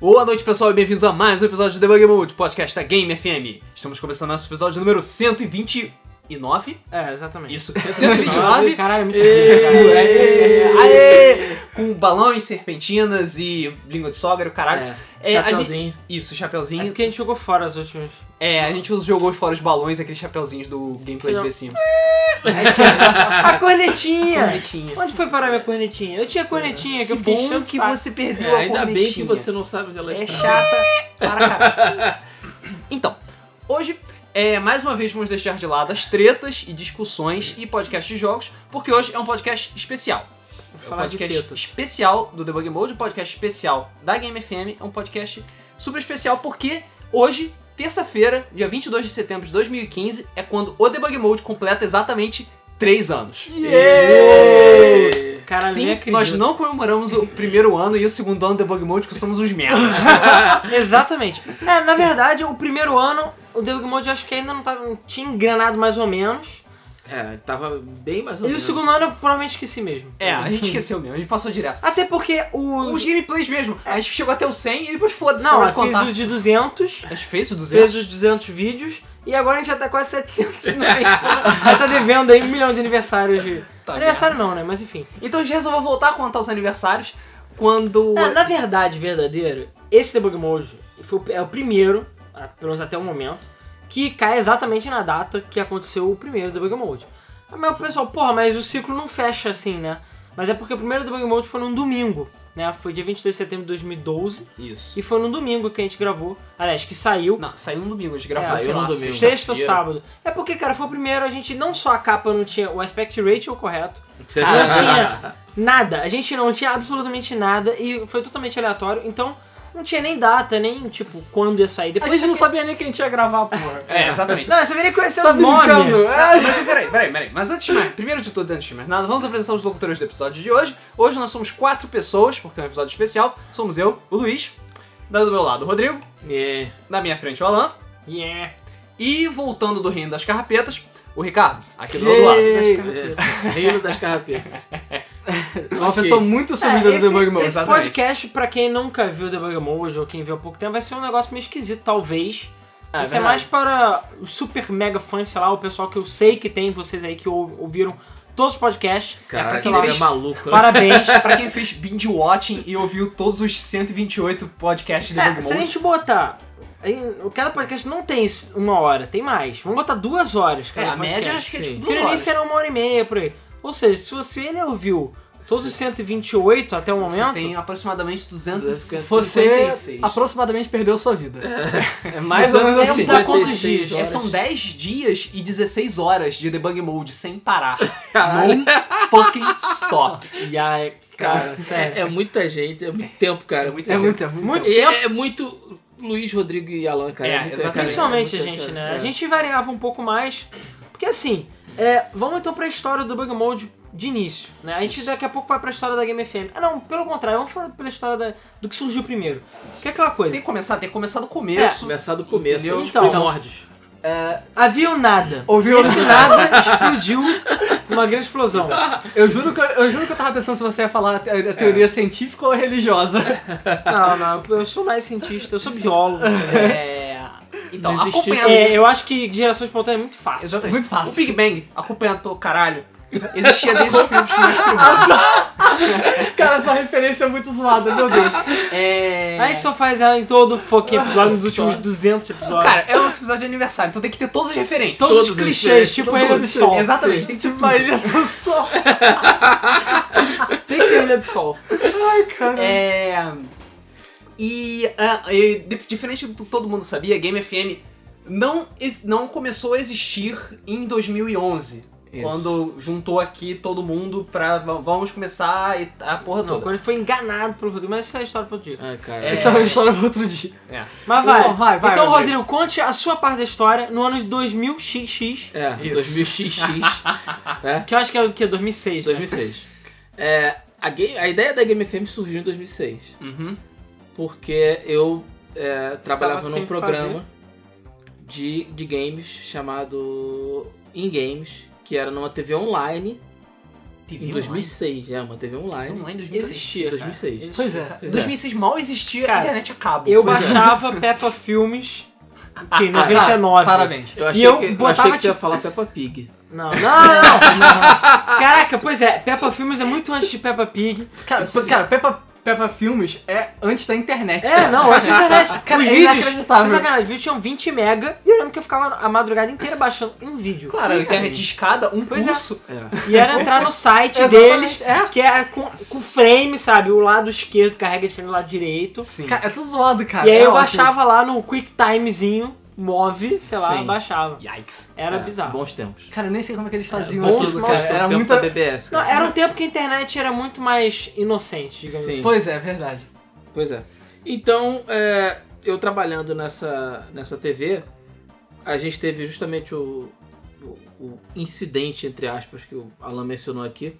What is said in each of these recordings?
Boa noite, pessoal, e bem-vindos a mais um episódio de Debug Mode, podcast da Game FM. Estamos começando nosso episódio número 129. É, exatamente. Isso, 129. Caralho, muito Aê, aê, com balões, serpentinas e língua de sogra, e o caralho. É, a gente- Chapeuzinho. Isso, É chapeuzinho. porque a gente jogou fora as últimas. É, a gente jogou fora os balões, aqueles chapeuzinhos do gameplay de Não. The Sims. A cornetinha! Bonitinha. Onde foi parar minha cornetinha? Eu tinha cornetinha que, Que eu fiquei bom enchendo que o saco. você perdeu É, a ainda bem que cornetinha. você não sabe onde ela É está. chata para caralho. Então, hoje, é, mais uma vez, vamos deixar de lado as tretas e discussões e podcast de jogos, porque hoje é um podcast especial. Vou É um falar de podcast tetas. especial do Debug Mode, um podcast especial da Game FM, é um podcast super especial porque hoje, terça-feira, dia 22 de setembro de 2015, é quando o Debug Mode completa exatamente 3 anos. Ê! Cara, nem Sim, acredito. nós não comemoramos o primeiro ano e o segundo ano do Debug Mode, que somos uns merdas. Exatamente. É, na verdade, o primeiro ano, o Debug Mode eu acho que ainda não, tava, não tinha engranado mais ou menos. É, tava bem mais E ou o menos. segundo ano eu provavelmente esqueci mesmo. É, a gente esqueceu mesmo, a gente passou direto. Até porque o. Os gameplays mesmo, a gente chegou até o 100 e depois foda-se, Não, parou eu de fiz contar. o de 200. A gente fez o 200? fez os 200 vídeos e agora a gente já tá quase 700 e não fez porra. Aí tá devendo aí um milhão de aniversários de... Tá Aniversário não, né? Mas enfim. Então a gente resolveu voltar a contar os aniversários quando... É, na verdade, verdadeiro, esse debug mode foi, o- é o primeiro, ah, pelo menos até o momento, que cai exatamente na data que aconteceu o primeiro debug mode. Aí, Mas o pessoal, porra, mas o ciclo não fecha assim, né? Mas é porque o primeiro debug mode foi num domingo, né? Foi dia 22 de setembro de 2012 Isso. e foi num domingo que a gente gravou. Aliás, que saiu. Não, saiu no domingo, a gente gravou. É, sei saiu no lá, domingo. sexta- Sexta ou sábado. É porque, cara, foi o primeiro, a gente não só a capa não tinha o aspect ratio correto, não É, tinha nada, a gente não tinha absolutamente nada e foi totalmente aleatório, então não tinha nem data, nem tipo quando ia sair. Depois um sabia nem que a gente ia gravar, porra. É, exatamente. Não, eu sabia nem conhecer Tá o nome. brincando? Ah, Mas peraí, peraí, peraí. Mas antes de mais, primeiro de tudo, antes de mais nada, vamos apresentar os locutores do episódio de hoje. Hoje nós somos quatro pessoas, porque é um episódio especial. Somos eu, o Luiz, do meu lado o Rodrigo, É. da minha frente o Alan, Yeah. E voltando do reino das carrapetas, o Ricardo, aqui do outro lado. Yeah. É É. Reino das carrapetas. uma pessoa muito É, sumida do esse, Debug Mode, esse exatamente. podcast, pra quem nunca viu o Debug Mode ou quem viu há pouco tempo, vai ser um negócio meio esquisito, talvez. Ah, Isso é verdade. mais para os super mega fãs, sei lá, o pessoal que eu sei que tem, vocês aí que ou- ouviram todos os podcasts. Cara, pra é quem fez- é maluco. né? Parabéns. Pra quem fez binge watching e ouviu todos os 128 podcasts do É, Debug se a Mode. gente botar. em- Cada podcast não tem s- uma hora, tem mais. Vamos botar duas horas, É, cara. a média acho que é sim. tipo Porque duas no horas. início era uma hora e meia por aí. Ou seja, se você né, ouviu todos os 128 até o Você um momento. tem aproximadamente Você 256. aproximadamente perdeu sua vida. É mais ou menos Mas assim. isso dá quantos 56 dias? É, são 10 dias e 16 horas de debug mode sem parar. Caralho. Non fucking stop. E aí, cara, sério. É, é muita gente, é muito tempo, cara. É muito É tempo. muito, é muito. Muito E tempo. é, é muito Luiz, Rodrigo e Alan, cara. É, muito- exatamente. cara, Principalmente a muito- gente, cara, né? é. A gente variava um pouco mais. Porque assim, é, vamos então pra história do Bug Mode de início, né? A gente daqui a pouco vai pra história da Game FM. Ah, não, pelo contrário, vamos falar pela história da- do que surgiu primeiro. Que é aquela Você coisa. tem que começar, tem que começar do começo. Começar do começo. Entendeu? os Então. primórdios. Havia o nada. Ouviu? Esse nada explodiu numa grande explosão. Eu juro, que eu, eu juro que eu tava pensando se você ia falar a te- a É. teoria científica ou religiosa. Não, não, eu sou mais cientista, eu sou biólogo. É. Então, Não existiu acompanhando É, eu acho que geração espontânea é muito fácil. Exatamente. Muito fácil. O Big Bang, a culpa é a tua, caralho. Existia desde os filmes mais primórdios. Cara, essa referência é muito zoada, meu Deus. É... A gente só faz ela em todo fucking episódio, nos últimos 200 episódios. Cara, é o nosso episódio de aniversário, então tem que ter todas as referências. todos, os todos os clichês, tipo a Ilha do Sol. Exatamente, tem que ser tudo. Ilha do Sol. Tem que ter Ilha do Sol. É... E, ah, e di- diferente do que todo mundo sabia, Game FM não, ex- não começou a existir em 2011. Isso. Quando juntou aqui todo mundo pra... va- Vamos começar e- a porra Não, toda. quando ele foi enganado pelo Rodrigo, mas isso é a história pro outro dia. Ah, cara. É. Essa é uma história pra outro dia. É. Mas vai, Então, vai, vai, Então, Rodrigo. Rodrigo, conte a sua parte da história no ano de 2000xx, É, Isso. 2000XX. né? que eu acho que era o que? 2006, né? 2006. É, a, game- a ideia da Game FM surgiu em 2006, Uhum. porque eu é, trabalhava sem num programa de, de games chamado In Games, que era numa TV online TV um Em 2006, é, uma TV online. online? Online em 2006. Existia. cara. 2006. Pois é. Em 2006 mal existia Cara, a internet a cabo. Eu Pois é. baixava Peppa Filmes tá. que, em Ah, 99. Parabéns. é. Eu achei, E eu que, eu botava, achei que você ia tipo- falar Peppa Pig. Não, não, não, não, não. Caraca, pois é, Peppa Filmes é muito antes de Peppa Pig. Cara, p- cara Peppa, Peppa Filmes é antes da internet. É, não, antes da internet. Cara, os é vídeos, inacreditável. sem sacanagem, os vídeos tinham 20 mega e eu lembro que eu ficava a madrugada inteira baixando um vídeo. Claro, a é. internet discada, um Pois é. pulso. E era entrar no site Exatamente, deles, é. que era com, com frame, sabe? O lado esquerdo carrega diferente do lado direito. Sim. Cara, é tudo zoado, cara. e aí É eu ótimo baixava lá no QuickTimezinho, move, sei lá, Sim. baixava. Yikes. Era É, bizarro. Bons tempos. isso. Cara, eu nem sei como é que eles faziam bons Bons aquilo, cara. maus- tempos, cara. um Era Tempo muita... da BBS. Não, cara. era um tempo que a internet era muito mais inocente, digamos Sim. assim. Pois é, é verdade. Pois é. Então, é, eu trabalhando nessa, nessa TV, a gente teve justamente o, o- o incidente, entre aspas, que o Alan mencionou aqui,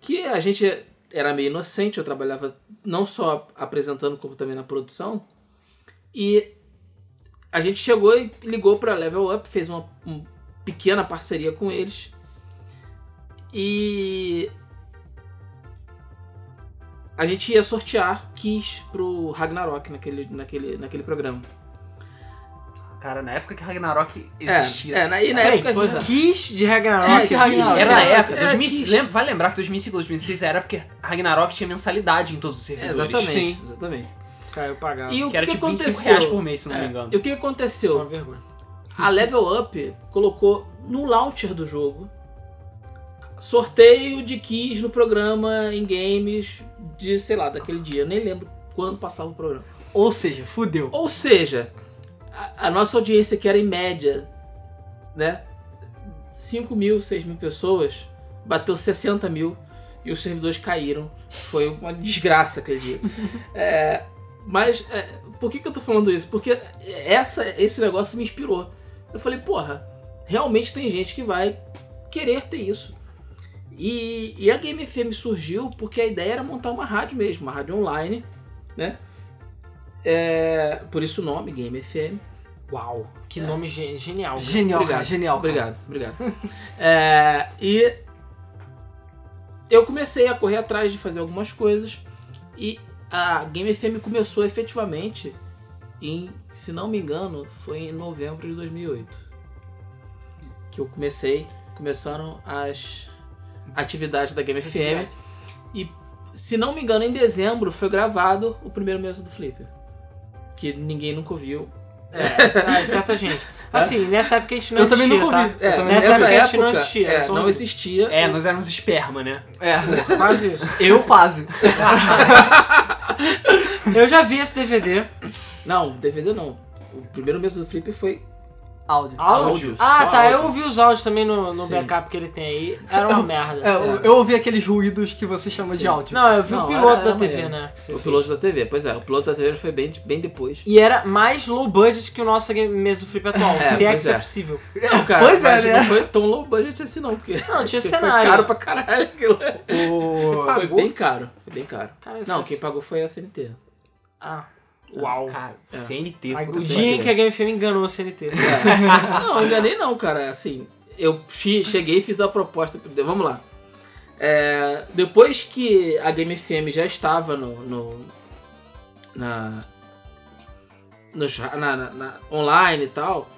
que a gente era meio inocente, eu trabalhava não só apresentando, como também na produção, e a gente chegou e ligou para Level Up, fez uma, uma pequena parceria com eles, e a gente ia sortear keys pro Ragnarok naquele, naquele, naquele programa. Cara, na época que Ragnarok É, existia. é, na, e na Bem, época. pois a é. gente- Kiss de Ragnarok. Kiss de Ragnarok. Era na época, Era 2006, Kiss. lembra- vai lembrar que 2005, 2006 era porque Ragnarok tinha mensalidade em todos os É, servidores. exatamente, exatamente. Caiu pagava. E o Que que, era que tipo 25 aconteceu? reais por mês, se não me É, engano. E o que Só uma aconteceu? vergonha. A Level Up colocou no launcher do jogo sorteio de keys no programa em games de, sei lá, daquele dia. Eu nem lembro quando passava o programa. Ou seja, fudeu. Ou seja, a, a nossa audiência, que era em média, né? 5 mil, 6 mil pessoas, bateu 60 mil e os servidores caíram. Foi uma desgraça aquele dia. É, mas é, por que, que eu tô falando isso? Porque essa, esse negócio me inspirou. Eu falei, porra, realmente tem gente que vai querer ter isso. E, e a Game FM surgiu porque a ideia era montar uma rádio mesmo, uma rádio online, né? É, por isso o nome, Game FM. Uau, que nome ge- genial. cara. Genial, cara, Obrigado. genial. cara. Obrigado, obrigado. É, e eu comecei a correr atrás de fazer algumas coisas e a Game FM começou efetivamente em, se não me engano, foi em novembro de 2008 que eu comecei, começaram as atividades da Game FM e se não me engano em dezembro foi gravado o primeiro mês do Flipper que ninguém nunca ouviu. É, cer- certa gente. Assim, nessa época a gente não Eu também existia, nunca ouvi. tá? É, Eu também nessa nunca ouvi. época a gente não existia, é, só um não ouvi. existia. É, nós éramos esperma, né? É, tá? Quase isso. eu quase. Eu já vi esse DVD. Não, DVD não. O primeiro mês do Flip foi Áudio. áudio. Ah, só tá. áudio. Eu ouvi os áudios também no, no Sim. backup que ele tem aí. Era uma merda. É, eu- Eu ouvi aqueles ruídos que você chama de Sim. áudio. Não, eu vi o Não, piloto era- era da TV, maneiro. né? que você O fez. piloto da TV, pois é. O piloto da TV foi bem, bem depois. E era mais low budget que o nosso game- mesa do flip atual, É, se é que pois isso é é. possível. Não, cara, Pois é, mas tipo, né? Não foi tão low budget assim não, porque... Não, tinha porque cenário. Foi caro pra caralho aquilo. O... Foi pagou? bem caro, foi bem caro. Cara, isso não, é- quem pagou foi a CNT. Ah, uau. Cara, CNT. Ai, puta O que dia em pariu. que a Game Film enganou a CNT. É. não, enganei não, cara. Assim, eu fi- cheguei e fiz a proposta. Vamos lá. É, depois que a Game FM já estava no. no- na, no ja- na- na- na- online e tal,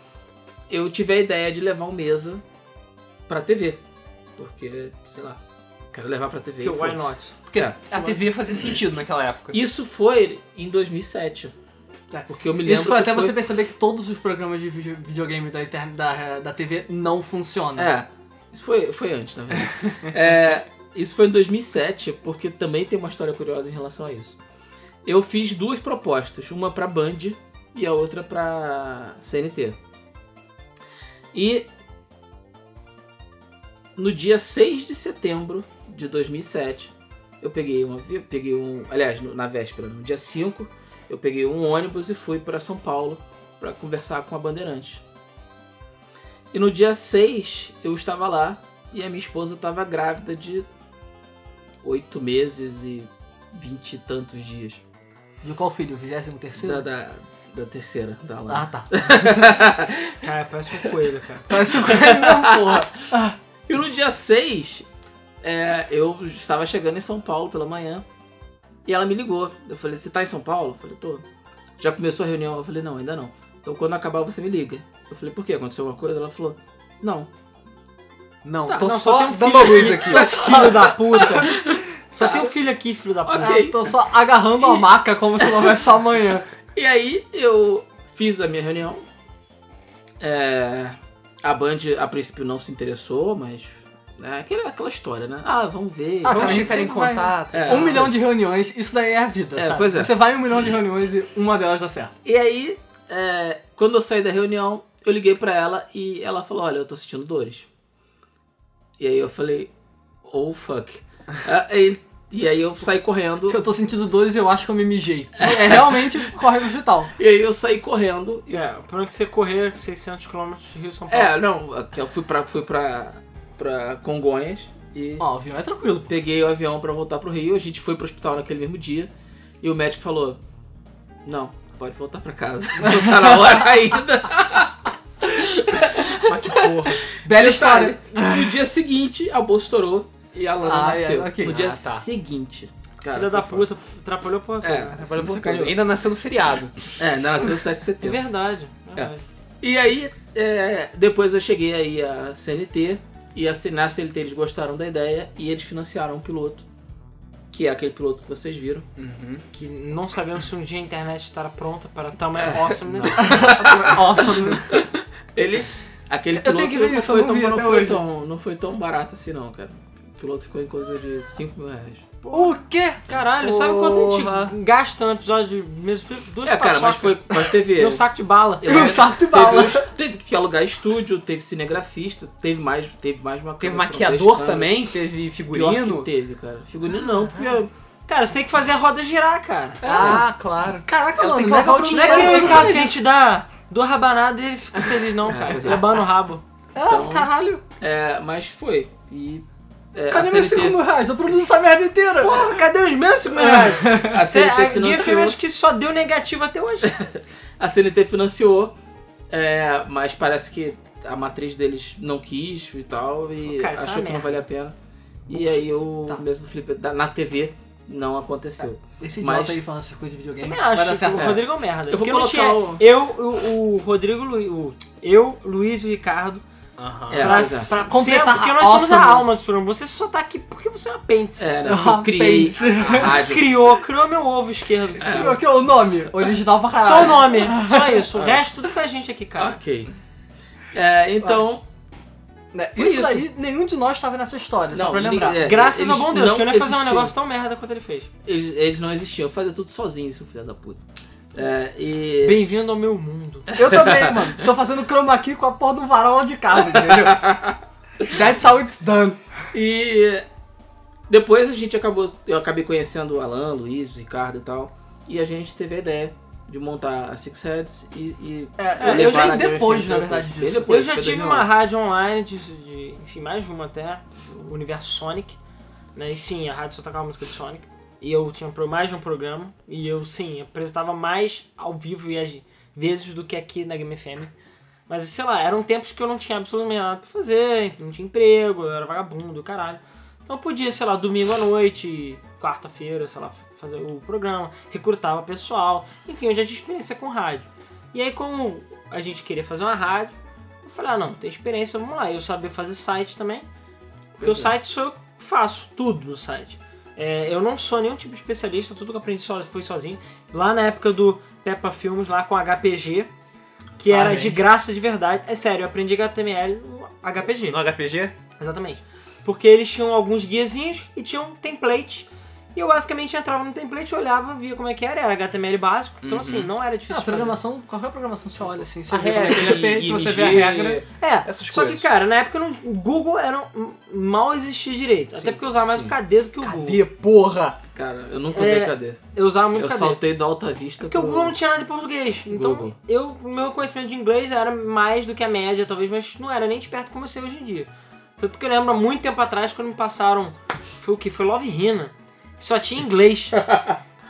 eu tive a ideia de levar um mesa pra TV. Porque, sei lá, quero levar pra TV. Porque e why foda-se. not? Porque É. a TV fazia sentido naquela época. Isso foi em 2007. É. Porque eu me lembro. Isso foi que até você perceber que todos os programas de video- videogame da, internet, da, da TV não funcionam. É, isso foi, foi antes, na verdade. É, isso foi em 2007, porque também tem uma história curiosa em relação a isso. Eu fiz duas propostas, uma pra Band e a outra pra CNT. E no dia 6 de setembro de 2007, eu peguei uma, vi- peguei um, aliás, no- na véspera, no dia 5, eu peguei um ônibus e fui pra São Paulo pra conversar com a Bandeirantes. E no dia 6 eu estava lá e a minha esposa estava grávida de 8 meses e 20 e tantos dias. De qual filho? 23 Da, da, da terceira, da Alana. Ah, tá. Cara, parece um é, coelho, cara. Ah, Parece um não, porra. E no dia 6, é, eu estava chegando em São Paulo pela manhã e ela me ligou. Eu falei, você tá em São Paulo? Eu falei, tô. Já começou a reunião? Eu falei, não, ainda não. Então quando acabar você me liga. Eu falei, por quê? Aconteceu alguma coisa? Ela falou, não. Não, Tá, tô não, só só tem um dando a luz aqui. Filho da puta. Só tem um filho aqui, filho da puta. Ok. Eu tô só agarrando a maca como se não houvesse amanhã. E aí eu fiz a minha reunião. É, a Band a princípio não se interessou, mas. né, aquela, aquela história, né? Ah, vamos ver. Ah, Vamos cara, a gente ficar em sempre vai- contato. É. Um milhão de reuniões, isso daí é a vida, É, sabe? pois é. Você vai em um milhão de reuniões e uma delas dá certo. E aí, é, quando eu saí da reunião, eu liguei pra ela e ela falou: Olha, eu tô sentindo dores. E aí eu falei: Oh fuck. Ah, e, e aí eu saí correndo. Eu tô sentindo dores e eu acho que eu me mijei. É realmente corre no hospital. E aí eu saí correndo. E, É, o problema é que você correr 600 km de Rio São Paulo. é, não, eu fui pra, fui pra, pra Congonhas e. Ó, o avião é tranquilo. Peguei o avião pra voltar pro Rio, a gente foi pro hospital naquele mesmo dia e o médico falou: Não, pode voltar pra casa. Não tá na hora ainda. Mas que porra. Bela história. No dia seguinte, a bolsa estourou e a Lana Ah, nasceu. é, ok. No dia Ah, tá. seguinte. Cara, Filha da foi foda. puta, atrapalhou pra É, caralho. atrapalhou pra Sacanagem. caralho. Ainda nasceu no feriado. É, nasceu 7 de É setembro. verdade. é verdade. E aí, é, depois eu cheguei aí à CNT e a, C- na CNT eles gostaram da ideia e eles financiaram um piloto. Que é aquele piloto que vocês viram. Que não sabemos se um dia a internet estará pronta para tamanho É, awesomeness. Awesome. Ele. Aquele tenho piloto que ver não isso, foi eu não tão, vi não até foi hoje. tão- não foi tão barato assim não, cara. O piloto ficou em coisa de 5 mil reais. O quê? Caralho, sabe quanto a Porra. gente gasta no episódio de mesmo filho? Duas É, cara, mas paçoca foi. Mas teve. e um saco de bala. Eu- Um saco de teve, bala. os- teve que alugar estúdio, teve cinegrafista, teve mais, teve mais uma Teve câmera, foram maquiador três câmeras. também, teve Pior que figurino. teve, cara. Figurino não, porque Ah. eu- Cara, você tem que fazer a roda girar, cara. Ah, claro. É. Caraca, Ela mano, tem que leva levar o pra um Não é Sabe, que nem o eu não Ricardo sabia que a gente dá duas rabanadas e ele fica feliz, não, É, cara. pois Ele é. é. Lebando o rabo. Então- Ah, caralho. é, mas foi. E. é, Cadê a meus 5 CNT, mil reais? Eu produzo essa merda inteira. Ah. É. Porra, cadê os meus 5 mil reais? a Você, CNT a Guia financiou. Filmes que só deu negativo até hoje. A CNT financiou, é, mas parece que a matriz deles não quis e tal, e Cara, isso é achou uma que não merda. valia a pena. E aí o Tá. mesmo do Felipe da- na TV não aconteceu. Esse idiota Mas- aí falando essas coisas de videogame. Também vai dar acho que certo. o Rodrigo é um merda. Eu vou Porque não colocar tinha. o- Eu, o, o Rodrigo, Lu- o, eu, Luiz e o Ricardo. Aham. É, pra, pois é. pra completar ser- Porque nós a somos a awesomeness. alma desse programa. Você só tá aqui porque você é um apêndice. É, né? Ah, Eu criei pense. a rádio. Criou, criou meu ovo esquerdo. Pior que é o nome original pra caralho. Só o nome, só isso. O É. resto tudo foi a gente aqui, cara. Ok. É, então. Né, Foi Isso, isso. daí, nenhum de nós estava nessa história, só Não, pra lembrar. ninguém- é. Graças Eles ao bom Deus, não que eu não ia fazer um existiam. negócio tão merda quanto ele fez. Eles, eles não existiam, eu fazia tudo sozinho, seu filho da puta. É, e. Bem-vindo ao meu mundo. Eu também, mano. Tô fazendo chroma key com a porra do varal lá de casa, entendeu? That's how it's done. E depois a gente acabou. Eu acabei conhecendo o Alan, Luiz, o Ricardo e tal. E a gente teve a ideia de montar a Six Heads e. e É, eu levar já ia na Game depois, FM na verdade, Bem disso. Depois, eu já foi tive 2011. uma rádio online, de, de- enfim, mais de uma até, o Universo Sonic. Né? E sim, a rádio só tocava música de Sonic. E eu tinha pro- mais de um programa. E eu, sim, apresentava mais ao vivo e às vezes do que aqui na Game FM. Mas, sei lá, eram tempos que eu não tinha absolutamente nada pra fazer, não tinha emprego, eu era vagabundo, caralho. Então eu podia, sei lá, domingo à noite, quarta-feira, sei lá, fazer o programa, recrutava pessoal. Enfim, eu já tinha experiência com rádio. E aí, como a gente queria fazer uma rádio, eu falei, ah, não, tem experiência, vamos lá. Eu sabia fazer site também, porque o site sou eu que faço, tudo no site. É, eu não sou nenhum tipo de especialista, tudo que eu aprendi so, foi sozinho. Lá na época do Peppa Filmes, lá com HPG, que era Amém. de graça de verdade. É sério, eu aprendi HTML no HPG. Ah, HPG? Exatamente. Porque eles tinham alguns guiazinhos e tinham um template. E eu basicamente entrava no template, olhava, via como é que era, era HTML básico. Então, assim, não era Ah, difícil. a fazer. programação, qualquer programação você olha assim, você A vê como é que ele é regra, feito, você vê a ING. regra. É, Essas só coisas. que, cara, na época não, o Google era, um- mal existia direito. Sim, até porque eu usava mais sim. o KD do que o Google. Cadê, porra? Cara, eu nunca usei É, cadê? Eu usava muito Eu KD. saltei da alta vista. Porque o pro- Google não tinha nada de português. Então, Google. eu, o meu conhecimento de inglês era mais do que a média, talvez, mas não era nem de perto como eu sei hoje em dia. Tanto que eu lembro há muito tempo atrás, quando me passaram. Foi o que? Foi Love Hina. Só tinha inglês.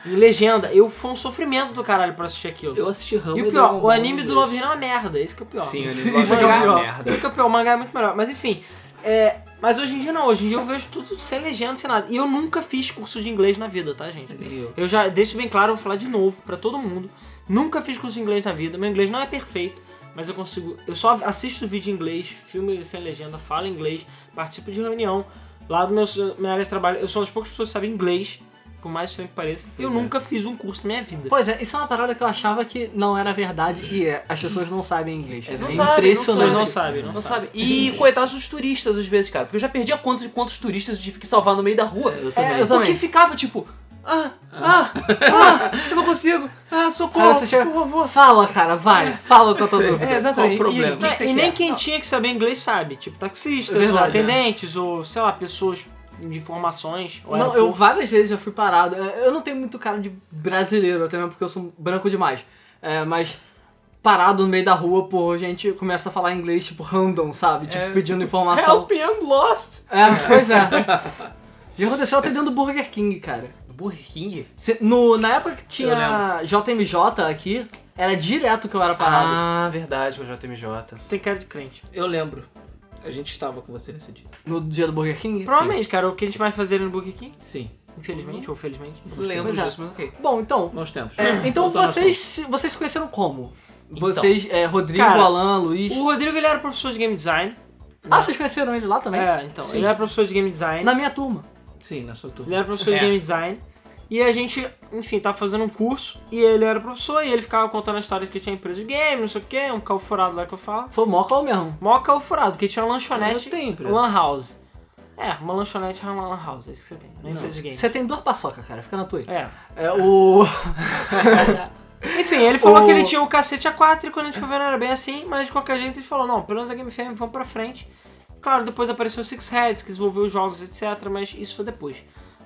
e legenda. Eu foi um sofrimento do caralho pra assistir aquilo. Eu assisti Rambo E o pior, o anime do Love Hina é uma merda. Isso que é o pior. Sim, Isso Isso é que é o pior. merda. Isso que é o pior, o mangá é muito melhor. Mas enfim, é, Mas hoje em dia não, hoje em dia eu vejo tudo sem legenda, sem nada. E eu nunca fiz curso de inglês na vida, tá, gente? Nem eu. Eu já deixo bem claro, eu vou falar de novo pra todo mundo. Nunca fiz curso de inglês na vida, meu inglês não é perfeito, mas eu consigo. Eu só assisto vídeo em inglês, filme sem legenda, falo inglês, participo de reunião. Lá do meu minha área de trabalho, eu sou uma das poucas pessoas que sabem inglês, por mais estranho que pareça. eu nunca fiz um curso na minha vida. Pois é, isso é uma parada que eu achava que não era verdade e é, as pessoas não sabem inglês. É, não é sabem, impressionante. Vocês não sabem, não, Não sabe. E coitados dos turistas, às vezes, cara. Porque eu já perdi a conta de quantos turistas eu tive que salvar no meio da rua. Eu É, eu também. tô- também. Porque ficava tipo. Ah, ah, ah, eu não consigo. Ah, socorro. Aí você chega- por favor. Fala, cara, vai. Fala com a tua Sei. dúvida. É, exatamente. Qual o E- problema? o Não, que que você e nem quer? quem tinha que saber inglês sabe, tipo taxistas, É verdade, ou atendentes, ou sei lá, pessoas de informações. ou é Não, eu aeroporto. várias vezes já fui parado. É, Eu não tenho muito cara de brasileiro, até mesmo porque eu sou branco demais. É, mas parado no meio da rua, pô, gente começa a falar inglês, tipo, random, sabe? Tipo, É. pedindo informação. Help me, I'm lost. É, pois é. Já aconteceu até dentro do Burger King, cara. Burrinho. Cê- no, na época que Eu tinha lembro. JMJ aqui, era direto que eu era parado. Ah, verdade, com o JMJ. Você tem cara de crente. Eu lembro. A gente estava com você nesse dia. No dia do Burger King? Provavelmente, cara, o que a gente mais fazia era no Burger King, Sim. infelizmente, ou felizmente. não sei. Lembro Pois é. disso, mas ok. Bom, então. Bons tempos. Então Voltando ao vocês, assunto. se- vocês se conheceram como? Então. Vocês, é, Rodrigo, Cara, Alan, Luiz. O Rodrigo ele era professor de game design. Ah, vocês conheceram ele lá também? É, então. Sim. Ele era professor de game design. Na minha turma. Sim, na sua turma. Ele era professor É. de game design. E a gente, enfim, tava fazendo um curso. E ele era professor e ele ficava contando a história de que tinha empresa de game, não sei o quê, um carro furado lá que eu falo. Foi o Mocal mesmo. Mó carro furado, porque tinha uma lanchonete. Eu tenho empresa. Lan house. É, uma lanchonete é uma lan house, é isso que você tem. Nem Não. seja de game. Você tem duas paçoca, cara. Fica na tua aí. É. É, o... Enfim, ele falou O- que ele tinha o cacete A4 e quando a gente foi ver não era bem assim, mas de qualquer jeito ele falou, não, pelo menos a Game FM vamos pra frente. Claro, depois apareceu o Six Heads, que desenvolveu os jogos, etc, mas isso foi depois.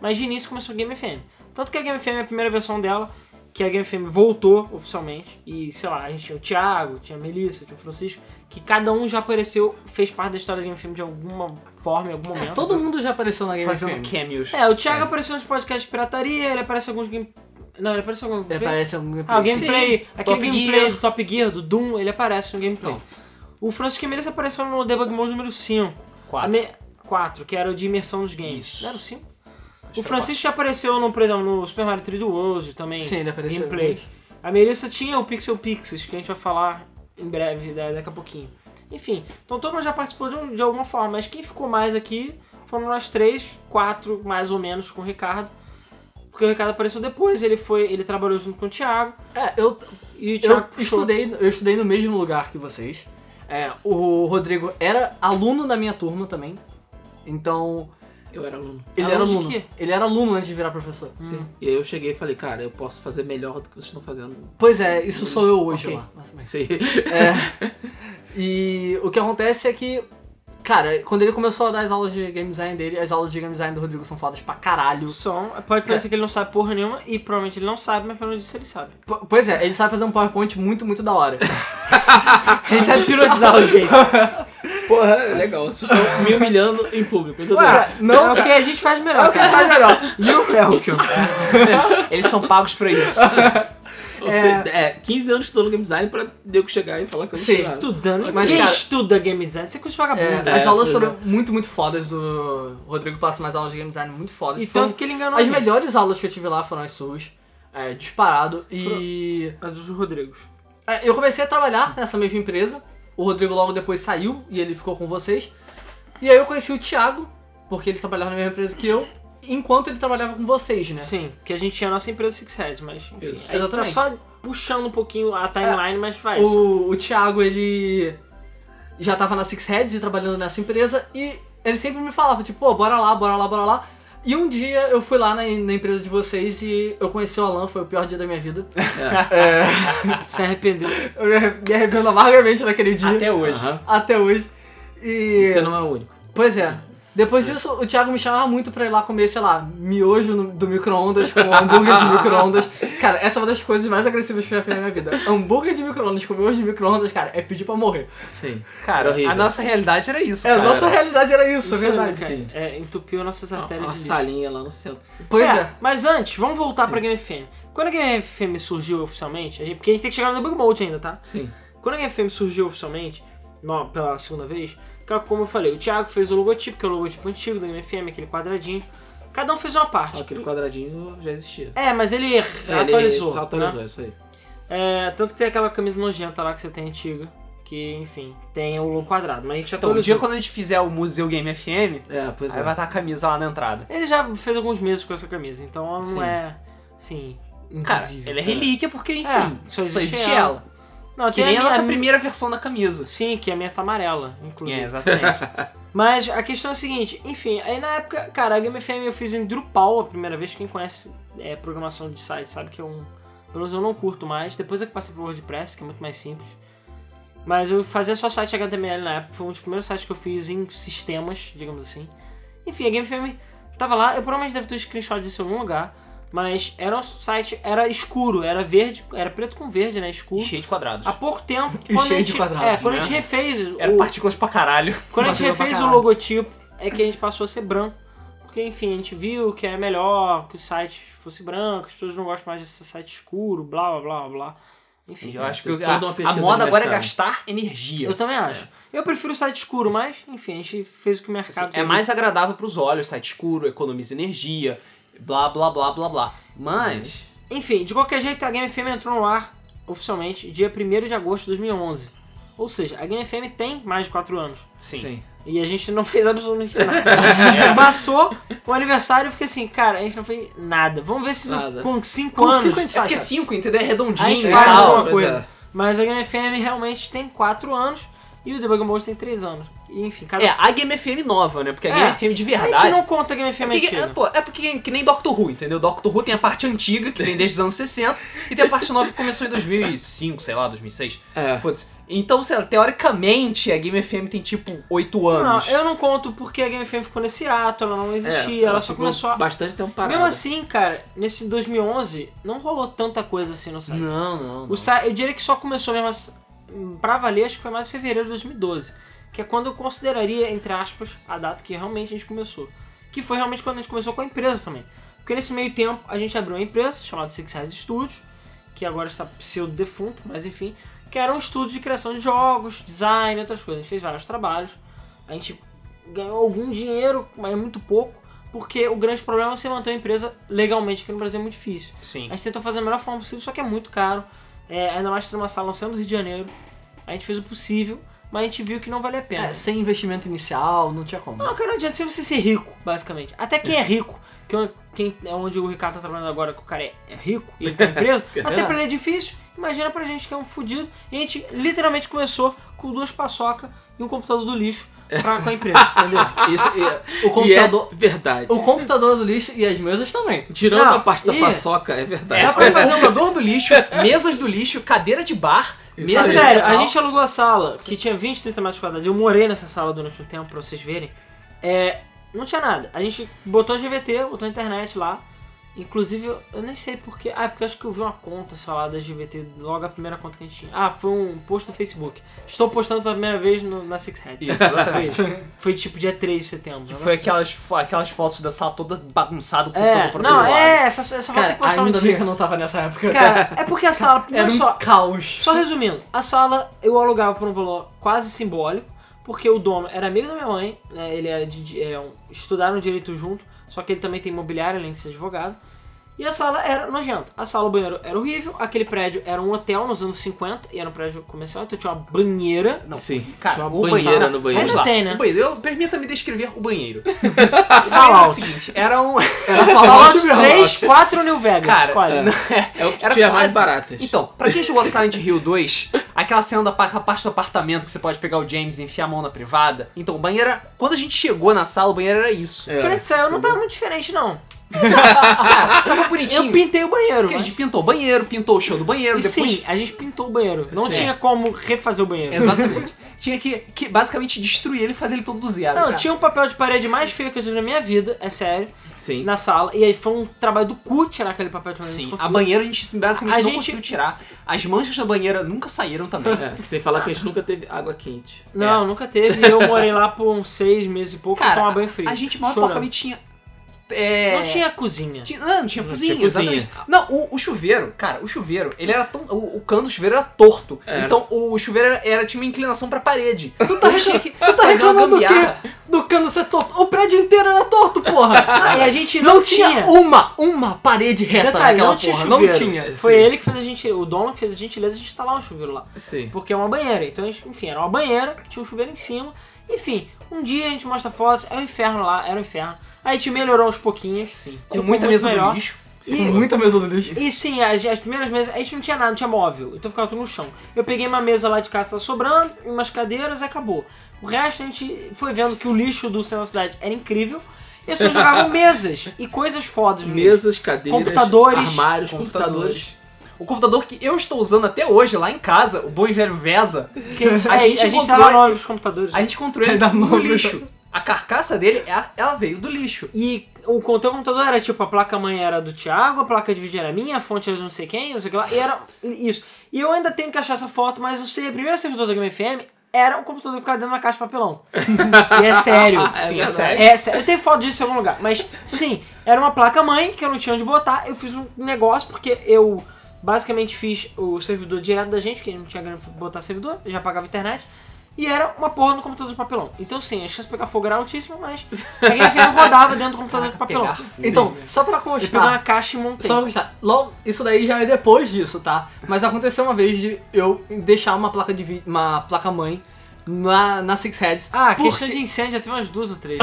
Mas de início começou a Game FM. Tanto que a Game FM, a primeira versão dela, que a Game FM voltou oficialmente, e sei lá, a gente tinha o Thiago, tinha a Melissa, tinha o Francisco, que cada um já apareceu, fez parte da história da Game FM de alguma forma, em algum momento. É, Todo mundo já apareceu na Game Fazendo FM. cameos. É, o Thiago apareceu nos podcasts de pirataria, ele aparece em alguns game... Não, ele apareceu em algum É, Aparece algum ah, o gameplay. gameplay, aquele Top gameplay Gear. do Top Gear, do Doom, ele aparece no gameplay. O Francisco Meirelles apareceu no Debug Mode número 5. Quatro. 4, que era o de imersão dos games. Isso. Não era o 5? que O era Francisco já apareceu, no, por exemplo, no Super Mario 3D World também. Sim, ele apareceu. Gameplay. A Melissa tinha o Pixel Pixies, que a gente vai falar em breve, da- daqui a pouquinho. Enfim, então todo mundo já participou de, um- de alguma forma, mas quem ficou mais aqui foram nós três, quatro mais ou menos com o Ricardo. Porque o Ricardo apareceu depois, ele foi, ele trabalhou junto com o Thiago. É, eu, E o Thiago eu, puxou. estudei, eu estudei no mesmo lugar que vocês. É, o Rodrigo era aluno da minha turma também. Então, Eu era aluno. ele Aluno de era aluno. quê? Hum. Ele era aluno antes de virar professor. Sim. E aí eu cheguei e falei, cara, eu posso fazer melhor do que vocês estão fazendo. Pois é, isso sou eu hoje Ok. lá. Mas- mas- Mas aí... E o que acontece é que, cara, quando ele começou a dar as aulas de game design dele, as aulas de game design do Rodrigo são fodas pra caralho. O som, pode parecer que ele não sabe porra nenhuma, e provavelmente ele não sabe, mas pelo menos isso ele sabe. P- pois é, ele sabe fazer um PowerPoint muito, muito da hora. Ele sabe pilotizar o Jason. Porra, é legal. Vocês estão me humilhando em público. Eu tô Ué, Não, é o que a gente faz melhor. cara. faz melhor. E o Helcom. Eles são pagos pra isso. dizendo. Ou seja, é, 15 anos estudando game design pra nego chegar e falar que eu não Sim, sei nada. Estudando. Mas, Quem cara- estuda game design? Você é coisa de vagabundo. É, as É, aulas pois foram muito, muito fodas. O Rodrigo passa umas aulas de game design muito fodas. E Foram- tanto que ele enganou a é. As gente. melhores aulas que eu tive lá foram as suas. é, disparado. E A dos Rodrigos. né? é, eu comecei a trabalhar nessa mesma empresa. O Rodrigo logo depois saiu e ele ficou com vocês. E aí eu conheci o Thiago, porque ele trabalhava na mesma empresa que eu, enquanto ele trabalhava com vocês, né? Sim, que a gente tinha a nossa empresa Six Heads, mas enfim. Isso. aí tá Exatamente. É. só puxando um pouquinho a timeline, mas faz. O, o Thiago, ele já tava na Six Heads e trabalhando nessa empresa e ele sempre me falava, tipo, pô, bora lá, bora lá, bora lá. E um dia eu fui lá na, na empresa de vocês e eu conheci o Alan, foi o pior dia da minha vida. É, Se arrependeu. eu me arre- me arrependo amargamente naquele dia. Até, Até hoje. Aham. hoje. E. Você não é o único. Pois é. Depois disso, o Thiago me chamava muito pra ir lá comer, sei lá, miojo no- do micro-ondas com um hambúrguer de micro-ondas. Cara, essa é uma das coisas mais agressivas que eu já fiz na minha vida. Hambúrguer de micro-ondas com miojo de micro-ondas, cara, é pedir pra morrer. Sim. É Cara, Horrível. a nossa realidade era isso. É, a cara. nossa realidade era isso, é verdade. Sim. É, entupiu nossas Uma, artérias uma de lixo. salinha lá no centro. Pois É, Então, é. Mas antes, vamos voltar pra Game FM. Quando a Game FM surgiu oficialmente, a gente- Tipo, porque a gente tem que chegar no debug mode ainda, tá? Sim. Quando a Game FM surgiu oficialmente, no- pela segunda vez, Ca- Como eu falei, o Thiago fez o logotipo, que é o logotipo antigo do MFM, aquele quadradinho. Cada um fez uma parte. Aquele quadradinho já existia. Né? É, mas ele Ah, atualizou. né? Ele atualizou, isso aí. É, tanto que tem aquela camisa nojenta lá que você tem antiga, que, enfim, tem o logo quadrado, mas a gente Então, um atualizou. dia quando a gente fizer o Museu Game FM, É, pois aí é. vai estar a camisa lá na entrada. Ele já fez alguns meses com essa camisa, então ela não Sim. é, assim, Cara, invisível. ela é relíquia porque, enfim, É, só, existe ela. Não, Que é tem nem a minha- nossa primeira versão da camisa. Sim, que a minha tá amarela, inclusive. É, exatamente. Mas a questão é a seguinte, enfim, aí na época, cara, a Game FM eu fiz em Drupal a primeira vez, quem conhece é, programação de site sabe que é um. Pelo menos eu não curto mais. Depois é que passei pro WordPress, que é muito mais simples. Mas eu fazia só site HTML na época, foi um dos primeiros sites que eu fiz em sistemas, digamos assim. Enfim, a Game FM tava lá, eu provavelmente deve ter um screenshot disso em algum lugar. Mas era um site, era escuro, era verde, era preto com verde, né? Escuro. Cheio de quadrados. Há pouco tempo, E quando, a cheio de gente, quadrados, é, quando a né? gente refez Era o, partículas pra caralho. quando a gente Bateu pra refez o caralho. logotipo, é que a gente passou a ser branco. Porque, enfim, a gente viu que é melhor que o site fosse branco, as pessoas não gostam mais desse site escuro, blá blá blá blá, blá. Enfim, Eu acho que tem a, toda uma a pesquisa no moda agora é mercado. gastar energia. eu também acho. Eu prefiro o site escuro, mas, enfim, a gente fez o que o Assim, mercado é teve. mais agradável pros olhos, site escuro, economiza energia, blá blá blá blá blá. Mas. Enfim, de qualquer jeito, a Game FM entrou no ar oficialmente dia 1 de agosto de 2011. Ou seja, a Game FM tem mais de 4 anos. Sim. É E a gente não fez absolutamente É. nada. Passou o aniversário e fiquei assim, cara, a gente não fez nada. Vamos ver se Nada. com 5 Com anos. cinco a gente É porque faz, 5, entendeu? É A gente redondinho e faz tal. alguma pois é. coisa. Mas a Game FM realmente tem 4 anos e o Debug Mode tem 3 anos. E, enfim, cada É, a Game FM nova, né? Porque a É. Game FM de A verdade. gente não conta a Game FM Porque- antiga. é, pô, é porque que nem Doctor Who, entendeu? Doctor Who tem a parte antiga, que vem desde os anos 60, e tem a parte nova que começou em 2005, sei lá, 2006. É. Foda-se. Então, sei lá, teoricamente, a Game FM tem tipo 8 Não, anos. eu não conto porque a Game FM ficou nesse ato, ela não É, existia, ela só É, ficou começou a... Bastante tempo parado. Mesmo assim, cara, nesse 2011 não rolou tanta coisa assim no site. Não, não. não. O site, eu diria que só começou mesmo assim, pra valer, acho que foi mais em fevereiro de 2012. Que é quando eu consideraria, entre aspas, a data que realmente a gente começou. Que foi realmente quando a gente começou com a empresa também. Porque nesse meio tempo a gente abriu uma empresa chamada Six Heads Studios, que agora está pseudo defunto, mas enfim, que era um estúdio de criação de jogos, design, outras coisas. A gente fez vários trabalhos, a gente ganhou algum dinheiro, mas muito pouco, porque o grande problema é você manter uma empresa legalmente, que no Brasil é muito difícil. Sim. A gente tentou fazer da melhor forma possível, só que é muito caro. É, ainda mais ter uma sala no centro do Rio de Janeiro. A gente fez o possível, mas a gente viu que não vale a pena. É, sem investimento inicial, não tinha como. Não, cara, não adianta se você ser rico, basicamente. Até quem é rico, que é quem, é onde o Ricardo tá trabalhando agora, que o cara é, é rico e ele tá preso, até verdade. pra ele é difícil. Imagina pra gente que é um fudido. E a gente literalmente começou com duas paçoca e um computador do lixo pra, com a empresa, entendeu? Isso, e- o E é computador. verdade. O computador do lixo e as mesas também. Tirando Não, a parte da e- paçoca, é Era verdade. pra fazer um computador do lixo, mesas do lixo, cadeira de bar, É mesa sério, a de gente alugou a sala, que tinha 20, 30 metros quadrados. Eu morei nessa sala durante um tempo, pra vocês verem. É, não tinha nada. A gente botou GVT, botou a internet lá. Inclusive, eu, eu nem sei porquê. Ah, porque eu acho que eu vi uma conta só lá da GVT, logo a primeira conta que a gente tinha. Ah, foi um post do Facebook. Estou postando pela primeira vez no- na Six Heads. Isso, exatamente. foi, isso. Foi tipo dia 3 de setembro. um Foi negócio aquelas, fo- aquelas fotos da sala toda bagunçada, com assim. É, todo o não, é, essa, essa foto tem Cara, que postar um ainda bem que eu dia. não tava nessa época. Cara, é porque a sala, era primeiro um só, caos. Só resumindo, a sala eu alugava por um valor quase simbólico, porque o dono era amigo da minha mãe, né, ele era de, é, um- estudaram direito junto, só que ele também tem imobiliário, além de ser advogado. E a sala era nojenta. A sala, o banheiro era horrível, aquele prédio era um hotel nos anos 50, e era um prédio comercial, então tinha uma banheira. Não, Sim. Cara, Tinha o uma banheira banheiro- no banheiro. Vamos lá. tem, né? O banheiro. Eu- Permita-me descrever o banheiro. Era o Fallout. seguinte, era um... Fallout Fallout 3, 4 New Vegas, é Cara, escolhe. É o que Era tinha mais quase- baratas. Então, pra quem jogou Silent Hill 2, aquela cena da pa- a parte do apartamento que você pode pegar o James e enfiar a mão na privada. Então, o banheiro era... Quando a gente chegou na sala, o banheiro era isso. Quando a É. gente saiu, não tava muito diferente, não. Cara, tava bonitinho. Eu pintei o banheiro, né? Porque a gente pintou o banheiro, pintou o chão do banheiro, E depois... sim, a gente pintou o banheiro. Não É. tinha como refazer o banheiro. Exatamente. Tinha que, que basicamente destruir ele e fazer ele todo do zero. Não, cara. tinha um papel de parede mais feio que eu já vi na minha vida, é sério, Sim. na sala. E aí foi um trabalho do cu tirar aquele papel de parede. Sim, Assim, a conseguiu. banheira a gente basicamente A não gente- conseguiu tirar. As manchas da banheira nunca saíram também. né? É, sem falar que a gente nunca teve água quente. Não, nunca teve. E eu morei lá por uns seis meses e pouco pra É. Cara, tomar banho frio. a gente mal chorando. porcamente tinha é, Não tinha cozinha. Tinha- não, não tinha Não cozinha, tinha cozinha. exatamente. Não, o, o chuveiro, cara, o chuveiro, ele era tão. O, o cano do chuveiro era torto. Era. Então o chuveiro era, era- tinha uma inclinação pra parede. Então, Tu tá, recla- que- tu tá fazer uma reclamando do gambiarra. quê? Do cano ser torto. O prédio inteiro era torto, porra. Ah, e a gente não, Não tinha uma, uma parede reta Detalhe, naquela não tinha porra. chuveiro. Não tinha. Foi ele que fez a gente, o dono que fez a gentileza de instalar um chuveiro lá. Sim. Porque é uma banheira. Então, a gente- enfim, era uma banheira que tinha um chuveiro em cima. Enfim, um dia a gente mostra fotos, é um inferno lá, era um inferno. Aí a gente melhorou aos pouquinhos. Sim. Com muita mesa do lixo. Com muita mesa do lixo. E sim, as, as primeiras mesas, a gente não tinha nada, não tinha móvel, então ficava tudo no chão. Eu peguei uma mesa lá de casa que tava sobrando, e umas cadeiras e acabou. O resto a gente foi vendo que o lixo do centro da cidade era incrível, e as pessoas jogavam mesas e coisas fodas no lixo. Mesas, cadeiras, Computadores. armários, Computadores. computadores. O computador que eu estou usando até hoje lá em casa, o bom e velho Vesa, A, gente, a gente tava encontrou- nome dos computadores. a gente encontrou ele Dá no nome. lixo. A carcaça dele, é- ela veio do lixo. E o con- teu computador era tipo, a placa-mãe era do Thiago, a placa de vídeo era minha, a fonte era não sei quem, não sei o que lá, e era isso. E eu ainda tenho que achar essa foto, mas eu sei, o primeiro servidor da Game FM era um computador que ficava dentro de uma caixa de papelão. e é sério. Sim, é verdade. sério. É, sério. eu tenho foto disso em algum lugar, mas sim, era uma placa-mãe que eu não tinha onde botar, eu fiz um negócio porque eu basicamente fiz o servidor direto da gente, porque não tinha grana pra botar servidor, eu já pagava internet. E era uma porra no computador de papelão. Então, sim, a chance de pegar fogo era altíssima, mas a Game FM rodava dentro do computador de papelão. Ah, Pegar fogo. Então, só pra Eu peguei uma constar. caixa e montei. Só pra constar. Logo, isso daí já é depois disso, tá? Mas aconteceu uma vez de eu deixar uma placa de vi- uma placa mãe na, na Six Heads. Ah, Por- questão de incêndio, já teve umas duas ou três.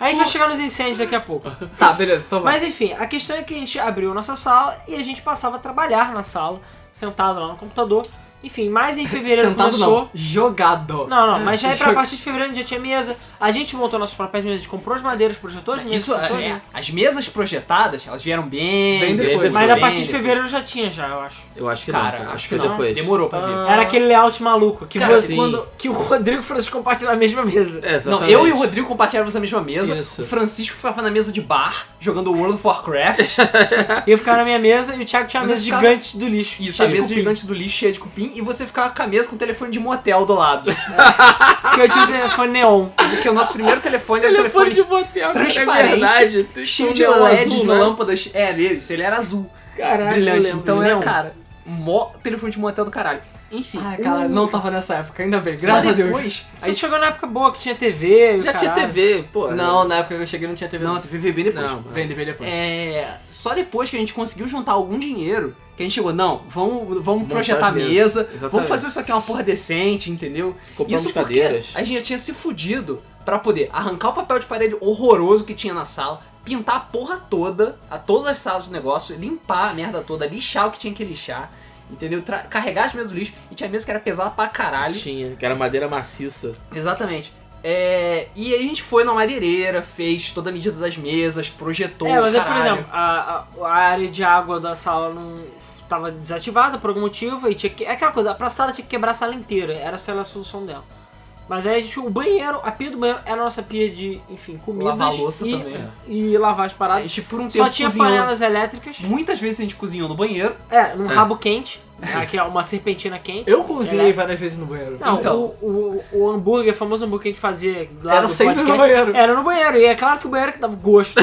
a gente vai chegar nos incêndios daqui a pouco. Tá, beleza, então vai. Mas enfim, a questão é que a gente abriu nossa sala e a gente passava a trabalhar na sala, sentado lá no computador. Enfim, mas em fevereiro Sentado começou. não, jogado. Não, não, mas já aí pra Joga- partir de fevereiro já tinha mesa. A gente montou nossos próprias mesas, a gente comprou as madeiras, projetou as mesas. Isso, projetou as é, mesas. as mesas projetadas, elas vieram bem, Bem depois. Mas a bem partir de depois. fevereiro já tinha, já, eu acho. Eu acho que Cara, não. Cara. acho, que, foi não. depois. Demorou pra vir. Era aquele layout maluco que, Cara, você, sim. quando, que o Rodrigo Francisco compartilhava a mesma mesa. É, Não, exatamente. eu e o Rodrigo compartilhávamos a mesma mesa. Isso. O Francisco ficava na mesa de bar, jogando World of Warcraft. E eu ficava na minha mesa e o Thiago tinha uma Você mesa ficava- gigante do lixo. tipo, Isso, cheia a de mesa cupim. gigante do lixo cheia de cupim. E você ficava com a mesa com o telefone de motel do lado. Porque eu tinha um telefone neon. Porque o nosso primeiro telefone era um Telefone telefone de motel, cara, transparente, é verdade. Tem cheio um de neon LEDs azul, e né? lâmpadas. É, ele, isso, ele era azul. Caralho, brilhante. eu lembro é um Então era, disso. cara, mó telefone de motel do caralho. Enfim. Ah, cara, o- não tava nessa época, ainda bem, só graças a Deus. depois, A gente chegou na época boa que tinha TV. e o Já tinha caralho. TV, pô. Não, na época que eu cheguei não tinha TV. Não, a TV veio bem depois. Não. Vem TV depois. É, só depois que a gente conseguiu juntar algum dinheiro, que a gente chegou, não, vamos, vamos Montar projetar a as mesas. mesa, vamos Exatamente. fazer isso aqui uma porra decente, entendeu? Compramos isso porque cadeiras. a gente já tinha se fudido pra poder arrancar o papel de parede horroroso que tinha na sala, pintar a porra toda, a todas as salas do negócio, limpar a merda toda, lixar o que tinha que lixar, entendeu? Tra- carregar as mesas do lixo, e tinha mesa que era pesada pra caralho. Tinha, que era madeira maciça. Exatamente. É, e aí a gente foi na madeireira, fez toda a medida das mesas, projetou É, mas é, por caralho. exemplo, a, a- a área de água da sala não tava desativada por algum motivo e tinha que. É aquela coisa, pra sala tinha que quebrar a sala inteira. Era essa era a solução dela. Mas aí a gente, o banheiro, a pia do banheiro era a nossa pia de, enfim, comida. Lavar a louça e, também. né? E lavar as A paradas. gente por um tempo Só tinha cozinhou. panelas elétricas. Muitas vezes a gente cozinhou no banheiro. É, um É. rabo quente. Aqui é uma serpentina quente. Eu cozinhei É. várias vezes no banheiro. Não, Então. o, o, o hambúrguer, o famoso hambúrguer que a gente fazia lá Era do sempre podcast, no banheiro. Era no banheiro, e é claro que o banheiro que dava o gosto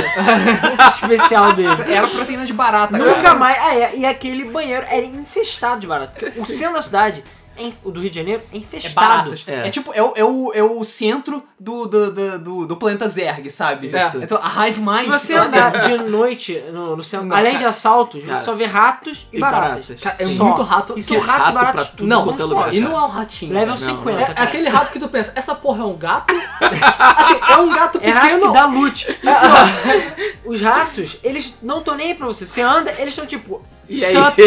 especial dele. Era proteína de barata, Nunca cara. mais. Ah, é, e aquele banheiro era infestado de barato. O centro da cidade, é inf- o do Rio de Janeiro, é É infestado. baratas. É. É. tipo, é o, é o, é o centro do, do, do, do, do planeta Zerg, sabe? Isso. É. Então, a Hive Mind. Se você fica lá andar dentro. de noite no, no centro, Não, além cara. de assaltos, você Cara. só vê ratos e, E baratas. baratas. Cara, é Só. muito rato. E são Que- ratos rato pra baratos. tudo Não, quanto é monstruosos. lugar. e não é um ratinho. Level cara. 50. É cara. aquele rato que tu pensa, essa porra é um gato? assim, é um gato É rato que pequeno. dá loot. E, pô, os ratos, eles não estão nem aí pra você. Você anda, eles estão tipo. E aí? "Sup?"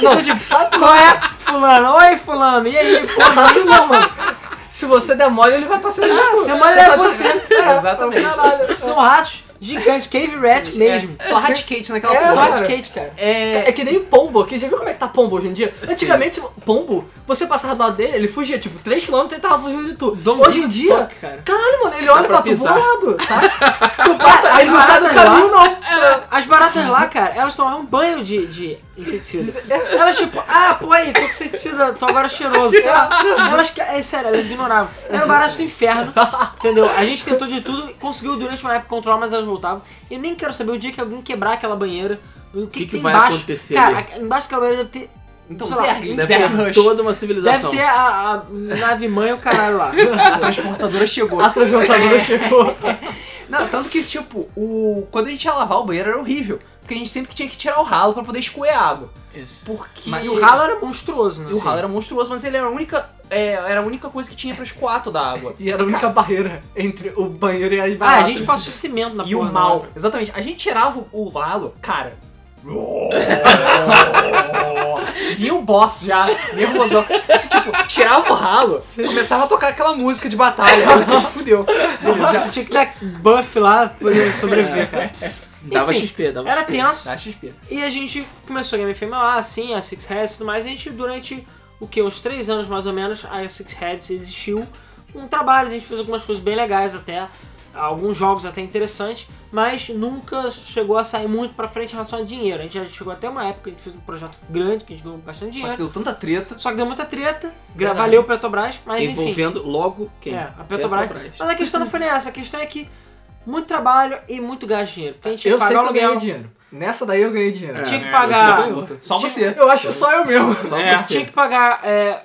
Então, tipo, sabe qual é? Fulano, oi fulano, e aí? Pô, Sabe não, mano. Se você der mole, ele vai passar tá gato. você manda é você. Exatamente. São ratos gigantes, cave rat mesmo. Só Hat Kate naquela É, porra. Só cara. de Kate, cara. É, é que nem pombo aqui. Já viu como é que tá pombo hoje em dia? Antigamente, pombo, você passava do lado dele, ele fugia tipo 3km e ele tava fugindo de tu. hoje em dia, Fuck, cara. caralho, mano, ele olha pra, pra tu pisar. bolado, tá? tu passa, ele não sai do Baratas lá. caminho, não. As baratas lá, cara, elas tomavam um banho de, de inseticida. Elas tipo, ah, pô aí, tô com inseticida, tô agora cheiroso. sei lá. Elas, é sério, elas ignoravam. Era o barato do inferno, entendeu? A gente tentou de tudo, conseguiu durante uma época controlar, mas elas voltavam. Eu nem quero saber o dia que alguém quebrar aquela banheira, o que, Que que tem vai embaixo. acontecer Cara, ali? a- embaixo daquela banheira deve ter... Então, sei lá, um Zerg, Deve Zerg ter Rush. toda uma Deve civilização. ter a, a nave-mãe e o caralho lá. A transportadora chegou. A transportadora chegou. Não, tanto que, tipo, o... quando a gente ia lavar o banheiro era horrível. Porque a gente sempre tinha que tirar o ralo pra poder escoer a água. Isso. Porque. Mas, e o ralo era monstruoso, né? E o ralo era monstruoso, mas ele era a única, é, era a única coisa que tinha pra escoar toda a água. E era a única barreira entre o banheiro e as Ah, a baratas. gente passou cimento na E o porra da mal. outra. Exatamente. A gente tirava o- o ralo, cara. Vinha o boss já, nervosão. Assim, tipo, tirava o ralo, começava a tocar aquela música de É. batalha. Assim, fudeu. Beleza, já. Você tinha que dar buff lá pra ele sobreviver, cara. Dava Enfim, XP, dava Era tenso. Dá XP. E a gente começou a Game FM lá, assim, a Six Heads e tudo mais. A gente, durante o que? Uns três anos mais ou menos, a Six Heads existiu com trabalho. A gente fez algumas coisas bem legais até, alguns jogos até interessantes, mas nunca chegou a sair muito pra frente em relação a dinheiro. A gente já chegou até uma época, a gente fez um projeto grande que a gente ganhou bastante Só que dinheiro. deu tipo, tanta treta. Só que deu muita treta, gra- Verdade. valeu Petrobras, mas enfim. Envolvendo logo quem? É, a Petrobras. Petrobras. Ah, Mas a questão não foi nem essa, a questão é que muito trabalho e muito gasto de dinheiro. Porque a gente tinha Eu que sei que pagar eu ganhei aluguel, dinheiro. Nessa daí eu ganhei dinheiro. tinha que É, pagar. você ganhou. Só você. Eu acho que só eu mesmo. Só você. Tinha que pagar. é,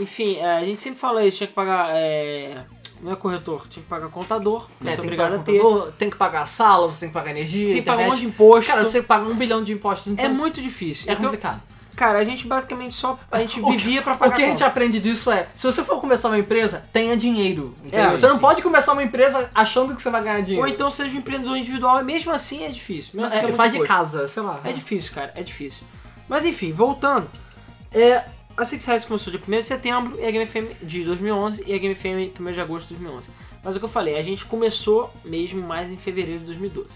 enfim, é, a gente sempre fala isso, tinha que pagar. é, não é corretor, tinha que pagar contador. É, É, tem, que obrigado pagar a ter. computador, tem que pagar a sala, você tem que pagar energia, Tem que pagar um monte internet. de imposto. Cara, você paga um bilhão de impostos, então É muito difícil. é então, complicado. cara, a gente basicamente só. A gente O que- vivia pra O pagar. que a gente conta. aprende disso é, se você for começar uma empresa, tenha dinheiro. entendeu? É, você não sim. pode começar uma empresa achando que você vai ganhar Ou dinheiro. então seja um empreendedor individual, e mesmo assim é difícil. Mesmo assim É, é muito faz de coisa. casa, sei lá. É difícil, cara, é difícil. Mas enfim, voltando. É, a Six Heads começou dia 1 de setembro e a Game FM de 2011 e a Game FM 1 de agosto de 2011. Mas é o que eu falei, a gente começou mesmo mais em fevereiro de 2012.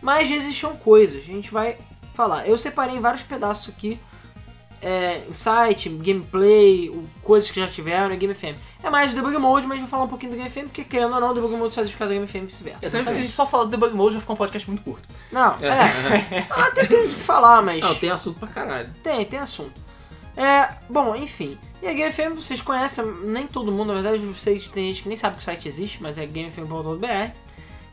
Mas já existiam coisas, a gente vai falar. Eu separei em vários pedaços aqui. É, insight, gameplay, o- coisas que já tiveram, a Game FM. É mais o debug mode, mas vou falar um pouquinho do Game FM, porque querendo ou não, o debug mode só existe por causa da Game FM e vice-versa. Sempre que a gente só fala do debug mode, vai ficar um podcast muito curto. Não, É. é. Até tem o que falar, mas. Não, tem assunto pra caralho. Tem, tem assunto. É, bom, enfim. E a Game FM vocês conhecem, nem todo mundo, na verdade, vocês tem gente que nem sabe que o site existe, mas é gamefm.br.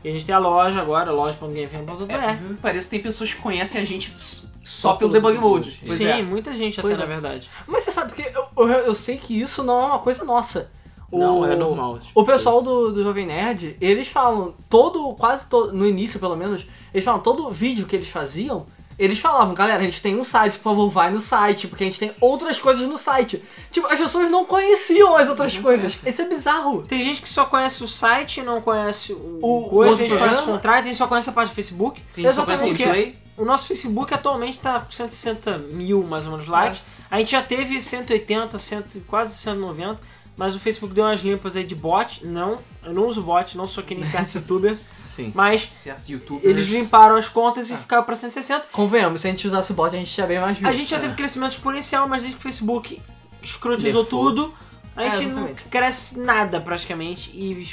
E a gente tem a loja agora, loja.gamefm.br. É, Parece que tem pessoas que conhecem a gente s- só pelo debug mode. Pois Sim, é. muita gente Pois até, é. na verdade. Mas você sabe, porque eu, eu, eu sei que isso não é uma coisa nossa. O, Não, é normal. tipo O pessoal do, do Jovem Nerd, eles falam, todo, quase todo, no início pelo menos, eles falam, todo vídeo que eles faziam, eles falavam, galera, a gente tem um site, por favor, vai no site, porque a gente tem outras coisas no site. Tipo, as pessoas não conheciam as outras coisas. Isso é bizarro. Tem gente que só conhece o site, não conhece o, O- coisa, o tem gente que conhece o programa. contrato, tem gente que só conhece a parte do Facebook. Tem gente que só conhece Exatamente, gameplay. O nosso Facebook atualmente tá com 160 mil, mais ou menos, likes. A gente já teve 180, 100, quase 190, mas o Facebook deu umas limpas aí de bot. Não, eu não uso bot, não sou que nem certos youtubers, Sim. Ah. mas Certos youtubers. eles limparam as contas e ficaram pra 160. Convenhamos, se a gente usasse bot, a gente tinha bem mais É. views. A gente já teve crescimento exponencial, mas desde que o Facebook escrotizou Defou. tudo, a É, gente não exatamente. cresce nada praticamente e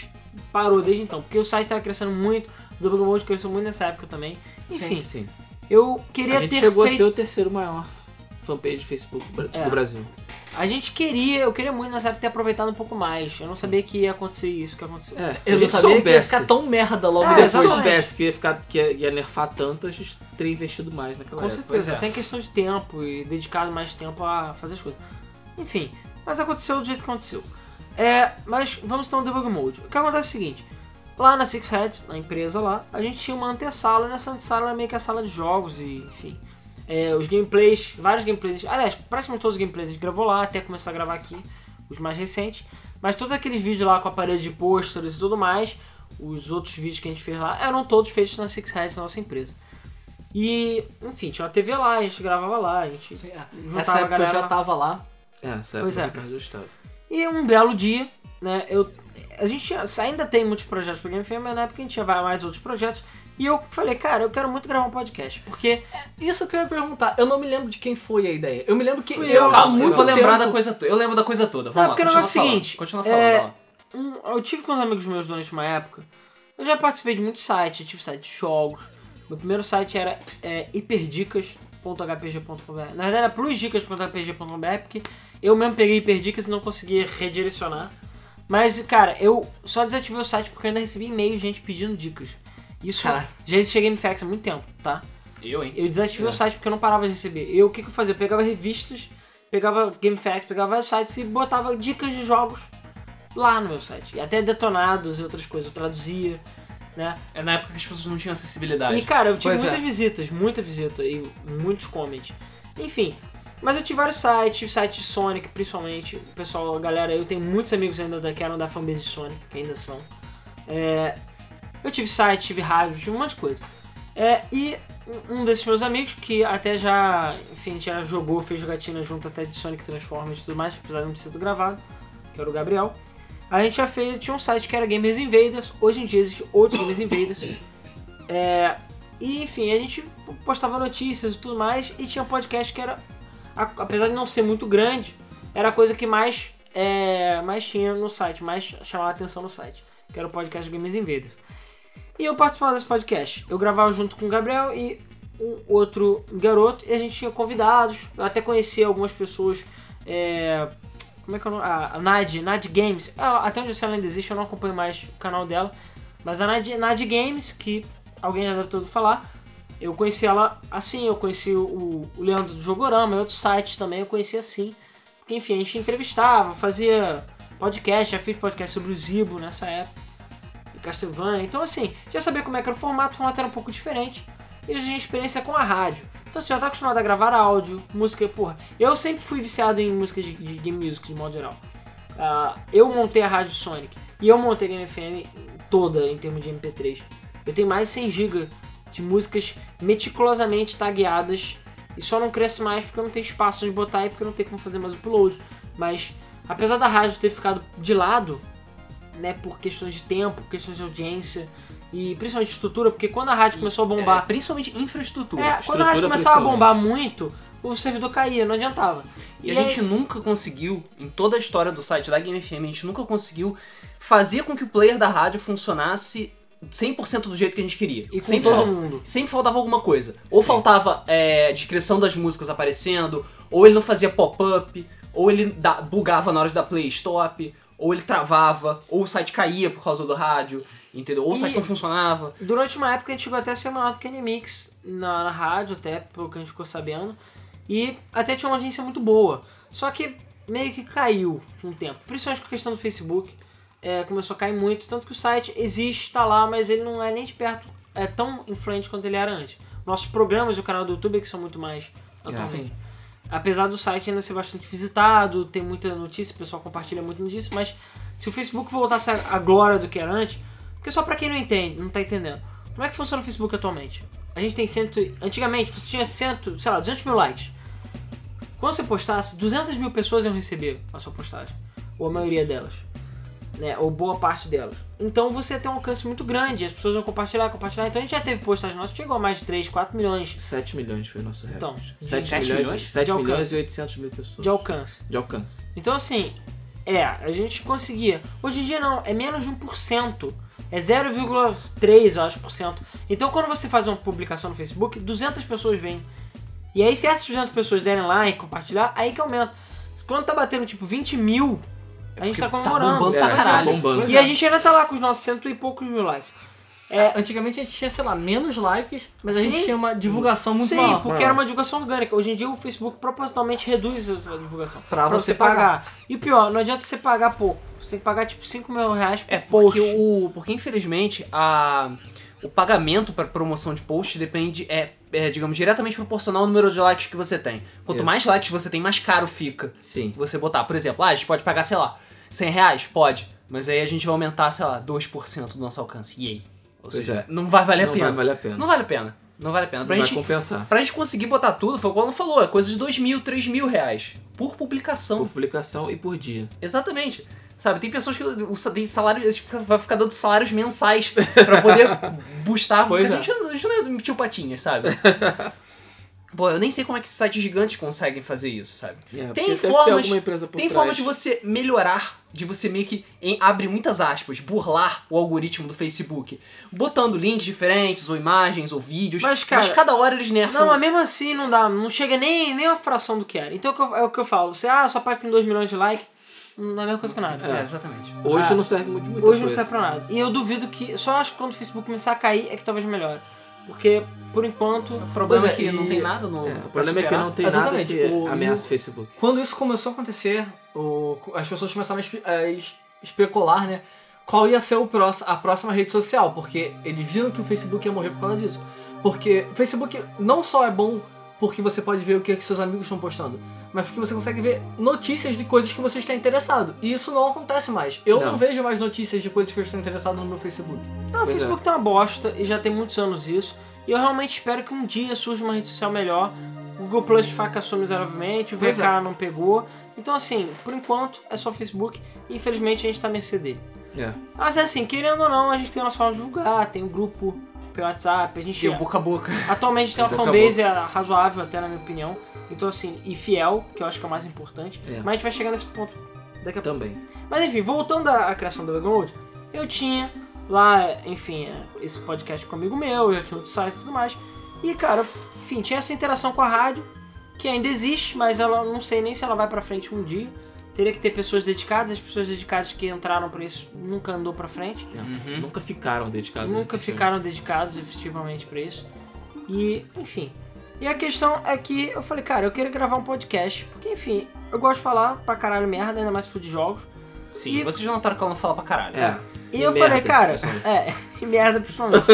parou desde então, porque o site tava crescendo muito, o Double Mode cresceu muito nessa época também. Enfim, Sim, sim. eu queria A gente ter chegou feito... a ser o terceiro maior fanpage do Facebook bra- É. do Brasil. A gente queria, eu queria muito nessa época ter aproveitado um pouco mais. Eu não sabia que ia acontecer isso que aconteceu. É, se Eu a não gente sabia que ia soubesse, ficar tão merda logo É, depois. se a gente exatamente. soubesse que ia, ficar, que ia, ia nerfar tanto, a gente teria investido mais naquela Com época. certeza, é. até em questão de tempo e dedicado mais tempo a fazer as coisas. Enfim, mas aconteceu do jeito que aconteceu. É, mas vamos então ao debug mode. O que acontece é o seguinte: lá na Six Heads, na empresa lá, a gente tinha uma antessala, e nessa antessala era meio que a sala de jogos e enfim. É, os gameplays, vários gameplays, aliás, praticamente todos os gameplays a gente gravou lá, até começar a gravar aqui, os mais recentes. Mas todos aqueles vídeos lá com a parede de pôsteres e tudo mais, os outros vídeos que a gente fez lá, eram todos feitos na Six Heads, na nossa empresa. E, enfim, tinha uma TV lá, a gente gravava lá, a gente juntava Nessa a É, época eu galera. já tava lá. É, essa Pois época é. mais gostava. E um belo dia, né, eu... A gente tinha- ainda tem muitos projetos pra Game FM, mas na época a gente tinha mais outros projetos. E eu falei, cara, eu quero muito gravar um podcast, porque... Isso que eu ia perguntar. Eu não me lembro de quem foi a ideia. Eu me lembro que Fui eu, eu. há Calma, Tá, eu muito vou lembrar tempo- da coisa toda. Eu lembro da coisa toda. Vamos Não, lá, porque o continua negócio é o falando. seguinte, Continua é, falando. vai lá. um- eu tive com uns amigos meus durante uma época. Eu já participei de muitos sites, eu tive site de jogos. Meu primeiro site era é, Hiperdicas, plus.hpg.com.br. Na verdade, era plusdicas.hpg.com.br, porque eu mesmo peguei e perdi, que eu não conseguia redirecionar. Mas, cara, eu só desativei o site porque eu ainda recebi e-mail de gente pedindo dicas. Isso Caralho. já existia GameFAQs há muito tempo, tá? Eu, hein? Eu desativei o site porque eu não parava de receber. Eu, o que, que eu fazia? Eu pegava revistas, pegava GameFAQs, pegava vários sites e botava dicas de jogos lá no meu site. E até detonados e outras coisas. Eu traduzia, né? É na época que as pessoas não tinham acessibilidade. E, cara, eu tive Pois é. muitas visitas, muita visita e muitos comments. Enfim, mas eu tive vários sites, site de Sonic, principalmente. O pessoal, a galera, eu tenho muitos amigos ainda da, que eram da fanbase de Sonic, que ainda são. É, eu tive site, tive rádio, tive um monte de coisa. É, e um desses meus amigos, que até já, enfim, já jogou, fez jogatina junto até de Sonic Transformers e tudo mais, apesar de não ter sido gravado, que era o Gabriel. A gente já fez, tinha um site que era Gamers Invaders, hoje em dia existem outros Gamers Invaders. É, e enfim, a gente postava notícias e tudo mais, e tinha um podcast que era, a- apesar de não ser muito grande, era a coisa que mais, é, mais tinha no site, mais chamava a atenção no site, que era o podcast Gamers Invaders. E eu participava desse podcast. Eu gravava junto com o Gabriel e um outro garoto, e a gente tinha convidados, eu até conhecia algumas pessoas. é, como é que é o nome? A, a Nad, Nad Games. Ela- até onde eu sei ela ainda existe, eu não acompanho mais o canal dela. Mas a Nad, Nad Games, que alguém já deve ter ouvido falar. Eu conheci ela assim, eu conheci o, o Leandro do Jogorama e outros sites também, eu conheci assim. Porque, enfim, a gente entrevistava, fazia podcast, já fiz podcast sobre o Zibo nessa época, e Castlevania. Então, assim, já sabia como é que era o formato, o formato era um pouco diferente. E a gente experiência com a rádio. Então, assim, eu tava acostumado a gravar áudio, música, porra. Eu sempre fui viciado em música de, de game music, de modo geral. Ah, eu montei a rádio Sonic e eu montei a Game FM toda em termos de MP3. Eu tenho mais de 100 GB de músicas meticulosamente tagueadas e só não cresce mais porque eu não tenho espaço onde botar e porque eu não tenho como fazer mais upload. Mas apesar da rádio ter ficado de lado, né, por questões de tempo, questões de audiência e principalmente estrutura, porque quando a rádio começou a bombar, É, principalmente infraestrutura. é, quando a rádio Estrutura começava a principalmente. bombar muito, o servidor caía, não adiantava. E, a aí- gente nunca conseguiu, em toda a história do site da Game FM, a gente nunca conseguiu fazer com que o player da rádio funcionasse 100% do jeito que a gente queria. e com Sempre todo falta- mundo. Sempre faltava alguma coisa. Ou faltava é, descrição das músicas aparecendo, ou ele não fazia pop-up, ou ele da- bugava na hora de dar play e stop, ou ele travava, ou o site caía por causa do rádio, entendeu? Ou o site E- não funcionava. Durante uma época a gente chegou até a ser maior do que a Animix na, na rádio, até pelo que a gente ficou sabendo. E até tinha uma audiência é muito boa. Só que meio que caiu com o tempo. Principalmente com a questão do Facebook. é, começou a cair muito. Tanto que o site existe, tá lá, mas ele não é nem de perto é tão influente quanto ele era antes. Nossos programas e o canal do YouTube é que são muito mais É. atualmente. Apesar do site ainda ser bastante visitado, tem muita notícia, o pessoal compartilha muita notícia, mas se o Facebook voltasse à à glória do que era antes, porque só pra quem não entende, não tá entendendo, como é que funciona o Facebook atualmente? A gente tem cento. Antigamente você tinha cento, sei lá, 200 mil likes. Quando você postasse, 200 mil pessoas iam receber a sua postagem, ou a maioria delas né, ou boa parte delas. Então você tem um alcance muito grande, as pessoas vão compartilhar, compartilhar. Então a gente já teve postagem nossa, que chegou a mais de 3, 4 milhões 7 milhões foi o nosso recorde. Então, 7, de- sete milhões, milhões? 7 De milhões alcance. e 800 mil pessoas. de alcance. De alcance. Então assim, é, a gente conseguia. Hoje em dia não, é menos de 1%. É 0,3, eu acho, por cento. Então quando você faz uma publicação no Facebook, 200 pessoas vêm. E aí se essas 200 pessoas derem like, compartilhar, aí que aumenta. Quando tá batendo tipo 20 mil, a gente tá comemorando. bombando pra Pois é. caralho. bombando. E a gente ainda tá lá com os nossos cento e poucos mil likes. é Antigamente a gente tinha, sei lá, menos likes, mas a Sim. gente tinha uma divulgação muito Sim, maior. porque era uma divulgação orgânica. Hoje em dia o Facebook propositalmente reduz essa divulgação. Pra você E pior, não adianta você pagar pouco. Você tem que pagar tipo 5 mil reais por É, post. porque, o, porque infelizmente a, o pagamento para promoção de post depende, é, é, digamos, diretamente proporcional ao número de likes que você tem. Quanto Isso. mais likes você tem, mais caro fica é. Sim. você botar. Por exemplo, ah, a gente pode pagar, sei lá, 100 reais? Pode. Mas aí a gente vai aumentar, sei lá, 2% do nosso alcance. E aí? Ou Pois seja, é. não vai valer a Não pena. vai valer a pena. Não vale a pena. Não vale a pena. Pra vai gente, compensar. pra gente conseguir botar tudo, foi o que o Alan falou, é coisa de 2 mil, 3 mil reais. Por publicação. Por publicação e por dia. Exatamente. Sabe, tem pessoas que o sa- tem salário, eles ficam- vai ficar dando salários mensais pra poder bustar, porque Pois a é. gente, a gente não é tio Patinhas, sabe? Pô, eu nem sei como é que esses sites gigantes conseguem fazer isso, sabe? É, porque tem deve ter formas, alguma empresa por tem trás. formas de você melhorar, de você meio que, em, abre muitas aspas, burlar o algoritmo do Facebook, botando links diferentes, ou imagens, ou vídeos, Mas, cara, cada hora eles nerfam. um. é Não, mas mesmo assim não dá, não chega nem, nem uma fração do que era. Então é o que eu, é o que eu falo, você, ah, sua parte tem 2 milhões de like, não é a mesma coisa que nada. É, exatamente. Hoje Ah. não serve muito muita Hoje não coisa. serve pra nada. E eu duvido que, só acho que quando o Facebook começar a cair é que talvez melhore. Porque, por enquanto... O problema Pois é, é, que e- não tem nada novo. É, o problema é que não tem Exatamente, nada que o- ameaça o Facebook. Quando isso começou a acontecer, o- as pessoas começaram a, espe- a es- especular, né? Qual ia ser o prós- a próxima rede social, porque eles viram que o Facebook ia morrer por causa disso. Porque o Facebook não só é bom porque você pode ver o que, que seus amigos estão postando, mas porque você consegue ver notícias de coisas que você está interessado. E isso não acontece mais. Eu não, Não. vejo mais notícias de coisas que eu estou interessado no meu Facebook. Não, o Pois Facebook tá uma bosta e já tem muitos anos isso. E eu realmente espero que um dia surja uma rede social melhor. O Google Plus fracassou miseravelmente, o Pois VK não pegou. Então, assim, por enquanto é só o Facebook. E, infelizmente a gente tá à mercê dele. É. Mas é assim, querendo ou não, a gente tem a nossa forma de divulgar, tem o grupo pelo WhatsApp, a gente. é E é. o boca a boca. Atualmente tem uma Boca a fanbase razoável, até na minha opinião. Então, assim, e fiel, que eu acho que é o mais importante. É. Mas a gente vai chegar nesse ponto daqui a pouco. Também. Mas enfim, voltando à à criação do Dragon World, eu tinha lá, enfim, esse podcast com um amigo meu, eu já tinha outros sites e tudo mais. E cara, f- enfim, tinha essa interação com a rádio, que ainda existe, mas ela não sei nem se ela vai pra frente um dia. Teria que ter pessoas dedicadas, as pessoas dedicadas que entraram pra isso nunca andou pra frente. É. Nunca ficaram dedicados. Uhum. Nunca a isso. ficaram dedicados efetivamente pra isso. E, enfim. E a questão é que eu falei, cara, eu queria gravar um podcast, porque, enfim, eu gosto de falar pra caralho merda, ainda mais se for de jogos. Sim, E- vocês já notaram que ela não fala pra caralho. É. E, E eu merda, falei, cara, principalmente. é, e merda principalmente.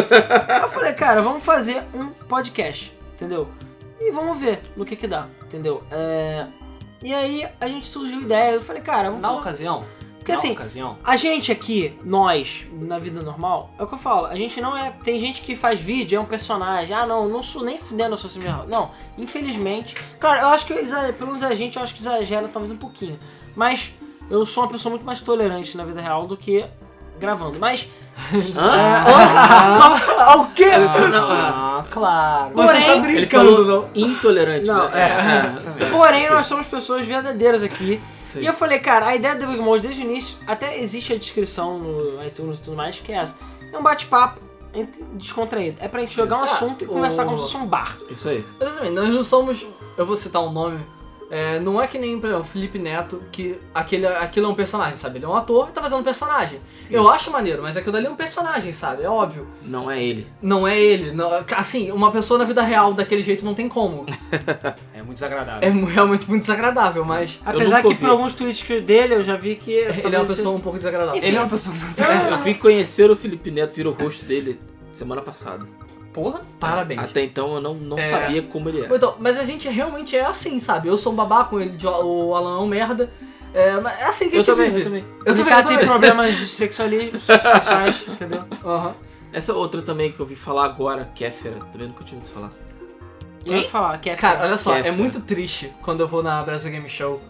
eu falei, cara, vamos fazer um podcast, entendeu? E vamos ver no que que dá, entendeu? É, E aí a gente surgiu a ideia, eu falei, cara, vamos Na falar- ocasião, Porque na assim, ocasião, a gente aqui, nós, na vida normal, é o que eu falo, a gente não é. Tem gente que faz vídeo, é um personagem. Ah, não, não sou nem fudendo, eu sou assim real. Não, infelizmente. Claro, eu acho que eu exa- pelo menos a gente, eu acho que exagera talvez um pouquinho. Mas eu sou uma pessoa muito mais tolerante na vida real do que gravando. Mas. Ah. Hã? Ah, o quê? Não, ah, Ah, claro. Porém- Você está Ele Ele brincando, falou não? intolerante, Não, né? É. Porém, nós somos pessoas verdadeiras aqui. Sim. E eu falei, cara, a ideia do Big Mode desde o início, até existe a descrição no iTunes e tudo mais, que é essa. É um bate-papo entre- descontraído. É pra gente jogar um Exato. assunto e conversar como se O- fosse um bar. Isso aí. Exatamente, nós não somos. Eu vou citar um nome. é, não é que nem, por exemplo, Felipe Neto, que aquele, aquilo é um personagem, sabe? Ele é um ator e tá fazendo um personagem. Eu acho maneiro, mas aquilo ali é um personagem, sabe? É óbvio. Não é ele. Não é ele. não- assim, uma pessoa na vida real daquele jeito não tem como. É muito desagradável. É mu- realmente muito desagradável, mas. Apesar nunca que ouvi. por alguns tweets que- dele eu já vi que. Ele é uma pessoa um pouco desagradável. Enfim. Ele é uma pessoa muito Ah. desagradável. Eu vim conhecer o Felipe Neto, vira o rosto dele semana passada. Porra, um, parabéns. Até então eu não, não É. sabia como ele Ou era. Então, mas a gente realmente é assim, sabe? Eu sou um babaca, ele, o Alan é um merda. É, mas é assim que a Eu gente também, tá eu vive. também. Eu O também, cara eu tem também. tá problemas de sexualismo, sexuais, entendeu? tipo- Aham. Essa outra também que eu ouvi falar agora, Kéfera, também nunca tinha ouvido falar. Eu ia falar, que é. Cara, olha só, Que é é, foda. muito triste quando eu vou na Brasil Game Show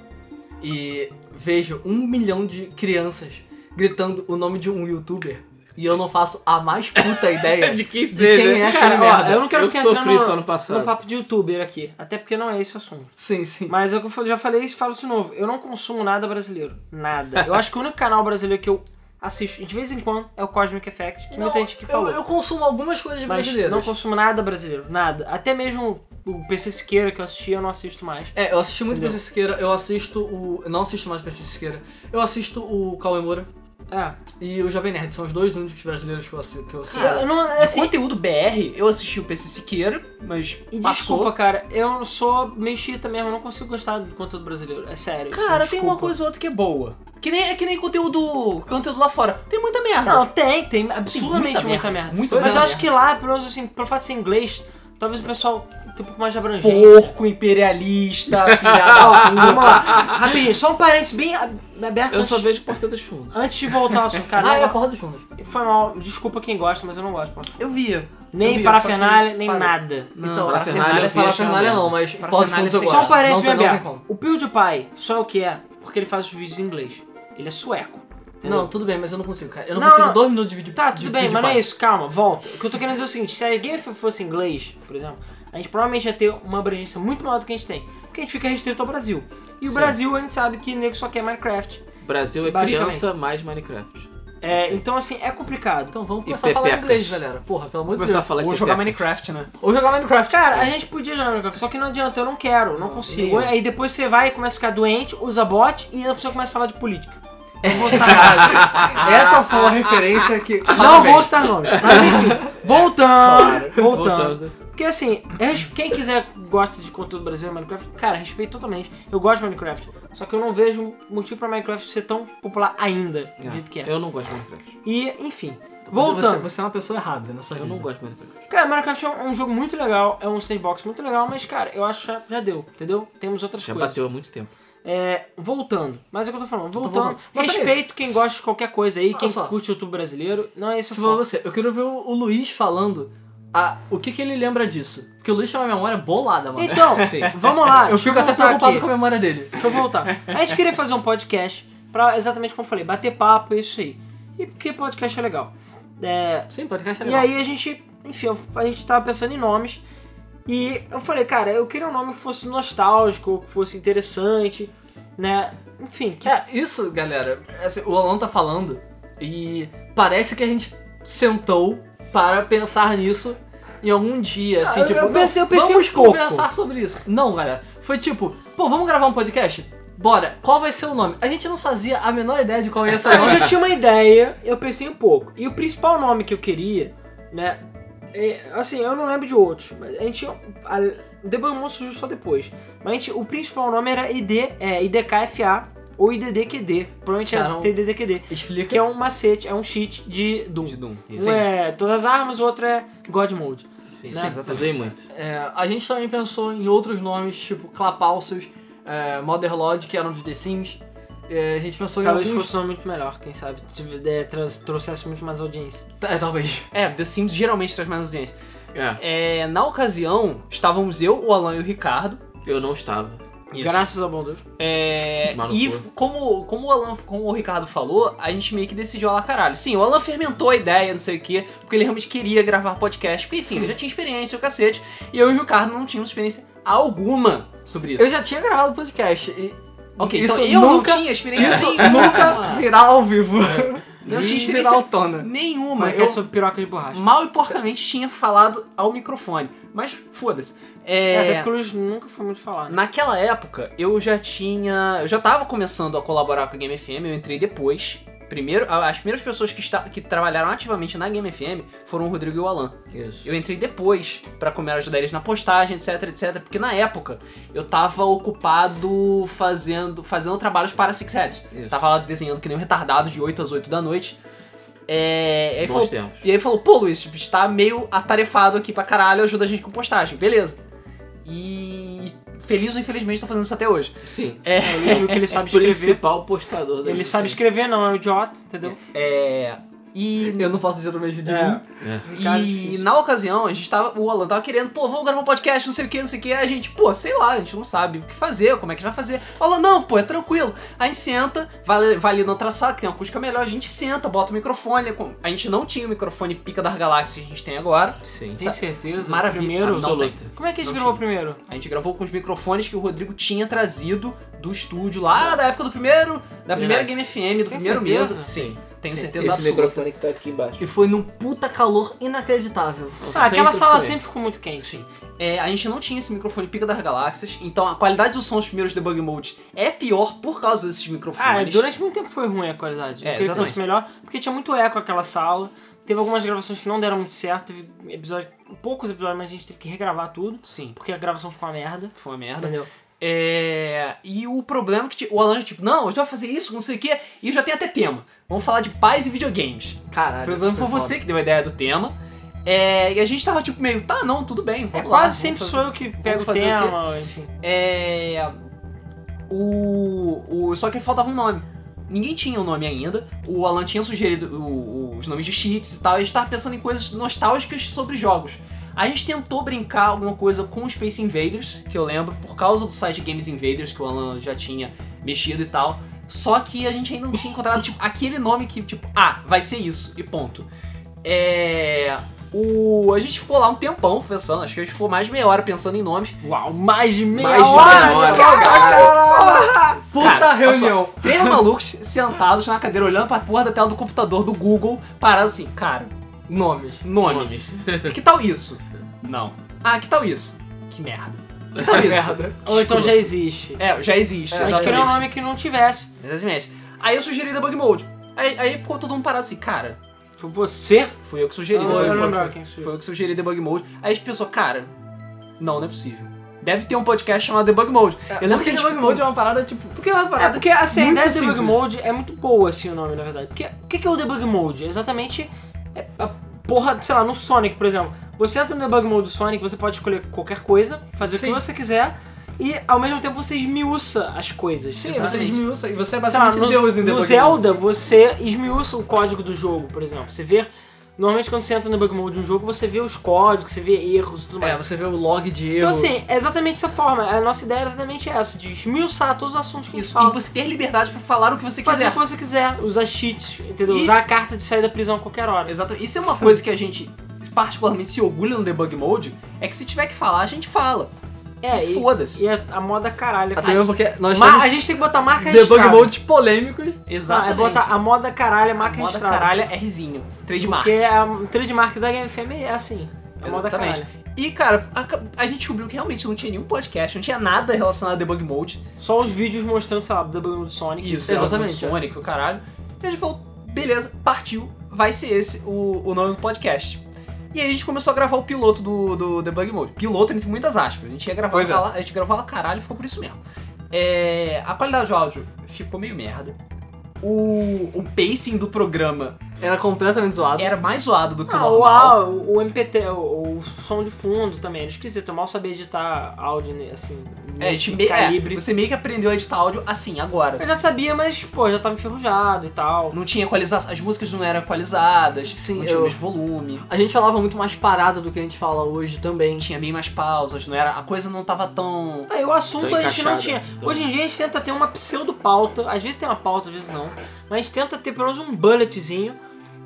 e vejo um milhão de crianças gritando o nome de um youtuber e eu não faço a mais puta ideia de De quem quem é aquele né? Cara, ó, merda. eu não quero Eu ficar sofri entrando isso no, ano passado. no papo de youtuber aqui. Até porque não é esse o assunto. Sim, sim. Mas é eu já falei isso e falo isso de novo. Eu não consumo nada brasileiro. Nada. Eu acho que o único canal brasileiro que eu assisto de vez em quando é o Cosmic Effect. Que muita gente que eu- falou. Eu, consumo algumas coisas mas brasileiras. não consumo nada brasileiro. Nada. Até mesmo o PC Siqueira que eu assisti, eu não assisto mais. É, eu assisti muito Entendeu? PC Siqueira, eu assisto o. eu Não assisto mais PC Siqueira. Eu assisto o Cauê Moura Ah. É. e o Jovem Nerd. São os dois únicos brasileiros que eu assisto. Que eu assisto. Eu não, De assim, conteúdo BR, eu assisti o PC Siqueira, mas E passou. desculpa, cara, eu sou meio chita mesmo, eu não consigo gostar do conteúdo brasileiro. É sério. assim, Cara, tem uma desculpa. coisa ou outra que é boa. Que nem, é que nem conteúdo, conteúdo lá fora. Tem muita merda. Não, tem, tem absolutamente Tem muita, merda. Muita Mas merda. eu acho que lá, pelo menos assim, pelo fato de ser inglês, talvez o pessoal tenha um pouco mais de abrangência. Porco imperialista, filha da Ó, vamos puta. lá. Rapidinho, só um parênteses bem ab- aberto. Eu só antes, vejo Porta dos Fundos. antes de voltar ao assunto, cara. ah, é a não- porra dos fundos. Foi mal, desculpa quem gosta, mas eu não gosto. pô. Eu via. eu Nem vi, parafernália, nem parou. nada. então, para parafernália, Fernalha, eu vi, parafernália acho uma não, mas merda. porra dos fundos eu Parafernália, gosto. Só um parênteses Não tem- bem não tem como. aberto. O PewDiePie só é o que é, porque ele faz os vídeos em inglês. Ele é sueco. entendeu? Não, tudo bem, mas eu não consigo, cara. Eu não, Não, consigo não. dois minutos de vídeo. Tá, de tudo bem, vídeo mas não pago. é isso, calma, volta. O que eu tô querendo dizer é o seguinte, se a game fosse inglês, por exemplo, a gente provavelmente ia ter uma abrangência muito maior do que a gente tem. Porque a gente fica restrito ao Brasil. E o Brasil, a gente sabe que nego só quer Minecraft. Brasil é Basicamente. criança mais Minecraft. É, então, assim, é complicado. Então vamos E começar a falar pepecas. inglês, galera. Porra, pelo amor de Começar Deus. a falar é de Ou jogar pepecas. Minecraft, né? Ou jogar Minecraft. Cara, a gente podia jogar Minecraft, só que não adianta, eu não quero, não consigo. É. Aí depois você vai e começa a ficar doente, usa bot e a pessoa começa a falar de política. É. Não vou usar nome. Ah, Essa foi uma referência que. Não Parabéns. vou citar nome. Mas enfim, voltando, voltando. Voltando. Porque assim, res- quem quiser gosta de conteúdo brasileiro Minecraft, cara, respeito totalmente. Eu gosto de Minecraft. Só que eu não vejo motivo pra Minecraft ser tão popular ainda, do jeito que é. Eu não gosto de Minecraft. E, enfim, Mas Você, voltando. você é uma pessoa errada na sua Eu vida. não gosto de Minecraft. Cara, Minecraft é um, é um jogo muito legal, é um sandbox muito legal, mas, cara, eu acho que já, já deu, entendeu? Temos outras Já coisas. bateu há muito tempo. É, voltando, mas é o que eu tô falando, voltando. voltando. Mas peraí. Respeito quem gosta de qualquer coisa aí, quem Olha só. curte o YouTube brasileiro. Não é esse o Se for foco. você, eu quero ver o, o Luiz falando a- o que, que ele lembra disso. Porque o Luiz tem uma memória bolada, mano. Então, vamos lá. eu deixa fico até voltar preocupado aqui. com a memória dele. Deixa eu voltar. A gente queria fazer um podcast pra, exatamente como eu falei, bater papo, é isso aí. E porque podcast é legal. É, Sim, podcast é e legal. aí a gente, enfim, eu- a gente tava pensando em nomes. E eu falei, cara, eu queria um nome que fosse nostálgico, que fosse interessante, né? Enfim, que É, isso, galera, é assim, o Alan tá falando e parece que a gente sentou para pensar nisso em algum dia, assim, Ah, eu- tipo, eu não, pensei- eu pensei vamos um pouco. conversar sobre isso. Não, galera, foi tipo, pô, vamos gravar um podcast? Bora, qual vai ser o nome? A gente não fazia a menor ideia de qual ia ser o Eu nome. já tinha uma ideia, eu pensei um pouco. E o principal nome que eu queria, né? é, assim, eu não lembro de outros, mas a gente. um, A, depois o monstro surgiu só depois. Mas a gente, o principal nome era ID, é, IDKFA ou IDDQD. Provavelmente é Cara, era um- TDDQD. Explica. Que é um macete, é um cheat de Doom. De Doom. Um é todas as armas, o outro é God Mode. Sim, Sim, exatamente. Usei muito. É, a gente também pensou em outros nomes, tipo Clapalsos, é, Motherlode, que eram dos The Sims. É, a gente pensou Talvez em alguns... fosse um nome muito melhor, quem sabe? Se é, trans- trouxesse muito mais audiência. É, talvez. É, The Sims geralmente traz mais audiência. É, É, na ocasião, estávamos eu, o Alan e o Ricardo. eu não estava. Graças ao bom Deus. É, Maluco. e como, como, o Alan, como o Ricardo falou, a gente meio que decidiu lá caralho. Sim, o Alan fermentou a ideia, não sei o quê, porque ele realmente queria gravar podcast. Porque, enfim, ele já tinha experiência, o cacete. E eu e o Ricardo não tínhamos experiência alguma sobre isso. Eu já tinha gravado podcast e... ok, isso então eu nunca... não tinha experiência Isso nenhuma. nunca virá ao vivo. Não tinha Nem experiência virar É. autona. nenhuma. Mas Eu- é sobre piroca de borracha. mal e porcamente tinha falado ao microfone. Mas foda-se. É, Até porque o Luiz nunca foi muito falar, né? Naquela época, eu já tinha. Eu já tava começando a colaborar com a Game FM, eu entrei depois. Primeiro, a- as primeiras pessoas que, esta- que trabalharam ativamente na Game FM foram o Rodrigo e o Alan. Isso. Eu entrei depois pra comer ajudar eles na postagem, etc, etc, porque na época eu tava ocupado fazendo fazendo trabalhos para Six Heads. Isso. Tava lá desenhando que nem um retardado de 8 às 8 da noite. É, e aí Bons falou, tempos. e aí falou, pô, Luiz, tipo, está meio atarefado aqui pra caralho, ajuda a gente com postagem. Beleza. E feliz ou infelizmente tô fazendo isso até hoje. Sim. É o livro que ele sabe escrever. Principal postador da Ele gente. sabe escrever, não é um idiota, entendeu? É. E Eu não posso dizer o mesmo de um, É. mim. É. Cara, e difícil. na ocasião, a gente tava. O Alan tava querendo, pô, vamos gravar um podcast, não sei o que, não sei o que. A gente, pô, sei lá, a gente não sabe o que fazer, como é que a gente vai fazer. O Alan, não, pô, é tranquilo. A gente senta, vai, vai ali na outra sala, que tem uma acústica melhor, a gente senta, bota o microfone. com- A gente não tinha o microfone pica das galáxias que a gente tem agora. Sim. Tem certeza? Maravilha. Primeiro, Ah, não tem. Absoluta. Como é que a gente Não gravou tinha. primeiro? A gente gravou com os microfones que o Rodrigo tinha trazido do estúdio lá da época do primeiro. Da primeira Verdade. Game FM, do Tem primeiro certeza? mês. Sim, tenho Sim. certeza Esse absoluta. microfone que tá aqui embaixo. E foi num puta calor inacreditável. Ah, aquela sempre sala foi. sempre ficou muito quente. É, a gente não tinha esse microfone pica das galáxias, então a qualidade do som dos primeiros debug modes é pior por causa desses microfones. Ah, durante muito tempo foi ruim a qualidade. É, Eu queria que fosse exatamente. melhor, porque tinha muito eco aquela sala. Teve algumas gravações que não deram muito certo. Teve episódio, poucos episódios, mas a gente teve que regravar tudo. Sim, Porque a gravação ficou uma merda. foi uma merda. Entendeu? É, e o problema é que ti- o Alan já, tipo, não, eu já vou fazer isso, não sei o quê, e eu já tenho até tema. Vamos falar de paz e videogames. O Caralho. problema foi você que deu a ideia do tema. É, e a gente tava tipo meio, tá, não, tudo bem, É vamos lá, quase vamos sempre fazer. sou eu que pego o fazer o quê? tema, enfim. É. O, o. Só que faltava um nome. Ninguém tinha o nome ainda. O Alan tinha sugerido o- o- os nomes de cheats e tal. A gente tava pensando em coisas nostálgicas sobre jogos. A gente tentou brincar alguma coisa com os Space Invaders, que eu lembro, por causa do site Games Invaders, que o Alan já tinha mexido e tal. Só que a gente ainda não tinha encontrado, tipo, aquele nome que, tipo, ah, vai ser isso, e ponto. É. O... A gente ficou lá um tempão pensando, acho que a gente ficou mais de meia hora pensando em nomes. Uau, mais de meia Mais de hora! meia hora. Puta Cara, reunião. Três malucos sentados na cadeira olhando pra porra da tela do computador do Google, parado assim, cara, Nomes. nome. Nomes. Que tal isso? Não. Ah, que tal isso? Que merda. Que tal isso? Tipo, Merda. Ou então já existe. É, já existe. a gente exatamente. queria um nome que não tivesse. Exatamente. Aí eu sugeri Debug Mode. Aí, aí ficou todo mundo parado assim, cara, Foi você? fui eu que sugeri. Ah, foi, eu foi, lembrava foi. quem sugeriu. Foi eu que sugeri Debug Mode. Aí a gente pensou, cara, não, não é possível. Deve ter um podcast chamado Debug Mode. eu lembro que a gente... Debug Mode é uma parada, tipo... Porque é uma É parada porque assim, a Muito ideia do debug simples. mode é muito boa, assim, o nome, na verdade. Porque o que que é o debug mode? É Exatamente é a porra, sei lá, no Sonic, por exemplo. Você entra no debug mode do Sonic, você pode escolher qualquer coisa, fazer o Sim. que você quiser, e ao mesmo tempo você esmiuça as coisas. Sim, exatamente. você esmiuça e você é Sei lá, basicamente no, Deus em no Debug Mode. Zelda, você esmiuça o código do jogo, por exemplo. Você vê. Normalmente quando você entra no debug mode de um jogo, você vê os códigos, você vê erros e tudo mais. É, você vê o log de erro. então, assim, é exatamente essa forma. A nossa ideia é exatamente essa, de esmiuçar todos os assuntos que a gente isso. fala E você ter liberdade pra falar o que você fazer quiser. o que você quiser, usar cheats, entendeu? E- Usar a carta de sair da prisão a qualquer hora. Exato. Isso é uma coisa que a gente particularmente se orgulha no debug mode, é que se tiver que falar, a gente fala. É, e e, foda-se. Ah, e a, a moda caralho. Até mesmo porque nós Ma- temos a gente tem que botar marca Debug registrada. Mode Ah, polêmicos. Não, é é Exatamente. botar a moda caralho, marca Moda registrada. caralho é Rzinho. Trademark. é- Porque a trademark da Game FM é assim. A moda Exatamente. caralho. E, cara, a, a gente descobriu que realmente não tinha nenhum podcast, não tinha nada relacionado a debug mode. Só os vídeos mostrando, sei lá, do W do Sonic. Isso, exatamente. exatamente, é. Sonic, o caralho. E a gente falou, beleza, partiu, vai ser esse o, o nome do podcast. E aí a gente começou a gravar o piloto do, do debug mode. Piloto entre muitas aspas. A gente ia gravar, Pois é. pra lá- a gente gravava caralho e ficou por isso mesmo. É, a qualidade do áudio ficou meio merda. O, o pacing do programa Era completamente zoado. era mais zoado do que o Ah, o, É normal. au- o, MPT, o, o som de fundo também. Era esquisito. Eu mal sabia editar áudio, né, assim, É, a nesse gente me- é, calibre. você meio que aprendeu a editar áudio assim, agora. Eu já sabia, mas, pô, já tava enferrujado e tal. Não tinha equalização, as músicas não eram equalizadas, Sim, não tinha o eu- mesmo volume, A gente falava muito mais parada do que a gente fala hoje também. É tinha bem mais pausas, não era, a coisa não tava tão... Aí o Ah, assunto Tô a gente não encaixado. tinha. Tô. Hoje em dia a gente tenta ter uma pseudo-pauta, às vezes tem uma pauta, às vezes não, mas a gente tenta ter pelo menos um bulletzinho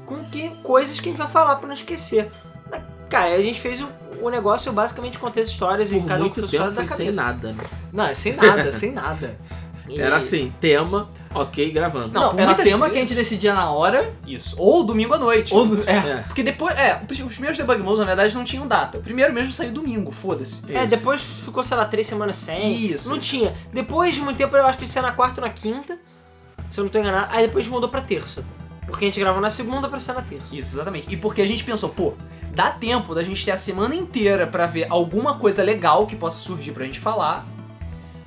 com que, coisas que a gente vai falar pra não esquecer. Mas, Cara, a gente fez o, o negócio, eu basicamente contei as histórias e Por cada um contou muito a história tempo da foi sem cabeça. nada. né? Não, é sem nada, sem nada. E- assim. Era assim, tema, ok, gravando. Não, Não, por era muitas tema vezes- que a gente decidia na hora. Isso. Ou domingo à noite. Ou no- é. É. Porque depois, é, os os primeiros debug modes, na verdade, não tinham data. O primeiro mesmo saiu domingo, foda-se. É, depois ficou, sei lá, três semanas sem. Isso. Não tinha. Depois de muito tempo, eu acho que isso é na quarta ou na quinta, se eu não tô enganado. Aí depois mudou pra terça. Porque a gente gravou na segunda pra ser na terça. Isso, exatamente. E porque a gente pensou, pô, dá tempo da gente ter a semana inteira pra ver alguma coisa legal que possa surgir pra gente falar,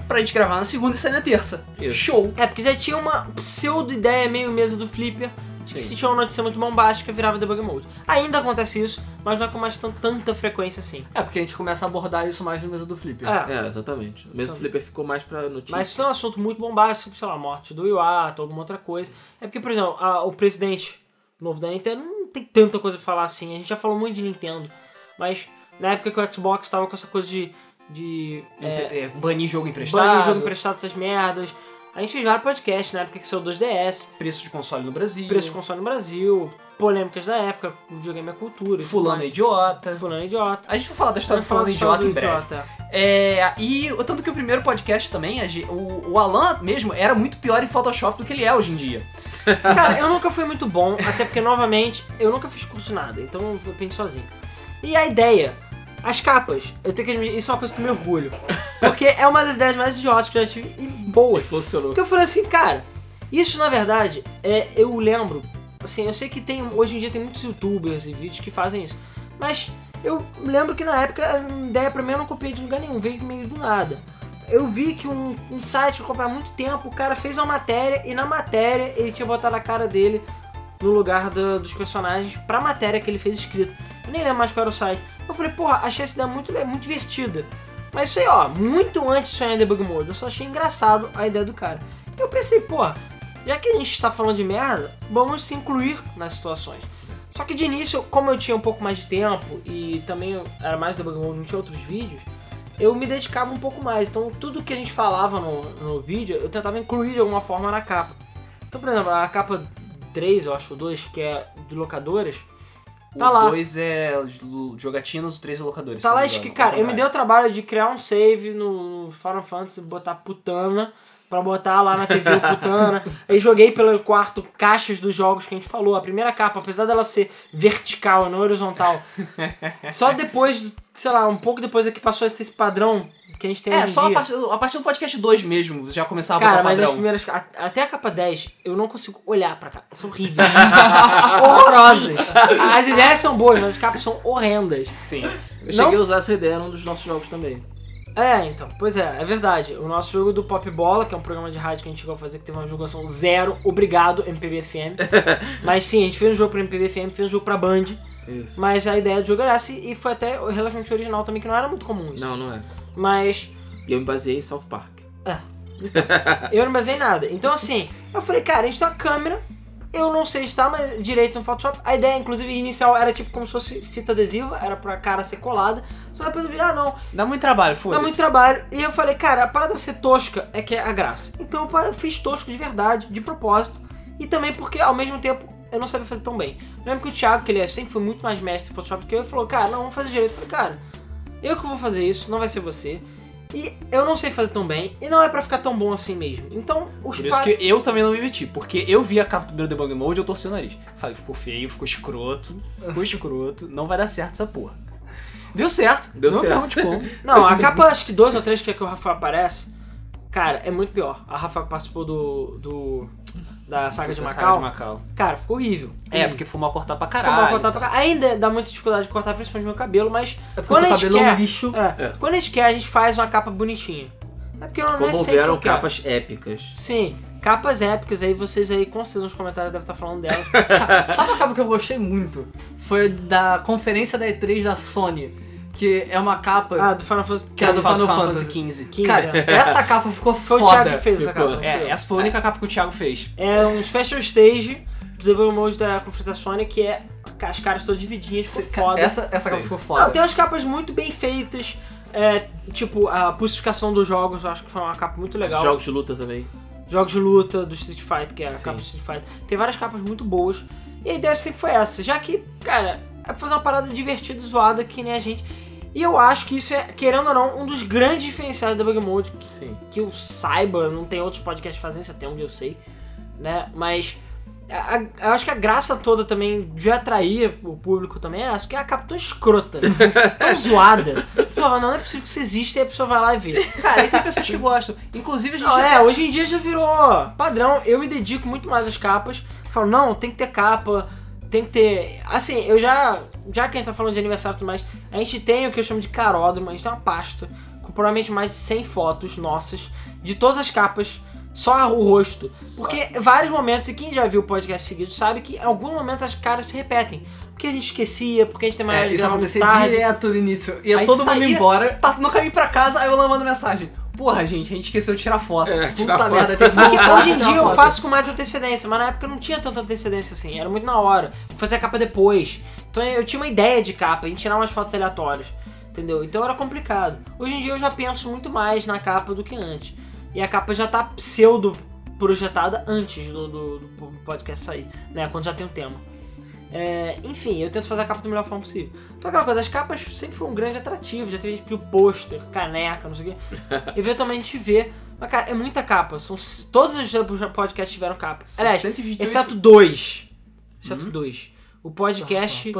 pra gente gravar na segunda e sair na terça. Isso. Show. É, porque já tinha uma pseudo ideia meio mesa do Flipper. de que Sim. Se tinha uma notícia muito bombástica, virava debug mode. Ainda acontece isso, mas não é com mais tan- tanta frequência assim. É, porque a gente começa a abordar isso mais no mesa do Flip. É. É, exatamente. O mesmo Flipper ficou mais pra notícia. Mas isso é um assunto muito bombástico, tipo, sei lá, morte do Iwata, alguma outra coisa. É porque, por exemplo, a- o presidente novo da Nintendo não tem tanta coisa pra falar assim. A gente já falou muito de Nintendo, mas na época que o Xbox tava com essa coisa de, de É, banir jogo emprestado, banir jogo emprestado, essas merdas. A gente fez vários podcasts na época que saiu o 2DS. preço de console no Brasil, preço de console no Brasil, polêmicas da época, videogame é cultura. e tudo fulano é mais. idiota. Fulano é idiota. A gente vai falar da história Vamos do falar Fulano é da Idiota história em do breve. idiota. É, e o tanto que o primeiro podcast também, a gen- o, o Alan mesmo era muito pior em Photoshop do que ele é hoje em dia. Cara, eu nunca fui muito bom, até porque, novamente, eu nunca fiz curso de nada, então eu aprendi sozinho. E a ideia, as capas, eu tenho que admitir, isso é uma coisa que eu me orgulho. Porque é uma das ideias mais idiotas que eu já tive e boas. Funcionou. Porque eu falei assim, cara, isso na verdade, é, eu lembro, assim, eu sei que tem, hoje em dia tem muitos youtubers e vídeos que fazem isso, mas eu lembro que na época a ideia pra mim eu não copiei de lugar nenhum, veio meio do nada. Eu vi que um, um site que eu comprei há muito tempo, o cara fez uma matéria e na matéria ele tinha botado a cara dele no lugar do- dos personagens pra matéria que ele fez escrito. Eu nem lembro mais qual era o site. Eu falei, porra, achei essa ideia muito, le- muito divertida. Mas isso aí, ó, muito antes de sonhar em Debug Mode, eu só achei engraçado a ideia do cara. Eu pensei, porra, já que a gente tá falando de merda, vamos se incluir nas situações. Só que de início, como eu tinha um pouco mais de tempo e também eu era mais Debug Mode, não tinha outros vídeos, eu me dedicava um pouco mais. Então tudo que a gente falava no, no vídeo, eu tentava incluir de alguma forma na capa. Então, por exemplo, a capa 3, eu acho, ou 2, que é de locadoras, Tá o lá. 2 é os lo- jogatinas, o 3 é locadores. Tá se lá não me engano, escrito, cara, ao eu me dei o contrário. trabalho de criar um save no no Final Fantasy, botar putana, pra botar lá na TV o putana. Aí joguei pelo quarto caixas dos jogos que a gente falou. A primeira capa, apesar dela ser vertical e não horizontal, só depois, sei lá, um pouco depois é que passou a ser esse padrão que a gente tem É, hoje em só a dia. partir, do- a partir do podcast 2 mesmo, já começava a Cara, botar mas as padrão. primeiras. a- Até a capa 10, eu não consigo olhar pra capa. São horríveis. Horrorosas. As ideias são boas, mas as capas são horrendas. Sim. Eu Não- cheguei a usar essa ideia num dos nossos jogos também. É, então, pois é, é verdade. O nosso jogo do Pop Bola, que é um programa de rádio que a gente chegou a fazer, que teve uma divulgação zero, obrigado, MPBFM. mas sim, a gente fez um jogo pra MPBFM, fez um jogo pra Band, Isso. mas a ideia do jogo era essa e foi até relativamente original também, que não era muito comum isso. Não, não é. Mas E eu me baseei em South Park. eu não basei em nada. Então, assim, eu falei, cara, a gente tem uma câmera, eu não sei estar mas direito no Photoshop. A ideia, inclusive, inicial era tipo como se fosse fita adesiva, era pra cara ser colada. Só depois eu vi, ah, não, Dá muito trabalho, Dá foda-se. muito trabalho. E eu falei, cara, a parada ser tosca é que é a graça. Então eu pa- eu fiz tosco de verdade, de propósito. E também porque, ao mesmo tempo, eu não sabia fazer tão bem. Eu lembro que o Thiago, que ele é- sempre foi muito mais mestre em Photoshop do que eu, ele falou, cara, não, vamos fazer direito. Eu falei, cara, eu que vou fazer isso, não vai ser você. E eu não sei fazer tão bem, e não é pra ficar tão bom assim mesmo. Então, os Por isso pa- que eu também não me meti, porque eu vi a capa do Debug Mode e eu torci o nariz. Falei, ficou feio, ficou escroto, ficou escroto, não vai dar certo essa porra. Deu certo, Deu não me certo. pergunte como. Não, a capa, acho que dois ou três que é que o Rafa aparece, cara, é muito pior. A Rafa participou do... do da saga de Da Macau. Macau. Cara, ficou horrível. É, porque fumar cortar pra Como eu caralho. cortar pra cá. Ainda dá muita dificuldade de cortar, principalmente meu cabelo, mas É porque quando o a gente cabelo é um quer. lixo. é, É. Quando a gente quer, a gente faz uma capa bonitinha. É porque eu não Como não é sempre houveram o que eu quero. capas épicas. Sim, capas épicas aí, vocês aí com certeza nos comentários devem estar falando dela. Sabe a capa que eu gostei muito? Foi da conferência da E3 da Sony, que é uma capa. ah, do Final Fantasy. Que é a do Final Fantasy XV. 15, Cara, é. essa capa ficou Foi foda. o Thiago que fez essa Ficou. capa. não fui eu. É, essa foi a única capa que o Thiago fez. É um special stage do Double Mode da Conferência da Sony, que é as caras todas dividinhas, ficou Essa- foda. Essa, essa capa Sim. ficou Não, foda. tem umas capas muito bem feitas. é, tipo, a pulsificação dos jogos, eu acho que foi uma capa muito legal. Jogos de luta também. jogos de luta do Street Fighter, que é a Sim. capa do Street Fighter. Tem várias capas muito boas. E a ideia sempre foi essa, já que, cara, é fazer uma parada divertida e zoada que nem a gente. E eu acho que isso é, querendo ou não, um dos grandes diferenciais da Bug Mode, que, Sim. que eu saiba, não tem outros podcasts fazendo isso até onde eu sei, né? Mas a- a- eu acho que a graça toda também de atrair o público também é essa, que é a capa tão escrota, tão zoada. A pessoa fala, não, não é possível que isso exista e a pessoa vai lá e vê. Cara, e tem pessoas que gostam. Inclusive a gente. Não, é, hoje em dia já virou padrão. Eu me dedico muito mais às capas. Falo, não, tem que ter capa, tem que ter. Assim, eu já. Já que a gente tá falando de aniversário e tudo mais, a gente tem o que eu chamo de caródromo, a gente tem uma pasta com provavelmente mais de 100 fotos nossas, de todas as capas, só o rosto. Porque vários momentos, e quem já viu o podcast seguido sabe que em algum momento as caras se repetem. Porque a gente esquecia, porque a gente tem maior É, isso acontecia tarde. direto no início. Aí Ia todo mundo saía- embora. Tá no caminho pra casa, aí eu lá mando mensagem. Porra, gente, a gente esqueceu de tirar foto. É, tirar Puta Tá foto. merda, tem que Porque voltar hoje pra em tirar dia eu foto. faço com mais antecedência, mas na época eu não tinha tanta antecedência assim, era muito na hora. Vou fazer a capa depois. Então eu tinha uma ideia de capa, a gente tirar umas fotos aleatórias, entendeu? Então era complicado. Hoje em dia eu já penso muito mais na capa do que antes. E a capa já tá pseudo projetada antes do, do, do podcast sair, né? Quando já tem o tema. É, enfim, eu tento fazer a capa da melhor forma possível. Então aquela coisa, as capas sempre foram um grande atrativo, já teve gente que pediu pôster, caneca, não sei o quê. Eventualmente a gente vê. Mas, cara, é muita capa. São, c- todos os podcasts tiveram capa. Aliás, 128 exceto dois. Exceto dois. O podcast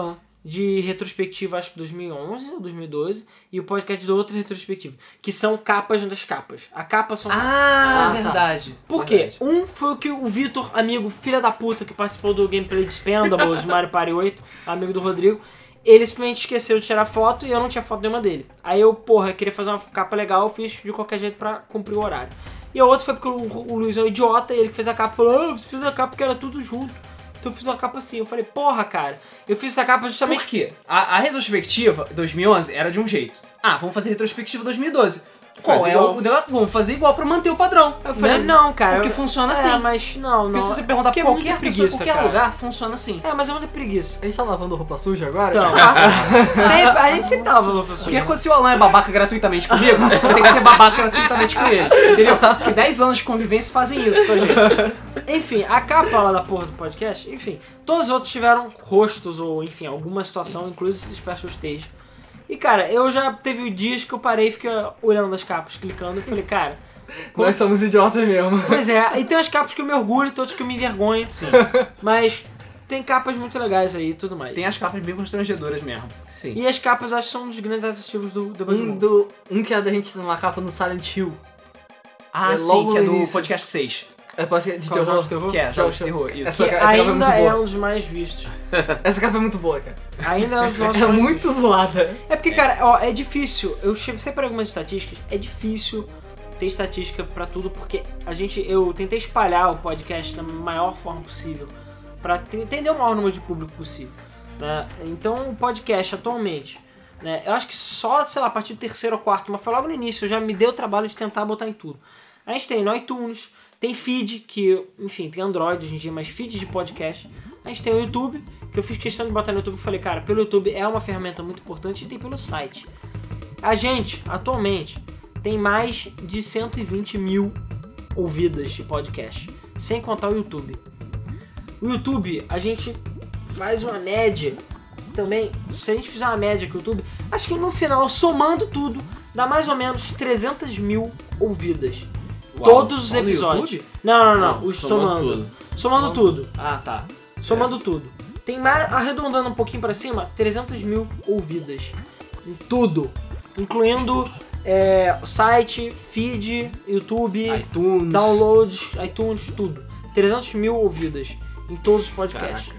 de retrospectiva, acho que 2011 ou 2012, e o podcast do outro retrospectivo, que são capas das capas. A capa são Ah, Ah, tá. verdade. por quê? Verdade. Um foi o que o Vitor, amigo, filha da puta, que participou do gameplay de Spendables, Mario Party 8, amigo do Rodrigo, ele simplesmente esqueceu de tirar foto e eu não tinha foto nenhuma dele. Aí eu, porra, queria fazer uma capa legal, eu fiz de qualquer jeito pra cumprir o horário. E o outro foi porque o, o Luiz é um idiota e ele que fez a capa falou: Ah, você fez a capa que era tudo junto. Então eu fiz uma capa assim. Eu falei: Porra, cara, eu fiz essa capa justamente. Por quê? A, a retrospectiva 2011 era de um jeito. Ah, vamos fazer retrospectiva 2012. Qual Faz é igual. o negócio? Vamos fazer igual pra manter o padrão. Eu falei: né? Não, cara. Porque eu- funciona é, assim. mas não, não. Porque se você perguntar porque pra é muita qualquer pessoa, em preguiça, qualquer cara. lugar, funciona assim. É, mas é muita preguiça. A gente tá lavando roupa suja agora? Então, sempre, a gente sempre tava falando pra pessoa. Ah, Porque quando- se o Alan é babaca gratuitamente comigo, eu tenho que ser babaca gratuitamente com ele. Entendeu? Porque 10 anos de convivência fazem isso com a gente. Enfim, a capa lá da porra do podcast, enfim, todos os outros tiveram rostos ou, enfim, alguma situação, incluindo esses special stage. E, cara, eu já teve dias que eu parei e fiquei olhando as capas, clicando, e falei, cara, Nós somos idiotas mesmo. pois é, e tem umas capas que eu me orgulho, tem outras que eu me envergonho, sim. Mas tem capas muito legais aí e tudo mais. Tem as capas bem constrangedoras mesmo. Sim. E as capas acho que são um dos grandes atrativos do, do Bug Um, Mode. do, um que é da gente numa capa no Silent Hill. Ah, É sim, logo que é no do início. podcast 6. É, pode ser de Qual, jogos terror. de terror? Que é, Já jogos de achei. terror. Isso. Essa Que ca- essa capa é muito ainda é boa. um dos mais vistos. Essa capa é muito boa, cara. Ainda é um dos nossos É mais muito zoada. É porque, cara, ó, é difícil. Eu chego sempre algumas estatísticas. É difícil ter estatística pra tudo, porque a gente. Eu tentei espalhar o podcast da maior forma possível. Pra te- entender o maior número de público possível. né? Então, o podcast atualmente. Né? Eu acho que só, sei lá, a partir do terceiro ou quarto, mas foi logo no início, eu já me deu o trabalho de tentar botar em tudo. A gente tem no iTunes, tem feed, que, enfim, tem Android hoje em dia, mas feed de podcast. A gente tem o YouTube, que eu fiz questão de botar no YouTube, eu falei, cara, pelo YouTube é uma ferramenta muito importante e tem pelo site. A gente, atualmente, tem mais de 120 mil ouvidas de podcast, sem contar o YouTube. O YouTube, a gente faz uma média também, se a gente fizer uma média com o YouTube, acho que no final, somando tudo, dá mais ou menos 300 mil ouvidas. Todos os só no episódios. YouTube? Não, não, não. Os somando somando. tudo. Somando tudo. Ah, tá. Somando tudo. Tem mais, arredondando um pouquinho pra cima, 300 mil ouvidas. Em tudo. Incluindo é, site, feed, YouTube, iTunes. downloads, iTunes, tudo. 300 mil ouvidas em todos os podcasts.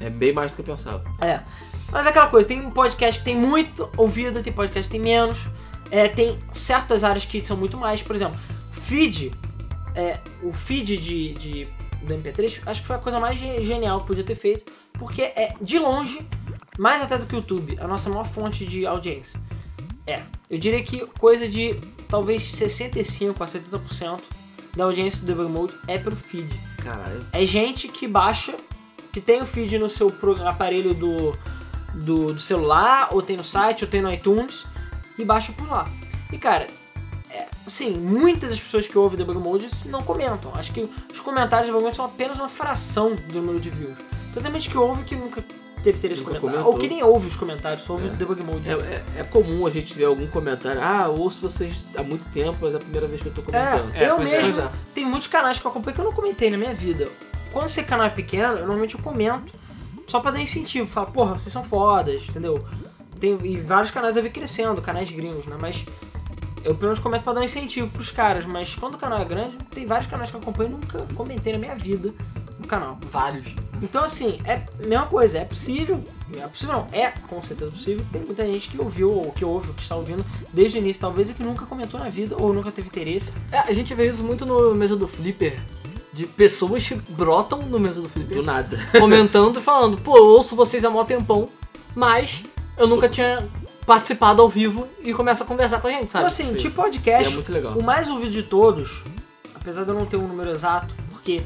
É bem mais do que eu pensava. É. Mas é aquela coisa, tem um podcast que tem muito ouvido, tem podcast que tem menos. É, tem certas áreas que são muito mais. Por exemplo, feed. é, o feed de, de- do MP3 acho que foi a coisa mais ge- genial que podia ter feito. Porque é, de longe, mais até do que o YouTube, a nossa maior fonte de audiência. É. Eu diria que coisa de talvez 65% a 70% da audiência do Debug Mode é pro feed. Caralho. É gente que baixa, que tem o feed no seu pro- aparelho do, do, do celular, ou tem no site, ou tem no iTunes, e baixa por lá. E cara, é, assim, muitas das pessoas que ouvem Debug Mode não comentam. Acho que os comentários do Debug Mode são apenas uma fração do número de views. Então tem gente que ouve que nunca teve interesse em Nunca comentar. comentou. Ou que nem ouve os comentários, só ouve É. o Debug Mode. É, é- é comum a gente ver algum comentário. Ah, eu ouço vocês há muito tempo, mas é a primeira vez que eu tô comentando. É, eu pois mesmo. Pois é. Tem muitos canais que eu acompanho que eu não comentei na minha vida. Quando esse canal é pequeno, eu normalmente eu comento só pra dar incentivo. Falar, porra, vocês são fodas, entendeu? Tem, e vários canais eu vi crescendo, canais gringos, né? Mas eu pelo menos comento pra dar um incentivo pros caras. Mas quando o canal é grande, tem vários canais que eu acompanho e nunca comentei na minha vida no canal. Vários. Então, assim, é a mesma coisa, é possível, é possível não, é com certeza possível, tem muita gente que ouviu, ou que ouve, ou que está ouvindo desde o início, talvez, e que nunca comentou na vida, ou nunca teve interesse. Tá É, a gente vê isso muito no mesa do Flipper. De pessoas que brotam no mesa do Do Flipper. nada. comentando e falando, pô, eu ouço vocês há mó tempão, mas eu nunca tinha participado ao vivo e começa a conversar com a gente, sabe? Então, assim, sim. tipo É podcast, muito legal. o mais ouvido de todos, apesar de eu não ter um número exato, porque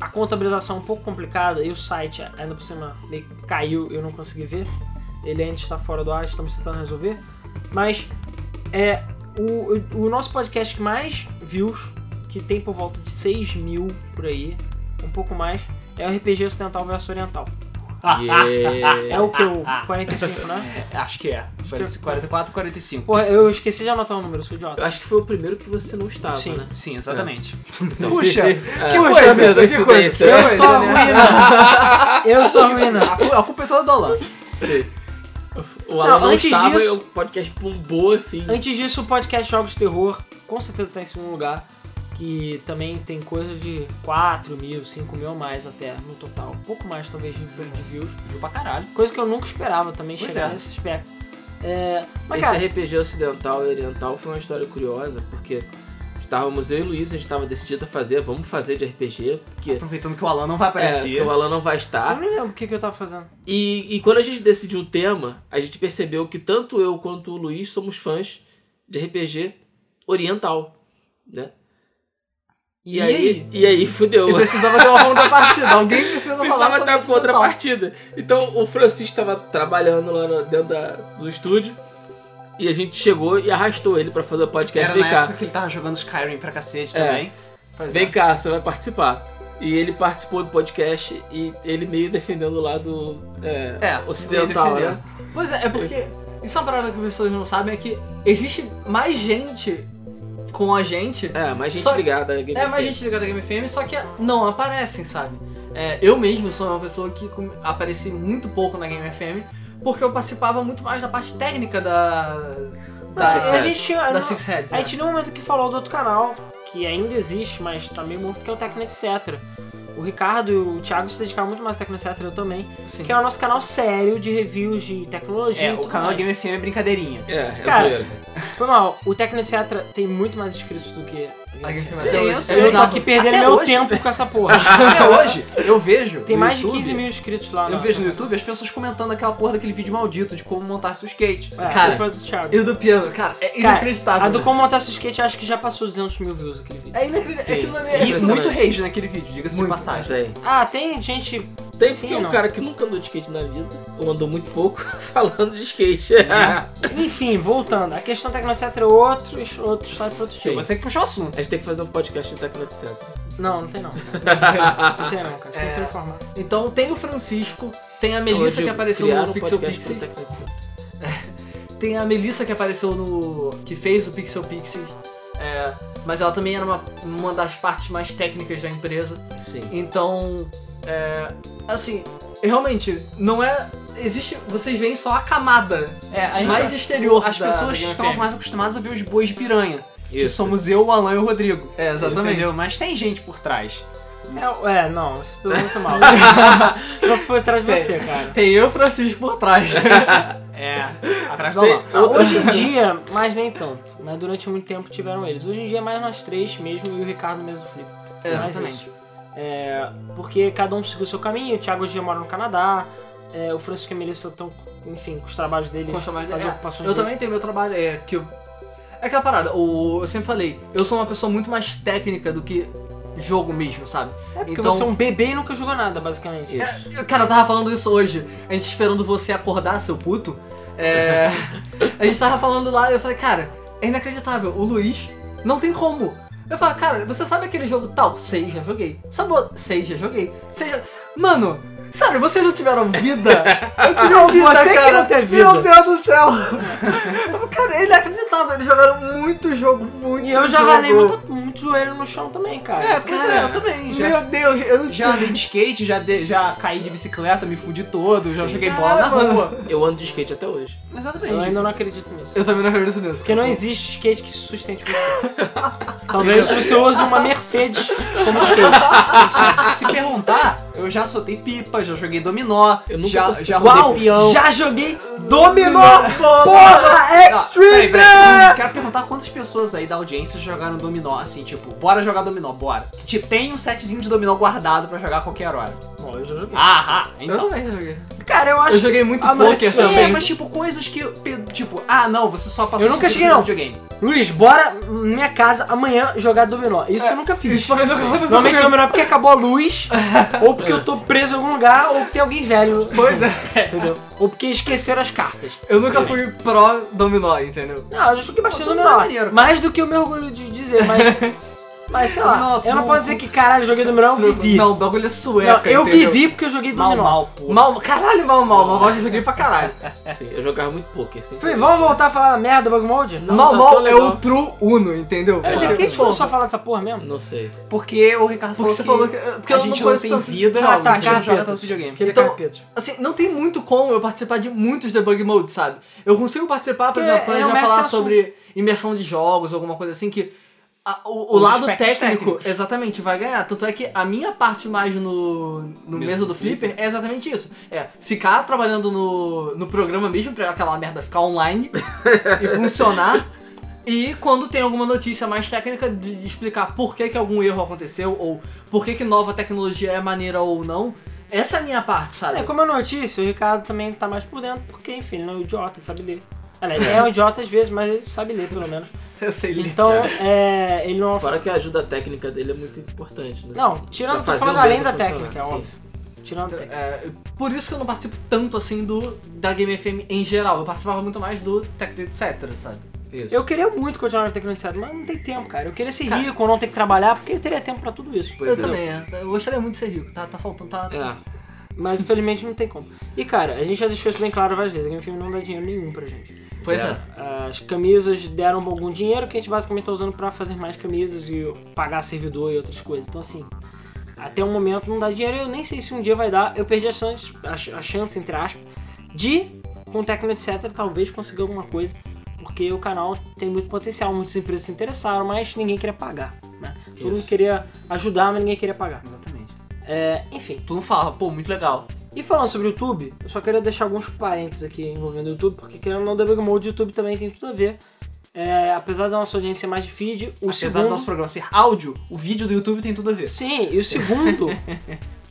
a contabilização é um pouco complicada e o site ainda por cima meio que caiu, eu não consegui ver. Ele ainda está fora do ar, estamos tentando resolver. Mas é o, o nosso podcast que mais views, que tem por volta de 6 mil por aí, um pouco mais, é o RPG Ocidental versus Oriental. É Yeah. o que? O 45, né? Acho que é. Parece 44, 45. Porra, eu esqueci de anotar o número, eu sou idiota. Eu acho que foi o primeiro que você não estava, Sim. né? Sim, exatamente. puxa! É. Que Poxa, coisa, Pedro, que coincidência, né? coisa. Eu sou a ruína. Eu sou né? a ruína. A, cu- a culpa é toda do Alan. O Alan não, Não, antes estava disso- e o podcast bombou assim. Antes disso, o podcast Jogos de Terror com certeza tá em segundo lugar. Que também tem coisa de 4 mil, 5 mil a mais até no total. Um pouco mais talvez de, de views. Viu pra caralho. Coisa que eu nunca esperava também Pois chegar é. nesse aspecto. É, mas Esse cara, RPG ocidental e oriental foi uma história curiosa, porque estávamos eu e o Luiz, a gente estava decidido a fazer, vamos fazer de RPG, porque, Aproveitando que o Alan não vai é, aparecer. porque o Alan não vai eu Ah. estar. nem lembro o que, que eu tava fazendo. E, e quando a gente decidiu o tema, a gente percebeu que tanto eu quanto o Luiz somos fãs de RPG oriental, né? E, E aí, aí? E aí fudeu. E precisava ter uma ronda partida, alguém precisa falar Precisava sobre dar isso contra a total. partida. Então o Francisco estava trabalhando lá no- dentro da- do estúdio. E a gente chegou e arrastou ele pra fazer o podcast. Era Vem na cá. época que ele tava jogando Skyrim pra cacete É. também. Vem cá, você vai participar. E ele participou do podcast e ele meio defendendo o lado é, É, ocidental, meio né? Pois é, é porque. Isso é uma parada que as pessoas não sabem, é que existe mais gente com a gente. É, mas gente Só- ligada. É mais gente ligada à Game FM, só que não aparecem, sabe? É, eu mesmo sou uma pessoa que com- apareci muito pouco na Game FM, porque eu participava muito mais da parte técnica da. Mas assim, da, a gente tinha. da não- Six Heads. A né? gente no momento que falou do outro canal, que ainda existe, mas tá meio morto, que é o Tecno Etc. O Ricardo e o Thiago se dedicaram muito mais ao Tecno Etc. Eu também. Sim. Que é o nosso canal sério de reviews de tecnologia. É, e o tudo canal mais. Game FM é brincadeirinha. É, é Cara, zoeira. Foi mal. O Tecno Etc. tem muito mais inscritos do que. A Game é FM Sim, até hoje. eu sei. Eu tô bizarro. aqui perdendo Até meu hoje. tempo com essa porra. Até hoje, eu vejo. Tem no mais de YouTube, 15 mil inscritos lá. né? Eu vejo no YouTube as pessoas comentando aquela porra daquele vídeo maldito de como montar seu skate. É, Cara, culpa do Thiago. E o do piano, cara, é Cara, inacreditável. A do né? como montar seu skate acho que já passou 200 mil views aquele vídeo. É inacreditável. Sim. Aquilo ali E é Isso. muito- muito rage naquele vídeo, diga-se de Muito. passagem. Tem. Ah, tem gente. Tem Sim, porque é um não. cara que nunca andou de skate na vida, ou andou muito pouco, falando de skate. É. Enfim, voltando. A questão da Tecno Etc. é outro, outro slide pra outro Sim. filme. Você que puxou o assunto. A gente tem que fazer um podcast de tecnologia. Não, não tem não. Não tem não, cara. É. Sinto informar. Então tem o Francisco, tem a Melissa que apareceu um no Pixel Pixie. Tem a Melissa que apareceu no. que fez o Pixel Pixie. é, mas ela também era uma, uma das partes mais técnicas da empresa. Sim. Então. é, assim, realmente, não é. Existe. Vocês veem só a camada É, a gente mais tá- exterior. As da- da pessoas Game estão FM. mais acostumadas a ver os bois de piranha. Que Isso. somos eu, o Alan e o Rodrigo. É, exatamente. Entendeu? Mas tem gente por trás. É, é, não, isso pegou muito mal. Só se for atrás de você, cara. Tem eu e o Francisco por trás. É, atrás do Tem- Alan. outra- Hoje em dia, mas nem tanto. Mas durante muito tempo tiveram eles. Hoje em dia, é mais nós três mesmo e o Ricardo mesmo, o Felipe. Mais exatamente. isso. É, porque cada um seguiu o seu caminho. O Thiago hoje em dia mora no Canadá. é, o Francisco e a Melissa estão, enfim, com os trabalhos deles. Com os trabalhos com as dele- é, ocupações Eu deles. também tenho meu trabalho, é que eu... É aquela parada, o, eu sempre falei, eu sou uma pessoa muito mais técnica do que jogo mesmo, sabe? É então porque você é um bebê e nunca jogou nada, basicamente. Isso. Cara, eu tava falando isso hoje, a gente esperando você acordar, seu puto. É, a gente tava falando lá e eu falei, cara, é inacreditável, o Luiz não tem como. Eu falo, cara, você sabe aquele jogo tal? Sei, já joguei. Sabe outro? Sei, já joguei. Sei, já... Mano, sério, vocês não tiveram vida? Eu tive uma vida, Você que cara. não teve Meu vida. Deus do céu. Eu falo, cara, ele é inacreditável, eles jogaram muito jogo, muito E eu já jogo. ralei muito, muito joelho no chão também, cara. É, porque Cara, eu também. Já, Meu Deus, eu não já andei de skate, já, de- já caí de bicicleta, me fudi todo, já joguei bola Caramba. na rua. Eu ando de skate até hoje. É, Eu Exatamente. ainda não acredito nisso. Eu também não acredito nisso. Porque não existe skate que sustente você. Talvez você use uma Mercedes como skate. Se, se perguntar, eu já soltei pipa, já joguei dominó, Eu nunca já, consegui já soltar rodei peão. Já joguei dominó! Não, é Porra, peraí, Extreme! peraí. Eu Quero perguntar quantas pessoas aí da audiência jogaram dominó, assim, tipo, bora jogar dominó, bora. Te tem um setzinho de dominó guardado pra jogar a qualquer hora. Bom, eu já joguei. Ah, ah, Eu então. também joguei. Cara, eu acho Eu joguei muito Ah, mas poker isso é- É, também. mas tipo, coisas que, pe- tipo, ah não, você só passou Eu nunca seu cheguei, tempo não. no videogame. Luiz, bora na minha casa amanhã jogar dominó. Isso eu nunca fiz. Isso foi um nunca aconteceu Normalmente comigo. dominó é porque acabou a luz, ou porque eu tô preso em algum lugar, ou porque tem alguém velho. Pois é. Entendeu? Ou porque esqueceram as cartas. Eu nunca fui pró dominó, entendeu? Não, eu já joguei bastante Pô, dominó dominó. é maneiro, cara. mais do que eu me orgulho de dizer, mas. mas sei lá. Dominó, eu não truco. posso dizer que caralho, joguei dominó, eu vivi. Não, o bagulho é sueca, Não, eu entendeu? vivi porque eu joguei Mal, dominó. mal, pô. Mal, caralho, mal, mal. Mal, mal, eu joguei pra caralho. Sim, eu jogava muito poker. Assim. Fui, vamos voltar a falar da merda do Bug Mode? Não, mal, tá mal tão é legal. o true uno, entendeu? Mas é Porque- que a gente começou a falar dessa porra mesmo? Não sei. Porque o Ricardo Porque falou você que, falou que... Porque a eu gente não, não, conheço tem tanto- vida, Ah, tá, a gente não joga carpetas. tanto videogame. Porque ele Então- é carpeta. Assim, não tem muito como eu participar de muitos debug mode, sabe? Eu consigo participar, por Porque exemplo, quando a é um gente vai mero falar assunto. sobre imersão de jogos, alguma coisa assim, que a- o, o Os lado aspectos técnico, técnicos. exatamente, vai ganhar. Tanto é que a minha parte mais no, no Mesa mesa do do flipper, é exatamente isso. É ficar trabalhando no, no programa mesmo, pra aquela merda ficar online e funcionar. E quando tem alguma notícia mais técnica de de explicar por que, que algum erro aconteceu, ou por que, que nova tecnologia é maneira ou não, essa é a minha parte, sabe? É, como é notícia, o Ricardo também tá mais por dentro, porque, enfim, ele não é um idiota, ele sabe ler. Aliás, ele é um idiota às vezes, mas ele sabe ler, pelo menos. Eu sei Então, é, ele não... Fora que a ajuda técnica dele é muito importante, né? Não, tirando, Pra tô fazer falando o além da laser funcionar, técnica, é sim. óbvio. Tirando a técnica. É, por isso que eu não participo tanto assim do da Game FM em geral. Eu participava muito mais do Tech Etc, sabe? Isso. Eu queria muito continuar na tecnologia, mas não tem tempo, cara. Eu queria ser Cara- rico, não ter que trabalhar, porque eu teria tempo pra tudo isso. eu também, é. eu gostaria muito de ser rico, tá, tá faltando, tá... É. Mas infelizmente não tem como. E cara, a gente já deixou isso bem claro várias vezes. A Game Film não dá dinheiro nenhum pra gente. Pois Zero. é. Ah, As camisas deram algum dinheiro que a gente basicamente tá usando pra fazer mais camisas e pagar servidor e outras coisas. Então assim, até o momento não dá dinheiro. Eu nem sei se um dia vai dar. Eu perdi a chance, a, ch- a chance entre aspas, de com o Tecno etc talvez conseguir alguma coisa. Porque o canal tem muito potencial, muitas empresas se interessaram, mas ninguém queria pagar. Né? Todo mundo Isso. queria ajudar, mas ninguém queria pagar. Exatamente. É, enfim, Tu não fala, pô, muito legal. e falando sobre o YouTube, eu só queria deixar alguns parênteses aqui envolvendo o YouTube, porque querendo ou não, o Debug Mode, o YouTube também tem tudo a ver. É, apesar da nossa audiência ser mais de feed, o Apesar segundo... do nosso programa ser áudio, o vídeo do YouTube tem tudo a ver. Sim, e o segundo...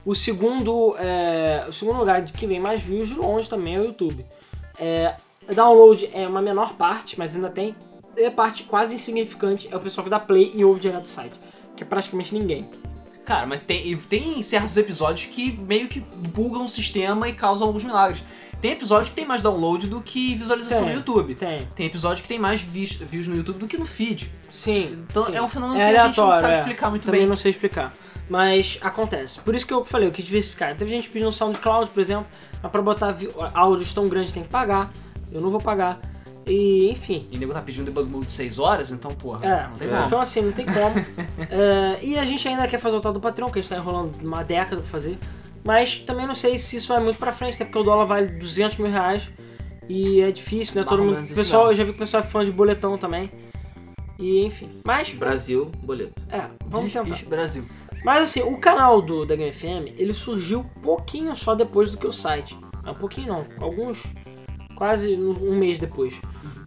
o segundo... é, o segundo lugar que vem mais views de longe também é o YouTube. É, download é uma menor parte, mas ainda tem. E a parte quase insignificante é o pessoal que dá play e ouve direto do site, que é praticamente ninguém. Cara, mas tem, e tem certos episódios que meio que bugam o sistema e causam alguns milagres. Tem episódio que tem mais download do que visualização Tem. no YouTube. Tem. Tem episódio que tem mais vis- views no YouTube do que no feed. Sim. Então sim. é um fenômeno É que a gente não aleatório, sabe é. explicar muito Também bem. não sei explicar. Mas acontece. Por isso que eu falei, eu quis diversificar. Teve gente pedindo um SoundCloud, por exemplo, mas pra botar vi- áudios tão grandes tem que pagar. Eu não vou pagar. E, enfim. E o nego tá pedindo debug mode 6 horas, então, porra, É, não tem é. como. então assim, não tem como. É, e a gente ainda quer fazer o tal do Patreon, que a gente tá enrolando uma década pra fazer. Mas também não sei se isso vai muito pra frente, até porque o dólar vale 200 mil reais. E é difícil, né? Mais Todo ou mundo. menos isso Pessoal, mesmo. eu já vi que o pessoal é fã de boletão também. E enfim. Mas, Brasil, boleto. é, vamos Diz- tentar. diz Brasil. Mas assim, o canal do da Game FM, ele surgiu pouquinho só depois do que o site. Ah, pouquinho não, alguns quase um um mês depois.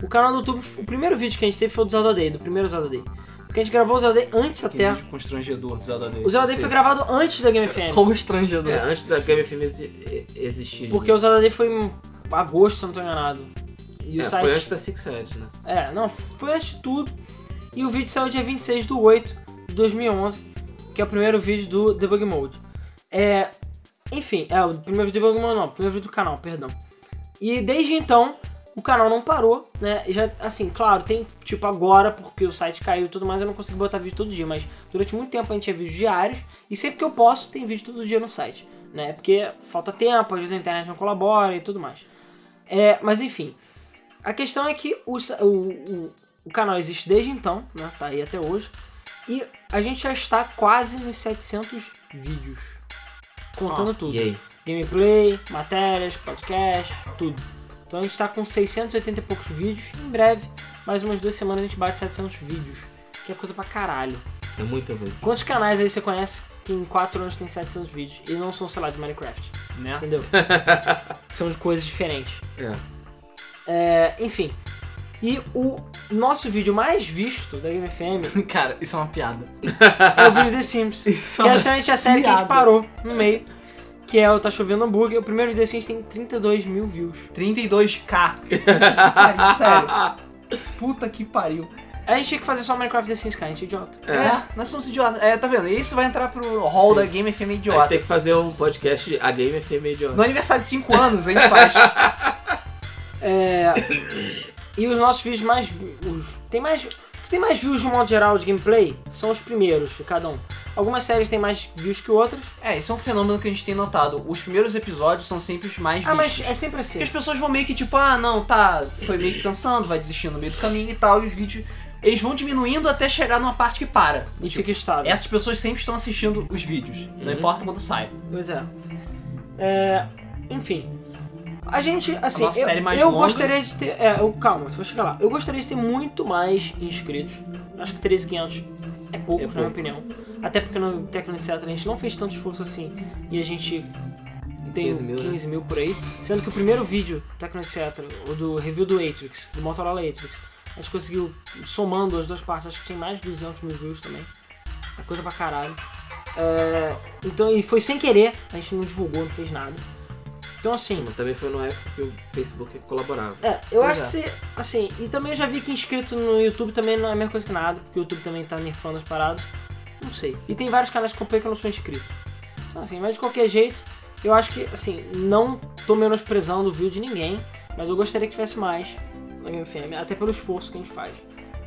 O canal do YouTube, o primeiro vídeo que a gente teve foi o do Zelda Day, do primeiro Zelda Day. Porque a gente gravou o Zelda Day antes Aquele até. vídeo constrangedor do Zelda Day. O Zelda Day foi gravado antes da Game FM. Como estrangeiro. É, antes da Game FM exi- existir. Porque o Zelda Day foi em agosto, se eu não tô enganado. E É, o site. foi antes da Six Head, né? É, não, foi antes de tudo. E o vídeo saiu dia 26 de 8 de 2011, que é o primeiro vídeo do Debug Mode. É, enfim, é o primeiro vídeo do Debug Mode não, o primeiro vídeo do canal, perdão. E desde então, o canal não parou, né? E Já, assim, claro, tem tipo agora, porque o site caiu e tudo mais, eu não consigo botar vídeo todo dia, mas durante muito tempo a gente tinha vídeos diários, e sempre que eu posso, tem vídeo todo dia no site, né? Porque falta tempo, às vezes a internet não colabora e tudo mais. É, mas enfim, a questão é que o, sa- o, o, o canal existe desde então, né? Tá aí até hoje. E a gente já está quase nos 700 vídeos. Contando tudo. E aí? Gameplay, matérias, podcast, tudo. Então a gente tá com 680 e poucos vídeos. Em breve, mais umas duas semanas, a gente bate 700 vídeos. Que é coisa pra caralho. É muito ruim. Quantos canais aí você conhece que em 4 anos tem 700 vídeos? E não são, sei lá, de Minecraft. Né? Entendeu? são de coisas diferentes. É. É, enfim. E o nosso vídeo mais visto da Game FM Cara, isso é uma piada. é o vídeo The Sims. Isso Que é é uma justamente a série que a gente piada. parou no meio. Que é o Tá Chovendo Hambúrguer. O primeiro The Sims tem 32 mil views. 32k. pariu, sério. Puta que pariu. A gente tinha que fazer só Minecraft The Sims, cara, a gente é idiota. É. nós somos idiotas. É, tá vendo? Isso vai entrar pro hall da Game FM A gente Idiota. tem que fazer um podcast de A Game FM Idiota. No aniversário de 5 anos a gente faz. E os nossos vídeos mais. vi- Os, tem mais. Os que tem mais views de um modo geral de gameplay são os primeiros, de cada um. Algumas séries têm mais views que outras. é, isso é um fenômeno que a gente tem notado. Os primeiros episódios são sempre os mais Ah, mas vistos. é sempre assim. Porque as pessoas vão meio que tipo, ah, não, tá, foi meio que cansando, vai desistindo no meio do caminho e tal, e os vídeos, eles vão diminuindo até chegar numa parte que para. tipo, E fica estável. Essas pessoas sempre estão assistindo os vídeos, Uhum. não importa quando sai. Pois é. É, Enfim. A gente, assim, nossa eu, série mais eu longa. gostaria de ter. É, eu, calma, vou chegar lá. Eu gostaria de ter muito mais inscritos. Acho que 13,500 é pouco, É na pouco. minha opinião. Até porque no Tecno etc. a gente não fez tanto esforço assim e a gente tem 15 15 mil, mil, né? por aí. Sendo que o primeiro vídeo do Tecno etc., o do review do Atrix, do Motorola Atrix, a gente conseguiu, somando as duas partes, acho que tem mais de 200 mil views também. É coisa pra caralho. É, então, e foi sem querer, a gente não divulgou, não fez nada. Então, assim, Mas também foi numa época que o Facebook colaborava. é, eu Pois acho é. que você, assim, e também eu já vi que inscrito no YouTube também não é a mesma coisa que nada, porque o YouTube também tá nerfando as paradas. Não sei. E tem vários canais que eu acompanho que eu não sou inscrito. Então, assim, mas de qualquer jeito, eu acho que, assim, não tô menosprezando o vídeo de ninguém, mas eu gostaria que tivesse mais. na Game FM, até pelo esforço que a gente faz.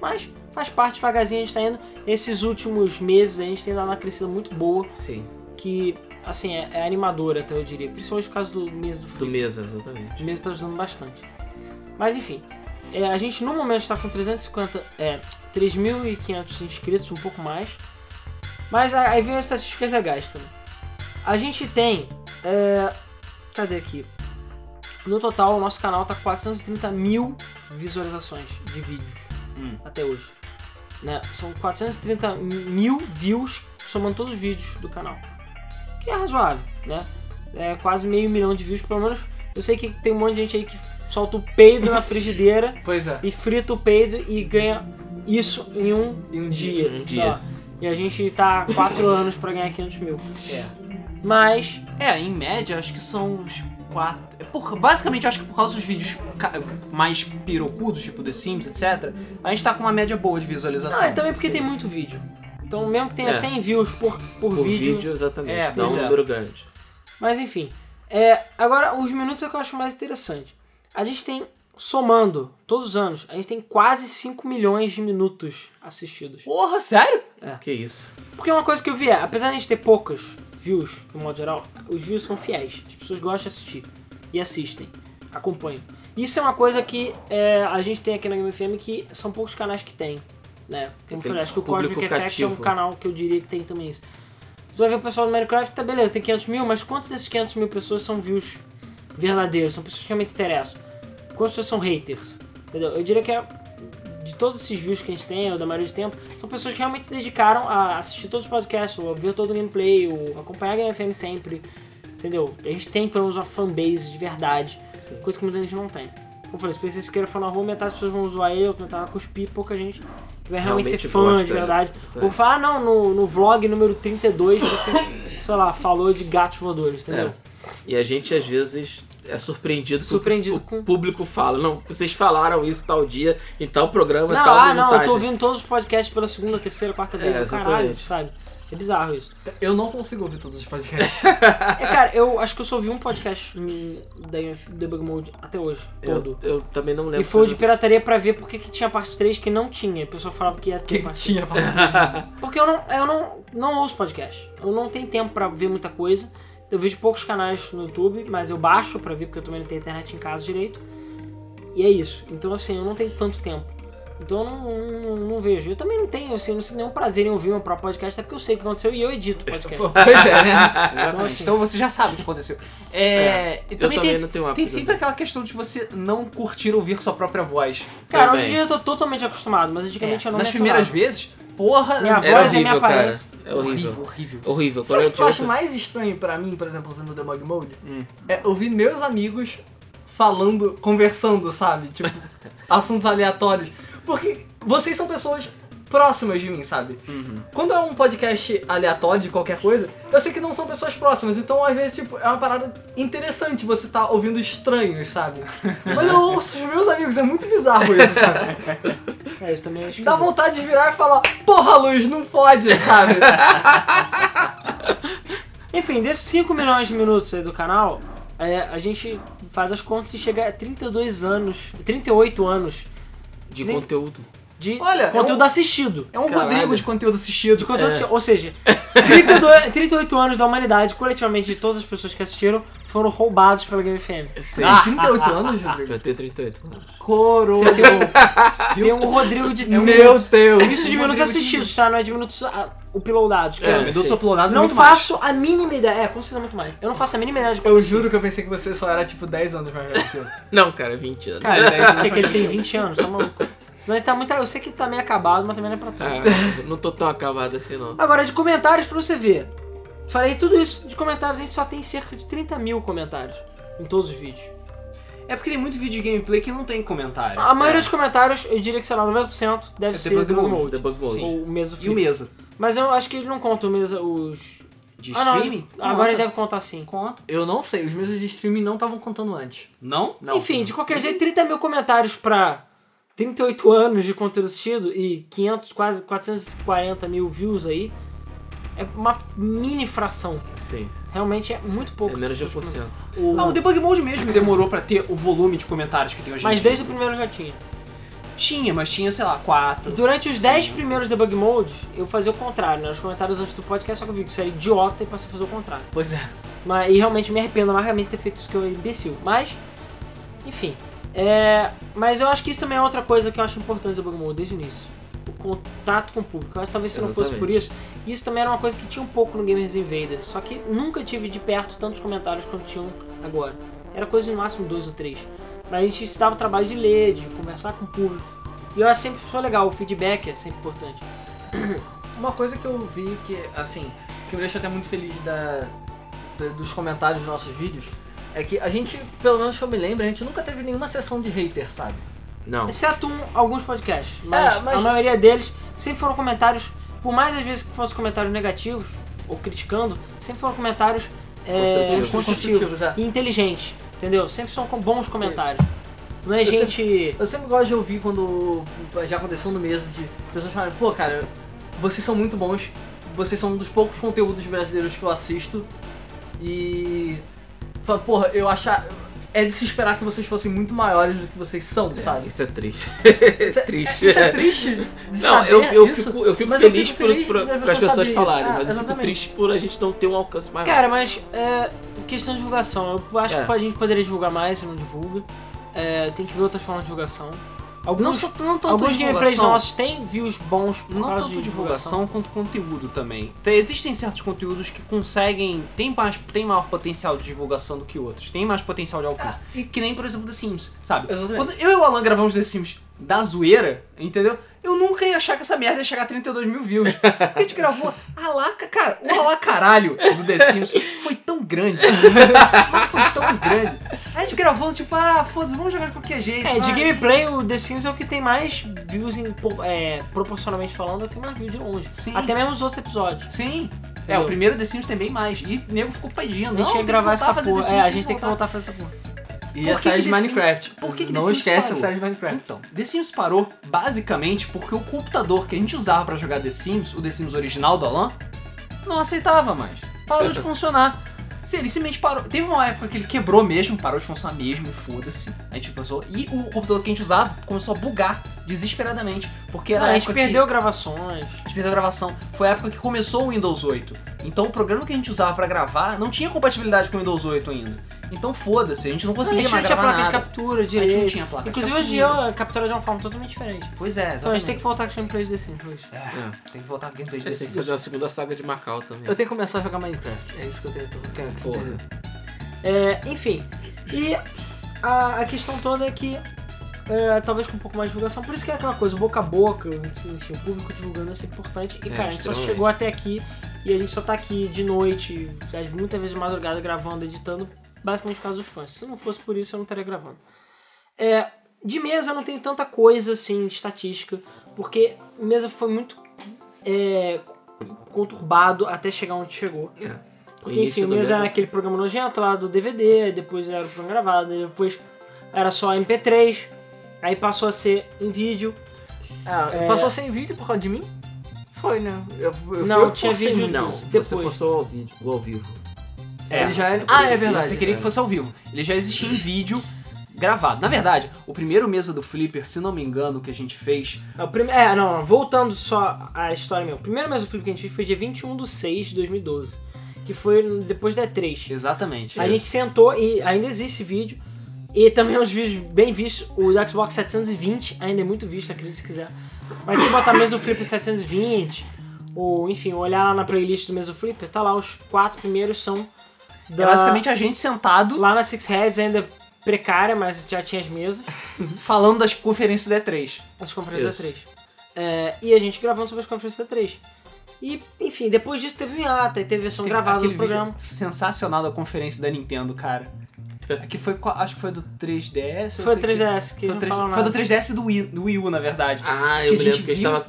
Mas faz parte, devagarzinho a gente tá indo. Esses últimos meses a gente tem dado uma crescida muito boa, Sim, que, assim, é, é animadora até eu diria, principalmente por causa do mês do frio. do mesa, exatamente. O mês tá ajudando bastante. Mas enfim, é, a gente no momento está com 350, é, 3.500 inscritos, um pouco mais. Mas a- aí vem as estatísticas legais também. A gente tem. é, cadê aqui? No total, o nosso canal tá com 430 mil visualizações de vídeos Hum. até hoje. Né? São 430 mil views somando todos os vídeos do canal. Que é razoável, né? É quase meio milhão de views, pelo menos. Eu sei que tem um monte de gente aí que solta o peido na frigideira Pois é. e frita o peido e ganha isso em um E um dia. dia. Um só. dia. E a gente tá há 4 anos pra ganhar 500 mil. Mas, É, em média, acho que são uns quatro. é Por, basicamente, acho que por causa dos vídeos ca- mais pirocudos, tipo The Sims, etc., a gente tá com uma média boa de visualização. não, é também porque tem muito vídeo. Então, mesmo que tenha É. 100 views por, por, Por vídeo, vídeo, exatamente. É, dá um pois é. número grande. Mas enfim. É, agora, os minutos é o que eu acho mais interessante. A gente tem, somando todos os anos, a gente tem quase 5 milhões de minutos assistidos. Porra, sério? Que isso. Porque uma coisa que eu vi é, apesar de a gente ter poucos views, no modo geral, os views são fiéis. As pessoas gostam de assistir. E assistem. Acompanham. Isso é uma coisa que é, a gente tem aqui na Game FM que são poucos canais que tem. Né? Como eu Tem falei, acho que o público Cosmic Effect é um cativo. canal que eu diria que tem também isso. Tu vai ver o pessoal do Minecraft, tá beleza, tem 500 mil, mas quantos desses 500 mil pessoas são views verdadeiros? São pessoas que realmente se interessam? Quantas pessoas são haters? Entendeu? Eu diria que é- de todos esses views que a gente tem, ou da maioria do tempo, são pessoas que realmente se dedicaram a assistir todos os podcasts, ou a ver todo o gameplay, ou acompanhar a Game FM sempre. Entendeu? A gente tem pelo menos uma fanbase de verdade, Sim. coisa que muita gente não tem. Como eu falei, se vocês queiram falar na rua, metade das pessoas vão zoar ele, outra metade vai cuspir, pouca gente vai realmente, Realmente ser fã gosta, de verdade. é. Ou falar, ah, não, no, no vlog número 32 você, sei lá, falou de gatos voadores, É. entendeu? E a gente, às vezes, é surpreendido. que o- Surpreendido o com- público fala, não, vocês falaram isso tal dia, em tal programa, Não, tal ah, não, eu montagem. tô ouvindo todos os podcasts pela segunda, terceira, quarta vez É, do caralho, exatamente. sabe? É bizarro isso. Eu não consigo ouvir todos os podcasts. É, cara, eu acho que eu só ouvi um podcast hum, da UF Debug Mode até hoje, todo. Eu, eu também não lembro. e foi o de quando eu assisti. pirataria pra ver por que que tinha parte 3 que não tinha. A pessoa falava que ia ter Que parte tinha passado. Porque eu não, eu não, não ouço podcast. Eu não tenho tempo pra ver muita coisa. Eu vejo poucos canais no YouTube, mas eu baixo pra ver porque eu também não tenho internet em casa direito. E é isso. Então, assim, eu não tenho tanto tempo. Então eu não, não, não vejo. Eu também não tenho, assim, não sinto nenhum prazer em ouvir meu próprio podcast, até porque eu sei o que aconteceu e eu edito o podcast. Pois é, né? Exatamente. assim- Então você já sabe o que aconteceu. É, e Eu também, também tem, não tenho né? hábito tem de sempre aquela questão de você não curtir ouvir sua própria voz. Cara, Também. hoje em dia eu tô totalmente acostumado, mas antigamente eu não Nas me primeiras acostumava. vezes, porra, Minha Era voz é horrível, minha cara. aparência. É horrível. horrível. Horrível. Quando Sabe eu o que eu te acho ouço, mais estranho pra mim, por exemplo, vendo The Mug Mode? Hum. É ouvir meus amigos falando, conversando, sabe? Tipo, assuntos aleatórios. Porque vocês são pessoas próximas de mim, sabe? Uhum. Quando é um podcast aleatório de qualquer coisa, eu sei que não são pessoas próximas, então às vezes, tipo, é uma parada interessante você tá ouvindo estranhos, sabe? Mas eu ouço os meus amigos, é muito bizarro isso, sabe? É, isso também é Dá esquisito. vontade de virar e falar, porra, Luz, não pode, sabe? Enfim, desses 5 milhões de minutos aí do canal, é, a gente faz as contas e chega a 32 anos, 38 anos de Nem- conteúdo. de Olha, conteúdo é um- assistido. É um Caralho. Rodrigo de conteúdo De assistido. conteúdo assi- Ou seja, 32, 38 anos da humanidade, coletivamente de todas as pessoas que assistiram, foram roubados pela Game FM. Sim. Tem 38 anos, Rodrigo? Eu tenho 38. Coroa. Tem um, tem um Rodrigo de. Meu Deus. Isso de minutos assistidos, tá? Não é de minutos ah, uploadados. que É, eu- sim. Minutos uploadados é não muito mais. faço a mínima ideia. É, com certeza muito mais. Eu não faço a mínima ideia de Eu juro que eu pensei que você só era tipo 10 anos mais velho que eu. Não, cara, 20 anos. Cara, ele, é que ele tem 20 anos, tá maluco? Senão ele tá muito. Eu sei que ele tá meio acabado, mas também não é pra trás. Ah, não tô tão acabado assim, não. Agora, de comentários pra você ver. Falei tudo isso de comentários, a gente só tem cerca de 30 mil comentários em todos os vídeos. É porque tem muito vídeo de gameplay que não tem comentário. A maioria dos comentários, eu diria que sei lá, 90% deve É ser debug do Google mode, Mode. debug mode. Ou o mês do E o filme. mesa? Mas eu acho que ele não conta o mês, os. Ah, De tá. não, streaming? agora ele Conta. deve contar sim. Conta. Eu não sei, os meus de streaming não estavam contando antes. Não? Não. Enfim, de qualquer jeito, 30 mil comentários pra 38 anos de conteúdo assistido e 500, quase 440 mil views aí. é uma mini fração. Sim. Realmente é muito pouco. É menos de um das pessoas 1%. O... Não, o debug mode mesmo demorou pra ter o volume de comentários que tem hoje em Mas dia. desde o primeiro já tinha. Tinha, mas tinha, sei lá, E quatro. durante os 10 primeiros debug modes, eu fazia o contrário, né? Os comentários antes do podcast, só que eu vi que isso era idiota e passei a fazer o contrário. Pois é. Mas, e realmente me arrependo amargamente de ter feito isso que eu é imbecil. Mas, enfim. É, mas eu acho que isso também é outra coisa que eu acho importante do debug mode desde o início. O contato com o público. Eu acho que talvez se não fosse por isso, Exatamente. isso também era uma coisa que tinha um pouco no Gamers Invader. Só que nunca tive de perto tantos comentários quanto tinham Então, agora. Era coisa de no máximo dois ou três. Mas a gente se dava o trabalho de ler, de conversar com o público. E eu acho sempre foi legal, o feedback é sempre importante. Uma coisa que eu vi que, assim, que me deixa até muito feliz da, da- dos comentários dos nossos vídeos é que a gente, pelo menos que eu me lembro, a gente nunca teve nenhuma sessão de hater, sabe? Não. Exceto um- alguns podcasts, mas, É, mas- a maioria deles sempre foram comentários, por mais às vezes que fossem comentários negativos ou criticando, sempre foram comentários é, Construtivos. construtivos, Construtivos, é. e inteligentes, entendeu? Sempre são com bons comentários. Não é Eu gente. Eu sempre gosto de ouvir quando já aconteceu no mesmo de pessoas falarem, pô, cara, vocês são muito bons, vocês são um dos poucos conteúdos brasileiros que eu assisto e. Fala, porra, eu achar. É de se esperar que vocês fossem muito maiores do que vocês são, sabe? Isso é triste. Isso é triste. Isso é triste? de Não, saber eu, eu isso? fico, eu fico Mas eu feliz, fico por- feliz por, das por as pessoas pessoas saberem isso. falarem, Ah, mas eu fico exatamente. triste por a gente não ter um alcance maior. Cara, mas é, questão de divulgação, eu acho É. que a gente poderia divulgar mais, se não divulga. É, tem que ver outras formas de divulgação. Não, Alguns, sou, não tanto alguns gameplays divulgação. nossos têm views bons por Não causa tanto de divulgação quanto conteúdo também. Tem- existem certos conteúdos que conseguem. Tem, mais, tem maior potencial de divulgação do que outros. Tem mais potencial de alcance. Ah, E que nem, por exemplo, The Sims, sabe? Exatamente. Quando eu e o Alan gravamos The Sims da zoeira, entendeu? Eu nunca ia achar que essa merda ia chegar a 32 mil views. Porque a gente gravou alaca, cara, o alá caralho do The Sims foi tão grande. Mas foi tão grande. A gente gravou, tipo, ah, foda-se, vamos jogar de qualquer jeito. É, de ah, gameplay, o The Sims é o que tem mais views, em, po- é, proporcionalmente falando, é o que mais views de longe. Sim. Até mesmo os outros episódios. Sim. É, Entendeu? o primeiro The Sims tem bem mais. E o nego ficou Deixa pedindo. não, eu tem que gravar voltar essa fazer porra. É, The Sims, a tem gente tem que voltar voltar. a fazer essa porra. E Por a que série que de The Sims- Minecraft. por que que The Não Sims esquece a parou? série de Minecraft. Então, The Sims parou basicamente porque o computador que a gente usava pra jogar The Sims, o The Sims original do Alan, não aceitava mais. Parou de funcionar. Se ele simplesmente parou. Teve uma época que ele quebrou mesmo, parou de funcionar mesmo, e foda-se. A gente pensou. E o computador que a gente usava começou a bugar desesperadamente. Porque era Ah, a a época gente que- perdeu gravações. a gente fez a gravação. Foi a época que começou o Windows 8. Então o programa que a gente usava pra gravar não tinha compatibilidade com o Windows 8 ainda. Então foda-se, a gente não a conseguia gente não mais tinha gravar placa de nada. captura a gente não direito. tinha placa de Inclusive, hoje em captura. dia a captura é de uma forma totalmente diferente. Pois é, exatamente. Então a gente tem que voltar com os gameplays do The Sims hoje. É. que... tem que voltar aqui no 3 Eu tenho que fazer uma segunda saga de Macau também. Eu tenho que começar a jogar Minecraft. É isso que eu tenho, eu tenho que Porra. fazer. É, enfim, e a, a questão toda é que é, talvez com um pouco mais de divulgação, por isso que é aquela coisa, boca a boca, enfim, o público divulgando é sempre importante. E É, cara, a gente só extremamente. chegou até aqui e a gente só tá aqui de noite, às- muitas vezes de madrugada, gravando, editando, basicamente por causa dos fãs. Se não fosse por isso, eu não estaria gravando. É, de mesa eu não tenho tanta coisa assim de estatística, porque mesa foi muito é, conturbado até chegar onde chegou. é. Porque, enfim, o Mesa era aquele programa nojento lá do DVD, depois era o programa gravado, depois era só MP3, aí passou a ser em vídeo. Ah, É. passou sem vídeo por causa de mim? Foi, né? Eu, eu Não, fui eu que tinha forcei vídeo muito Não, isso. você depois. forçou ao vídeo, o ao vivo. É, ele já é- eu Ah, é preciso- verdade. Você queria que fosse ao vivo. Ele já existia em vídeo gravado. Na verdade, o primeiro mesa do Flipper, se não me engano, que a gente fez. É, o prime- é, não, não, voltando só à história mesmo. O primeiro Mesa Flip que a gente fez foi dia 21 de 6 de 2012, que foi depois da E3. Exatamente. A gente sentou e ainda existe esse vídeo. E também os vídeos bem vistos. O do Xbox 720 ainda é muito visto, acredito se quiser. Mas se botar mesmo o Flipper 720, ou enfim, olhar lá na playlist do mesmo Flipper, tá lá, os quatro primeiros são. É da- basicamente a gente sentado Lá na Six Heads ainda precária, mas já tinha as mesas. falando das conferências da E3. As conferências Isso. da 3. É, e a gente gravando sobre as conferências da 3. E, enfim, depois disso teve um hiato, aí teve versão Tem gravada aquele do programa. vídeo sensacional da conferência da Nintendo, cara. Aqui foi, qual- acho que foi do 3DS. eu Foi o sei que- 3DS, que Foi, eles do não falam 3- foi nada. do 3DS e do Wii, do Wii U, na verdade. Ah, Que eu a me gente lembro que a gente viu. tava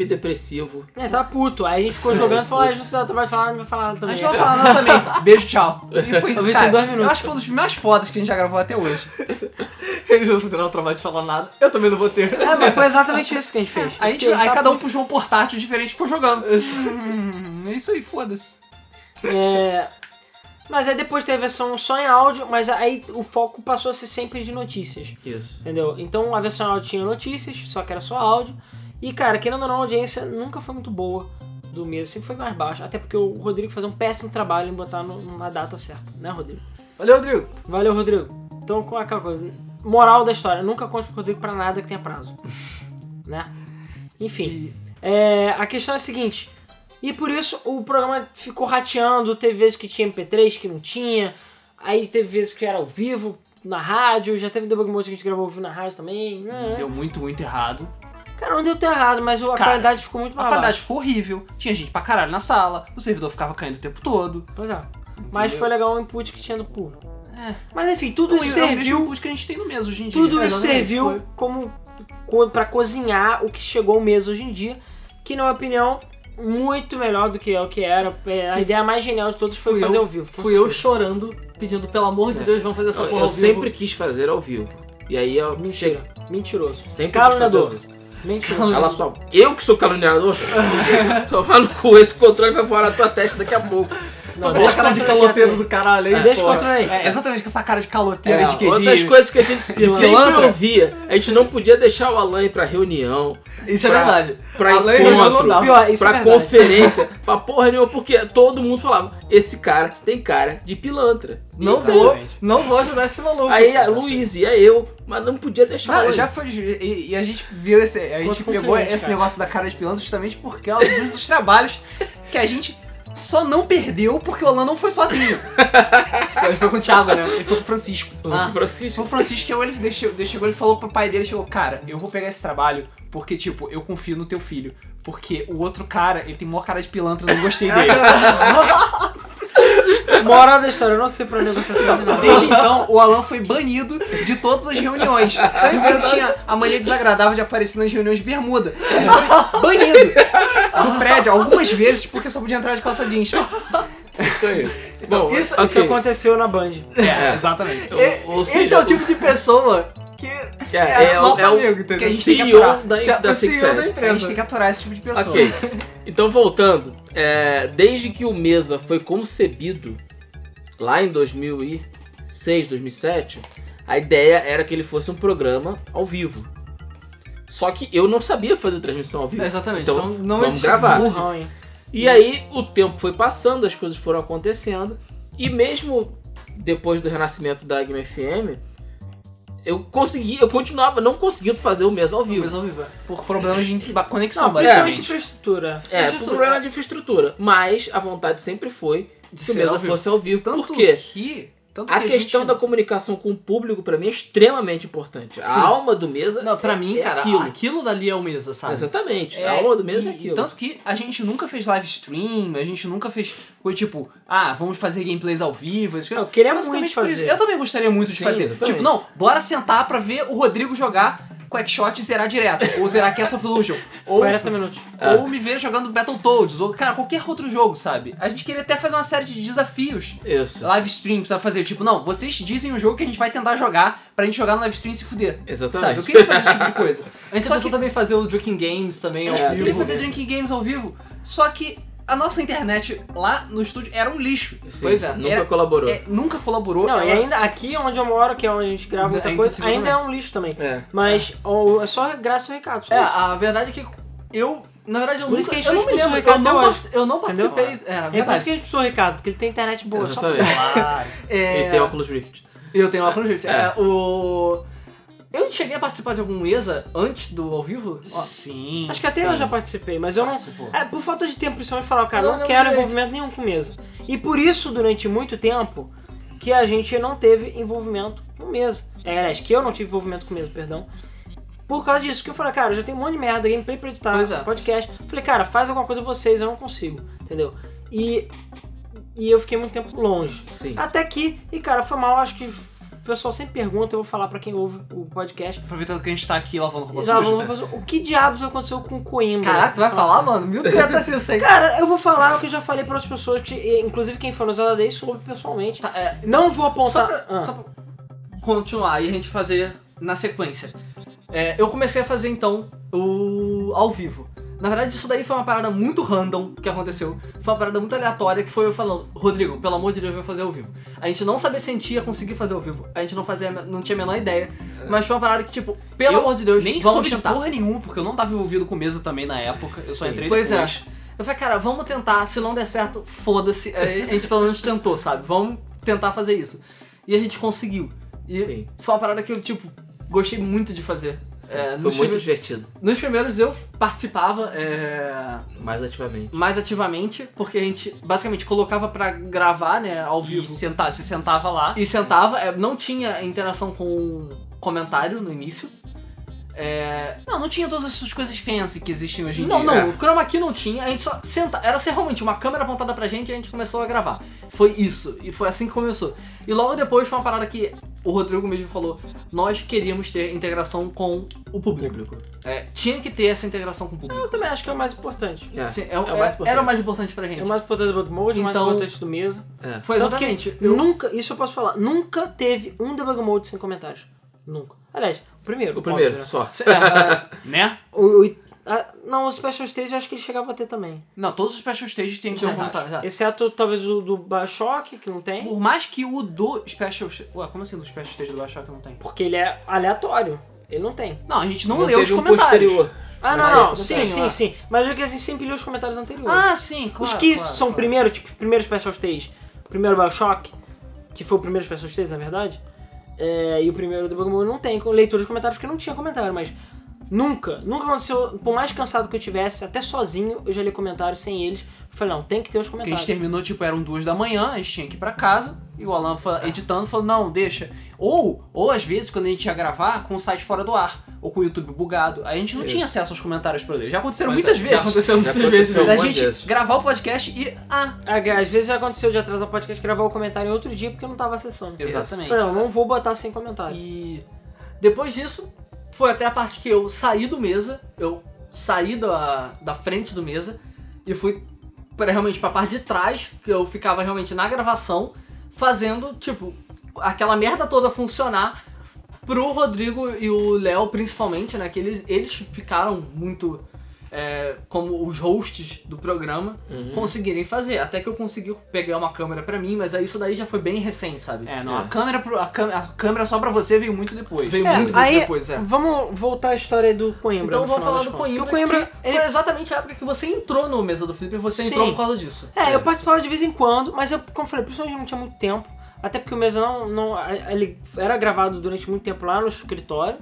semi-depressivo. É, tá puto. Aí a gente ficou jogando e falou, ah, a gente não se dá trabalho de falar, não vai falar nada a também. gente não vai falar nada também. Beijo, tchau. E foi Talvez isso, tem cara. dois minutos. Eu acho que foi um dos mais fodas que a gente já gravou até hoje. Eles não se deram ao trabalho de falar nada. Eu também não vou ter. É, mas foi exatamente isso que a gente fez. A gente, Eu fiquei, aí tá cada um puto. puxou um portátil diferente e ficou jogando. Hum, É isso aí, foda-se. É, mas aí depois teve a versão só em áudio, mas aí o foco passou a ser sempre de notícias. Isso. Entendeu? Então a versão áudio tinha notícias, só que era só áudio. E cara, querendo ou não, a audiência nunca foi muito boa do mês, sempre foi mais baixa. Até porque o Rodrigo fazia um péssimo trabalho em botar no- na data certa, né, Rodrigo? Valeu, Rodrigo. Valeu, Rodrigo. Então, com aquela coisa. Moral da história: nunca conte pro Rodrigo pra nada que tenha prazo. né? Enfim. é, a questão é a seguinte. E por isso o programa ficou rateando. Teve vezes que tinha MP3, que não tinha. Aí teve vezes que era ao vivo, na rádio. Já teve debug mode que a gente gravou ao vivo na rádio também. né? Deu muito, muito errado. Cara, não deu tão errado, mas o- a Cara, qualidade ficou muito A mais qualidade ficou horrível, tinha gente pra caralho na sala, o servidor ficava caindo o tempo todo. baixa. Pois é. Mas foi legal o input que tinha do público. É. Mas enfim, tudo isso é o mesmo serviu input que a gente tem no mês hoje em dia. Tudo É, isso exatamente, serviu foi. como co para cozinhar o que chegou ao mês hoje em dia, que na minha opinião muito melhor do que é o que era. É, A ideia mais genial de todos foi Fui fazer eu- ao vivo. com Fui eu certeza. chorando, pedindo, pelo amor de Deus, vamos fazer essa Eu, porra eu ao vivo. sempre quis fazer ao vivo. E aí eu chega. Mentira. Mentiroso. Sempre Caluniador. quis fazer ao vivo. Mentiroso. Cala sua. Eu que sou caluniador? Toma no cu, esse controle vai voar na tua testa daqui a pouco. Não, Olha a cara de controle aí, caloteiro Arthur. do caralho aí, Deixa o porra. controle aí. É, exatamente com essa cara de caloteira de que Outras de- É, coisas que a gente sempre pilantra. ouvia. A gente não podia deixar o Alan ir pra reunião, Isso é Pra- verdade. pra Alan e encontro. Renan não dá. Pior, isso é pra verdade. conferência, pra porra nenhuma, porque todo mundo falava, esse cara tem cara de pilantra. Não vou, não vou ajudar esse maluco. Aí é, a Luiz ia eu, mas não podia deixar Não, ela ir. Ah, já foi. E, e a gente viu esse. A gente com o pegou cliente, esse cara. negócio da cara de pilantra justamente por causa dos, dos trabalhos que a gente só não perdeu porque o Alan não foi sozinho. Ele foi com o Thiago, né? Ele foi com o Francisco. Ah, Foi Francisco. o Francisco que ele deixou- ele chegou, ele falou pro pai dele, chegou, cara, eu vou pegar esse trabalho porque, tipo, eu confio no teu filho. Porque o outro cara, ele tem maior cara de pilantra, eu não gostei dele. Moral da história, eu não sei pra negociação de nada. Desde então, o Alan foi banido de todas as reuniões. É Tanto que ele tinha a mania desagradável de aparecer nas reuniões de bermuda. Ele foi banido do prédio algumas vezes porque só podia entrar de calça jeans. Isso aí. Bom, isso- ok. Isso aconteceu na Band. É, exatamente. Ou- ou Esse seja, é o tipo de pessoa que é, é, o- nosso é o amigo, entendeu? que a gente tem que CEO aturar. da, Que é da o CEO da Success. empresa. A gente tem que aturar esse tipo de pessoa. Ok. Então, voltando. é, desde que o Mesa foi concebido, lá em 2006, 2007, a ideia era que ele fosse um programa ao vivo. Só que eu não sabia fazer transmissão ao vivo. Exatamente. Então, não, não vamos existe gravar. burro. Burrão, hein? E aí o tempo foi passando, as coisas foram acontecendo, e mesmo depois do renascimento da Game FM, eu consegui, eu continuava não conseguindo fazer o mesmo ao vivo. Mas ao vivo, é. Por problemas de conexão, Não, principalmente basicamente. infraestrutura. É, por Infraestrutura. problema de infraestrutura. Mas a vontade sempre foi De que o ser mesmo ao vivo. fosse ao vivo. Tanto por quê? que. Tanto A que questão gente... da comunicação com o público, pra mim, é extremamente importante. Sim. A alma do mesa. Não, pra é- mim, é cara, aquilo. aquilo. dali é o mesa, sabe? Exatamente. É, a alma do mesa e- é E aquilo. tanto que a gente nunca fez live stream, a gente nunca fez coisa tipo, ah, vamos fazer gameplays ao vivo, essas coisas. Eu queria Basicamente muito por isso. fazer. Eu também gostaria muito de Sim, fazer. exatamente. Tipo, não, bora sentar pra ver o Rodrigo jogar Quackshot e zerar direto. ou zerar Castle of Illusion. Ou, 40 minutos. ou me ver jogando Battletoads. Ou, cara, qualquer outro jogo, sabe? A gente queria até fazer uma série de desafios. Isso. Live stream, sabe? Fazer tipo, não, vocês dizem um jogo que a gente vai tentar jogar pra gente jogar no live stream e se fuder. Exatamente. Sabe? Eu queria fazer esse tipo de coisa. A gente Só pensou que- também fazer o Drinking Games também ao É, eu vivo. queria fazer drinking games ao vivo, só que a nossa internet lá no estúdio era um lixo. Sim, Pois é. Nunca Era- colaborou. É, nunca colaborou. Não, e ela- ainda aqui onde eu moro, que é onde a gente grava muita Ainda coisa, possível ainda é também. um lixo também. É. Mas ó, é só graças ao Ricardo. só É, isso. a verdade é que eu. Na verdade, eu Por nunca. isso que a gente eu não foi me lembro. expulso Eu do não, Ricardo par- eu não Entendeu? participei. É, a É por isso verdade. que a gente precisou o Ricardo, porque ele tem internet boa. Só Exatamente. É, Ele tem óculos Rift. Eu tenho óculos Rift. É, É. o. Eu cheguei a participar de algum ESA antes do ao vivo? Ó, Sim. Acho que até eu já participei, mas eu não. É, por falta de tempo, principalmente falar, cara, Eu não, não quero sei. envolvimento nenhum com mesa. E por isso, durante muito tempo, que a gente não teve envolvimento com mesa. É, aliás, que eu não tive envolvimento com mesa, perdão. Por causa disso, que eu falei, cara, eu já tenho um monte de merda, gameplay pra Pois editar, é. podcast. Falei, cara, faz alguma coisa vocês, eu não consigo, entendeu? E. E eu fiquei muito tempo longe. Sim. Até que, e cara, foi mal, acho que o pessoal sempre pergunta, eu vou falar pra quem ouve o podcast. Aproveitando que a gente tá aqui lavando roupa Exato, suja. vamos fazer- o que diabos aconteceu com Coimbra? Caraca, tu vai falar, mano? Mil treta assim, eu sei. Cara, eu vou falar o que eu já falei pra outras pessoas, que, e, inclusive quem foi no Zelda Day soube pessoalmente. Tá, é, Não vou só apontar. pra, Ah, só pra continuar e a gente fazer na sequência. É, eu comecei a fazer então o ao vivo. Na verdade, isso daí foi uma parada muito random que aconteceu. Foi uma parada muito aleatória que foi eu falando, Rodrigo, pelo amor de Deus, vai fazer ao vivo. A gente não sabia se a gente ia conseguir fazer ao vivo. A gente não fazia, não tinha a menor ideia. Mas foi uma parada que, tipo, pelo É. Eu amor de Deus, Nem vamos soube tentar. de porra nenhuma, porque eu não tava envolvido com mesa também na época. Eu só entrei Pois é. depois. Eu falei, cara, vamos tentar, se não der certo, foda-se. É, A gente pelo menos tentou, sabe? Vamos tentar fazer isso. E a gente conseguiu. E Sim. foi uma parada que eu, tipo, gostei muito de fazer. É, Foi nos, muito primeiros, divertido, nos primeiros eu participava é, mais ativamente. mais ativamente, porque a gente basicamente colocava pra gravar, né, ao E vivo. senta, se sentava lá. E sentava, é, não tinha interação com comentário no início. É, Não, não tinha todas essas coisas fancy que existem hoje em Não, dia. não, o chroma key não tinha, a gente só senta, era ser realmente uma câmera apontada pra gente e a gente começou a gravar. Foi isso, e foi assim que começou. E logo depois foi uma parada que o Rodrigo mesmo falou, nós queríamos ter integração com o público. É, tinha que ter essa integração com o público. Eu também acho que é o mais importante. É, Assim, é- é o mais é- importante. era o mais importante pra É gente. o mais importante do debug mode, o mais Então- importante do mesa. É. Foi Tanto que exatamente. eu- Nunca, isso eu posso falar, nunca teve um debug mode sem comentários. Nunca. Aliás, o primeiro. O primeiro, óbvio, né? só. Né? O- o- a- não, os Special Stage eu acho que ele chegava a ter também. Não, todos os Special Stages têm Tinha um comentário. comentário, exato. Exceto talvez o do Bioshock, que não tem. Por mais que o do Special... Ué, como assim do Special Stage do Bioshock não tem? Porque ele é aleatório. Ele não tem. Não, a gente não, Não leu os teve um comentários. posterior. Ah, Mas não, não. isso Sim, tem, sim, não é? sim. Mas eu que assim sempre li os comentários anteriores. Ah, sim, claro. os que claro, são claro. primeiro, tipo, primeiro Special Stage, primeiro Bioshock, que foi o primeiro Special Stage, na verdade, é, e o primeiro do Pokémon não tem com leitura de comentários, porque não tinha comentário, mas nunca, nunca aconteceu, por mais cansado que eu tivesse, até sozinho, eu já li comentários sem eles. Eu falei, não, tem que ter os Porque a comentários. gente terminou, tipo, eram duas da manhã, a gente tinha que ir pra casa, e o Alan fa- editando falou, não, deixa. Ou, ou às vezes, quando a gente ia gravar, com o site fora do ar, ou com o YouTube bugado, a gente não Isso. tinha acesso aos comentários pra ler. Já aconteceram Mas muitas já vezes. aconteceu Já muitas aconteceu é vezes. Da um algumas gente vezes. gravar o podcast e... Ah! Ah, Às vezes já aconteceu de atrasar o podcast, gravar o comentário em outro dia porque eu não tava acessando. Eu Exatamente. Falei, não, não vou botar sem comentário. E depois disso, foi até a parte que eu saí do mesa, eu saí da, da frente do mesa e fui pra, realmente pra parte de trás, que eu ficava realmente na gravação, fazendo, tipo, aquela merda toda funcionar pro Rodrigo e o Léo, principalmente, né? Que eles, eles ficaram muito. é, como os hosts do programa conseguirem fazer. Até que eu consegui pegar uma câmera pra mim, mas aí isso daí já foi bem recente, sabe? É, não, É. A, câmera pro- a, câmera, a câmera só pra você veio muito depois. então Veio É, muito aí- depois, é. Vamos voltar à história do Coimbra. Então no vamos final falar do das contas. Coimbra, Porque o Coimbra é que foi exatamente a época que você entrou no Mesa do Felipe e você Sim. entrou por causa disso. É, eu participava de vez em quando, mas eu, como eu falei, principalmente não tinha muito tempo. Até porque o mesa não, não- a- ele era gravado durante muito tempo lá no escritório,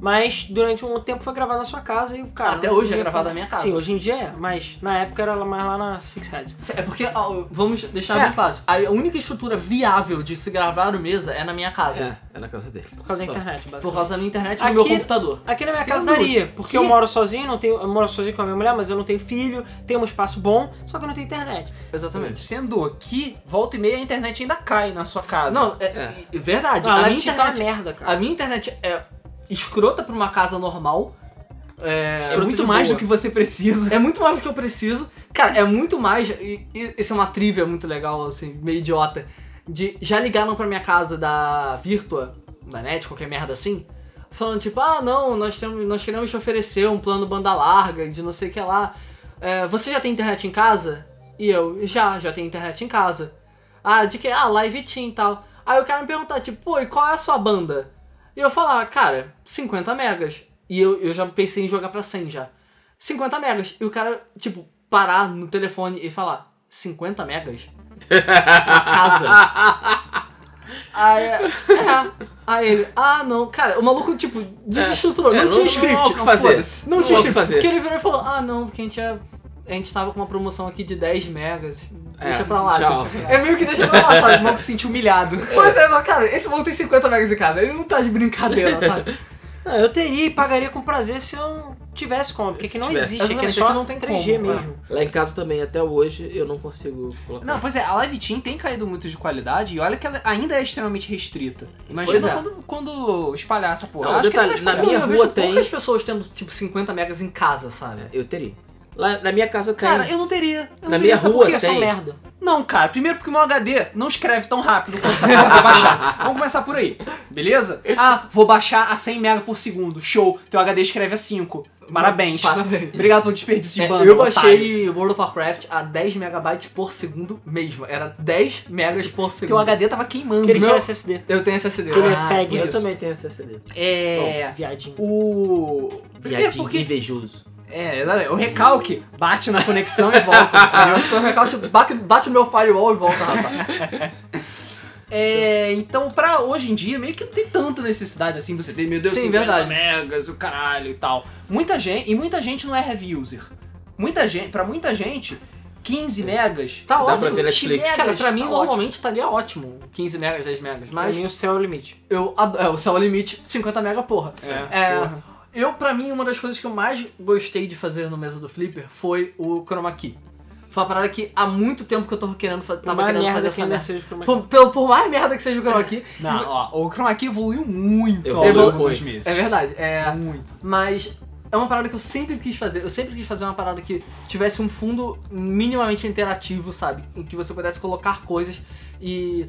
mas durante um tempo foi gravado na sua casa e o cara. Até não hoje é tinha gravado como- na minha casa. Sim, hoje em dia é, mas na época era lá- mais lá na Six Heads. É porque, ó, vamos deixar É. bem claro, a única estrutura viável de se gravar no Mesa é na minha casa. É, é na casa dele. Por causa Só. da internet, basicamente. Por causa da minha internet e do Aqui- meu computador. Aqui na minha casa Sendo daria, porque eu que- moro sozinho, não tenho, eu moro sozinho com a minha mulher, mas eu não tenho filho, tenho um espaço bom, só que eu não tenho internet. Exatamente. Sendo que, volta e meia, a internet ainda cai na sua casa. Não, é, É. é verdade. Ah, a, lá minha tinha que tá uma internet, é merda, cara. a minha internet é escrota pra uma casa normal. É, é Escrota muito de mais boa. do que você precisa. É muito mais do que eu preciso. Cara, é muito mais. E, e isso é uma trivia muito legal, assim, meio idiota. De já ligaram pra minha casa da Virtua, da net, qualquer merda assim. Falando tipo, ah não, nós, temos, nós queremos te oferecer um plano banda larga de não sei o que lá. É, você já tem internet em casa? E eu, já, já tenho internet em casa. Ah, de que? Ah, live team e tal. Aí o cara me perguntar, tipo, pô, e qual é a sua banda? E eu falar, cara, 50 megas. E eu, eu já pensei em jogar pra 100 já. 50 megas. E o cara, tipo, parar no telefone e falar, 50 megas? Pra casa. Aí, é, aí ele, ah não, cara, o maluco, tipo, desestruturou, É, não não- tinha não script, há o que fazer. foda-se. Não Não tinha há o que script, fazer. porque ele virou e falou, ah não, porque a gente é... A gente tava com uma promoção aqui de 10 megas, deixa É, pra lá, tchau. tipo. É meio que deixa pra lá, sabe? O maluco se sentiu humilhado. Pois é, mas cara, esse maluco tem 50 megas em casa, ele não tá de brincadeira, sabe? Não, eu teria e pagaria com prazer se eu tivesse como, porque Se que não tivesse. existe, que é Exatamente, só aqui não tem 3G como, mesmo. Lá em casa também, até hoje, eu não consigo colocar. Não, pois é, a Live Team tem caído muito de qualidade e olha que ela ainda é extremamente restrita. Imagina Pois é. quando, quando espalhar essa porra. Não, Acho que detalhe, ela vai na espalhar. minha eu rua vejo tem. É. poucas pessoas tendo, tipo, 50 megas em casa, sabe? Eu teria. Lá na minha casa tem. Cara, eu não teria. Eu Na não teria, minha sabe rua por quê? Só Tem. merda. Não, cara, primeiro porque meu HD não escreve tão rápido quanto essa porra vai baixar. Vamos começar por aí, beleza? Ah, vou baixar a 100 mega por segundo. Show, teu HD escreve a 5. Parabéns. Parabéns. Obrigado pelo desperdício É, Tipo, de banda. eu otário. baixei World of Warcraft a 10 megabytes por segundo mesmo. Era 10 megas por Porque o segundo. HD tava queimando. Que ele Não. tinha SSD. Eu tenho SSD. Que ele é Ah, fag. por Eu isso. também tenho SSD. É. Viadinho. O. É Primeiro Viadinho porque. invejoso. É, exatamente. o recalque bate na conexão e volta. entendeu? Só o recalque bate, bate no meu firewall e volta, rapaz. É, então pra hoje em dia, meio que não tem tanta necessidade assim, você tem, meu Deus, Sim, 50 verdade. megas, o caralho e tal. Muita gente, e muita gente não é heavy user. Muita gente, pra muita gente, 15 megas... Tá Dá ótimo. pra ver Netflix. megas, Cara, pra mim tá ótimo. normalmente estaria ótimo. 15 megas, 10 megas. Mas Mas mim o céu é o limite. eu adoro. É, o céu é o limite, 50 mega, porra. É, eu, pra mim, uma das coisas que eu mais gostei de fazer no mesa do Flipper foi o chroma key. Foi uma parada que há muito tempo que eu tô querendo, fa- tava Uma querendo merda fazer que essa ainda merda. seja como é que- Por, pelo- por mais merda que seja o É. chroma key, Não, ó, o Chroma Key evoluiu muito ao Evoluiu longo dos muito. meses. é verdade. É, Muito. mas é uma parada que eu sempre quis fazer. Eu sempre quis fazer uma parada que tivesse um fundo minimamente interativo, sabe? Em que você pudesse colocar coisas e.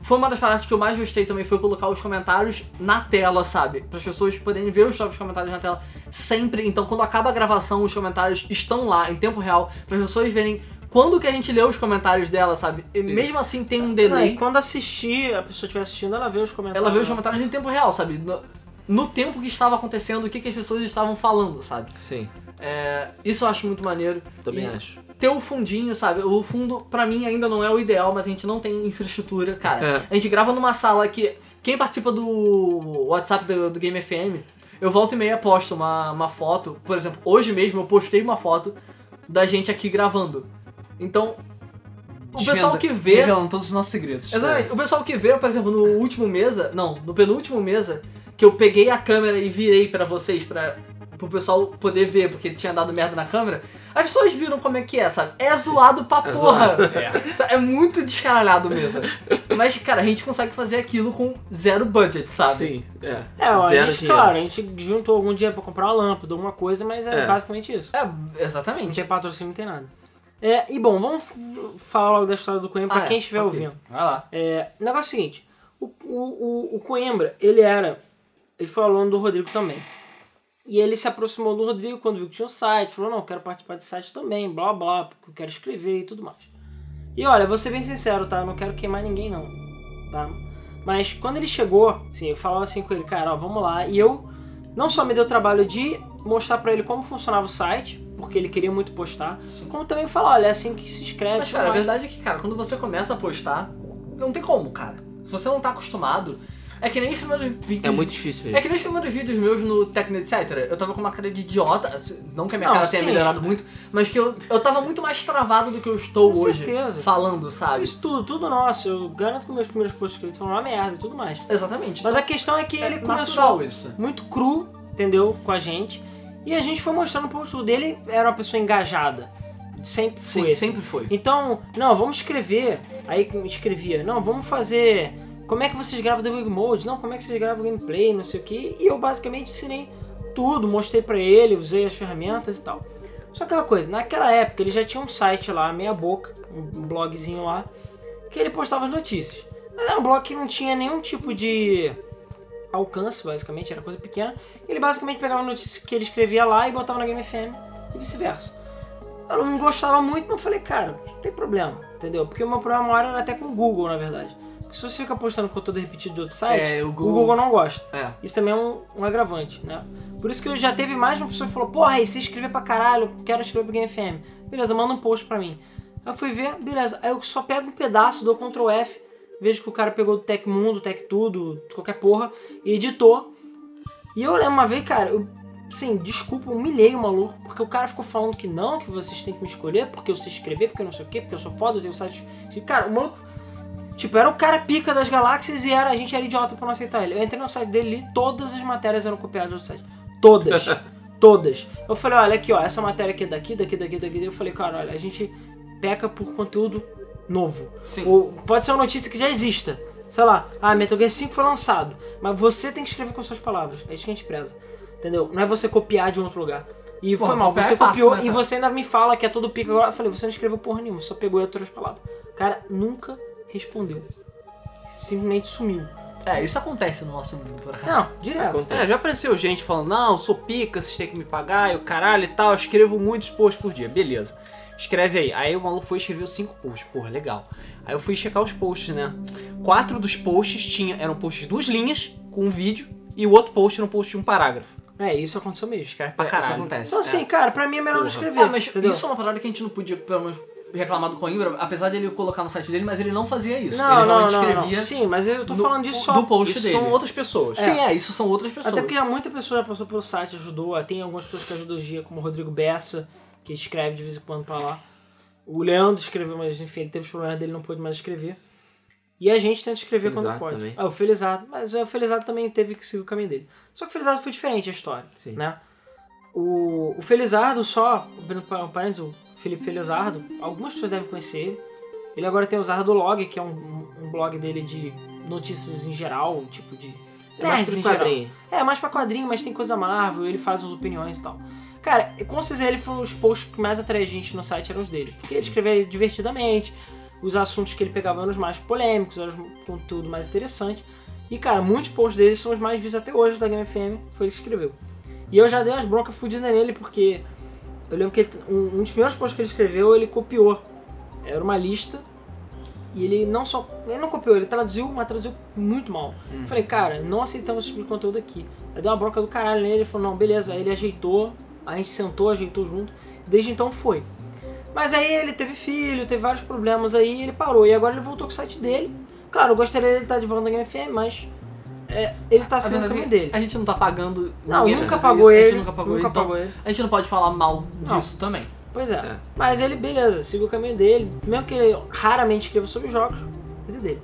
Foi uma das paradas que eu mais gostei também foi colocar os comentários na tela, sabe? Para as pessoas poderem ver os próprios comentários na tela sempre. Então, quando acaba a gravação, os comentários estão lá em tempo real para as pessoas verem quando que a gente leu os comentários dela, sabe? E mesmo assim tem um Não, delay. e quando assistir, a pessoa estiver assistindo, ela vê os comentários. Ela vê os comentários em tempo real, sabe? No, no tempo que estava acontecendo, o que, que as pessoas estavam falando, sabe? Sim, É, isso eu acho muito maneiro. também E acho. Ter o fundinho, sabe? O fundo, pra mim, ainda não é o ideal, mas a gente não tem infraestrutura, cara. É. A gente grava numa sala que. Quem participa do WhatsApp do, do Game FM, eu volto e meia posto uma, uma foto. Por exemplo, hoje mesmo eu postei uma foto da gente aqui gravando. Então, o pessoal que vê. Revelando todos os nossos segredos. Exatamente. O pessoal que vê, por exemplo, no último mesa, não, no penúltimo mesa, que eu peguei a câmera e virei pra vocês, pra, pro pessoal poder ver, porque tinha dado merda na câmera, as pessoas viram como é que é, sabe? É zoado pra porra. Sabe? É. muito descaralhado o mesa. Mas, cara, a gente consegue fazer aquilo com zero budget, sabe? Sim, é. É, ó, a Zero gente, dinheiro. claro, a gente juntou algum dinheiro pra comprar uma lâmpada, alguma coisa, mas é, É. basicamente isso. É, Não exatamente. tinha patrocínio, não tem nada. É, e bom, vamos f- falar logo da história do Coimbra Ah, pra quem é, estiver ok. ouvindo. Vai lá. É, o negócio é o seguinte: o, o, o- o Coimbra, ele era. Ele foi aluno do Rodrigo também. E ele se aproximou do Rodrigo quando viu que tinha um site, falou: não, eu quero participar desse site também, blá blá, porque eu quero escrever e tudo mais. E olha, vou ser bem sincero, tá? Eu não quero queimar ninguém, não, tá? Mas quando ele chegou, assim, eu falava assim com ele: cara, ó, vamos lá. E eu não só me deu o trabalho de mostrar pra ele como funcionava o site, porque ele queria muito postar, como também falar: olha, é assim que se escreve. Mas, tudo cara, a mais. verdade é que, cara, quando você começa a postar, não tem como, cara. Se você não tá acostumado, é que nem os primeiros vídeos É muito difícil mesmo. É que nos primeiros vídeos meus no Tecno Etc., eu tava com uma cara de idiota, assim, não que a minha Não, cara tenha sim. melhorado muito, mas que eu, eu tava muito mais travado do que eu estou Com hoje certeza. falando, sabe? Isso tudo, tudo nosso. Eu garanto que meus primeiros posts escritos foram uma merda e tudo mais. Exatamente. Mas a questão é que ele é começou natural isso. muito cru, entendeu? Com a gente. E a gente foi mostrando um pouco tudo. dele era uma pessoa engajada. Sempre foi. Sim, assim. sempre foi. Então, não, vamos escrever. Aí escrevia, não, vamos fazer. Como é que vocês gravam The Big Mode? Não, como é que vocês gravam gameplay? Não sei o que. E eu basicamente ensinei tudo, mostrei pra ele, usei as ferramentas e tal. Só aquela coisa, naquela época ele já tinha um site lá, meia boca, um blogzinho lá, que ele postava as notícias. Mas era um blog que não tinha nenhum tipo de alcance, basicamente, era coisa pequena. Ele basicamente pegava a notícia que ele escrevia lá e botava na Game FM e vice-versa. Eu não gostava muito, mas eu falei, cara, não tem problema, entendeu? Porque o meu problema maior era até com o Google, na verdade. Porque se você fica postando conteúdo repetido de outro site, É, o o Google- Google não gosta. É. Isso também é um, um agravante, né? Por isso que eu já teve mais de uma pessoa que falou, porra, aí você escreveu pra caralho, quero escrever pro Game FM. Beleza, manda um post pra mim. Aí eu fui ver, beleza, aí eu só pego um pedaço, dou Ctrl F, vejo que o cara pegou do Tec Mundo, Tec Tudo, qualquer porra, e editou. E eu lembro uma vez, cara, eu, assim, desculpa, humilhei o maluco, porque o cara ficou falando que não, que vocês têm que me escolher, porque eu sei escrever, porque eu não sei o quê, porque eu sou foda, eu tenho site. Cara, o maluco Tipo, era o cara pica das galáxias e era, a gente era idiota por não aceitar ele. Eu entrei no site dele e todas as matérias eram copiadas do site. Todas. todas. Eu falei, olha aqui, ó, essa matéria aqui é daqui, daqui, daqui, daqui. Eu falei, cara, olha, a gente peca por conteúdo novo. Sim. Ou pode ser uma notícia que já exista. Sei lá, ah, Metal Gear 5 foi lançado. Mas você tem que escrever com suas palavras. É isso que a gente preza. Entendeu? Não é você copiar de um outro lugar. E Porra, foi mal, copiar você é fácil, copiou né, e cara? você ainda me fala que é tudo pica agora. Eu falei, você não escreveu porra nenhuma, só pegou e alterou as palavras. O cara nunca respondeu. Simplesmente sumiu. É, isso acontece no nosso mundo, por acaso. Não, direto. Acontece. É, já apareceu gente falando, não, sou pica, vocês têm que me pagar, eu caralho e tal, eu escrevo muitos posts por dia, beleza. Escreve aí. Aí o maluco foi e escreveu cinco posts, porra, legal. Aí eu fui checar os posts, né? Quatro dos posts tinha, eram posts de duas linhas, com um vídeo, e o outro post era um post de um parágrafo. É, isso aconteceu mesmo. Escreve pra É, caralho. Isso acontece. Então assim, cara, pra mim é melhor não Porra. escrever, É, mas entendeu? isso é uma parada que a gente não podia, pelo menos, reclamar do Coimbra, apesar de ele colocar no site dele, mas ele não fazia isso. Não, ele não, realmente não, não. escrevia Sim, mas eu tô no- falando disso só do post Isso dele. são outras pessoas. Sim, é, isso são outras pessoas. Até porque muita pessoa já passou pelo site, ajudou. Tem algumas pessoas que ajudam o dia, como o Rodrigo Bessa, que escreve de vez em quando pra lá. O Leandro escreveu, mas enfim, ele teve os problemas dele, não pôde mais escrever. E a gente tenta escrever Felizardo quando pode. também. Ah, o Felizardo, mas o Felizardo também teve que seguir o caminho dele. Só que o Felizardo foi diferente a história, Sim. né? O, o Felizardo só, abrindo pa- um parênteses, o Felipe Felizardo, algumas pessoas devem conhecer ele. Ele agora tem o Zardolog, que é um, um- um blog dele de notícias em geral, tipo de... É mais nerds pro em geral. quadrinho. É, mais pra quadrinho, mas tem coisa Marvel, ele faz umas opiniões e tal. Cara, com certeza ele foi os posts que mais atraía a gente no site eram os dele. Porque ele escrevia divertidamente, os assuntos que ele pegava eram os mais polêmicos, eram os conteúdo mais interessante. E, cara, muitos posts dele são os mais vistos até hoje da Game FM, foi ele que escreveu. E eu já dei umas broncas fodidas nele, porque eu lembro que ele- um, um dos primeiros posts que ele escreveu, ele copiou. Era uma lista, e ele não só. Ele não copiou, ele traduziu, mas traduziu muito mal. Hum. Falei, cara, não aceitamos esse tipo de conteúdo aqui. Aí deu uma bronca do caralho nele, ele falou, não, beleza. Aí ele ajeitou, a gente sentou, ajeitou junto. Desde então foi. Mas aí ele teve filho, teve vários problemas aí, ele parou. E agora ele voltou com o site dele. Claro, eu gostaria dele estar de volta na Game FM, mas é, ele tá A sendo o verdade é que caminho dele. A gente não tá pagando. Não, ninguém pra nunca fazer isso, pagou ele. A gente nunca pagou ele. então ele. A gente não pode falar mal Não. disso também. Pois é. É. Mas ele, beleza, siga o caminho dele. Mesmo que ele raramente escreva sobre jogos, vida dele.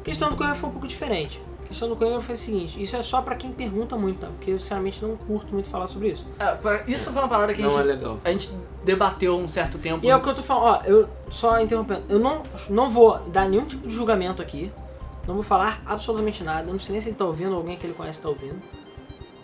A questão do Coimbra foi um pouco diferente. A questão do Coimbra foi o seguinte: isso é só pra quem pergunta muito, tá? Porque eu sinceramente não curto muito falar sobre isso. É, pra- isso foi uma parada que a Não é gente, legal. a gente debateu um certo tempo. E é o que eu tô falando, ó, eu só interrompendo, eu não, não vou dar nenhum tipo de julgamento aqui, não vou falar absolutamente nada, eu não sei nem se ele tá ouvindo, alguém que ele conhece tá ouvindo.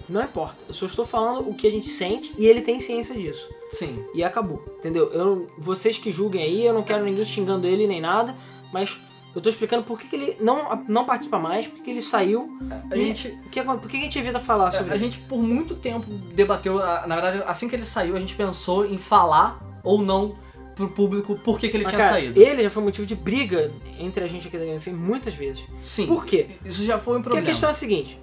Não importa, eu só estou falando o que a gente sente e ele tem ciência disso. Sim. e acabou, entendeu? Eu, vocês que julguem aí, eu não quero ninguém xingando ele nem nada, mas eu tô explicando por que, que ele não, não participa mais, por que, que ele saiu, A E- gente, o que, acon- por que, que a gente evita falar sobre É, a isso. gente por muito tempo debateu, a- na verdade, assim que ele saiu, a gente pensou em falar ou não pro público por que, que ele Mas, tinha cara, saído. Ele já foi motivo de briga entre a gente aqui da Game FM muitas vezes. Sim. Por quê? Isso já foi um Porque a problema. questão é a seguinte: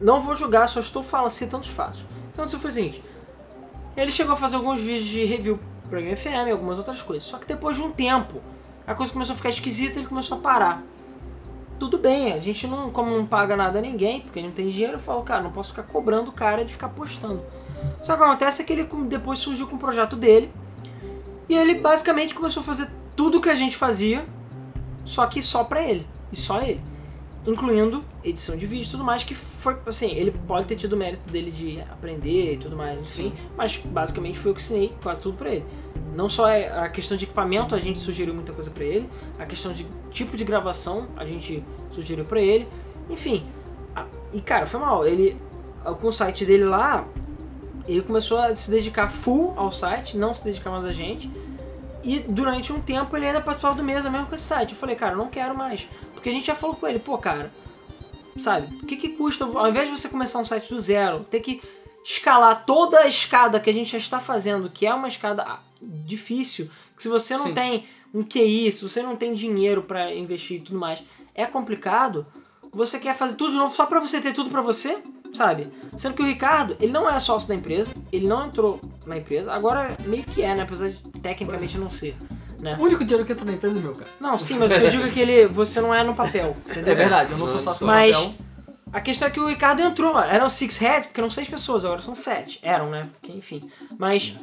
não vou julgar, só estou falando, citando os fatos. Então, isso foi o seguinte: ele chegou a fazer alguns vídeos de review pra Game FM e algumas outras coisas. Só que depois de um tempo, a coisa começou a ficar esquisita e ele começou a parar. Tudo bem, a gente não, como não paga nada a ninguém, porque não tem dinheiro, eu falo, cara, não posso ficar cobrando o cara de ficar postando. Só que acontece é que ele com- depois surgiu com o projeto dele e ele basicamente começou a fazer tudo que a gente fazia, só que só pra ele e só ele incluindo edição de vídeo e tudo mais, que foi, assim, ele pode ter tido o mérito dele de aprender e tudo mais, enfim, mas basicamente foi eu que ensinei quase tudo pra ele. Não só é a questão de equipamento, a gente sugeriu muita coisa pra ele, a questão de tipo de gravação, a gente sugeriu pra ele, enfim. a- e cara, foi mal, ele, com o site dele lá, ele começou a se dedicar full ao site, não se dedicar mais a gente, e durante um tempo ele ainda participava do mesa mesmo com esse site. Eu falei, cara, eu não quero mais. Porque a gente já falou com ele, pô, cara, sabe, o que, que custa, ao invés de você começar um site do zero, ter que escalar toda a escada que a gente já está fazendo, que é uma escada ah, difícil, que se você não Sim. tem um QI, se você não tem dinheiro para investir e tudo mais, é complicado. Você quer fazer tudo de novo só para você ter tudo para você, sabe? Sendo que o Ricardo, ele não é sócio da empresa, ele não entrou na empresa, agora meio que é, né? Apesar de é. tecnicamente não ser. O único dinheiro que entra na empresa é meu, cara. Não, sim, mas o que eu digo é que ele, você não é no papel, É entendeu? verdade, eu não Não, sou não sócio sou. do Mas- papel. A questão é que o Ricardo entrou, eram six heads, porque eram seis pessoas, agora são sete. Eram, né? Porque, enfim. Mas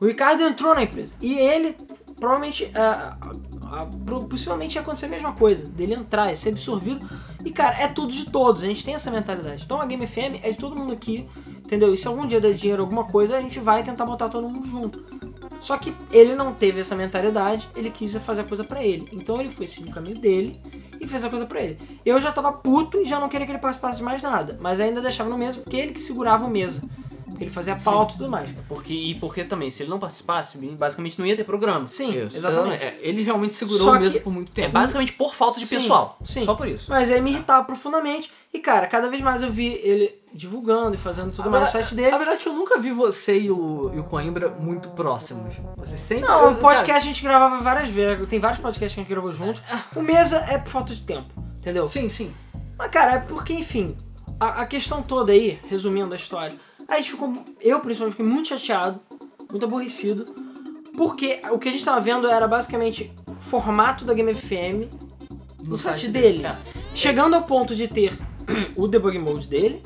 o Ricardo entrou na empresa. E ele provavelmente. ah, ah, ah, pro- possivelmente ia acontecer a mesma coisa, dele entrar, ia ser absorvido. E, cara, é tudo de todos, a gente tem essa mentalidade. Então a Game FM é de todo mundo aqui, entendeu? E se algum dia der dinheiro alguma coisa, a gente vai tentar botar todo mundo junto. Só que ele não teve essa mentalidade, ele quis fazer a coisa pra ele. Então ele foi seguir o caminho dele e fez a coisa pra ele. Eu já tava puto e já não queria que ele participasse de mais nada, mas ainda deixava no mesmo porque ele que segurava o mesa. Porque porque ele fazia pauta e tudo mais. Porque, e porque também, se ele não participasse, basicamente não ia ter programa. Sim, Isso. exatamente. É, ele realmente segurou Só o mesmo que- por muito É tempo. basicamente por falta de Sim, pessoal. sim. Só por isso. Mas aí me irritava profundamente. E, cara, cada vez mais eu vi ele divulgando e fazendo tudo A mais verdade- no site dele. A verdade é que eu nunca vi você e o, e o Coimbra muito próximos. Você sempre. Não, eu- o podcast a gente gravava várias vezes. Tem vários podcasts que a gente É. gravou juntos. O mesa é por falta de tempo, entendeu? cara, Sim, sim. Mas, cara, é porque, enfim, a, a questão toda aí, resumindo a história, a gente ficou, eu principalmente, fiquei muito chateado, muito aborrecido, porque o que a gente tava vendo era basicamente o formato da Game FM no, site, dele. É. Chegando ao ponto de ter o debug mode dele,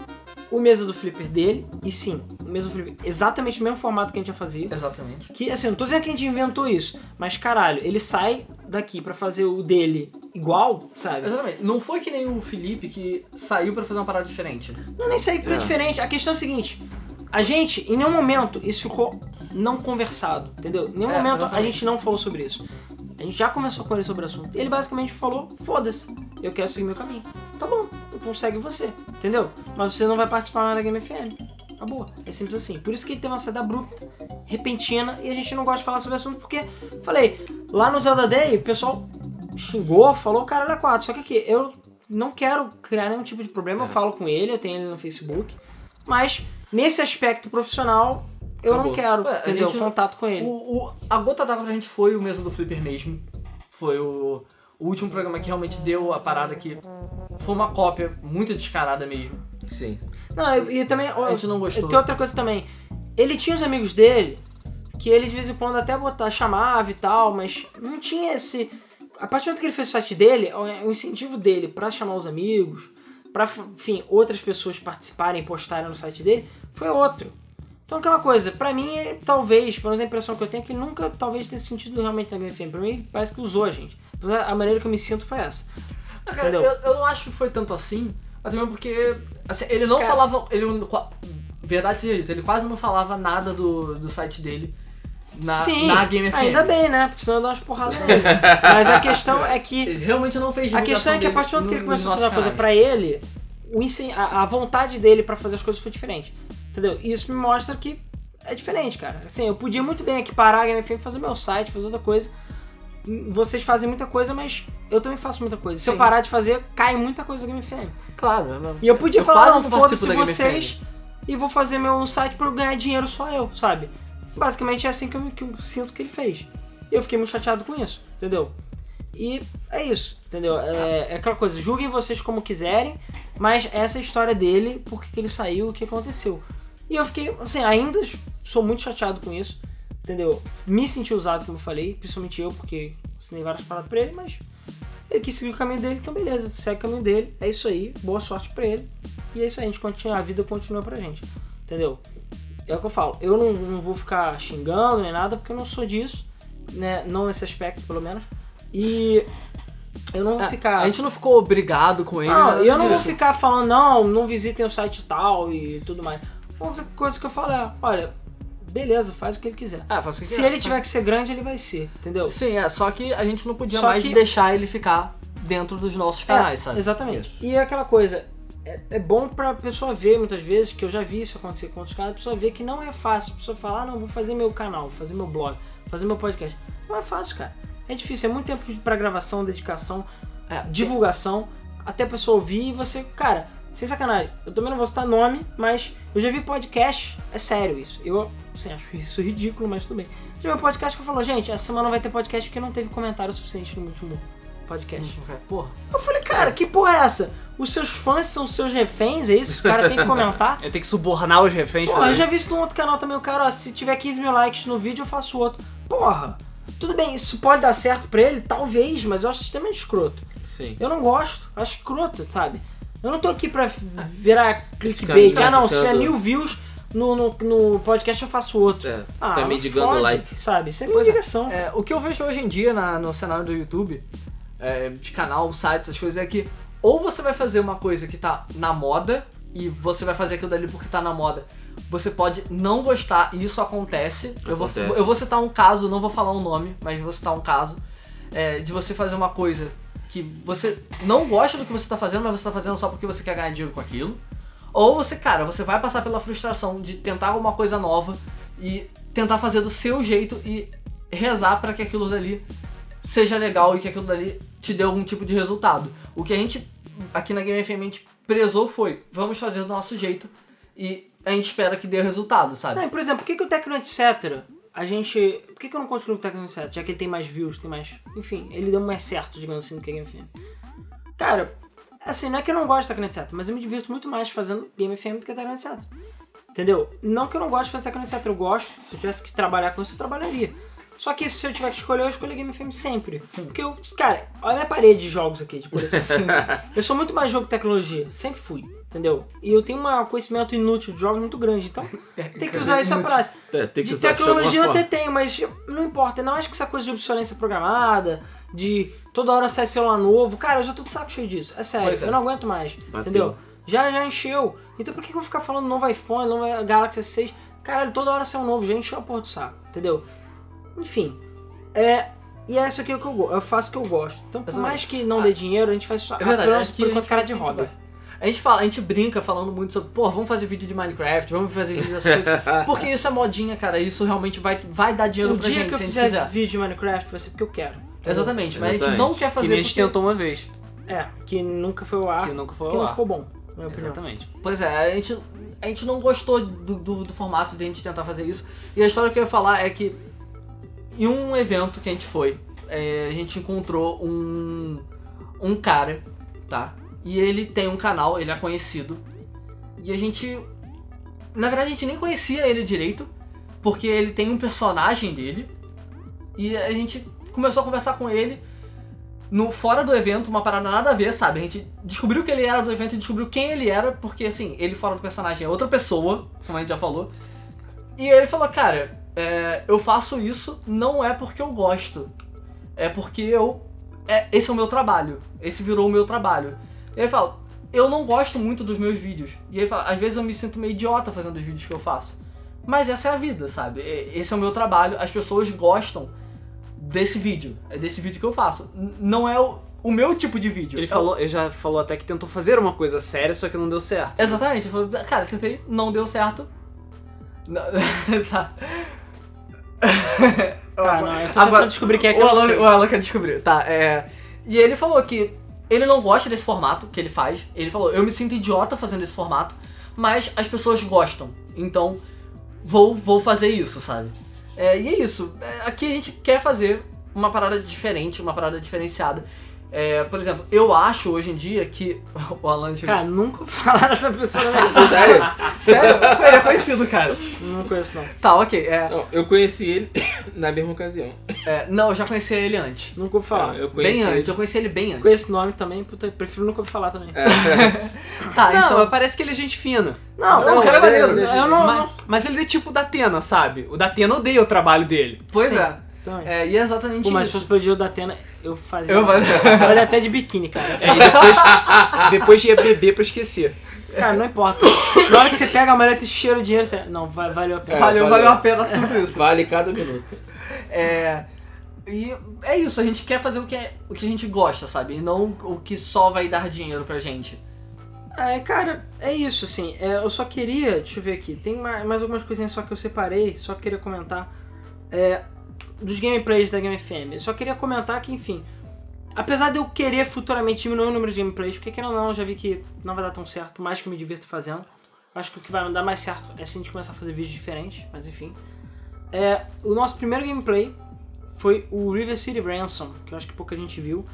o mesa do flipper dele, e sim, o mesa do flipper, exatamente o mesmo formato que a gente já fazia. É, Exatamente. Que, assim, não tô dizendo que a gente inventou isso, mas caralho, ele sai daqui pra fazer o dele igual, sabe? Exatamente. Não foi que nem o Felipe que saiu pra fazer uma parada diferente. Não, nem sei pra É. diferente. A questão é a seguinte: a gente, em nenhum momento, isso ficou não conversado, entendeu? Em nenhum É, momento a exatamente. gente não falou sobre isso. A gente já conversou com ele sobre o assunto. Ele basicamente falou: foda-se, eu quero seguir meu caminho. Tá bom, então segue você, entendeu? Mas você não vai participar mais da Game FM. Acabou. É simples assim. Por isso que ele teve uma saída abrupta, repentina, e a gente não gosta de falar sobre o assunto, porque, falei, lá no Zelda Day, o pessoal xingou, falou, caralho, é quatro. Só que aqui, eu não quero criar nenhum tipo de É. problema, eu falo com ele, eu tenho ele no Facebook. Mas nesse aspecto profissional, eu Acabou. não quero, Ué, a entendeu? gente não- Contato com ele. O, o- a gota d'água pra gente foi o mesa do Flipper mesmo. Foi o, o último programa que realmente deu a parada que foi uma cópia muito descarada mesmo. Sim. Não, e, e também. ó, A gente não gostou. Tem outra coisa também. Ele tinha os amigos dele, que ele de vez em quando até botar, chamava e tal, mas não tinha esse. A partir do momento que ele fez o site dele, o o incentivo dele pra chamar os amigos, pra, enfim, outras pessoas participarem, postarem no site dele, foi outro. Então aquela coisa, pra mim, é, talvez, pelo menos a impressão que eu tenho, é que ele nunca talvez tenha se sentido realmente na GameFM. Pra mim, ele parece que usou a gente. A maneira que eu me sinto foi essa. Ah, Cara, eu, Entendeu? eu não acho que foi tanto assim, até mesmo porque assim, ele não Cara- falava. Ele, qua- verdade seja dita, ele quase não falava nada do, do site dele na, Sim, na Game FM. ainda bem, né? Porque senão eu dou umas porradas nele. Mas a questão é que Ele realmente não fez A questão é que a partir do momento que ele começou a fazer uma coisa pra ele, o incen- a, a vontade dele pra fazer as coisas foi diferente. Entendeu? E isso me mostra que é diferente, cara. Assim, eu podia muito bem aqui parar a Game FM, fazer meu site, fazer outra coisa. Hum, Vocês fazem muita coisa, mas eu também faço muita coisa. Se eu Sim. parar de fazer, cai muita coisa da Game FM. Claro, é mesmo. E eu podia Eu falar, quase não, não participo foda-se da Game vocês e vou fazer meu site pra eu ganhar dinheiro só eu, sabe? Basicamente é assim que eu, me- que eu sinto que ele fez. E eu fiquei muito chateado com isso, entendeu? E é isso, entendeu? Tá. É, é aquela coisa, julguem vocês como quiserem, mas essa é a história dele, por que que ele saiu, o que aconteceu. E eu fiquei, assim, ainda sou muito chateado com isso, entendeu? Me senti usado, como eu falei, principalmente eu, porque assinei várias paradas pra ele, mas ele quis seguir o caminho dele, então beleza, segue o caminho dele, é isso aí, boa sorte pra ele. E é isso aí, a, gente continua, a vida continua pra gente, entendeu? É o que eu falo, eu não, não vou ficar xingando nem nada, porque eu não sou disso, né? Não nesse aspecto, pelo menos. E eu não vou É, ficar. A gente não ficou obrigado com ele. Não, nada Ah, eu não vou disso. ficar falando, não, não visitem o site tal e tudo mais. A única coisa que eu falo é, olha, beleza, faz o que ele quiser. Ah, faça o que Se quiser. ele tiver que ser grande, ele vai ser, entendeu? Sim, é, só que a gente não podia Só mais que- deixar ele ficar dentro dos nossos canais, É, sabe? Exatamente. E é aquela coisa, é, é bom pra pessoa ver muitas vezes, que eu já vi isso acontecer com outros caras, a pessoa ver que não é fácil. A pessoa falar, ah, não, vou fazer meu canal, vou fazer meu blog, vou fazer meu podcast. Não é fácil, cara. É difícil, é muito tempo pra gravação, dedicação, É, divulgação, até a pessoa ouvir e você, cara, sem sacanagem, eu também não vou citar nome, mas eu já vi podcast, é sério isso. Eu, assim, acho isso ridículo, mas tudo bem. Já vi um podcast que falou, gente, essa semana não vai ter podcast porque não teve comentário suficiente no último podcast. Porra. Eu falei, cara, que porra é essa? Os seus fãs são seus reféns, é isso? O cara tem que comentar? É Ele tem que subornar os reféns. Porra, eu já vi isso num outro canal também, o cara, ó, se tiver 15 mil likes no vídeo, eu faço outro. Porra, tudo bem, isso pode dar certo pra ele? Talvez, mas eu acho extremamente escroto. Sim. Eu não gosto, acho escroto, sabe? Eu não tô aqui pra virar Ficar clickbait. me Ah, não, se é criticando. mil views no, no, no podcast, eu faço outro. É, Ah, tá me não digando fode, like. Sabe? Isso é Pois é. mendigação. É, o que eu vejo hoje em dia na- no cenário do YouTube, é, de canal, site, essas coisas, é que ou você vai fazer uma coisa que tá na moda e você vai fazer aquilo dali porque tá na moda. Você pode não gostar, e isso acontece. Eu, vou, Acontece. eu vou citar um caso, não vou falar um nome, mas vou citar um caso é, de você fazer uma coisa que você não gosta do que você tá fazendo, mas você tá fazendo só porque você quer ganhar dinheiro com aquilo. Ou você, cara, você vai passar pela frustração de tentar alguma coisa nova e tentar fazer do seu jeito e rezar pra que aquilo dali seja legal e que aquilo dali te dê algum tipo de resultado. O que a gente aqui na Game FM a gente prezou foi, vamos fazer do nosso jeito e a gente espera que dê resultado, sabe? Não, por exemplo, por que, que o Tecno Etc. A gente. Por que, que eu não continuo com o Tecno Etc? Já que ele tem mais views, tem mais. Enfim, ele deu mais certo, digamos assim, do que a Game FM. Cara, assim, não é que eu não gosto de Tecno Etc, mas eu me divirto muito mais fazendo Game FM do que Tecno Etc. Entendeu? Não que eu não gosto de fazer Tecno Etc, eu gosto. Se eu tivesse que trabalhar com isso, eu trabalharia. Só que se eu tiver que escolher, eu escolho a Game FM sempre. Porque eu, cara, olha a minha parede de jogos aqui, de coleção. eu sou muito mais jogo que tecnologia, sempre fui, entendeu? E eu tenho um conhecimento inútil de jogos muito grande, então tem que usar isso à prática. É, tem que De usar isso de tecnologia eu alguma até forma. tenho, mas não importa. Ainda mais que essa coisa de obsolescência programada, de toda hora sai celular novo. Cara, eu já tô de saco cheio disso. É sério, Pois é. eu não aguento mais. Entendeu? Já, já encheu. Então por que que eu vou ficar falando novo iPhone, novo Galaxy S6? Caralho, toda hora sai um novo, já encheu a porra do saco. Entendeu? Enfim. É. E é isso aqui que eu, go- eu faço que eu gosto. Então, por Exatamente. Ah, mais que não dê dinheiro, a gente faz só É verdade, apenas acho que por a enquanto gente cara faz de muito hobby. bem. A gente, fala, a gente brinca falando muito sobre, pô, vamos fazer vídeo de Minecraft, vamos fazer vídeo dessas coisas. Porque isso é modinha, cara. Isso realmente vai, vai dar dinheiro O pra Um dia gente que eu se a gente fizer quiser. vídeo de Minecraft vai ser porque eu quero. entendeu? Exatamente, mas a gente Exatamente. não quer Então, Que fazer nem a gente porque- Ah, tentou uma vez. É, que nunca foi o ar, que que nunca foi não lá. ficou bom. na minha opinião. Exatamente. Pois é, a gente, a gente não gostou do, do, do formato de a gente tentar fazer isso. E a história que eu ia falar é que em um evento que a gente foi, é, a gente encontrou um, um cara, tá? E ele tem um canal, ele é conhecido. E a gente. Na verdade, a gente nem conhecia ele direito, porque ele tem um personagem dele. E a gente começou a conversar com ele no fora do evento, uma parada nada a ver, sabe? A gente descobriu que ele era do evento e descobriu quem ele era, porque assim, ele fora do personagem é outra pessoa, como a gente já falou. E ele falou, cara, é, eu faço isso não é porque eu gosto, é porque eu. é- esse é o meu trabalho, esse virou o meu trabalho. E ele fala, eu não gosto muito dos meus vídeos. E ele fala, às vezes eu me sinto meio idiota fazendo os vídeos que eu faço. Mas essa é a vida, sabe? E- Esse é o meu trabalho, as pessoas gostam desse vídeo. É desse vídeo que eu faço. N- Não é o, o meu tipo de vídeo. Ele É o- falou, ele já falou até que tentou fazer uma coisa séria, só que não deu certo. Exatamente, eu falei, cara, tentei, não deu certo. Não- tá. Tá, não, eu tô tentando Agora, descobrir quem é que o eu não Alan, sei. o Alan quer descobrir, tá. É, e ele falou que ele não gosta desse formato que ele faz. Ele falou, eu me sinto idiota fazendo esse formato, mas as pessoas gostam. Então, vou, vou fazer isso, sabe? É, e é isso. É, aqui a gente quer fazer uma parada diferente, uma parada diferenciada. É, por exemplo, eu acho hoje em dia que. O Alan chegou- Cara, nunca falaram essa pessoa na minha vida. Sério? Sério? Ele é conhecido, cara. Não conheço, não. Tá, ok. É, Não, eu conheci ele na mesma ocasião. é, não, eu já conheci ele antes. Nunca ouvi falar. Eu conheci Bem ele. antes, É, eu conheci ele bem antes. Com esse nome também, puta, prefiro nunca ouvir falar também. É. Tá, não, então. mas parece que ele é gente fina. Não, Não, o cara é maneiro, maneiro. né, Eu não, mas, não. mas ele é tipo o da Atena, sabe? O da Atena odeia o trabalho dele. Pois Sim. é. Também. É, e é exatamente Pô, mas se isso. fosse pelo dinheiro da Atena, eu fazia. Eu fazia. Eu ia até de biquíni, cara. É, e depois, depois ia beber pra esquecer. Cara, não importa. Na hora que você pega a maleta e cheira o dinheiro, você. Não, va- valeu a pena. Vale- Valeu, valeu. valeu a pena tudo isso. Vale cada minuto. É. E é isso, a gente quer fazer o que, é, o que a gente gosta, sabe? E não o que só vai dar dinheiro pra gente. É, cara, é isso, assim. É, eu só queria, deixa eu ver aqui, tem ma- mais algumas coisinhas só que eu separei, só queria comentar. É, dos gameplays da Game FM. Eu só queria comentar que, enfim, apesar de eu querer futuramente diminuir o número de gameplays, porque querendo ou não, eu já vi que não vai dar tão certo, por mais que eu me divirta fazendo. Eu Acho que o que vai dar mais certo é se a gente começar a fazer vídeos diferentes, mas enfim. É, o nosso primeiro gameplay foi o River City Ransom, que eu acho que pouca gente viu,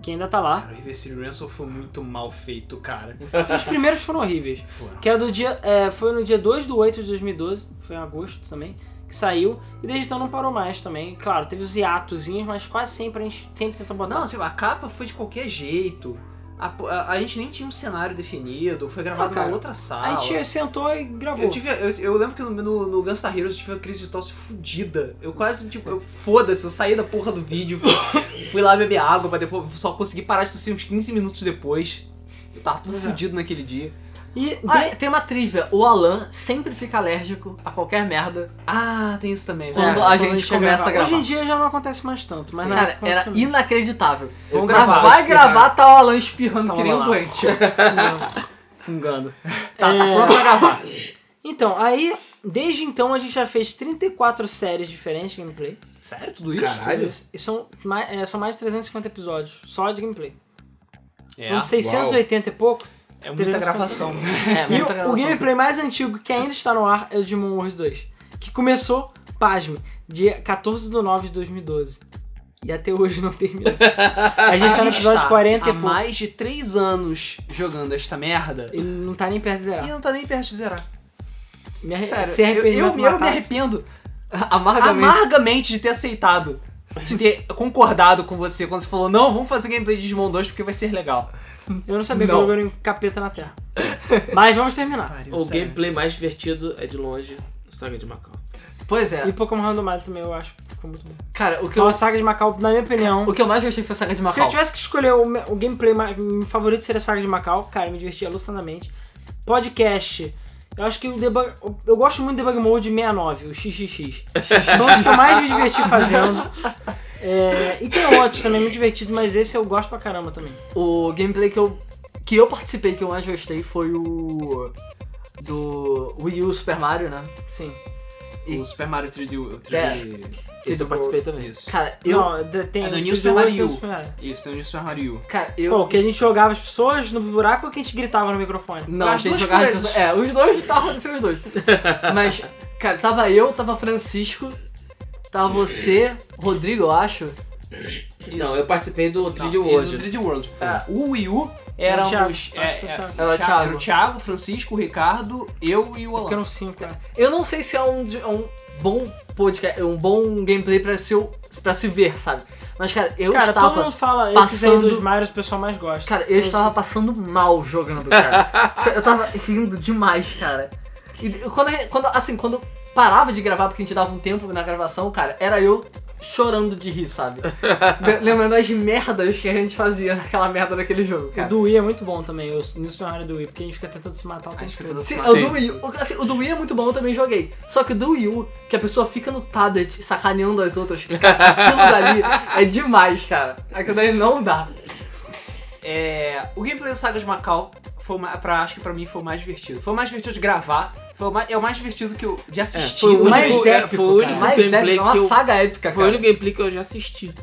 que ainda tá lá. Cara, o Reverse Ransom foi muito mal feito, cara. E os primeiros foram horríveis. Foram. Que é do dia, é, foi no dia 2 do 8 de 2012, foi em agosto também, que saiu. E desde então não parou mais também. Claro, teve os hiatozinhos, mas quase sempre a gente sempre tenta botar. Não, tipo, a capa foi de qualquer jeito. A, a- a gente nem tinha um cenário definido, foi Ah, gravado cara, na outra a sala. gente sentou e gravou. Eu, tive, eu, eu lembro que no, no, no Gunstar Heroes eu tive uma crise de tosse fudida. Eu quase, tipo, eu- foda-se, eu saí da porra do vídeo, fui, fui lá beber água, pra depois só consegui parar de tossir uns 15 minutos depois. Eu tava tudo Pois é. fudido naquele dia. E Ah, de- e tem uma trivia, o Alan sempre fica alérgico a qualquer merda Ah, tem isso também. quando verdade. a É, quando gente começa a Hoje gravar. em dia já não acontece mais tanto, mas na Cara, época era acontecia muito. é inacreditável. Vamos Mas gravar. vai gravar, tá o Alan espirrando Então que nem um vamos lá. doente. Fungando. Tá, tá pronto pra gravar. Então, aí, desde então a gente já fez 34 séries diferentes de gameplay. Sério, tudo isso? Tudo isso. E são mais, é, são mais de 350 episódios só de gameplay. É, Então, 680 e pouco. é muita gravação. É, E muita o, o gravação. gameplay mais antigo que ainda está no ar é o Demon Wars 2, que começou, pasme, dia 14 de 9 de 2012. E até hoje não terminou. A gente tá no episódio está 40 e há pouco. mais de 3 anos jogando esta merda Ele não tá nem perto de e zerar. não tá nem perto de zerar. Me arre- Sério, se eu, eu, arrependimento eu me matasse- arrependo Amargamente. amargamente de ter aceitado, de ter concordado com você quando você falou, não, vamos fazer gameplay de Digimon 2 porque vai ser legal. Eu não sabia que Não. eu jogava em um capeta na Terra. Mas vamos terminar. O gameplay mais divertido é de longe Saga de Macau. Pois é. E Pokémon Randomized também, eu acho. que Ficou muito bom. Cara, o que, Então, eu, a Saga de Macau, na minha opinião... o que eu mais gostei foi a saga de Se eu Macau. tivesse que escolher o, me- o gameplay ma- meu favorito seria a Saga de Macau, cara, eu me diverti alucinadamente. Podcast. Eu acho que o debug. Eu gosto muito do debug mode 69, o XXX. Foi um dos que eu mais me diverti fazendo. É, e tem outros também muito divertidos, mas esse eu gosto pra caramba também. O gameplay que eu, que eu participei, que eu mais gostei, foi o. Do Wii U Super Mario, né? Sim. E- O Super Mario 3D. o 3D Esse eu participei também. Isso. Cara, eu. Não, de- tem é do tem New o Super outro, Mario. tem o Super Mario. Isso, tem o Super Mario. Cara, eu. Pô, que a gente jogava as pessoas no buraco ou que a gente gritava no microfone? Não, As tem que duas jogar. coisas. É, os dois tá acontecendo os dois. Mas, cara, tava eu, tava Francisco, tava você, Rodrigo, eu acho. Não, eu participei do 3D Não, é World. e do 3D World. O Wii U éramos. Thiago, é, acho que é, é o Thiago. Era o Thiago. Era o Thiago, Francisco, o Ricardo, eu e o Porque Alan. eram cinco, né? Eu não sei se é um, de- é um bom podcast, é um bom gameplay pra se, eu- pra se ver, sabe? Mas, cara, eu Cara, estava. todo mundo fala esses aí passando- dos Marios o pessoal mais gosta. Cara, eu estava passando mal jogando, cara. Sério, Eu tava rindo demais, cara. E quando, a gente- quando, assim, quando parava de gravar, porque a gente dava um tempo na gravação, cara, era eu chorando de rir, sabe? De- Lembrando as merdas que a gente fazia naquela merda daquele jogo, O cara. do Wii é muito bom também, o New Super Mario do Wii, porque a gente fica tentando se matar o tempo que todo. eu tô- Sim, Sim. o do Wii, U- o, assim, o do Wii é muito bom, eu também joguei. Só que o do Wii U, que a pessoa fica no tablet sacaneando as outras, cara, aquilo dali é demais, cara. Aquilo dali não dá. É, o gameplay da Saga de Macau foi uma, pra, acho que pra mim foi o mais divertido. Foi o mais divertido de gravar, foi o mais, é o mais divertido que eu, de assistir. foi o também. mais único- é, foi o cara. único mais gameplay épico, é uma que eu- saga épica, cara. Foi o único gameplay que eu já assisti.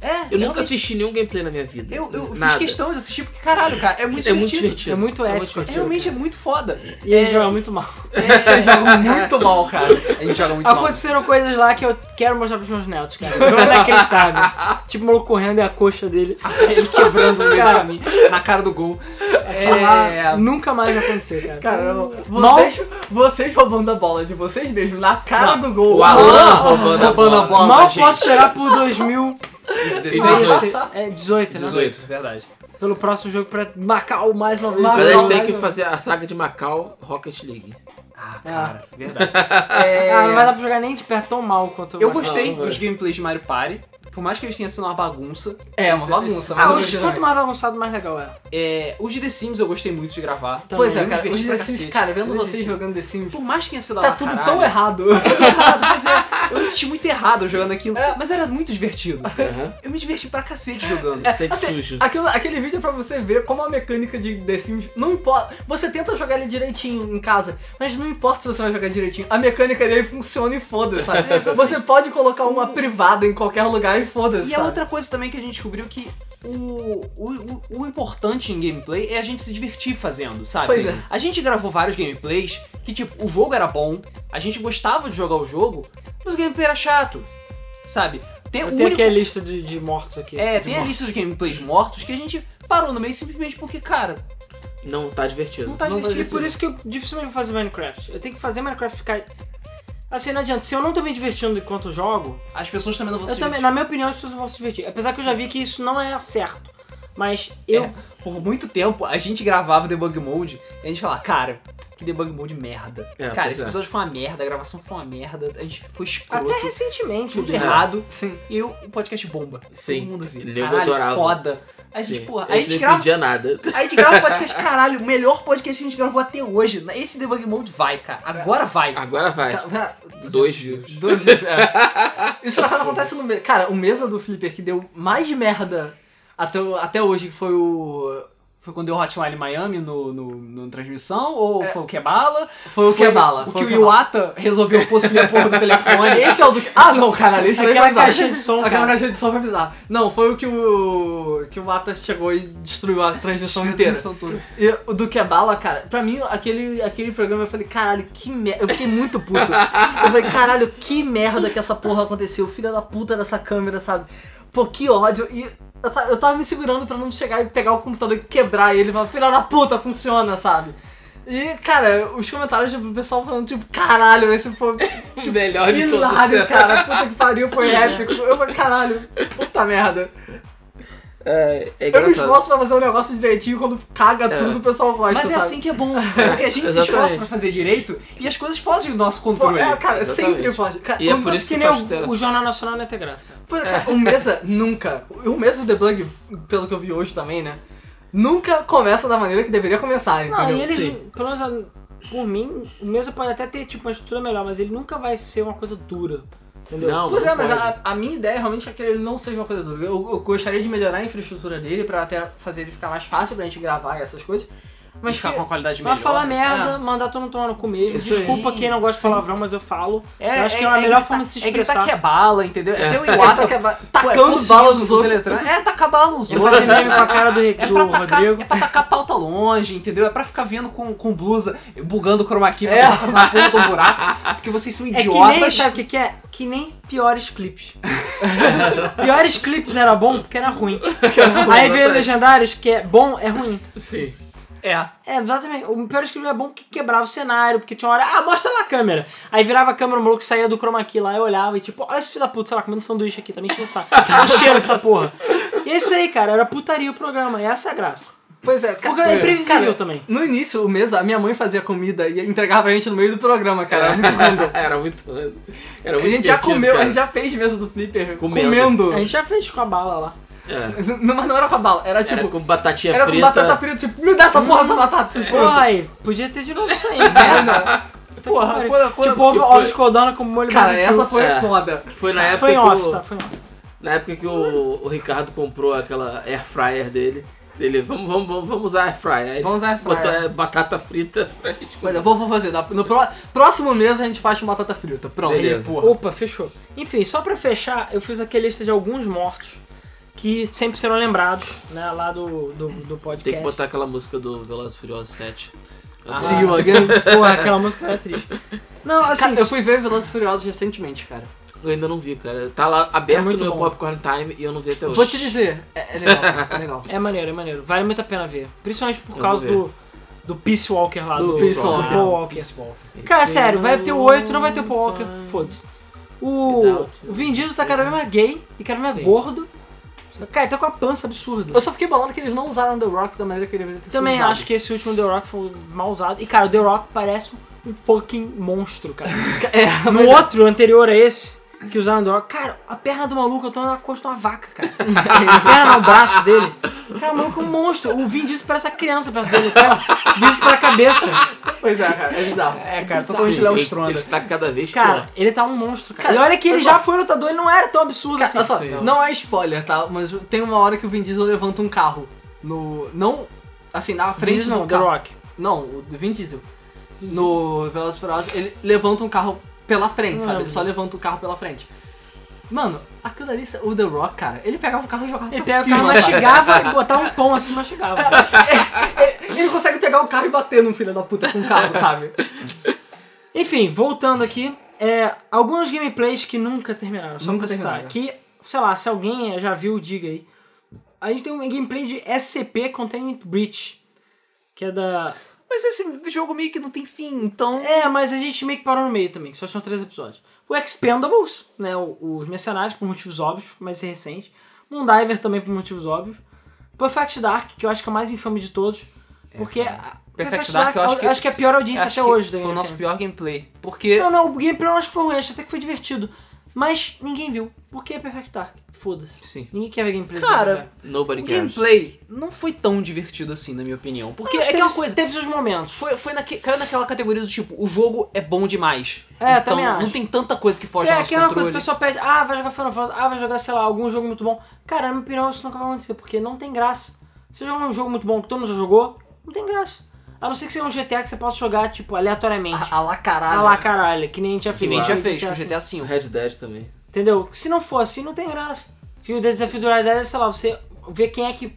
É, Eu nunca assisti nenhum gameplay na minha vida. Eu, eu fiz Nada. questão de assistir porque, caralho, cara, é muito É muito divertido. divertido. É muito épico. Realmente é muito foda. E ele joga muito mal. É, vocês jogam muito mal, cara. A gente joga muito mal. Aconteceram coisas lá que eu quero mostrar pros meus netos, cara. Não é inacreditável. tipo, o maluco correndo e a coxa dele. Ele quebrando no meio do Cara. caminho, na cara do gol. Lá, É. nunca mais vai acontecer, cara. Caramba, Ah, vocês, vocês roubando a bola de vocês mesmos na cara do gol. O Alan Mal- roubando a bola. mal gente. posso esperar por 2000. 16, É 18, né? 18, verdade. Pelo próximo jogo pra Macau mais uma vez. Mas Mas a gente Caralho. tem que fazer a saga de Macau Rocket League. Ah, cara, verdade. É, Ah, não vai dar pra jogar nem de perto tão mal quanto eu Macau. gostei Não, não dos gameplays de Mario Party. Por mais que eles tenham sido uma bagunça. É, uma eles- bagunça, eles- mas Ah, eu os- gostei quanto também. mais bagunçado, mais legal é. É, os de The Sims eu gostei muito de gravar. Também. Pois é, me cara, diverti os pra The Sims, cacete. cara, vendo Eu me vocês diverti. jogando The Sims, Por mais que tenha sido tá lá, tudo caralho, tão errado. tudo errado, pois é. Eu me senti muito errado jogando aquilo. Mas era muito divertido. Aham. Eu me diverti pra cacete jogando. Sente assim, É, sujo. Aquilo- aquele vídeo é pra você ver como a mecânica de The Sims não importa. Você tenta jogar ele direitinho em casa, mas não importa se você vai jogar direitinho. A mecânica dele funciona e foda-se, sabe? você pode colocar uma privada em qualquer lugar e foda-se. E a sabe? outra coisa também que a gente descobriu que o, o, o- o importante em gameplay é a gente se divertir fazendo, sabe? Pois é. A gente gravou vários gameplays que, tipo, o jogo era bom, a gente gostava de jogar o jogo, mas o gameplay era chato, sabe? Tem, o Eu único- tenho aqui a lista de, de mortos aqui. É, De tem a mortos. lista de gameplays mortos que a gente parou no meio simplesmente porque, cara, Não tá divertido. não tá Não tá divertido. E tipo, por isso que eu dificilmente vou fazer Minecraft. Eu tenho que fazer Minecraft ficar. Assim, não adianta. Se eu não tô me divertindo enquanto eu jogo, As pessoas também não vão eu se também, na minha opinião, as pessoas vão se divertir. Apesar que eu já vi que isso não é certo. Mas eu. divertir. Por muito tempo, a gente gravava debug mode e a gente falava, cara... Que debug mode merda. É, cara, pois esse é. episódio foi uma merda, a gravação foi uma merda, a gente foi escroto. Até recentemente. tudo eu diria. errado. Sim. E o o podcast bomba. É, Sim. Todo mundo viu. Nego Caralho, adorava. foda. Aí a gente, Sim. porra, Eu aí a gente não grava. entendia nada. Aí a gente grava o podcast, caralho, o melhor podcast que a gente gravou até hoje. Esse debug mode vai, cara. Agora vai. Agora vai. Tá. Cara, Dois views. Dois vídeos, é. Isso na verdade acontece no mesa. Cara, o mesa do Flipper que deu mais merda até, o- até hoje, que foi o. Foi quando deu Hotline Miami no, no, no transmissão? Ou foi o Kebala? Foi o que é bala. O que o Iwata resolveu possuir a porra do telefone. Esse é o do. Ah, não, caralho, esse Aquela aqui é bizarro. caixinha de som, Aquela cara. caixa de som foi bizarro. Não, foi o que o. que o Iwata chegou e destruiu a transmissão inteira. E o do que é bala, cara, pra mim, aquele, aquele programa eu falei, caralho, que merda. Eu fiquei muito puto. Eu falei, caralho, que merda que essa porra aconteceu. Filha da puta dessa câmera, sabe? Pô, que ódio. E eu, ta- eu tava me segurando pra não chegar e pegar o computador e quebrar ele. Falar, filha da puta, funciona, sabe? E, cara, os comentários do pessoal falando, tipo, caralho, esse foi Melhor de todos. hilário, cara. Puta que pariu, foi épico. Eu falei, caralho, puta merda. É, é Eu me engraçado. esforço pra fazer um negócio direitinho, quando caga tudo, o pessoal gosta, Mas é sabe? assim que é bom, porque a gente se Exatamente. esforça pra fazer direito e as coisas fogem do nosso controle. É, cara, Exatamente. sempre foge. Cara, E é o- por os isso que que nem faz o- sucesso. O Jornal Nacional não é ter graça, cara. Pô, cara, O Mesa nunca. O Mesa do Debug, pelo que eu vi hoje também, né? Nunca começa da maneira que deveria começar, entendeu? Não, e eles, Sim. pelo menos a- por mim, o Mesa pode até ter tipo uma estrutura melhor, mas ele nunca vai ser uma coisa dura. Entendeu? Não, Pois não é, mas pode. a, a minha ideia realmente é que ele não seja uma coisa dura. Eu, eu gostaria de melhorar a infraestrutura dele pra até fazer ele ficar mais fácil pra gente gravar e essas coisas. Mas Mas ficar que- com uma qualidade Mas melhor. falar merda, É. mandar todo mundo tomar no cu mesmo. Isso aí. Desculpa quem não gosta de palavrão, mas eu falo. É, eu acho que é a melhor gritar- forma de se É gritar expressar. que é bala, entendeu? É ter o Iwata Iwata que que é é ba- tacando bala dos outros. eletrônicos. É tacar bala nos Eu vou fazer outros. meme com a cara do, É do pra, tacar, Rodrigo. é pra tacar pauta longe, entendeu? É pra ficar vendo com, com blusa, bugando o chroma key, É. pra passar na porra do buraco, porque vocês são É que idiotas. nem, sabe o que, que é? Que nem piores clipes. piores clipes era bom porque era ruim. Aí veio Legendários, que é bom, é ruim. Sim. É. É, exatamente. O pior escrito é bom porque quebrava o cenário, porque tinha uma hora, ah, mostra lá a câmera. Aí virava a câmera, o maluco saía do chroma key lá, eu olhava e tipo, olha esse filho da puta, sei lá, comendo sanduíche aqui, tá me enchendo o saco. Olha o cheiro dessa porra. E é isso aí, cara, era putaria o programa, e essa é a graça. Pois é, Porque é imprevisível cara, também. No início, o Mesa, a minha mãe fazia comida e entregava a gente no meio do programa, cara. Era muito random. Era muito random. Era A muito gente já divertido, comeu, a cara. gente já fez mesa do Flipper Comendo. comendo. A gente já fez com a bala lá. É. Não, mas não era com a bala, era tipo. Era com batatinha era com frita. batata frita, tipo, me dá essa porra dessa batata, tipo, vocês Porra, foram. aí, podia ter de novo isso aí. Merda. Puta que Porra, pariu. quando- quando- Tipo, ovo, ovos de codorna com molho Cara, barbecue. essa foi É. foda. Foi na Isso época foi em que off, o, tá? Foi em off. na época que o, o Ricardo comprou aquela air fryer dele. Ele, vamos, vamos, vamos, vamos usar air fryer. Aí ele Vamos usar air fryer. botou, é, batata frita pra gente Mas comer. eu vou, vou fazer. na- No pró- próximo mês a gente faz com batata frita. Pronto. Beleza. Porra. Opa, fechou. Enfim, só pra fechar, eu fiz aqui a lista de alguns mortos que sempre serão lembrados, né, lá do, do, do podcast. Tem que botar aquela música do Velozes e Furiosos 7. Ah, See you again. Pô, aquela música era triste. Não, assim, Cara, eu fui ver Velozes e Furiosos recentemente, cara. Eu ainda não vi, cara. Tá lá aberto É muito no meu bom. Popcorn Time e eu não vi até hoje. Vou te dizer, é, é legal, é legal. é maneiro, é maneiro. Vale muito a pena ver. Principalmente por Eu causa vou do, do Peace Walker lá. Do Do, Peace do Walker. Paul Walker. Cara, sério, vai ter o 8, não vai ter o Paul Walker, foda-se. O, Without o Vin Diesel tá cada vez mais gay e cada vez mais Sim. gordo. Cara, ele tá com a pança absurda. Eu só fiquei bolado que eles não usaram The Rock da maneira que ele deveria ter sido Também usado. acho que esse último The Rock foi mal usado. E, cara, o The Rock parece um fucking monstro, cara. É, No outro, anterior a esse, que usaram o The Rock, cara, a perna do maluco, eu tô na costa de uma vaca, cara. A perna no braço dele. Cara, o maluco é um monstro. O Vin Diesel parece a criança perto dele, cara. Vin Diesel pra cabeça. Pois é, cara, é bizarro. É, cara, totalmente Léo ele, Stronda. ele está cada vez Cara, pior. ele tá um monstro, cara. Cara, e olha que ele pessoal- já foi lutador, ele não era tão absurdo Cara, assim. olha só, sim. não é spoiler, tá? Mas tem uma hora que o Vin Diesel levanta um carro no... Não, assim, na Vin frente Diesel do não, The carro. Rock. Não, o Vin Diesel. No Velozes e Furiosos, ele levanta um carro pela frente, sabe? Ele só levanta o carro pela frente. Mano, aquilo ali, o The Rock, cara, ele pegava o carro e jogava Ele pra pega o cima, tá? carro, sabe? mastigava e botava um pão assim, mastigava. tipo, Ele consegue pegar o carro e bater num filho da puta com o carro, sabe? Enfim, voltando aqui, é, alguns gameplays que nunca terminaram, só Nunca pra citar. terminaram. Que, sei lá, se alguém já viu, diga aí. A gente tem um gameplay de SCP Containment Breach, que é da... Mas esse jogo meio que não tem fim, então. É, mas a gente meio que parou no meio também, que só tinham três episódios. O Expendables, né, o- os Mercenários, por motivos óbvios, mas é recente. Moondiver também por motivos óbvios. Perfect Dark, que eu acho que é o mais infame de todos, porque... a- É, Perfect Dark, eu acho que- é a pior audiência Acho até que hoje. da Foi o NFL. nosso pior gameplay. Porque. Não, não, o gameplay eu acho que foi ruim, acho até que foi divertido. Mas ninguém viu. Por que é Perfect Dark? Foda-se. Sim. Ninguém quer ver gameplay. do Cara, Perfect Dark. Nobody O cares. gameplay não foi tão divertido assim, na minha opinião. Porque Mas é aquela teve- coisa. Teve seus momentos. Foi, foi naque- caiu naquela categoria do tipo, o jogo é bom demais. É, então, também acho. não tem tanta coisa que foge É, ao aqui nosso é uma coisa controle. que o pessoal pede, ah, vai jogar Final Fantasy, ah, vai jogar, sei lá, algum jogo muito bom. Cara, na minha opinião, isso nunca vai acontecer, porque não tem graça. Você joga um jogo muito bom que todo mundo já jogou, não tem graça. A não ser que seja um GTA que você possa jogar, tipo, aleatoriamente. A, a lá caralho. A lá caralho, que nem a gente já fez. Ah, é. Que nem já com o fez com o assim. GTA O V. Red Dead também. Entendeu? Se não for assim, não tem graça. Se o desafio do Red Dead é, sei lá, você ver quem é que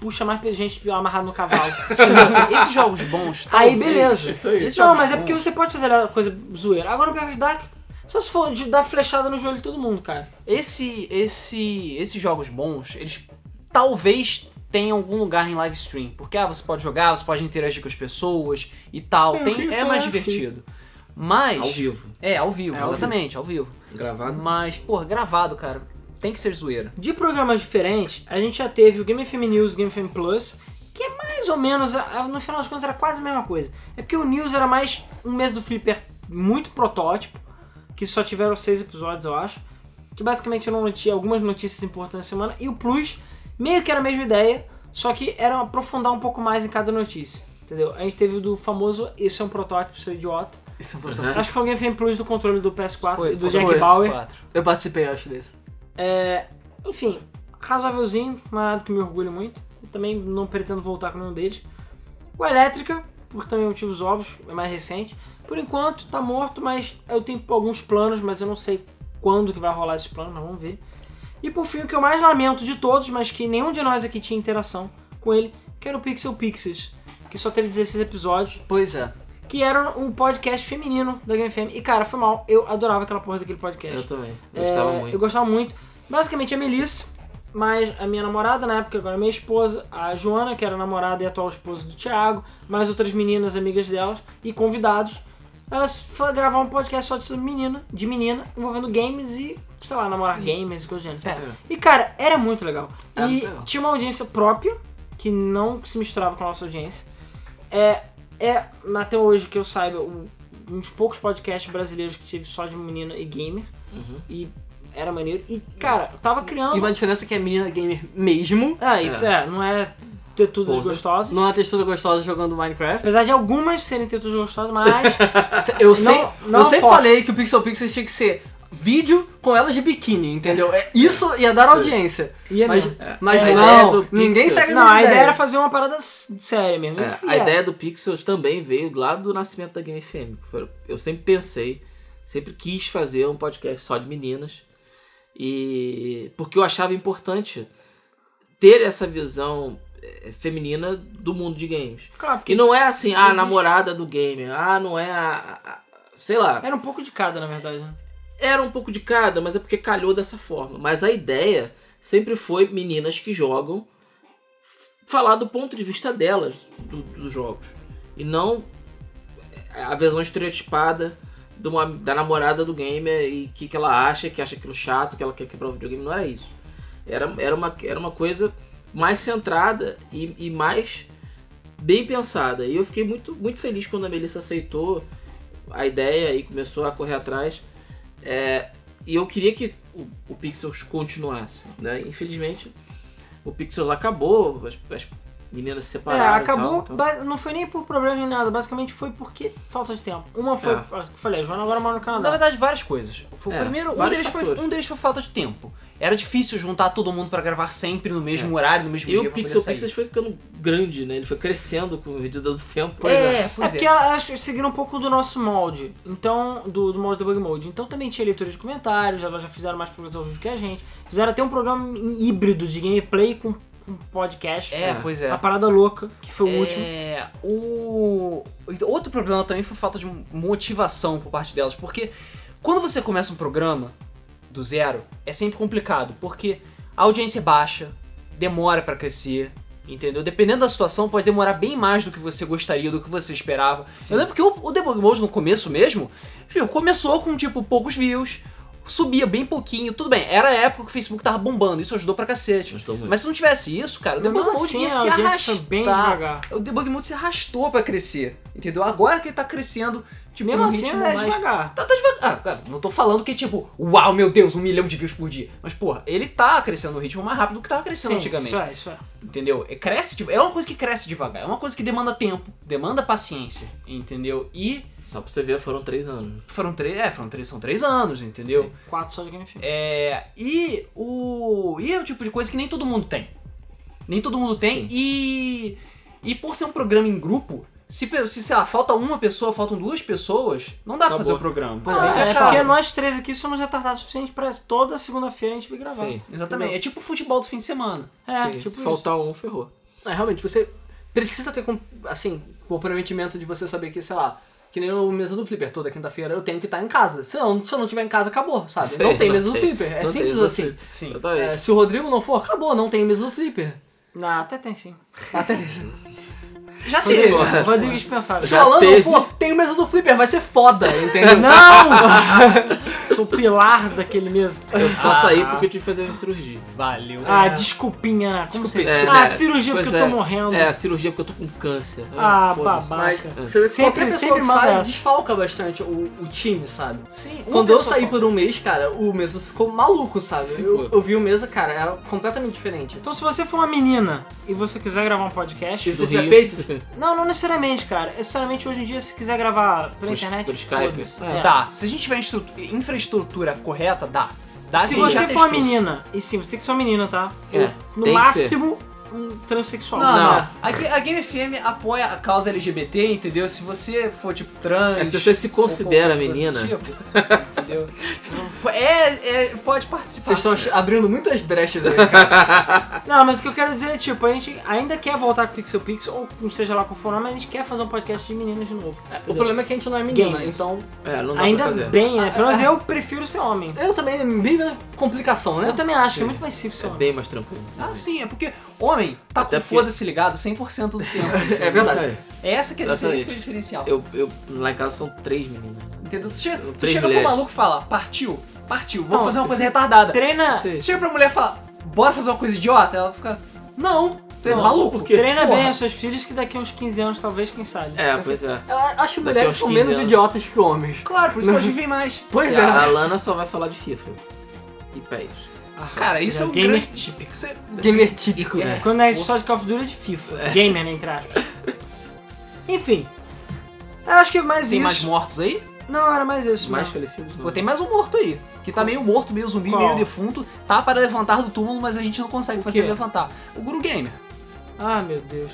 puxa mais gente amarrado no cavalo. Sim, assim, esses jogos bons. aí talvez- beleza. é um isso um aí. Esses Não, jogos mas é bons. porque você pode fazer a coisa zoeira. Agora o Perfect Dark, só se for de dar flechada no joelho de todo mundo, cara. Esse, esse, esses jogos bons, eles talvez tenham algum lugar em live stream. Porque ah, você pode jogar, você pode interagir com as pessoas e tal. É, eu Tem, queria é falar mais assim. divertido. Mas. Ao vivo. É, ao vivo, É, ao exatamente, ao vivo. Gravado. Mas, pô, gravado, cara. Tem que ser zoeira. De programas diferentes, a gente já teve o Game FM News, Game FM Plus, que é mais ou menos, a- a- no final das contas era quase a mesma coisa. É porque o News era mais um mês do Flipper muito protótipo, que só tiveram seis episódios, eu acho, que basicamente eram noti- algumas notícias importantes na semana, e o Plus meio que era a mesma ideia, só que era aprofundar um pouco mais em cada notícia. Entendeu? A gente teve o do famoso Isso é um protótipo, seu idiota. Isso é um processo. Acho que foi o Game FM Plus do controle do PS4 Foi, e do foi Jack esse, Bauer. Eu participei, eu acho, desse. É, enfim, razoávelzinho, não é nada que me orgulhe muito. E também não pretendo voltar com nenhum deles. O Elétrica, por também motivos óbvios, é mais recente. Por enquanto, tá morto, mas eu tenho alguns planos, mas eu não sei quando que vai rolar esses planos, mas vamos ver. E por fim, o que eu mais lamento de todos, mas que nenhum de nós aqui tinha interação com ele, que era o Pixel Pixies, que só teve 16 episódios, Pois é. que era um podcast feminino da Game FM. E cara, foi mal, eu adorava aquela porra daquele podcast. Eu também. É, Gostava Eu muito. gostava muito. Basicamente a Melissa, mas a minha namorada na época, agora é minha esposa, a Joana, que era a namorada e atual esposa do Thiago, mais outras meninas, amigas delas e convidados. Elas foram gravar um podcast só de menina, de menina, envolvendo games e, sei lá, namorar gamers e coisas do gênero. É. E cara, era muito legal. Era e muito legal. tinha uma audiência própria, que não se misturava com a nossa audiência. É, é na- até hoje que eu saiba, um, um dos poucos podcasts brasileiros que tive só de menina e gamer. Uhum. E era maneiro. E, cara, eu tava criando. E uma diferença é que é menina gamer mesmo. Ah, isso é. não é tetudas Pousa. gostosas. Não é uma textura gostosa jogando Minecraft. Apesar de algumas serem tetudas gostosas, mas. Eu, sei, não eu sempre foto. falei que o Pixel Pixel tinha que ser vídeo com elas de biquíni, entendeu? É, isso ia dar audiência. Ia mas é mesmo. mas A ideia não, do ninguém Pixel- segue não, minhas a ideia ideias. era fazer uma parada s- séria mesmo. É, Enfim, a é. ideia do Pixels também veio lá do nascimento da Game FM. Foi- Eu sempre pensei, sempre quis fazer um podcast só de meninas. E porque eu achava importante ter essa visão eh, feminina do mundo de games. Claro, porque Que não é assim, ah, a Existe. namorada do gamer, ah, não é a, a- a- sei lá. era um pouco de cada, na verdade. né? Era um pouco de cada, mas é porque calhou dessa forma. Mas a ideia sempre foi meninas que jogam f- falar do ponto de vista delas do- dos jogos. E não é, a visão estereotipada de uma- da namorada do gamer e o que, que ela acha, que acha aquilo chato, que ela quer quebrar o videogame. Não era isso. Era, era, uma, era uma coisa mais centrada e, e mais bem pensada. E eu fiquei muito, muito feliz quando a Melissa aceitou a ideia e começou a correr atrás. É, e eu queria que o, o Pixels continuasse, né? Infelizmente, o Pixels acabou, as, as meninas se É, separaram. e tal, acabou, então- ba- não foi nem por problema nem nada, basicamente foi porque falta de tempo. Uma foi, É. eu Ah, falei, a Joana agora mora no Na Canadá. verdade, várias coisas. Foi, o É, primeiro, um vários deles, foi, fatores. um deles foi falta de tempo. Era difícil juntar todo mundo pra gravar sempre no mesmo horário, no mesmo E um dia. o pra poder Pixel sair. Pixels foi ficando grande, né? Ele foi crescendo com o medida do tempo. É, É pois é. porque elas seguiram um pouco do nosso molde, então, do, do molde do Bug Mode. Então também tinha leitura de comentários, elas já fizeram mais programas ao vivo que a gente. Fizeram até um programa híbrido de gameplay com, com podcast. É, pois é. A Parada Louca, que foi o último. É, o outro problema também foi falta de motivação por parte delas, porque quando você começa um programa do zero, é sempre complicado, porque a audiência é baixa, demora pra crescer, entendeu? Dependendo da situação, pode demorar bem mais do que você gostaria, do que você esperava. Eu lembro que o, o Debug Mode no começo mesmo, tipo, começou com tipo poucos views, subia bem pouquinho, tudo bem. Era a época que o Facebook tava bombando, isso ajudou pra cacete. Gostou muito. Mas se não tivesse isso, cara, o Mas Debug mesmo Mode assim, ia a se audiência foi bem arrastar. devagar. O Debug Mode se arrastou pra crescer, entendeu? Agora que ele tá crescendo, tipo, Mesmo num assim, é ritmo mais... devagar. Tá, tá devagar. Ah, cara, não tô falando que, tipo, uau, meu Deus, um milhão de views por dia. Mas, porra, ele tá crescendo no ritmo mais rápido do que tava crescendo Sim, antigamente. isso é, isso é. Entendeu? É, cresce, tipo, é uma coisa que cresce devagar. É uma coisa que demanda tempo, demanda paciência, entendeu? E Só pra você ver, foram três anos. foram três. É, foram três, são três anos, entendeu? Quatro só de game film. É, e o. E é o tipo de coisa que nem todo mundo tem. Nem todo mundo tem. E. E por ser um programa em grupo, se, pe- se sei lá, falta uma pessoa, faltam duas pessoas, não Tá dá pra fazer Acabou. o programa. Ah, Isso é chato. porque nós três aqui somos retardados o suficiente pra toda segunda-feira a gente vir gravar. Sim. Exatamente. É tipo futebol do fim de semana. Tá É, Sim, tipo se isso. faltar um, ferrou. É, realmente, você precisa ter, com- assim, o comprometimento de você saber que, sei lá, que nem o mesa do Flipper, toda quinta-feira eu tenho que estar em casa. Se eu, se eu não tiver em casa, acabou, sabe? Sim, não tem não mesa do tem. Flipper. É Não tem simples mesa do assim. Flipper. Sim. É, Exatamente. se o Rodrigo não for, acabou, não tem mesa do Flipper. Ah, até tem sim. Até Já Tudo sei. bom. É, Rodrigo dispensado. Se o Já Alan teve. não for, tem mesa do Flipper, vai ser foda, entendeu? Não! Sou o pilar daquele mesmo. Eu só saí porque eu tive que fazer uma cirurgia. Valeu. Ah, desculpinha. Como você É, Ah, né? cirurgia Pois porque eu é. tô morrendo. É, cirurgia porque eu tô com câncer. É, Ah, foda-se. babaca. Mas- Você vê que Sempre- qualquer pessoa sempre que manda sai essa. desfalca bastante o, o time, sabe? Sim, uma Quando eu pessoa saí falta. por um mês, cara, o mesa ficou maluco, sabe? Ficou. Eu, eu vi o mesa, cara, era completamente diferente. Então se você for uma menina e você quiser gravar um podcast... E você Do tiver Rio. peito, Não, não necessariamente, cara. É, Sinceramente, hoje em dia, se quiser gravar pela Por- internet... por Skype. foda-se. É. Dá. Se a gente tiver instru- infraestrutura correta, dá. Dá tá Se a gente já você for uma testou. menina, e sim, você tem que ser uma menina, tá? É, no tem que máximo, um transexual. Não, não. Não. A, Ga- a Game FM apoia a causa LGBT, entendeu? Se você for, tipo, trans... É, se você se ou qualquer considera coisa desse menina. Tipo, entendeu? É, é, pode participar. Vocês estão sim. ach- abrindo muitas brechas aí, cara. Não, mas o que eu quero dizer é, tipo, a gente ainda quer voltar com Pixel Pixel, ou não seja lá qual for o nome, mas a gente quer fazer um podcast de meninas de novo. O entendeu? problema é que a gente não é menina, Games. então. É, não dá pra ainda fazer. bem, né? Pelo menos eu prefiro ser homem. Eu também, meio na complicação, Eu né? também acho que é Sim. muito mais simples ser É homem. bem mais tranquilo. Ah, sim, é porque homem tá Até com porque- foda-se ligado 100% do tempo. É verdade. É essa que é a diferença, Exatamente. que é o diferencial. Eu, eu, lá em casa são três meninas. Entendeu? Tu chega, tu Três chega pro mulheres. maluco e fala, partiu, partiu, vamos Não, fazer uma coisa retardada. Treina, Sim. Tu chega pra mulher e fala, bora fazer uma coisa idiota? Ela fica, não, tu é Não, maluco. por quê? treina Porra. bem os seus filhos que daqui a uns 15 anos, talvez, quem sabe. É, pois é. Eu acho que Daqui mulheres uns são 15 menos anos. idiotas que homens. Claro, por isso que Não. elas vivem mais. Pois E é. A Lana só vai falar de FIFA. E PES. Cara, isso é um gamer grande... típico. Isso é- Gamer típico, né? Quando é só de Call of Duty é de FIFA. Gamer, né, entre aspas. Enfim. Eu acho que é mais Tem isso. mais mortos aí? Não, era mais isso. Mais Mais felecidos não. Pô, tem mais um morto aí. Que tá meio morto, meio zumbi, Qual? meio defunto. Tá para levantar do túmulo, mas a gente não consegue fazer quê? ele levantar. O Guru Gamer. Ah, meu Deus.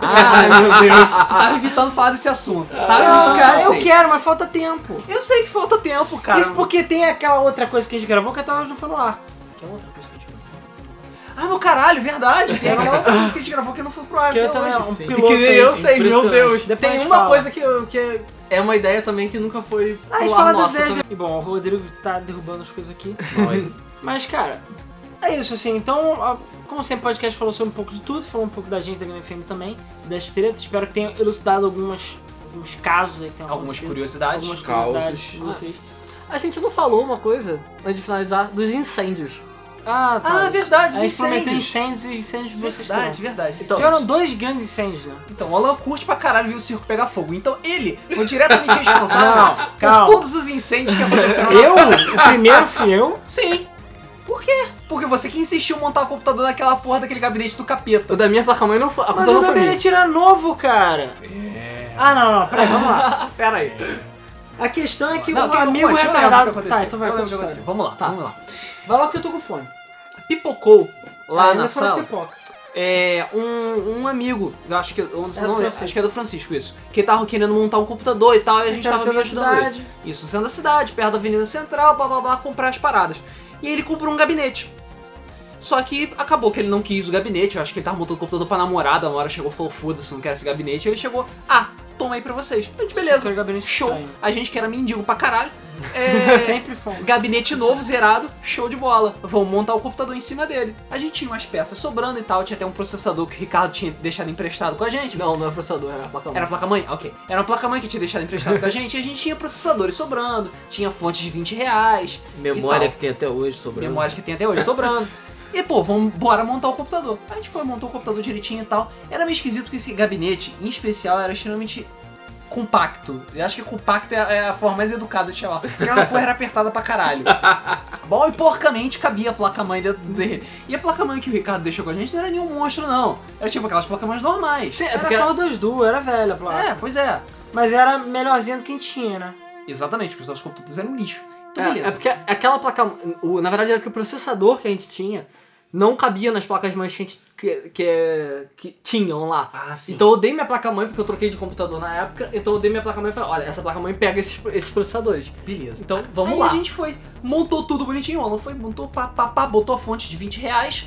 Ah, meu Deus. Tava evitando falar desse assunto. Tava Ah, Não, evitando falar Ah, cara, eu desse- quero, mas falta tempo. Eu sei que falta tempo, cara. Isso porque tem aquela outra coisa que a gente gravou que até hoje não foi no ar. Que é outra coisa que a gente gravou. Ah, meu caralho, verdade. Tem aquela outra coisa que a gente gravou que não foi pro ar Que eu até também é hoje. um sim. piloto. que nem aí. eu sei, meu Impressionante. Deus. Depois a Tem gente uma fala. coisa que, eu- que é uma ideia também que nunca foi. pro Ah, a gente ar fala nossa das ideias. também. E bom, o Rodrigo tá derrubando as coisas aqui. Não, é- Mas, cara, é isso, assim. Então, a- como sempre, o podcast falou sobre um pouco de tudo, falou um pouco da gente da Game FM também, das tretas. Espero que tenha elucidado algumas, alguns casos aí. que tenham Algumas acontecido, curiosidades. Ah. Algumas causos. curiosidades de vocês. A gente não falou uma coisa, antes de finalizar, dos incêndios. Ah, tá. Ah, verdade, os A gente prometeu incêndios. incêndios e incêndios de vocês Verdade, também. verdade. Tiveram dois grandes incêndios, né? Então, o Alan curte pra caralho ver o circo pegar fogo. Então, ele foi diretamente responsável Não, por calma. todos os incêndios que aconteceram na cidade. Eu? O primeiro fui eu? Sim. Por quê? Porque você que insistiu em montar o computador daquela porra daquele gabinete do capeta. O da minha placa-mãe não foi. A Mas culpa o não foi minha. gabinete era novo, cara. É. Ah, não, não, peraí, vamos lá. Pera aí. A questão é que Não, o que- amigo conte, eu lembro o retardado. que aconteceu. Tá, então vai, Eu lembro o conta que a história. aconteceu. Vamos lá, Tá. vamos lá. Vai logo que eu tô com fome. Pipocou lá Aí Ah, na ainda foi sala pipoca. é, um, um amigo, eu acho que eu não sei Era o nome, Francisco. acho que é do Francisco isso, que tava querendo montar um computador e tal, e a gente Tava tava sendo meio da ajudando ele. cidade. Isso, sendo da cidade, perto da Avenida Central, blá blá blá, comprar as paradas. E ele comprou um gabinete. Só que acabou que ele não quis o gabinete, eu acho que ele tava montando o computador pra namorada, uma hora chegou e falou, foda-se, não quero esse gabinete. Aí ele chegou, ah, toma aí pra vocês. A gente, beleza, Super gabinete show. estranho. Uhum. A gente que era mendigo pra caralho. É, Sempre fome. Gabinete novo, zerado, show de bola. Vamos montar o computador em cima dele. A gente tinha umas peças sobrando e tal, tinha até um processador que o Ricardo tinha deixado emprestado com a gente. Não, não é processador, era a placa-mãe. Era a placa-mãe? Ok. Era uma placa-mãe que tinha deixado emprestado com a gente e a gente tinha processadores sobrando, tinha fontes de 20 reais. Memória e tal. que tem até hoje sobre Memórias que tem até hoje sobrando. E pô, vamos bora montar o computador. A gente foi, montou o computador direitinho e tal. Era meio esquisito que esse gabinete, em especial, era extremamente compacto. Eu acho que compacto é a, é a forma mais educada de chamar. Porque aquela porra era apertada pra caralho. Bom e porcamente cabia a placa-mãe dentro dele. E a placa-mãe que o Ricardo deixou com a gente não era nenhum monstro, não. Era tipo aquelas placas-mães normais. Sim, é Era porque qual dos duas, era velha, claro. É, pois é. Mas era melhorzinha do que a gente tinha, né? Exatamente, porque os nossos computadores eram um lixo. Então, É, beleza. é porque aquela placa. O, na verdade, era que o processador que a gente tinha não cabia nas placas mães que a gente que, que, é- que tinham lá. Ah, sim. Então eu dei minha placa-mãe, porque eu troquei de computador na época, então eu dei minha placa-mãe e falei, olha, essa placa-mãe pega esses, esses processadores. beleza. Então vamos Aí lá. a gente foi, montou tudo bonitinho, o Alan foi, montou pá, pá, pá, botou a fonte de 20 reais.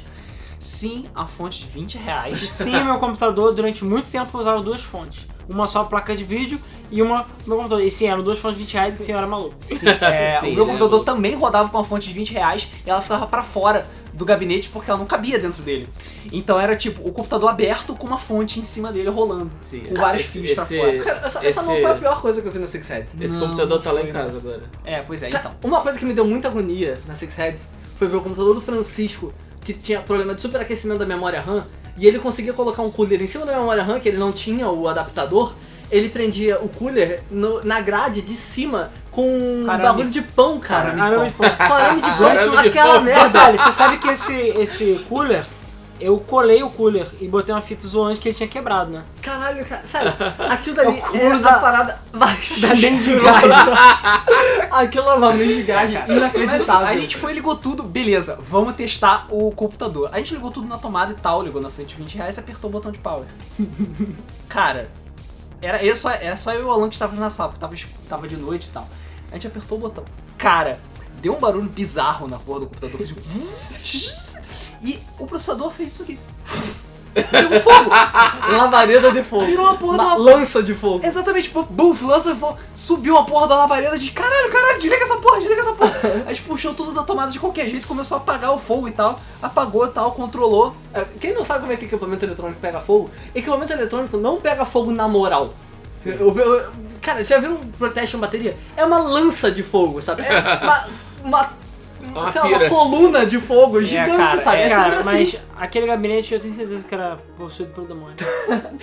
Sim, a fonte de 20 reais. Sim, meu computador durante muito tempo eu usava duas fontes. Uma só placa de vídeo e uma meu computador. E sim, eram duas fontes de 20 reais e sim, eu era maluco. Sim, é, Sim, o meu né? computador também rodava com a fonte de 20 reais e ela ficava pra fora do gabinete porque ela não cabia dentro dele. Então era tipo o computador aberto com uma fonte em cima dele rolando. Sim, Com vários esse- fios pra esse- fora. Cara, essa, essa não Esse- foi a pior coisa que eu fiz na Six Heads. Esse Não, computador tá lá em foi. casa agora. É, pois é, então. Uma coisa que me deu muita agonia na Six Heads foi ver o computador do Francisco, que tinha problema de superaquecimento da memória RAM, e ele conseguia colocar um cooler em cima da memória RAM, que ele não tinha o adaptador, ele prendia o cooler no- na grade de cima com um Caramba. bagulho de pão, cara. Ah, não, tipo, Parame de Parame gancho de naquela pão. merda. Detalhe, você sabe que esse, esse cooler, eu colei o cooler e botei uma fita isolante que ele tinha quebrado, né? Caralho, cara. Sério, aquilo dali É o cúmulo é da- a parada mais Da mendigagem. Aquilo é uma mendigagem Mas inacreditável. a gente foi, ligou tudo, beleza, vamos testar o computador. A gente ligou tudo na tomada e tal, ligou na frente de 20 reais e apertou o botão de power. Cara, era é só, é só eu e o Alan que estávamos na sala, porque tava, escuro, tava de noite e tal. A gente apertou o botão. Cara, deu um barulho bizarro na porra do computador. Fez um... E o processador fez isso aqui. Pegou fogo! Lavareda de fogo. Virou uma porra de Uma uma lança de fogo. Exatamente, tipo, buf, lança, fo- subiu a porra da labareda de caralho, caralho, desliga essa porra, desliga essa porra. A gente puxou tudo da tomada de qualquer jeito, começou a apagar o fogo e tal, apagou e tal, controlou. É, Quem não sabe como é que equipamento eletrônico pega fogo, equipamento eletrônico não pega fogo na moral. Eu- eu- eu- cara, você já viu um protesto de bateria? É uma lança de fogo, sabe? É uma, uma, Uma sei lá, uma pira. coluna de fogo É, gigante, cara, sabe? é, É, sempre cara, mas assim. aquele gabinete eu tenho certeza que era possuído pelo demônio.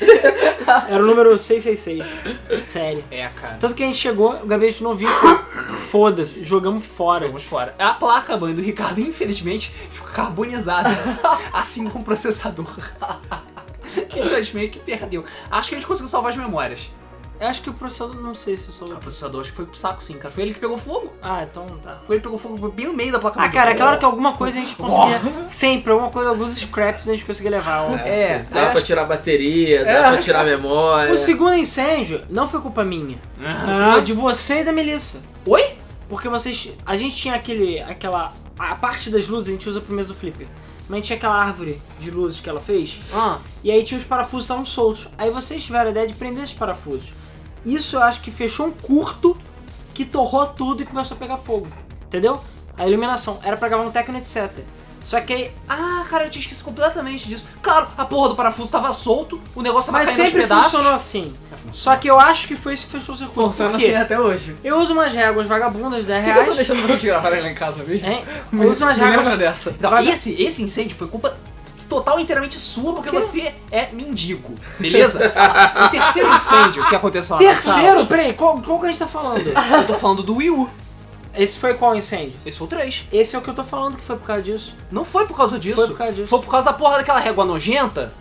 Era o número 666. Sério. É, cara. Tanto que a gente chegou, o gabinete novinho foi, foda-se, jogamos fora. Vamos fora. É A placa, mãe, do Ricardo, infelizmente, ficou carbonizada, assim como o processador. Então a gente meio que perdeu. Acho que a gente conseguiu salvar as memórias. Eu acho que o processador, não sei se eu O sou. Ah, processador acho que foi pro saco, sim, cara. Foi ele que pegou fogo. Ah, então tá. Foi ele que pegou fogo bem no meio da placa. Ah, cara, é claro que alguma coisa a gente conseguia. Sempre, alguma coisa, alguns scraps a gente conseguia levar. ó. É, Dá pra tirar a bateria, É, dá pra tirar a memória. O segundo incêndio não foi culpa minha. Foi de você e da Melissa. Oi? Porque vocês. A gente tinha aquele. aquela. A parte das luzes a gente usa pro mês do flipper. Mas a gente tinha aquela árvore de luzes que ela fez. Ah, E aí tinha os parafusos que estavam soltos. Aí vocês tiveram a ideia de prender esses parafusos. Isso eu acho que fechou um curto que torrou tudo e começou a pegar fogo. Entendeu? A iluminação. Era pra gravar um techno, etc. Só que aí Ah, cara, eu tinha esquecido completamente disso. Claro, a porra do parafuso tava solto, o negócio tava Mas caindo aos sempre pedaços. funcionou assim. É, funciona Só que eu acho que foi isso que fechou o circuito. funciona Por quê? assim até hoje. Eu uso umas réguas vagabundas, 10 Por que eu tô reais. deixando vocês gravarem lá em casa mesmo? Hein? Eu uso umas Me lembra réguas. dessa. Não, Vai- esse, esse incêndio foi culpa total e inteiramente sua, porque você é mendigo, beleza? o terceiro incêndio que aconteceu lá na Terceiro? Peraí, qual, qual que a gente tá falando? sala, eu tô falando do Wii U. Esse foi qual incêndio? Esse foi o 3. Esse é o que eu tô falando que foi por causa disso. Não foi por causa disso. Foi por causa disso. Foi por causa da porra daquela régua nojenta.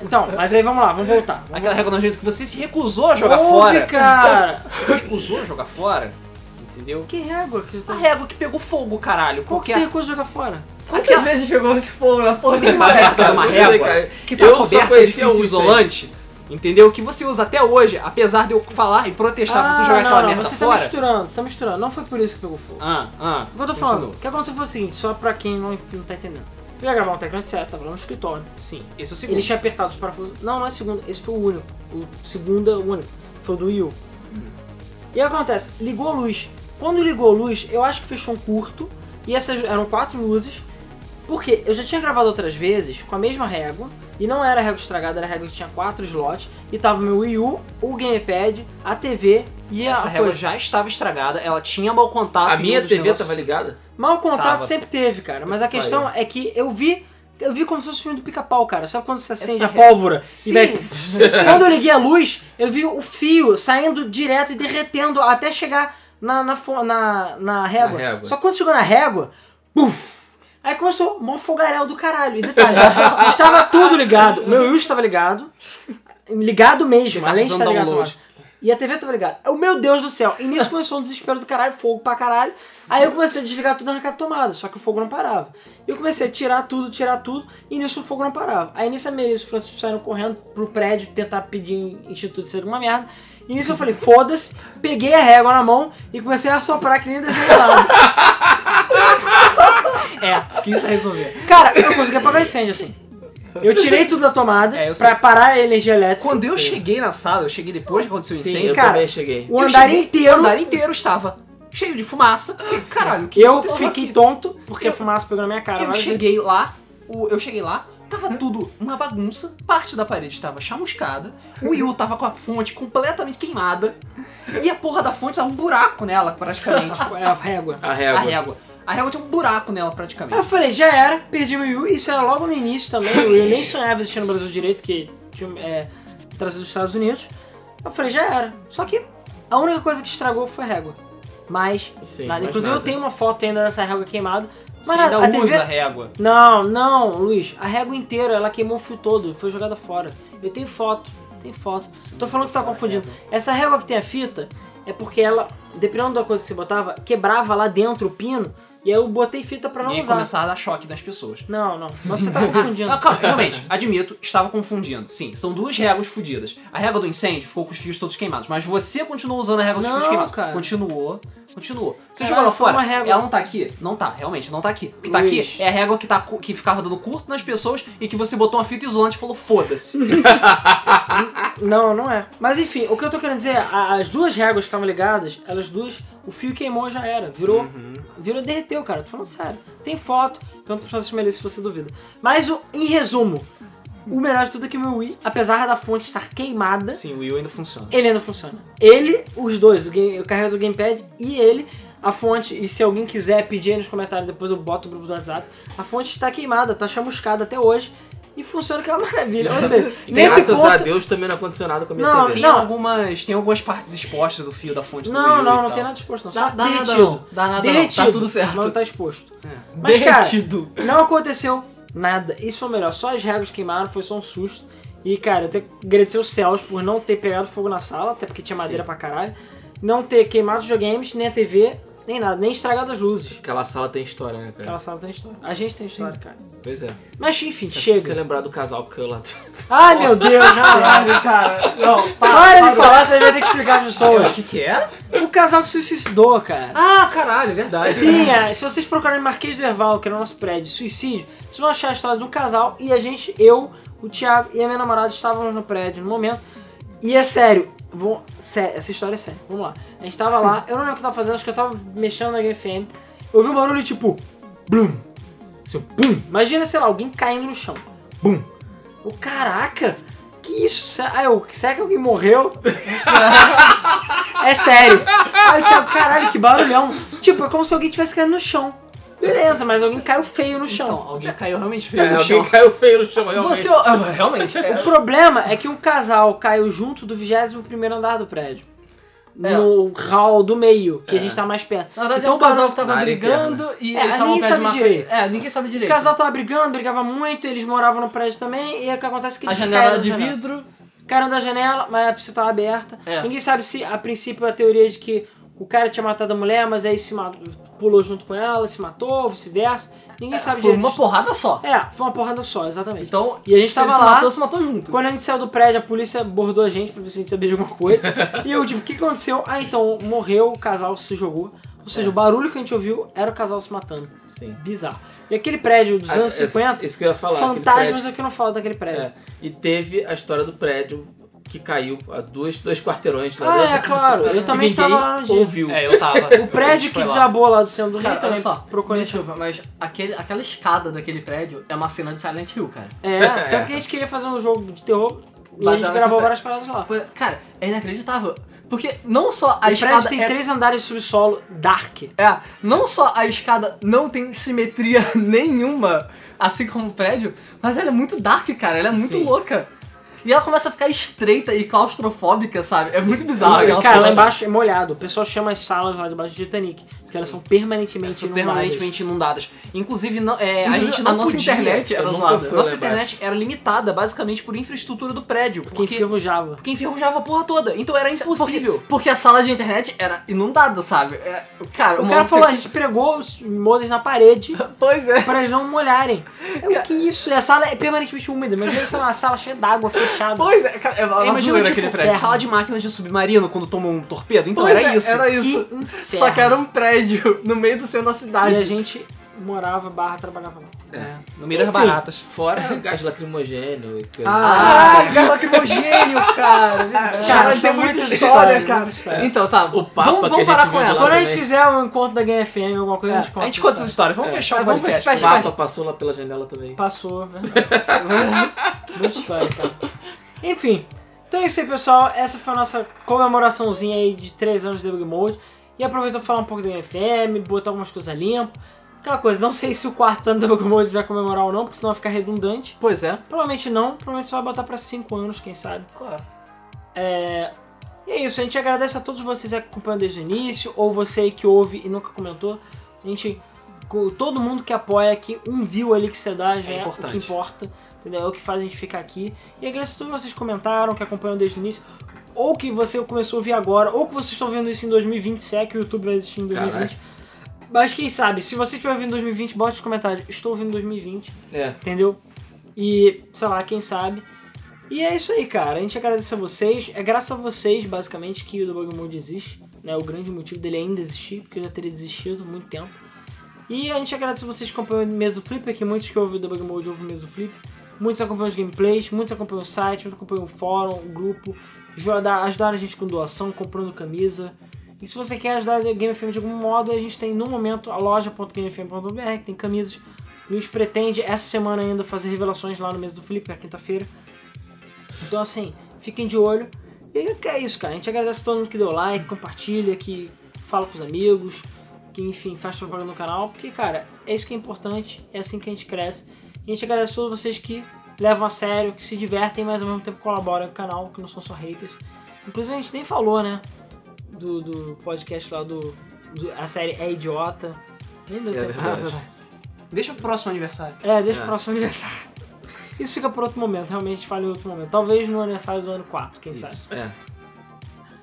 Então, mas aí vamos lá, vamos voltar. Vamos Aquela régua nojenta que você se recusou a jogar Ouve, fora. cara! Você se recusou a jogar fora. Entendeu? Que régua que eu tô... A régua é? que pegou fogo, caralho. Qual que Porque você recusa jogar fora? Quantas vezes pegou esse fogo na porra Tem desse uma réplica Eu de uma não sei, régua cara. que tá Eu só coberta de conhecia fita um, isso aí. isolante, entendeu? Que você usa até hoje, apesar de eu falar e protestar pra tá- você jogar Ah, não, aquela não, merda você fora. tá misturando, você tá misturando. Não foi por isso que pegou fogo. Ah, ah. O que eu tô falando? O que aconteceu foi o seguinte, só pra quem não, não tá entendendo. Eu ia gravar um teclado certo, tava lá no escritório. Sim, esse é o segundo. Ele tinha apertado os parafusos. Não, não é segundo. Esse foi o único. O segundo é o único. Foi o do Uhum. Will. E aí acontece, ligou a luz. Quando ligou a luz, eu acho que fechou um curto. E essas eram quatro luzes. Porque eu já tinha gravado outras vezes com a mesma régua. E não era régua estragada, era régua que tinha quatro slots. E tava o meu Wii U, o Gamepad, a TV e a Essa régua coisa. já estava estragada, ela tinha mau contato. A em um minha dos TV negócios. tava ligada? Mal contato Tava. sempre teve, cara. Mas a Pariu. questão é que eu vi. Eu vi como se fosse o filme do pica-pau, cara. Sabe quando você acende Essa a ré- pólvora Sim. e vai. quando eu liguei a luz, eu vi o fio saindo direto e derretendo até chegar na, na, fo- na, na, régua. Na régua. Só que quando chegou na régua, puf! Aí começou mó fogaréu do caralho. E detalhe, estava tudo ligado. O meu Will estava ligado. Ligado mesmo, Tava além de estar usando ligado. download. lá. E a TV tava ligada. Oh, meu Deus do céu. E nisso começou um desespero do caralho, fogo pra caralho. Aí eu comecei a desligar tudo e arrancar a tomada, só que o fogo não parava. E eu comecei a tirar tudo, tirar tudo, e nisso o fogo não parava. Aí nisso a Melissa e o Francisco saíram correndo pro prédio tentar pedir em instituto ser uma merda. E nisso eu falei, foda-se, peguei a régua na mão e comecei a soprar que nem desenho É, que isso é resolver. Cara, eu consegui apagar incêndio assim. Eu tirei tudo da tomada É, eu sei. pra parar a energia elétrica. Quando eu cheguei na sala, eu cheguei depois que aconteceu o Sim, incêndio. eu cara, também cheguei. o eu andar cheguei, inteiro. O andar inteiro estava cheio de fumaça. Eu falei, Caralho, o que eu aconteceu fiquei aqui? tonto porque Eu- a fumaça pegou na minha cara. Eu Mas- cheguei lá, o- eu cheguei lá, tava tudo uma bagunça, parte da parede tava chamuscada, o Yu tava com a fonte completamente queimada, e a porra da fonte tava um buraco nela, praticamente. É a régua. A A régua. régua. A régua tinha um buraco nela, Aí eu praticamente. falei, já era, perdi meu Wii U. Isso era logo no início também. Eu eu nem sonhava existir no Brasil direito, que tinha é, trazido dos Estados Unidos. Eu falei, já era. Só que a única coisa que estragou foi a régua. Mas, Sim, nada. mais Inclusive, eu nada. tenho uma foto ainda dessa régua queimada. Mas Você nada, ainda a usa TV a régua. Não, não, Luiz. A régua inteira, ela queimou o fio todo, foi jogada fora. Eu tenho foto, tem foto. Tô falando que você tá confundindo. Essa régua que tem a fita é porque ela, dependendo da coisa que você botava, quebrava lá dentro o pino e aí eu botei fita pra não E aí usar. começava a dar choque nas pessoas. Não, não. Você tá confundindo. Ah, calma, realmente, admito, estava confundindo. Sim, são duas réguas fodidas. A régua do incêndio ficou com os fios todos queimados, mas você continuou usando a régua dos Não, fios queimados. cara. Continuou, continuou. Você Caralho, jogou ela foi fora? uma régua. Ela não tá aqui? Não tá, realmente, não tá aqui. O que tá Luiz. aqui é a régua que, tá, cu- que ficava dando curto nas pessoas e que você botou uma fita isolante e falou foda-se. Não, não é. Mas enfim, o que eu tô querendo dizer, é, a- as duas réguas que estavam ligadas, elas duas, o fio queimou já era. Virou. Uhum. Virou, derreteu, cara. Tô falando sério. Tem foto, tanto pro Francisco Melissa se você duvida. Mas o, em resumo, o melhor de tudo é que o meu Wii, apesar da fonte estar queimada, Sim, o Will ainda funciona. ele ainda funciona. Ele, os dois, o, game, o carregador do gamepad e ele, a fonte, e se alguém quiser pedir aí nos comentários, depois eu boto o grupo do WhatsApp, a fonte tá queimada, tá chamuscada até hoje. E funciona que é uma maravilha. Ou seja, nesse Graças a ponto, Deus também não aconteceu nada com a minha Não, TV. Tem, não. Algumas, tem algumas partes expostas do fio da fonte do Will Não, e não, não tal. tem nada exposto, não. Dá, Só dá nada derretido. não. Dá nada não. derretido. Tá tudo certo. É. Não tá exposto. Mas, cara, Derretido. não aconteceu nada. Isso foi o melhor. Só as regras queimaram, foi só um susto. E, cara, eu tenho que agradecer os céus por não ter pegado fogo na sala, até porque tinha madeira pra caralho. Não ter queimado os videogames, nem a TV, nem nada, nem estragado as luzes. É. Aquela sala tem história, né, cara? Aquela sala tem história. A gente tem história, cara. Pois é. Mas enfim, Tá Se você chega. lembrar do casal que eu lá. Ai, meu Deus, Caralho, caralho. cara. Não, para, Para de parou. falar, você vai ter que explicar as O pessoas. que que é? O casal que se suicidou, cara. Ah, caralho, verdade. Sim, é, se vocês procurarem Marquês do Erval, que é o nosso prédio, suicídio, vocês vão achar a história de um casal e a gente, eu, o Thiago e a minha namorada estávamos no prédio no momento. E é sério, vou, sé- essa história é séria, vamos lá. A gente tava lá, eu não lembro o que eu tava fazendo, acho que eu tava mexendo na GFM. Eu ouvi um barulho tipo, blum, assim, bum. Imagina, sei lá, alguém caindo no chão. Bum. O caraca, que isso? Será, ah, eu, será que alguém morreu? É sério. Aí o Thiago, caralho, que barulhão. Tipo, é como se alguém tivesse caído no chão. Beleza, mas alguém caiu feio no Então, chão. alguém caiu realmente feio É, no alguém chão. caiu feio no chão, realmente. Você, ah, realmente, é. O problema é que um casal caiu junto do 21 andar do prédio. É. No hall do meio, que a É. gente tá mais perto. Na verdade, Então, é um casal que tava Vale brigando e É, eles estavam perto ninguém de sabe uma... direito. É, ninguém sabe O direito. casal tava brigando, brigava muito, eles moravam no prédio também, e o que acontece é que a eles janela caíram da de janela. vidro. Caíram da janela, mas a pista tava aberta. É. Ninguém sabe se, a princípio, a teoria é de que o cara tinha matado a mulher, mas aí se ma- pulou junto com ela, se matou, vice-versa. Ninguém sabe É, Foi direito. uma porrada só. É, foi uma porrada só, exatamente. Então, E a gente se tava ele se lá- matou, se matou junto. Quando a gente saiu do prédio, a polícia abordou a gente pra ver se a gente sabia de alguma coisa. e eu, tipo, o que aconteceu? Ah, então, morreu, o casal se jogou. Ou É. seja, o barulho que a gente ouviu era o casal se matando. Sim. Bizarro. E aquele prédio dos anos Ah, é, 50, Isso que eu ia falar. aquele fantasmas prédio. é que não fala daquele prédio. É, E teve a história do prédio que caiu a dois, dois quarteirões lá Ah, dentro. é claro. Eu também estava lá no dia. Ouviu. É, eu tava. O prédio que desabou lá do centro do Rio Cara, olha também só, procurou me desculpa, mas aquele, aquela escada daquele prédio é uma cena de Silent Hill, cara. É, É. tanto que a gente queria fazer um jogo de terror e a Baseado gente no gravou prédio. várias paradas lá. Foi- Cara, é inacreditável. Porque não só a o prédio escada tem é- três andares de subsolo, dark. É, não só a escada não tem simetria nenhuma, assim como o prédio, mas ela é muito dark, cara. Ela é muito Sim. louca. E ela começa a ficar estreita e claustrofóbica, sabe? É muito bizarro. Cara, aquela lá sala. embaixo é molhado. O pessoal chama as salas lá debaixo de Titanic. Porque que elas são permanentemente São inundadas. permanentemente inundadas. Inclusive, não- é, a Inclusive, gente não a nossa podia- internet era Eu nunca zoada. fui Nossa lá internet era limitada basicamente por infraestrutura do prédio. Porque, Porque porque, enferrujava. enferrujava a porra toda. Então era impossível. É Porque, porque a sala de internet era inundada, sabe? É, cara, O uma cara outra- falou, a gente pregou os modems na parede Pois é. pra eles não molharem. É, o que isso? E a sala é permanentemente úmida. Imagina sei lá, uma sala cheia d'água, fechada. Pois é, cara, é uma Imagina, zoeira tipo, aquele prédio. sala de máquinas de submarino quando tomou um torpedo. Então Pois era é, isso. Era isso. inferno. Só que era um prédio no meio do centro da E a cidade. gente morava barra trabalhava lá. No meio das Enfim. baratas. Fora gás lacrimogêneo e coisa. Ah, Caralho, gás lacrimogênio, cara. verdade. Cara, isso tem é muita história, muita história, cara. muita história. Então, tá. O Papa vamos que a vamos gente parar com viu essa. lá. Quando a gente também. fizer um encontro da Game FM, alguma coisa, a gente conta. A gente conta essa essas histórias. Vamos fechar o Vamos pra podcast. esse O Papa passou lá pela janela também. Passou, né? Muita história, cara. Enfim, então é isso aí, pessoal. Essa foi a nossa comemoraçãozinha aí de 3 anos de Debug Mode. E aproveitou pra falar um pouco do FM, botar algumas coisas limpo. Aquela coisa, não sei se o quarto ano do Debug Mode vai comemorar ou não, porque senão vai ficar redundante. Pois é. Provavelmente não, provavelmente só vai botar pra 5 anos, quem sabe. Claro. E é isso, a gente agradece a todos vocês que acompanham desde o início, ou você aí que ouve e nunca comentou. A gente, co- todo mundo que apoia aqui, um view ali que você dá já É é, o importante. que importa, entendeu? É o que faz a gente ficar aqui. E agradeço a todos vocês que comentaram, que acompanham desde o início, ou que você começou a ouvir agora, ou que vocês estão vendo isso em 2020, se é que o YouTube vai existir em 2020. Mas quem sabe, se você estiver ouvindo em 2020, bote nos comentários, estou ouvindo em 2020 É. entendeu? E, sei lá, quem sabe. E é isso aí, cara. A gente agradece a vocês. É graças a vocês, basicamente, que o Debug Mode existe. Né? O grande motivo dele ainda existir, porque eu já teria desistido há muito tempo. E a gente agradece a vocês que acompanham o Mesa do Flipper, que muitos que ouvem o Debug Mode ouvem o Mesa do Flipper. Muitos acompanham os gameplays, muitos acompanham o site, muitos acompanham o fórum, o grupo. Ajudar- Ajudaram a gente com doação, comprando camisa. E se você quer ajudar a Game FM de algum modo, a gente tem no momento a loja.gamefm.br, que tem camisas. Luiz pretende essa semana ainda fazer revelações lá no mês do Felipe, na quinta-feira. Então assim, fiquem de olho. E aí, que é isso, cara. A gente agradece a todo mundo que deu like, compartilha, que fala com os amigos, que enfim, faz propaganda no canal. Porque, cara, é isso que é importante, é assim que a gente cresce. E a gente agradece a todos vocês que levam a sério, que se divertem, mas ao mesmo tempo colaboram com o canal, que não são só haters. Inclusive a gente nem falou, né? Do, do podcast lá do, do- A série É Idiota. Nem deu É tempo. verdade. Deixa pro próximo aniversário. É, deixa É. o próximo aniversário. Isso fica por outro momento, realmente fala em outro momento. Talvez no aniversário do ano 4, quem sabe. É.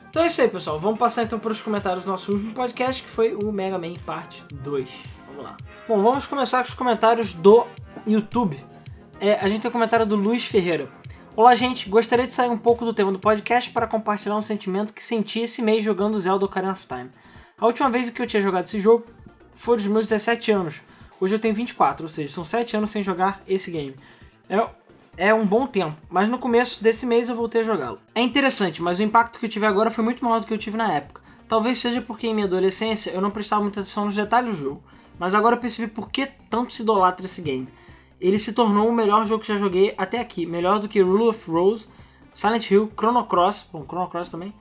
Então é isso aí, pessoal. Vamos passar então para os comentários do nosso último podcast, que foi o Mega Man Parte 2. Vamos lá. Bom, vamos começar com os comentários do YouTube. É, a gente tem o comentário do Luiz Ferreira. Olá, gente. Gostaria de sair um pouco do tema do podcast para compartilhar um sentimento que senti esse mês jogando Zelda Ocarina of Time. A última vez que eu tinha jogado esse jogo foi dos meus 17 anos. Hoje eu tenho 24, ou seja, são 7 anos sem jogar esse game. É é um bom tempo, mas no começo desse mês eu voltei a jogá-lo. É interessante, mas o impacto que eu tive agora foi muito maior do que eu tive na época. Talvez seja porque em minha adolescência eu não prestava muita atenção nos detalhes do jogo, mas agora eu percebi por que tanto se idolatra esse game. Ele se tornou o melhor jogo que já joguei até aqui, melhor do que Rule of Rose, Silent Hill, Chrono Cross, bom, Chrono Cross também,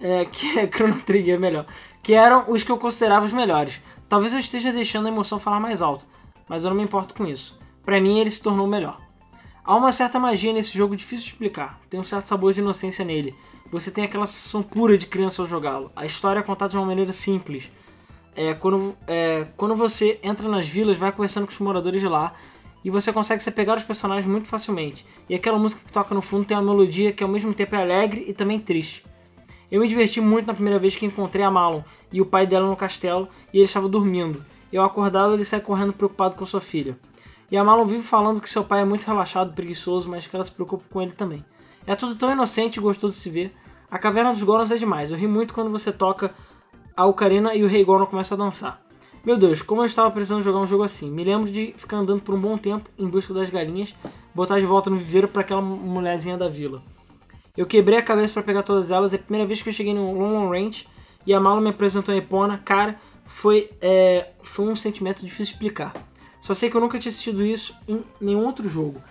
é, que é Chrono Trigger é melhor, que eram os que eu considerava os melhores. Talvez eu esteja deixando a emoção falar mais alto, mas eu não me importo com isso. Pra mim ele se tornou o melhor. Há uma certa magia nesse jogo difícil de explicar. Tem um certo sabor de inocência nele. Você tem aquela sensação pura de criança ao jogá-lo. A história é contada de uma maneira simples. É, quando, é, quando você entra nas vilas, vai conversando com os moradores de lá e você consegue se apegar aos personagens muito facilmente. E aquela música que toca no fundo tem uma melodia que ao mesmo tempo é alegre e também triste. Eu me diverti muito na primeira vez que encontrei a Malon e o pai dela no castelo e ele estava dormindo. Eu acordado, ele sai correndo preocupado com sua filha. E a Malon vive falando que seu pai é muito relaxado, preguiçoso, mas que ela se preocupa com ele também. É tudo tão inocente e gostoso de se ver. A Caverna dos Gorons é demais. Eu ri muito quando você toca a Ocarina e o Rei Goron começa a dançar. Meu Deus, como eu estava precisando jogar um jogo assim. Me lembro de ficar andando por um bom tempo em busca das galinhas, botar de volta no viveiro para aquela mulherzinha da vila. Eu quebrei a cabeça pra pegar todas elas. É a primeira vez que eu cheguei no Long Ranch e a Malo me apresentou a Epona. Cara, foi, é, foi um sentimento difícil de explicar. Só sei que eu nunca tinha assistido isso em nenhum outro jogo.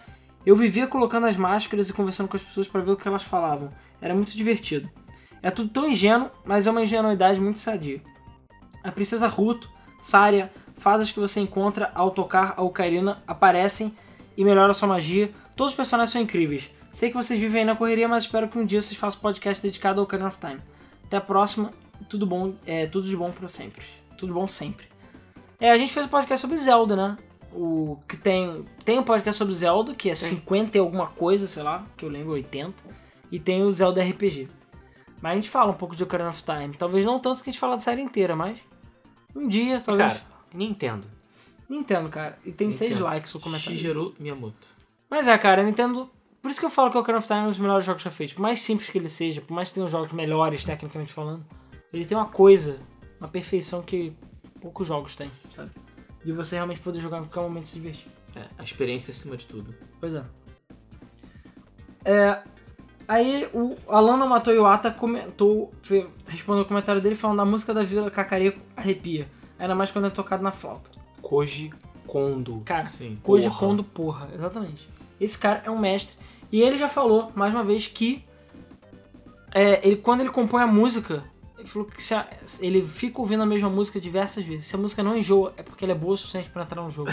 Eu vivia colocando as máscaras e conversando com as pessoas pra ver o que elas falavam. Era muito divertido. É tudo tão ingênuo, mas é uma ingenuidade muito sadia. A princesa Ruto, Saria, fadas que você encontra ao tocar a Ocarina aparecem e melhoram a sua magia. Todos os personagens são incríveis. Sei que vocês vivem aí na correria, mas espero que um dia vocês façam um podcast dedicado ao Ocarina of Time. Até a próxima, tudo bom, é, tudo de bom pra sempre. Tudo bom sempre. É, a gente fez um podcast sobre Zelda, né? O que tem. Tem um podcast sobre Zelda, que é 50 e alguma coisa, sei lá, que eu lembro, 80. E tem o Zelda RPG. Mas a gente fala um pouco de Ocarina of Time. Talvez não tanto porque a gente fala da série inteira, mas. Um dia, talvez. Cara, Nintendo. Nintendo, cara. E tem 6 likes o comentário. Shigeru Miyamoto. Mas é, cara, a Nintendo. Por isso que eu falo que o Ocarina of Time é um dos melhores jogos já feitos. Por mais simples que ele seja, por mais que tenha jogos melhores, tecnicamente falando, ele tem uma coisa, uma perfeição que poucos jogos têm, sabe? De você realmente poder jogar em qualquer momento e se divertir. É, a experiência acima de tudo. Pois é. É, Aí o Alana Matoyuata comentou, fe- respondeu o comentário dele falando da música da Vila Cacareco arrepia. Ainda mais quando é tocado na flauta. Koji Kondo. Cara, Sim. Koji Porra. Kondo, porra, exatamente. Esse cara é um mestre. E ele já falou, mais uma vez, que é, ele, quando ele compõe a música, ele falou que se a- ele fica ouvindo a mesma música diversas vezes. Se a música não enjoa, é porque ela é boa o suficiente pra entrar no jogo.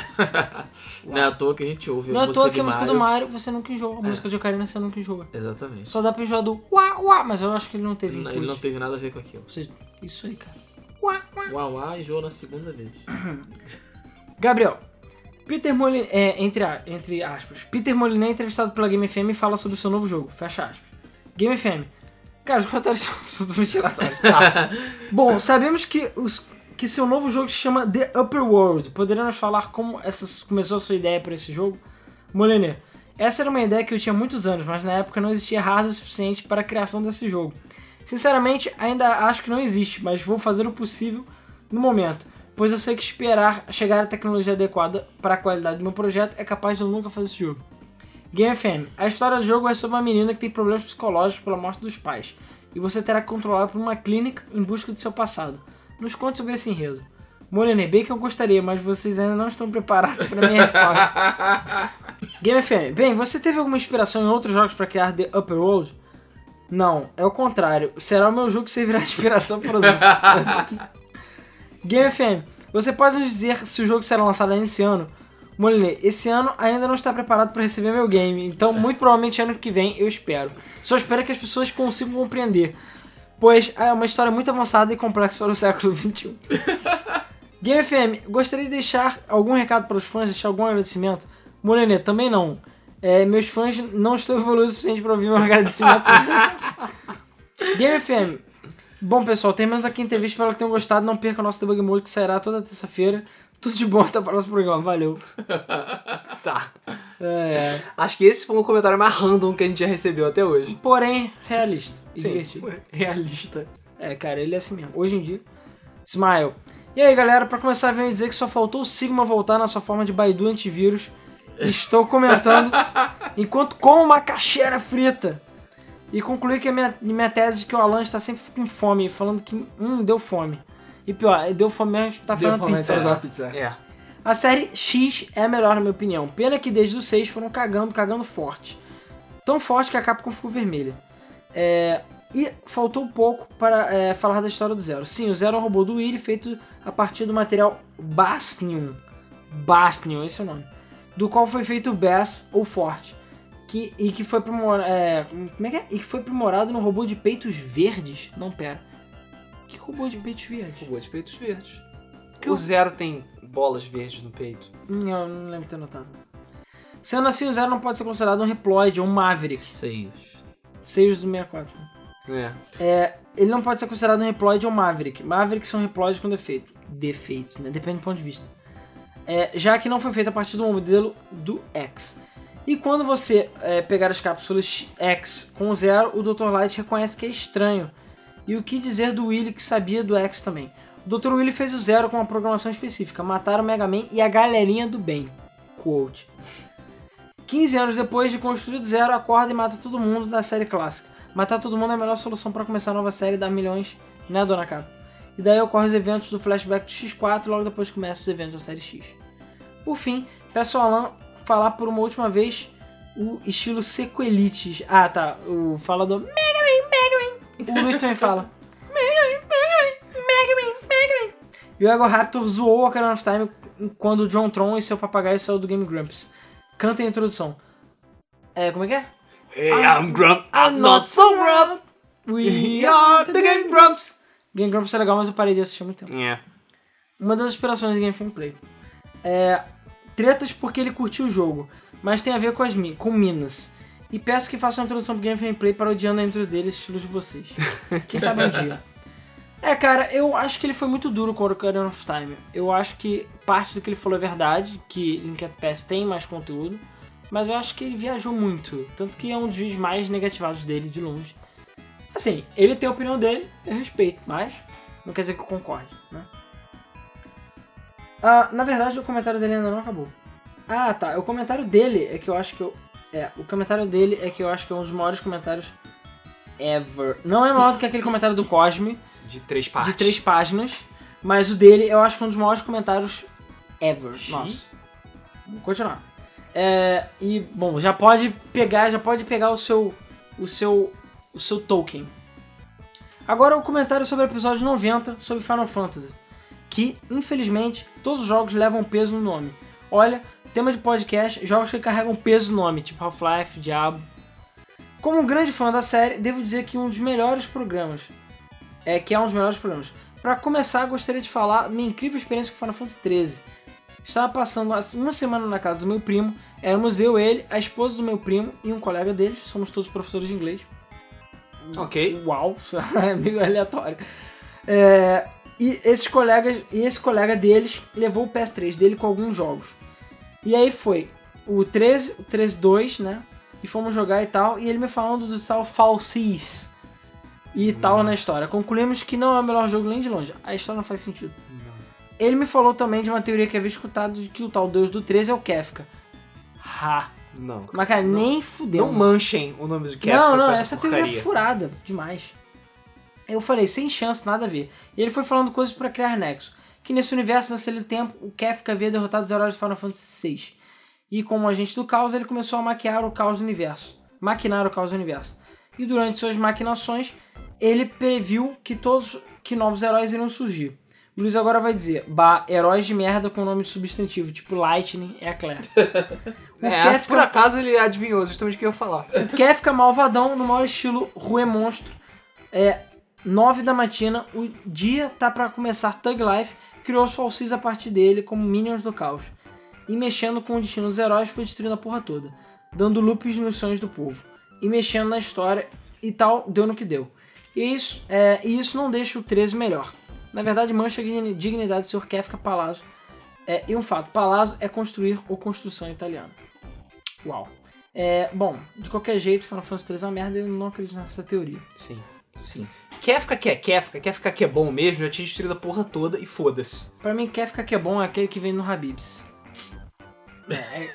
Não é à toa que a gente ouve não a é à toa música que de a música Mario. do Mario você nunca enjoa, a música de Ocarina você nunca enjoa. Exatamente. Só dá pra enjoar do uá, uá, mas eu acho que ele não teve Não- input. Ele não teve nada a ver com aquilo. Ou seja, isso aí, cara. Uá, uá. Uau, uau, enjoou na segunda vez. Gabriel, Peter Moliné, é, entre, a- entre aspas, Peter Moliné é entrevistado pela Game FM e fala sobre o seu novo jogo, fecha aspas. Game FM, cara, os comentários são, são todos mentirosos. Tá. Bom, sabemos que, os, que seu novo jogo se chama The Upper World. Poderia nos falar como essa começou a sua ideia para esse jogo? Moliné, essa era uma ideia que eu tinha há muitos anos, mas na época não existia hardware suficiente para a criação desse jogo. Sinceramente, ainda acho que não existe, mas vou fazer o possível no momento, pois eu sei que esperar chegar à tecnologia adequada para a qualidade do meu projeto é capaz de eu nunca fazer esse jogo. Game FM. A história do jogo é sobre uma menina que tem problemas psicológicos pela morte dos pais, e você terá que controlá-la por uma clínica em busca de seu passado. Nos conte sobre esse enredo. Morena, bem que eu gostaria, mas vocês ainda não estão preparados para minha resposta. Game FM. Bem, você teve alguma inspiração em outros jogos para criar The Upper World? Não, é o contrário. Será o meu jogo que servirá de inspiração para os outros. Game FM, você pode nos dizer se o jogo será lançado ainda esse ano? Molinê, esse ano ainda não está preparado para receber meu game, então muito provavelmente ano que vem eu espero. Só espero que as pessoas consigam compreender, pois é uma história muito avançada e complexa para o século um. XXI. Game FM, gostaria de deixar algum recado para os fãs, deixar algum agradecimento? Molinê, também não. É, meus fãs não estão evoluídos o suficiente para ouvir meu agradecimento. Game FM, Bom, pessoal, terminamos aqui a entrevista. Espero que tenham gostado. Não perca o nosso debug mode que sairá toda terça-feira. Tudo de bom, até o próximo programa. Valeu. Tá. É, Acho que esse foi um comentário mais random que a gente já recebeu até hoje. porém, realista e divertido. Realista. É, cara, ele é assim mesmo. Hoje em dia, Smile. E aí, galera, pra começar, venho dizer que só faltou o Sigma voltar na sua forma de Baidu antivírus. Estou comentando enquento como uma caixeira frita. E concluí que a minha, minha tese de que o Alan está sempre com fome, falando que, hum, deu fome. E pior, deu fome mesmo, tá falando pizza. pizza. É. A série X é a melhor, na minha opinião. Pena que desde os 6 foram cagando, cagando forte. Tão forte que a Capcom ficou vermelha. É, E faltou pouco para é, falar da história do Zero. Sim, o Zero é um robô do Willy feito a partir do material Bastion. Bastion, esse é o nome. Do qual foi feito o Bass ou Forte. Que, e que foi primorado. como é que é? E que foi primorado no robô de peitos verdes. Não, pera. Que robô de peitos verdes? Robô de peitos verdes. Que o o- Zero tem bolas verdes no peito. Hum, Eu não lembro de ter notado. Sendo assim, o Zero não pode ser considerado um Reploid ou um Maverick. Seios. Seios do 64. É. Ele não pode ser considerado um Reploid ou um Maverick. Mavericks são Reploids com defeito. Defeitos, né? Depende do ponto de vista. É, já que não foi feito a partir do modelo do X. E quando você é, pegar as cápsulas X com o Zero, o Dr. Light reconhece que é estranho. E o que dizer do Willy que sabia do X também? O Dr. Willy fez o Zero com uma programação específica, matar o Mega Man e a galerinha do bem. Quote. 15 anos depois de construir do zero, acorda e mata todo mundo da série clássica. Matar todo mundo é a melhor solução para começar a nova série e dar milhões, né, Dona Capa? E daí ocorrem os eventos do flashback do X4 logo depois começam os eventos da série X. Por fim, peço ao Alan falar por uma última vez o estilo sequelites. Ah, tá. O fala do Mega Man, Mega Man. O Luiz também fala. Mega Man, Mega Man, Mega Man, Mega Man. E o Ego Raptor zoou a Ocarina of Time quando o John Tron e seu papagaio saiu do Game Grumps. Canta a introdução. É, como é que é? Hey, I'm grump, I'm not so grump. We We are the Game Grumps. Game Grumps é legal, mas eu parei de assistir há muito tempo. É. Uma das inspirações do Game Gameplay. É, tretas porque ele curtiu o jogo, mas tem a ver com, as, mi- com Minas. E peço que façam uma introdução pro Game Gameplay parodiando a intro deles, estilos de vocês. Quem sabe um dia. É, cara, eu acho que ele foi muito duro com o Ocarina of Time. Eu acho que parte do que ele falou é verdade, que Link at Past tem mais conteúdo, mas eu acho que ele viajou muito. Tanto que é um dos vídeos mais negativados dele, de longe. Assim, ele tem a opinião dele, eu respeito, mas não quer dizer que eu concorde, né? Ah, na verdade, o comentário dele ainda não acabou. Ah, tá. O comentário dele é que eu acho que eu. É, o comentário dele é que eu acho que é um dos maiores comentários ever. Não é maior do que aquele comentário do Cosme, De três partes. de três páginas, mas o dele eu acho que é um dos maiores comentários ever. Nossa. Vamos continuar. É, e, bom, já pode pegar, já pode pegar o seu. o seu. o seu token. Agora o comentário sobre o episódio 90 sobre Final Fantasy. Que, infelizmente, todos os jogos levam peso no nome. Olha, tema de podcast, jogos que carregam peso no nome, tipo Half-Life, Diablo. Como um grande fã da série, devo dizer que um dos melhores programas. É que é um dos melhores programas. Pra começar, gostaria de falar minha incrível experiência com Final Fantasy XIII. Estava passando as- uma semana na casa do meu primo, éramos eu, ele, a esposa do meu primo e um colega deles, somos todos professores de inglês. Ok. Uau, é meio aleatório. É, e esses colegas, e esse colega deles levou o PS3 dele com alguns jogos. E aí foi o 13, o 13-2, né? E fomos jogar e tal, e ele me falando do tal Falsis e Hum. tal na história. Concluímos que não é o melhor jogo nem de longe. A história não faz sentido. Ele me falou também de uma teoria que havia escutado de que o tal deus do 13 é o Kefka. Ha! Não. Mas cara, nem fudeu. Não manchem o nome do Kefka Não, não, com essa, essa, teoria é porcaria. furada demais. Eu falei, sem chance, nada a ver. E ele foi falando coisas pra criar nexo. Que nesse universo, naquele tempo, o Kefka havia derrotado os heróis de Final Fantasy VI. E como agente do caos, ele começou a maquiar o caos do universo. Maquinar o caos do universo. E durante suas maquinações, ele previu que todos que novos heróis iriam surgir. O Luiz agora vai dizer, bah, heróis de merda com nome de substantivo, tipo Lightning é a Claire. O É, Kefka por acaso ele adivinhou justamente o que eu ia falar. Quer ficar malvadão no maior estilo Rue Monstro. É 9 da matina, o dia tá pra começar Thug Life, criou os falsis a partir dele como Minions do Caos. E mexendo com o destino dos heróis, foi destruindo a porra toda, dando loops nos sonhos do povo. E mexendo na história e tal, deu no que deu. E isso, é, e isso não deixa o 13 melhor. Na verdade, mancha a digni- dignidade do Sr. Kefka Palazzo. É, e um fato, Palazzo é construir ou construção italiana. Uau. É, bom, de qualquer jeito, Final Fantasy 3 é uma merda e eu não acredito nessa teoria. Sim. Sim. Kefka que é Kefka, Kefka que é bom mesmo, já tinha destruído a porra toda e foda-se. Pra mim, Kefka que é bom é aquele que vem no Habibs. É,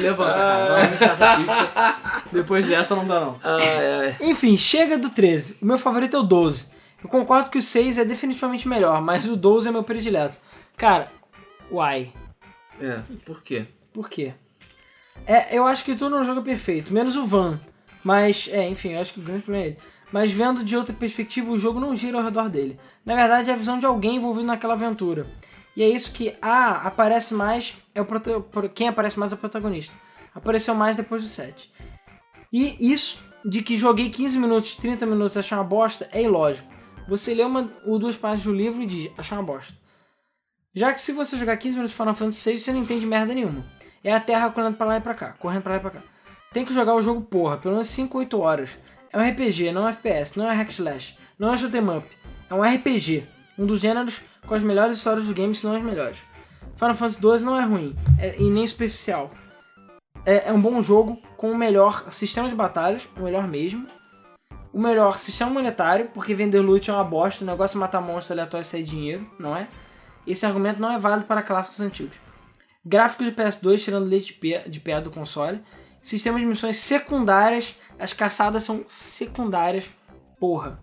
Levanta, cara. Não vamos essa pizza. Depois dessa não dá, Ah, não. Ai, ai. Enfim, chega do 13. O meu favorito é o 12. Eu concordo que o 6 é definitivamente melhor, mas o 12 é meu predileto. Cara, why? É, por quê? Por quê? É, eu acho que tudo no jogo é perfeito, menos o Van. Mas, é, enfim, eu acho que o grande problema é ele. Mas vendo de outra perspectiva, o jogo não gira ao redor dele. Na verdade, é a visão de alguém envolvido naquela aventura. E é isso que, ah, aparece mais, é o prota- pro- quem aparece mais é o protagonista. Apareceu mais depois do 7. E isso de que joguei 15 minutos, 30 minutos e achei uma bosta é ilógico. Você lê uma ou duas páginas do livro e diz, achar uma bosta. Já que se você jogar 15 minutos de Final Fantasy VI, você não entende merda nenhuma. É a Terra correndo pra lá e pra cá, correndo pra lá e pra cá. Tem que jogar o jogo, porra, pelo menos 5, 8 horas. É um RPG, não é um FPS, não é hack slash, não é shoot'em up. É um RPG, um dos gêneros com as melhores histórias do game, se não as melhores. Final Fantasy XII não é ruim, é- e nem superficial. É, é um bom jogo, com o melhor sistema de batalhas, o melhor mesmo. O melhor sistema monetário, porque vender loot é uma bosta, o negócio é matar monstros aleatórios e sair dinheiro, não é? Esse argumento não é válido para clássicos antigos. Gráficos de PS2 tirando leite de pé, de pé do console. Sistema de missões secundárias. As caçadas são secundárias. Porra.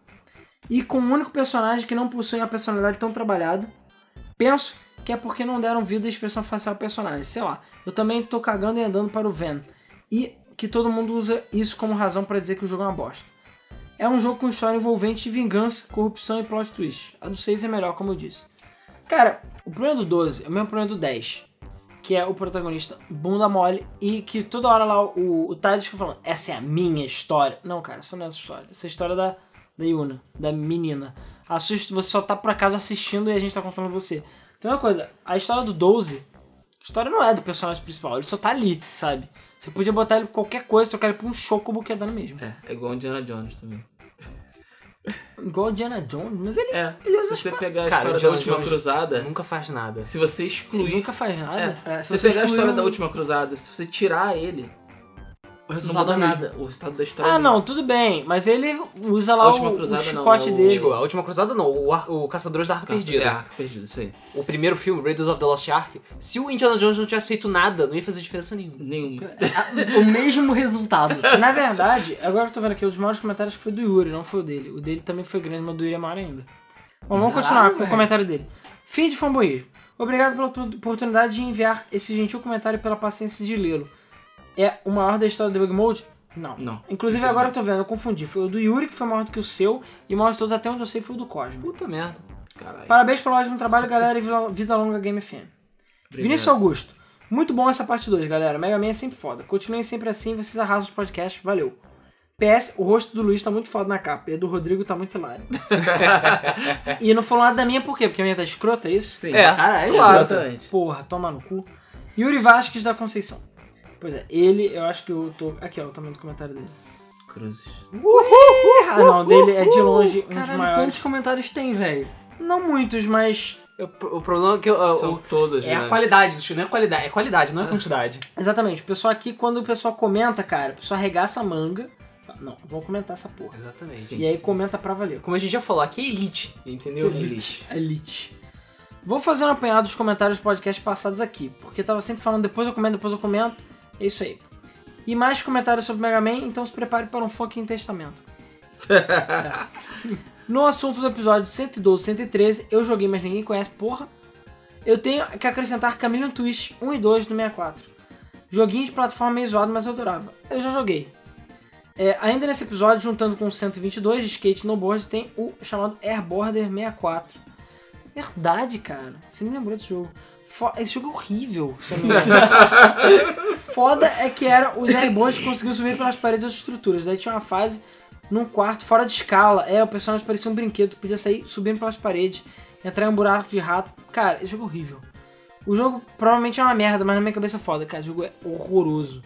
E com um único personagem que não possui uma personalidade tão trabalhada. Penso que é porque não deram vida à expressão facial ao personagem. Sei lá. Eu também tô cagando e andando para o Ven. E que todo mundo usa isso como razão para dizer que o jogo é uma bosta. É um jogo com história envolvente de vingança, corrupção e plot twist. A do 6 é melhor, como eu disse. Cara, o problema do 12 é o mesmo problema do 10. Que é o protagonista bunda mole e que toda hora lá o, o Tadeu fica falando: Essa é a minha história. Não, cara, essa não é a sua história. Essa é a história da, da Yuna, da menina. Assiste, você só tá por acaso assistindo e a gente tá contando você. Então é uma coisa, a história do 12, a história não é do personagem principal, ele só tá ali, sabe? Você podia botar ele por qualquer coisa, trocar ele por um chocobo que ia dar no mesmo. É, é igual Indiana Jones também. Igual o Diana Jones, mas ele É, Ele usa se você pegar a Cara, história da Indiana Última Jones- Cruzada, Nunca faz nada. se você excluir... nunca faz nada. É, É, se se você você pegar a história um excluir da o- Última Cruzada, se você tirar ele, O não resultado muda é nada. nada. O resultado da história... Ah, é o mesmo. não, tudo bem, mas ele usa A lá Última o, o Cruzada não, chicote é o- dele. Desculpa, a última cruzada não, o, Ar- o Caçadores da Arca Cara, Perdida. É, arco perdido, isso aí. O primeiro filme, Raiders of the Lost Ark, se o Indiana Jones não tivesse feito nada, não ia fazer diferença nenhuma. Nenhum. É. O mesmo resultado. Na verdade, agora que eu tô vendo aqui, um dos maiores comentários que foi do Yuri, não foi o dele. O dele também foi grande, mas o do Yuri é maior ainda. Bom, Caralho, vamos continuar com o velho. comentário dele. Fim de fanboísmo. Obrigado pela oportun- oportunidade de enviar esse gentil comentário e pela paciência de lê-lo. É o maior da história do Bug Mode? Não. Não. Inclusive agora eu tô vendo, eu confundi. Foi o do Yuri que foi maior do que o seu, e o maior de todos até onde eu sei foi o do Cosmo. Puta merda. Caralho. Parabéns pelo ótimo trabalho, galera, e vida- vida longa Game FM. Obrigado. Vinícius Augusto. Muito bom essa parte 2, galera. Mega Man é sempre foda. Continuem sempre assim, vocês arrasam os podcasts. Valeu. PS, o rosto do Luiz tá muito foda na capa. E a do Rodrigo tá muito hilário. e não falou nada da minha por quê? Porque a minha tá escrota, é isso? Sim. Ah, É, Caralho, claro. exatamente. Porra, toma no cu. Yuri Vasques da Conceição. Pois é, ele, eu acho que eu tô... Aqui, ó, o tamanho do comentário dele. Cruzes. Ah, não, dele é de longe um dos Caralho, maiores. quantos comentários tem, velho? Não muitos, mas... Eu- O problema é que eu, São eu, todas, É né? a qualidade, isso não é qualidade, é qualidade, não é quantidade. Exatamente, o pessoal aqui, quando o pessoal comenta, cara, o pessoal arregaça a manga. Fala, Não, vou comentar essa porra. Exatamente. Sim. E aí comenta pra valer. Como a gente já falou, aqui é elite, entendeu? Elite. Elite. Vou fazer um apanhado dos comentários dos podcasts passados aqui, porque tava sempre falando depois eu comento, depois eu comento. É isso aí. E mais comentários sobre Mega Man, então se prepare para um fucking testamento. É. No assunto do episódio 112 113, eu joguei, mas ninguém conhece, porra. Eu tenho que acrescentar Chameleon Twist 1 e 2 do 64. Joguinho de plataforma meio zoado, mas eu adorava. Eu já joguei. É, ainda nesse episódio, juntando com o 122 de skate e snowboard, tem o chamado Airborder 64. Verdade, cara. Você me lembrou desse jogo. Fo- Esse jogo é horrível, se eu não me engano. Foda é que era os airboards que conseguiam subir pelas paredes das estruturas. Daí tinha uma fase num quarto fora de escala. É, o personagem parecia um brinquedo, podia sair subindo pelas paredes, entrar em um buraco de rato. Cara, esse jogo é horrível. O jogo provavelmente é uma merda, mas na minha cabeça é foda, cara. O jogo é horroroso.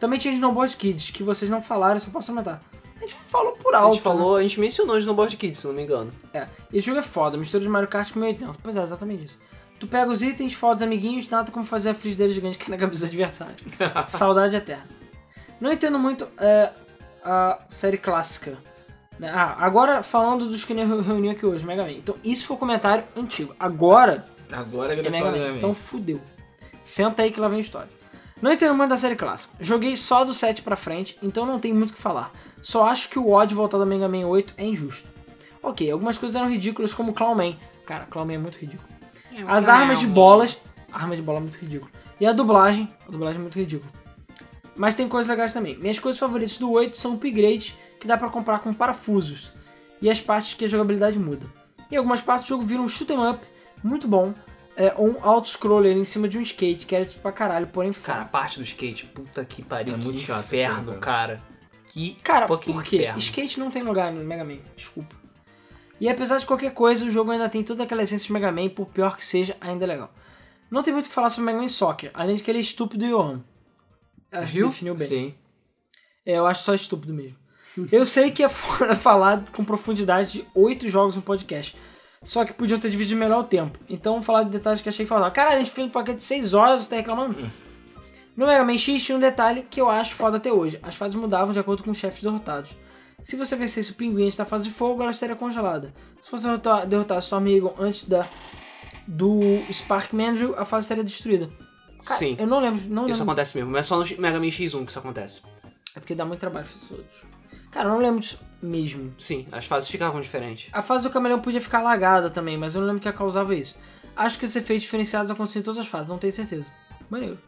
Também tinha Snowboard Kids, que vocês não falaram, eu só posso aumentar. A gente falou por A alto. né? gente falou, a gente mencionou no Board Kids, se não me engano. É, esse jogo é foda, mistura de Mario Kart com 1080. Pois é, exatamente isso. Tu pega os itens, fotos, amiguinhos, nada como fazer a frigideira gigante que é na cabeça do adversário. Saudade eterna. Não entendo muito é, a série clássica. né? Ah, agora falando dos que eu reuni aqui hoje, Mega Man. Então, isso foi um comentário antigo. Agora, Agora que é eu Mega Man. Então, Então fudeu. Senta aí que lá vem a história. Não entendo muito da série clássica. Joguei só do 7 pra frente, então não tem muito o que falar. Só acho que o ódio voltado ao Mega Man 8 é injusto. Ok, algumas coisas eram ridículas, como Clownman. Cara, Clownman é muito ridículo. As armas de bolas. Arma de bola é muito ridículo. E a dublagem. A dublagem é muito ridícula. Mas tem coisas legais também. Minhas coisas favoritas do 8 são upgrades que dá pra comprar com parafusos. E as partes que a jogabilidade muda. Em algumas partes o jogo vira um shoot 'em up muito bom. É, ou um auto-scroller em cima de um skate, que era tipo pra caralho, porém Cara, a fora. parte do skate, puta que pariu, É que muito chato, inferno, cara. Que Cara, pouquinho por quê? inferno. Skate não tem lugar no Mega Man, desculpa. E apesar de qualquer coisa, o jogo ainda tem toda aquela essência de Mega Man, por pior que seja, ainda é legal. Não tem muito o que falar sobre Mega Man Soccer, além de que ele é estúpido e eu amo. Acho que Viu? definiu bem. Sim. É, eu acho só estúpido mesmo. Eu sei que é foda falar com profundidade de oito jogos no podcast. Só que podiam ter dividido melhor o tempo. Então vamos falar de detalhes que achei que faltava. Caralho, a gente fez um paquete de 6 horas, você tá reclamando? Hum. No Mega Man X tinha um detalhe que eu acho foda até hoje. As fases mudavam de acordo com os chefes derrotados. Se você vencesse o pinguim antes da fase de fogo, ela estaria congelada. Se você derrota- derrotasse seu amigo antes da do Spark Mandrill, a fase estaria destruída. Cara, Sim, Eu não lembro, não isso lembro acontece mesmo, mas é só no Mega Man X1 que isso acontece. é porque dá muito trabalho fazer os outros. Cara, eu não lembro disso mesmo. Sim, as fases ficavam diferentes. A fase do camaleão podia ficar lagada também, mas eu não lembro que a causava isso. Acho que esses efeitos diferenciados aconteciam em todas as fases, não tenho certeza. Maneiro.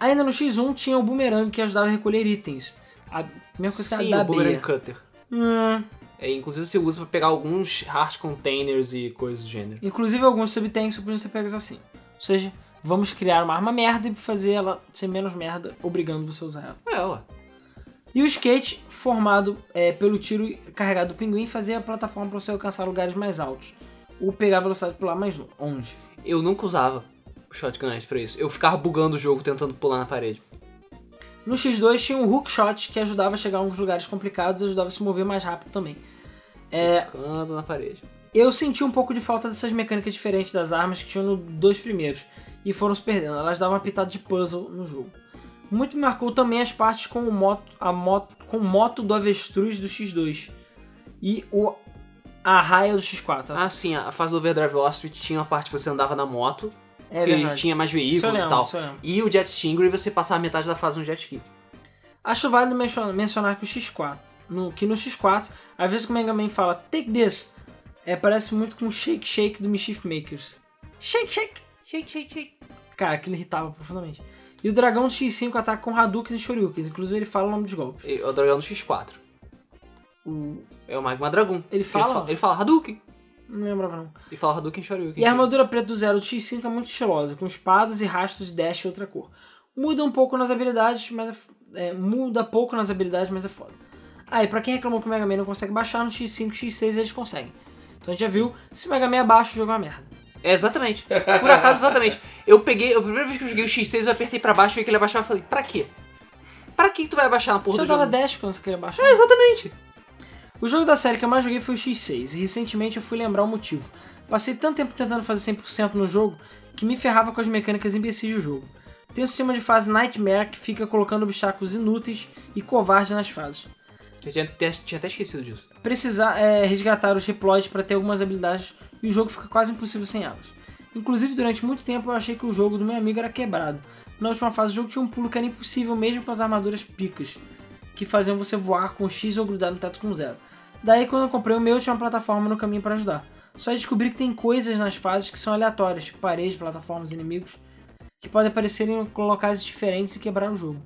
Ainda no X1 tinha o boomerang que ajudava a recolher itens. A mesma coisa Sim, da o B. Boomerang Cutter. Hum, É, inclusive você usa pra pegar alguns hard containers e coisas do gênero. Inclusive alguns subtanks podiam ser pegos assim. Ou seja, vamos criar uma arma merda e fazer ela ser menos merda, obrigando você a usar ela. É, ué. E o skate, formado é, pelo tiro carregado do pinguim, fazia a plataforma para você alcançar lugares mais altos. Ou pegar a velocidade pular mais longe. Eu nunca usava o Shotgun Ice pra isso. Eu ficava bugando o jogo tentando pular na parede. No X2 tinha um hook shot que ajudava a chegar a alguns lugares complicados e ajudava a se mover mais rápido também. É, Ficando na parede. eu senti um pouco de falta dessas mecânicas diferentes das armas que tinham nos dois primeiros e foram se perdendo. Elas davam uma pitada de puzzle no jogo. Muito me marcou também as partes com o moto, a moto, com moto do avestruz do X2 e o a raia do X4. Ah, sim, a fase do Overdrive Wall Street tinha uma parte que você andava na moto, é que verdade. tinha mais veículos Isso eu lembro, e tal. isso eu lembro. E o Jet Stinger, e você passava metade da fase no jet ski. Acho válido mencio- mencionar que o X4, no, que no X4, às vezes que o Mega Man fala Take this, é, parece muito com o Shake Shake do Mischief Makers. Shake Shake! Shake, shake, shake. Cara, aquilo irritava profundamente. E o dragão do X5 ataca com Hadoukens e Shoryukens, inclusive ele fala o nome dos golpes. E o dragão no X4. O- É o Magma Dragon. Ele fala? Ele fala, ele fala Hadouken. Não lembrava não. Ele fala Hadouken Shoryuken. E a armadura preta do Zero do X5 é muito estilosa, com espadas e rastros de dash e outra cor. Muda um pouco nas habilidades, mas é, f- é, muda pouco nas habilidades, mas é foda. Ah, e pra quem reclamou que o Mega Man não consegue baixar, no X5 e X6 eles conseguem. Então a gente já viu, se o Mega Man abaixa, o jogo é uma merda. É, exatamente. Por acaso, exatamente. Eu peguei, a primeira vez que eu joguei o X6, eu apertei pra baixo, vi que ele abaixava e falei, pra quê? Pra que tu vai abaixar na porra Já do jogo? dava dash quando você queria baixar. Exatamente. O jogo da série que eu mais joguei foi o X6, e recentemente eu fui lembrar o motivo. Passei tanto tempo tentando fazer 100% no jogo que me ferrava com as mecânicas imbecis do jogo. Tem um sistema de fase Nightmare que fica colocando obstáculos inúteis e covardes nas fases. Eu tinha, até- tinha até esquecido disso. Precisar é, resgatar os reploids para ter algumas habilidades e o jogo fica quase impossível sem elas. Inclusive, durante muito tempo eu achei que o jogo do meu amigo era quebrado. Na última fase do jogo tinha um pulo que era impossível mesmo com as armaduras picas, que faziam você voar com X ou grudar no teto com zero. Daí, quando eu comprei o meu, tinha uma plataforma no caminho para ajudar. Só descobri que tem coisas nas fases que são aleatórias, tipo paredes, plataformas, inimigos, que podem aparecer em locais diferentes e quebrar o jogo.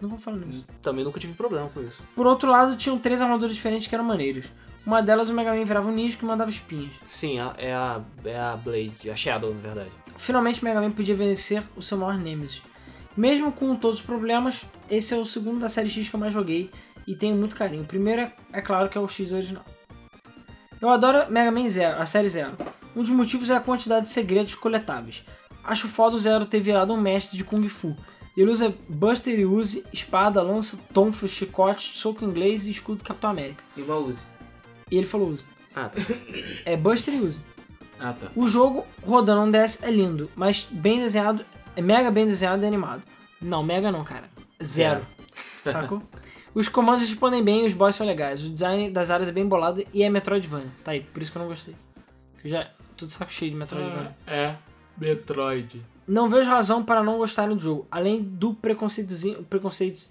Não vou falar nisso. Também nunca tive problema com isso. Por outro lado, tinham três armaduras diferentes que eram maneiras. Uma delas o Mega Man virava um ninja que mandava espinhas. Sim, a- é a, é a Blade, a Shadow, na verdade. Finalmente o Mega Man podia vencer o seu maior Nemesis. Mesmo com todos os problemas, esse é o segundo da série X que eu mais joguei e tenho muito carinho. O primeiro é, é claro que é o X original. Eu adoro Mega Man Zero, a série Zero. Um dos motivos é a quantidade de segredos coletáveis. Acho foda o Zero ter virado um mestre de Kung Fu. Ele usa Buster e Uzi, espada, lança, tonfa, chicote, soco inglês e escudo do Capitão América. E uma Uzi. E ele falou Uzi. Ah, tá. É Buster e Uzi. Ah, tá. O jogo rodando um DS é lindo, mas bem desenhado, é mega bem desenhado e animado. Não, mega não, cara. Zero. Sacou? Os comandos respondem bem e os boss são legais. O design das áreas é bem bolado e é Metroidvania. Tá aí, por isso que eu não gostei. Eu já tô de saco cheio de Metroidvania. É. Metroid. Não vejo razão para não gostarem do jogo, além do preconceitozinho, preconceito,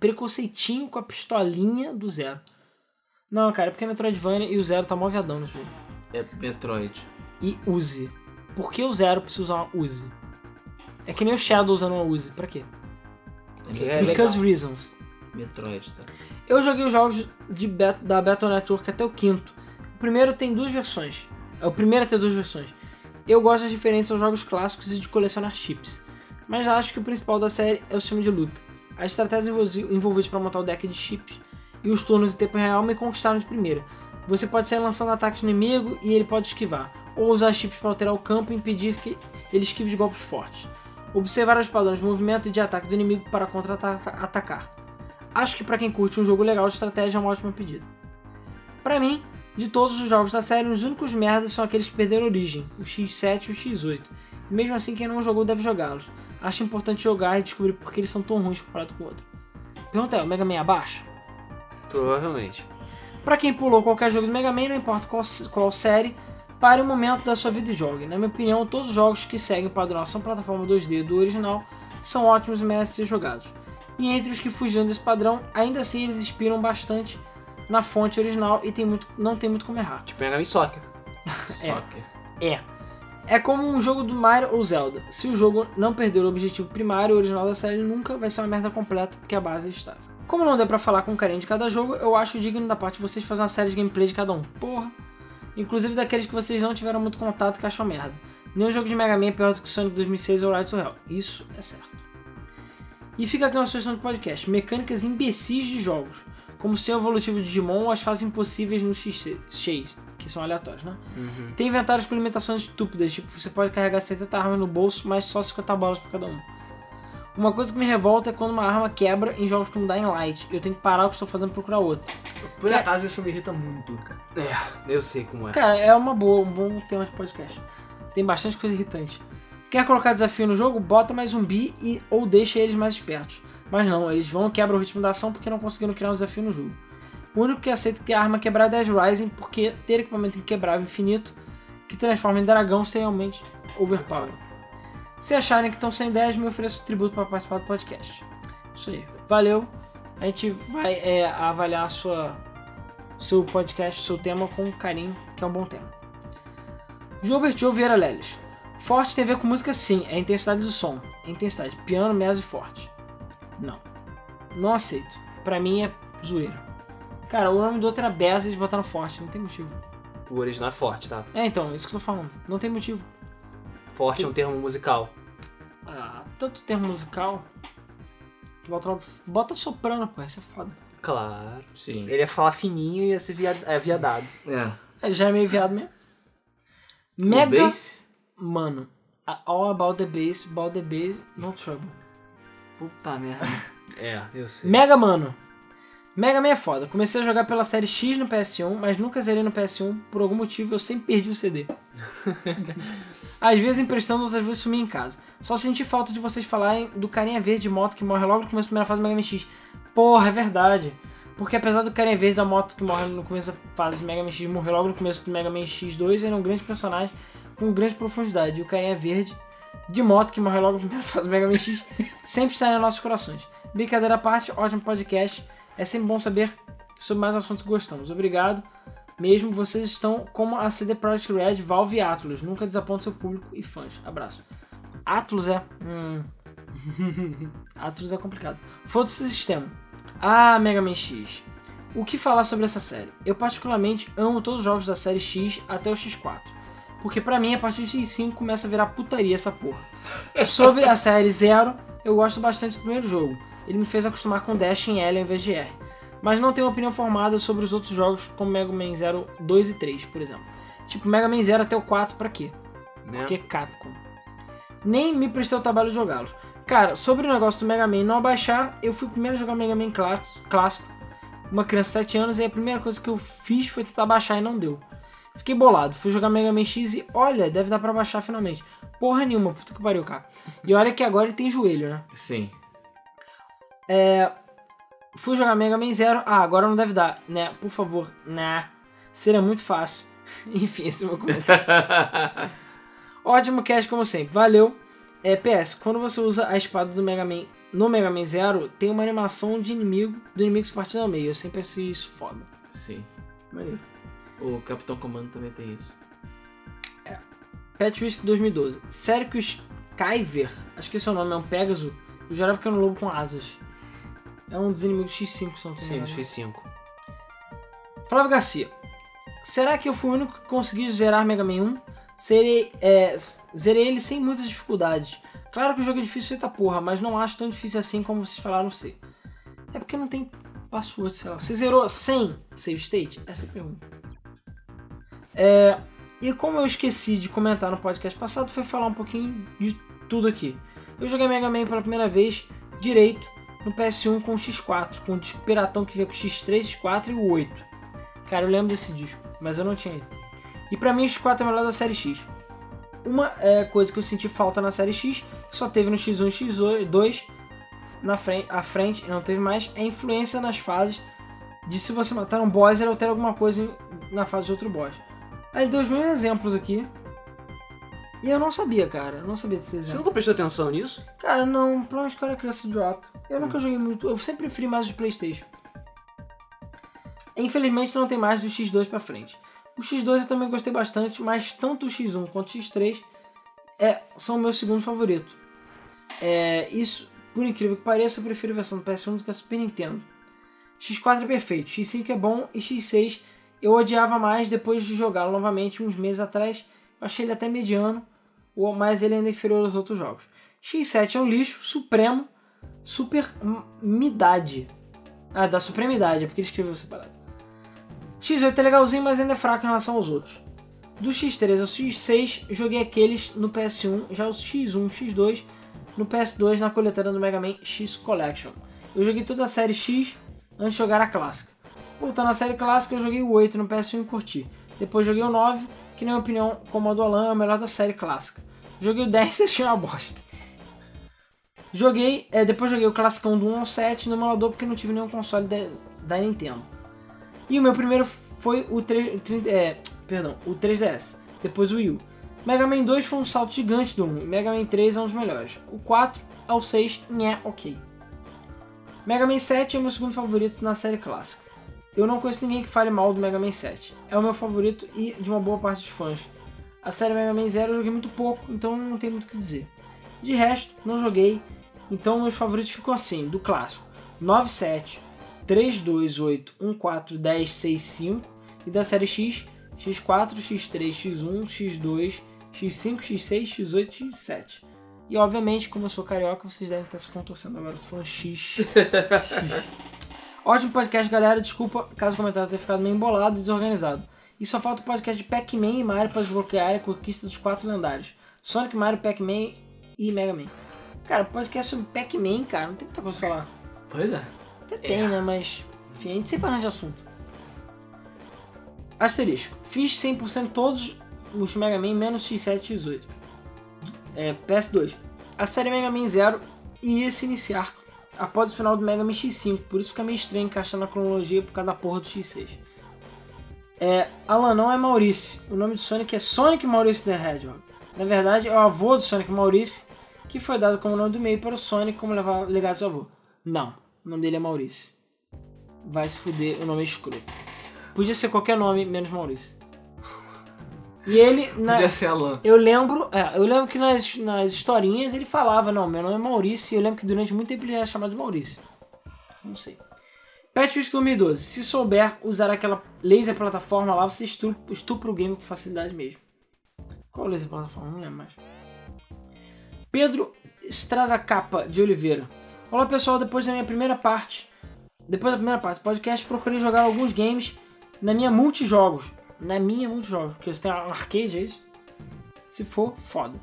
preconceitinho com a pistolinha do Zero. Não, cara, é porque é Metroidvania e o Zero tá mó viadão no jogo. É Metroid. e use. Por que o Zero precisa usar uma use? É que nem o Shadow usando uma use. Pra quê? É legal. Because reasons. Metroid, tá? Eu joguei os jogos de Bet- da Battle Network até o quinto. O primeiro tem duas versões. É o primeiro a ter duas versões. Eu gosto das referências aos jogos clássicos e de colecionar chips. Mas acho que o principal da série é o sistema de luta. As estratégias envolvi- envolvidas para montar o deck de chips e os turnos em tempo real me conquistaram de primeira. Você pode sair lançando ataques no inimigo e ele pode esquivar, ou usar chips para alterar o campo e impedir que ele esquive de golpes fortes. Observar os padrões de movimento e de ataque do inimigo para contra-atacar. Acho que pra quem curte um jogo legal de estratégia é uma ótima pedida. Pra mim, de todos os jogos da série, os únicos merdas são aqueles que perderam origem, o X7 e o X8. E mesmo assim, quem não jogou deve jogá-los. Acho importante jogar e descobrir por que eles são tão ruins comparado com o outro. Pergunta é, o Mega Man abaixo? Provavelmente. Pra quem pulou qualquer jogo do Mega Man, não importa qual, qual série, pare um momento da sua vida e jogue. Na minha opinião, todos os jogos que seguem o padrão ação plataforma 2D do original são ótimos e merecem ser jogados. E entre os que fugiram desse padrão, ainda assim eles inspiram bastante na fonte original e tem muito, não tem muito como errar. Tipo Mega Man Soccer. Soccer. É. É como um jogo do Mario ou Zelda. Se o jogo não perder o objetivo primário e original da série, nunca vai ser uma merda completa, porque a base é estável. Como não deu pra falar com carinho de cada jogo, eu acho digno da parte de vocês fazer uma série de gameplay de cada um. Porra. Inclusive daqueles que vocês não tiveram muito contato que acham merda. Nenhum jogo de Mega Man é pior do que Sonic 2006 ou Right to Hell. Isso é certo. E fica aqui uma sugestão de podcast: mecânicas imbecis de jogos, como o seu evolutivo de Digimon ou as fases impossíveis no X6, que são aleatórios, né? Tem inventários com limitações estúpidas, tipo, você pode carregar 70 armas no bolso, mas só 50 balas pra cada uma. Uma coisa que me revolta é quando uma arma quebra em jogos como Dying Light. Eu tenho que parar o que estou fazendo e procurar outra. Por Cara- acaso isso me irrita muito, cara. É, eu sei como é. Cara, é uma boa, um bom tema de podcast. Tem bastante coisa irritante. Quer colocar desafio no jogo? Bota mais zumbi e ou deixa eles mais espertos. Mas não, eles vão e quebram o ritmo da ação porque não conseguiram criar um desafio no jogo. O único que aceita que a arma quebrada é as Rising, porque ter equipamento inquebrável infinito que transforma em dragão sem realmente overpower. Se acharem que estão sem ideias, me ofereço tributo para participar do podcast. Isso aí. Valeu. A gente vai é, avaliar a sua seu podcast, seu tema com carinho, que é um bom tema. Gilbert Joe Vieira Leles. Forte tem a ver com música sim, é a intensidade do som. É a intensidade, piano, mezzo e forte. Não. Não aceito. Pra mim é zoeira. Cara, o nome do outro era Beza e eles botaram forte, não tem motivo. O original é forte, tá? É, então, isso que eu tô falando. Não tem motivo. Forte é um termo musical. Ah, tanto termo musical. Bota, logo- bota soprano, pô, isso é foda. Claro. Sim. Ele ia falar fininho e ia ser via, é, viadado. É. É, já é meio viado mesmo. Os Mega. bass? Mano, a- all about the bass, about the bass, no trouble. Puta merda. É, eu sei. Mega Mano. Mega Man é foda. Comecei a jogar pela série X no PS1, mas nunca zerei no PS1. Por algum motivo, eu sempre perdi o CD. Às vezes emprestando, outras vezes sumi em casa. Só senti falta de vocês falarem do carinha verde de moto que morre logo no começo da primeira fase do Mega Man X. Porra, é verdade. Porque apesar do carinha verde da moto que morre no começo da fase do Mega Man X morrer logo no começo do Mega Man X2, ele é um grande personagem com grande profundidade. E o carinha verde de moto que morre logo na primeira fase do Mega Man X sempre está em nossos corações. Brincadeira à parte, ótimo podcast. É sempre bom saber sobre mais assuntos que gostamos. Obrigado. Mesmo vocês estão como a CD Projekt Red, Valve e Atlus. Nunca desaponta seu público e fãs. Abraço. Atlus é. Hum. Atlus é complicado. Foda-se o sistema. Ah, Mega Man X. O que falar sobre essa série? Eu particularmente amo todos os jogos da série X até o X4. Porque pra mim, a partir do X5 começa a virar putaria essa porra. Sobre a série Zero, eu gosto bastante do primeiro jogo. Ele me fez acostumar com Dash em L em vez de R. Mas não tenho opinião formada sobre os outros jogos, como Mega Man Zero 2 e 3, por exemplo. Tipo, Mega Man Zero até o 4 pra quê? Porque é Capcom. Nem me prestei o trabalho de jogá-los. Cara, sobre o negócio do Mega Man não abaixar, eu fui primeiro jogar Mega Man clas- clássico. Uma criança de 7 anos e a primeira coisa que eu fiz foi tentar baixar e não deu. Fiquei bolado, fui jogar Mega Man X e olha, deve dar pra baixar finalmente. Porra nenhuma, puta que pariu, cara. E olha que agora ele tem joelho, né? Sim. Fui jogar Mega Man Zero. Ah, agora não deve dar, né? Por favor, né? Seria muito fácil. Enfim, esse é o meu comentário. Ótimo cast, como sempre. Valeu. É, PS, quando você usa a espada do Mega Man no Mega Man Zero, tem uma animação de inimigo, do inimigo se partindo ao meio. Eu sempre achei isso foda. Sim. Maneiro. O Capitão Comando também tem isso. Pet Risk 2012. Sério que o Skyver, acho que esse é o nome, é um Pegasus. Eu jurava que era um lobo com asas. É um dos inimigos X5, se eu não tô Sim, enganado. do X5. Flávio Garcia. Será que eu fui o único que consegui zerar Mega Man 1? Serei, é, s- zerei ele sem muitas dificuldades. Claro que o jogo é difícil feita porra, mas não acho tão difícil assim como vocês falaram ser. É porque não tem password, sei lá. Você zerou sem save state? Essa é a pergunta. É, e como eu esqueci de comentar no podcast passado, foi falar um pouquinho de tudo aqui. Eu joguei Mega Man pela primeira vez direito no PS1 com o X4, com o disco piratão que veio com o X3, X4 e o 8. Cara, eu lembro desse disco, mas eu não tinha. ele. E pra mim, o X4 é o melhor da série X. Uma é, coisa que eu senti falta na série X, que só teve no X1 e X2, na frente, à frente, e não teve mais, é a influência nas fases de se você matar um boss, ele altera alguma coisa em- na fase de outro boss. Aí ele deu os meus exemplos aqui. E eu não sabia, cara. Eu não sabia desses exemplos. Você nunca prestou atenção nisso? Cara, não, provavelmente que eu era criança idiota. Eu nunca joguei muito, eu sempre preferi mais os Playstation. Infelizmente não tem mais do X2 pra frente. O X2 eu também gostei bastante, mas tanto o X1 quanto o X3 é, são o meu segundo favorito. É, isso, por incrível que pareça, eu prefiro a versão do PS1 do que a Super Nintendo. X4 é perfeito, X5 é bom e X6 eu odiava mais depois de jogá-lo novamente uns meses atrás. Eu achei ele até mediano, ou- mas ele ainda é inferior aos outros jogos. X7 é um lixo supremo, Supermidade. Ah, da supremidade, é porque ele escreveu separado. X8 é legalzinho, mas ainda é fraco em relação aos outros. Do X3 ao X6, joguei aqueles no PS1, já o X1 X2 no PS2 na coletânea do Mega Man X Collection. Eu joguei toda a série X antes de jogar a clássica. Voltando à série clássica, eu joguei o 8 no PS1 e curti. Depois joguei o 9, que na minha opinião, como a do Alan, é o melhor da série clássica. Joguei o 10 e achei uma bosta. Joguei, é, depois joguei o classicão do 1 ao 7 no emulador porque não tive nenhum console da, da Nintendo. E o meu primeiro foi o 3, o 30 é, perdão, o 3DS, depois o Wii U. Mega Man 2 foi um salto gigante do 1, e Mega Man 3 é um dos melhores. O 4 ao 6, nhé, ok. Mega Man 7 é o meu segundo favorito na série clássica. Eu não conheço ninguém que fale mal do Mega Man 7. É o meu favorito e de uma boa parte dos fãs. A série Mega Man Zero eu joguei muito pouco, então não tem muito o que dizer. De resto, não joguei, então meus favoritos ficam assim, do clássico. 9, 7, 3, 2, 8, 1, 4, 10, 6, 5. E da série X, X4, X3, X1, X2, X5, X6, X8 X7. E obviamente, como eu sou carioca, vocês devem estar se contorcendo agora, eu tô falando X. Ótimo podcast, galera. Desculpa caso o comentário tenha ficado meio embolado e desorganizado. E só falta o podcast de Pac-Man e Mario para desbloquear a conquista dos quatro lendários. Sonic, Mario, Pac-Man e Mega Man. Cara, podcast sobre Pac-Man, cara, não tem muita coisa pra falar. Pois é. Até tem, né? Mas, enfim, a gente sempre arranja assunto. Asterisco. Fiz 100% todos os Mega Man menos X7 e X8. É, PS2. A série Mega Man Zero ia se iniciar após o final do Mega Man X5, por isso fica meio estranho encaixar na cronologia por causa da porra do X6. É, Alan, não é Maurice. O nome do Sonic é Sonic Maurice the Hedgehog. Na verdade, é o avô do Sonic Maurice, que foi dado como nome do meio para o Sonic como leva- legado do seu avô. Não, o nome dele é Maurice. Vai se fuder, o nome é escroto. Podia ser qualquer nome, menos Maurice. E ele, na, Podia ser Alan. eu lembro, é, eu lembro que nas, nas historinhas ele falava, não, meu nome é Maurício, e eu lembro que durante muito tempo ele era chamado de Maurício. Não sei. Pet Risk 2012. Se souber usar aquela laser plataforma lá, você estupra, estupra o game com facilidade mesmo. Qual laser plataforma? Não lembro mais. Pedro Strazacapa de Oliveira. Olá pessoal, depois da minha primeira parte, depois da primeira parte do podcast, procurei jogar alguns games na minha multijogos. Na minha multijogos, porque você tem um arcade, é isso? Se for, foda.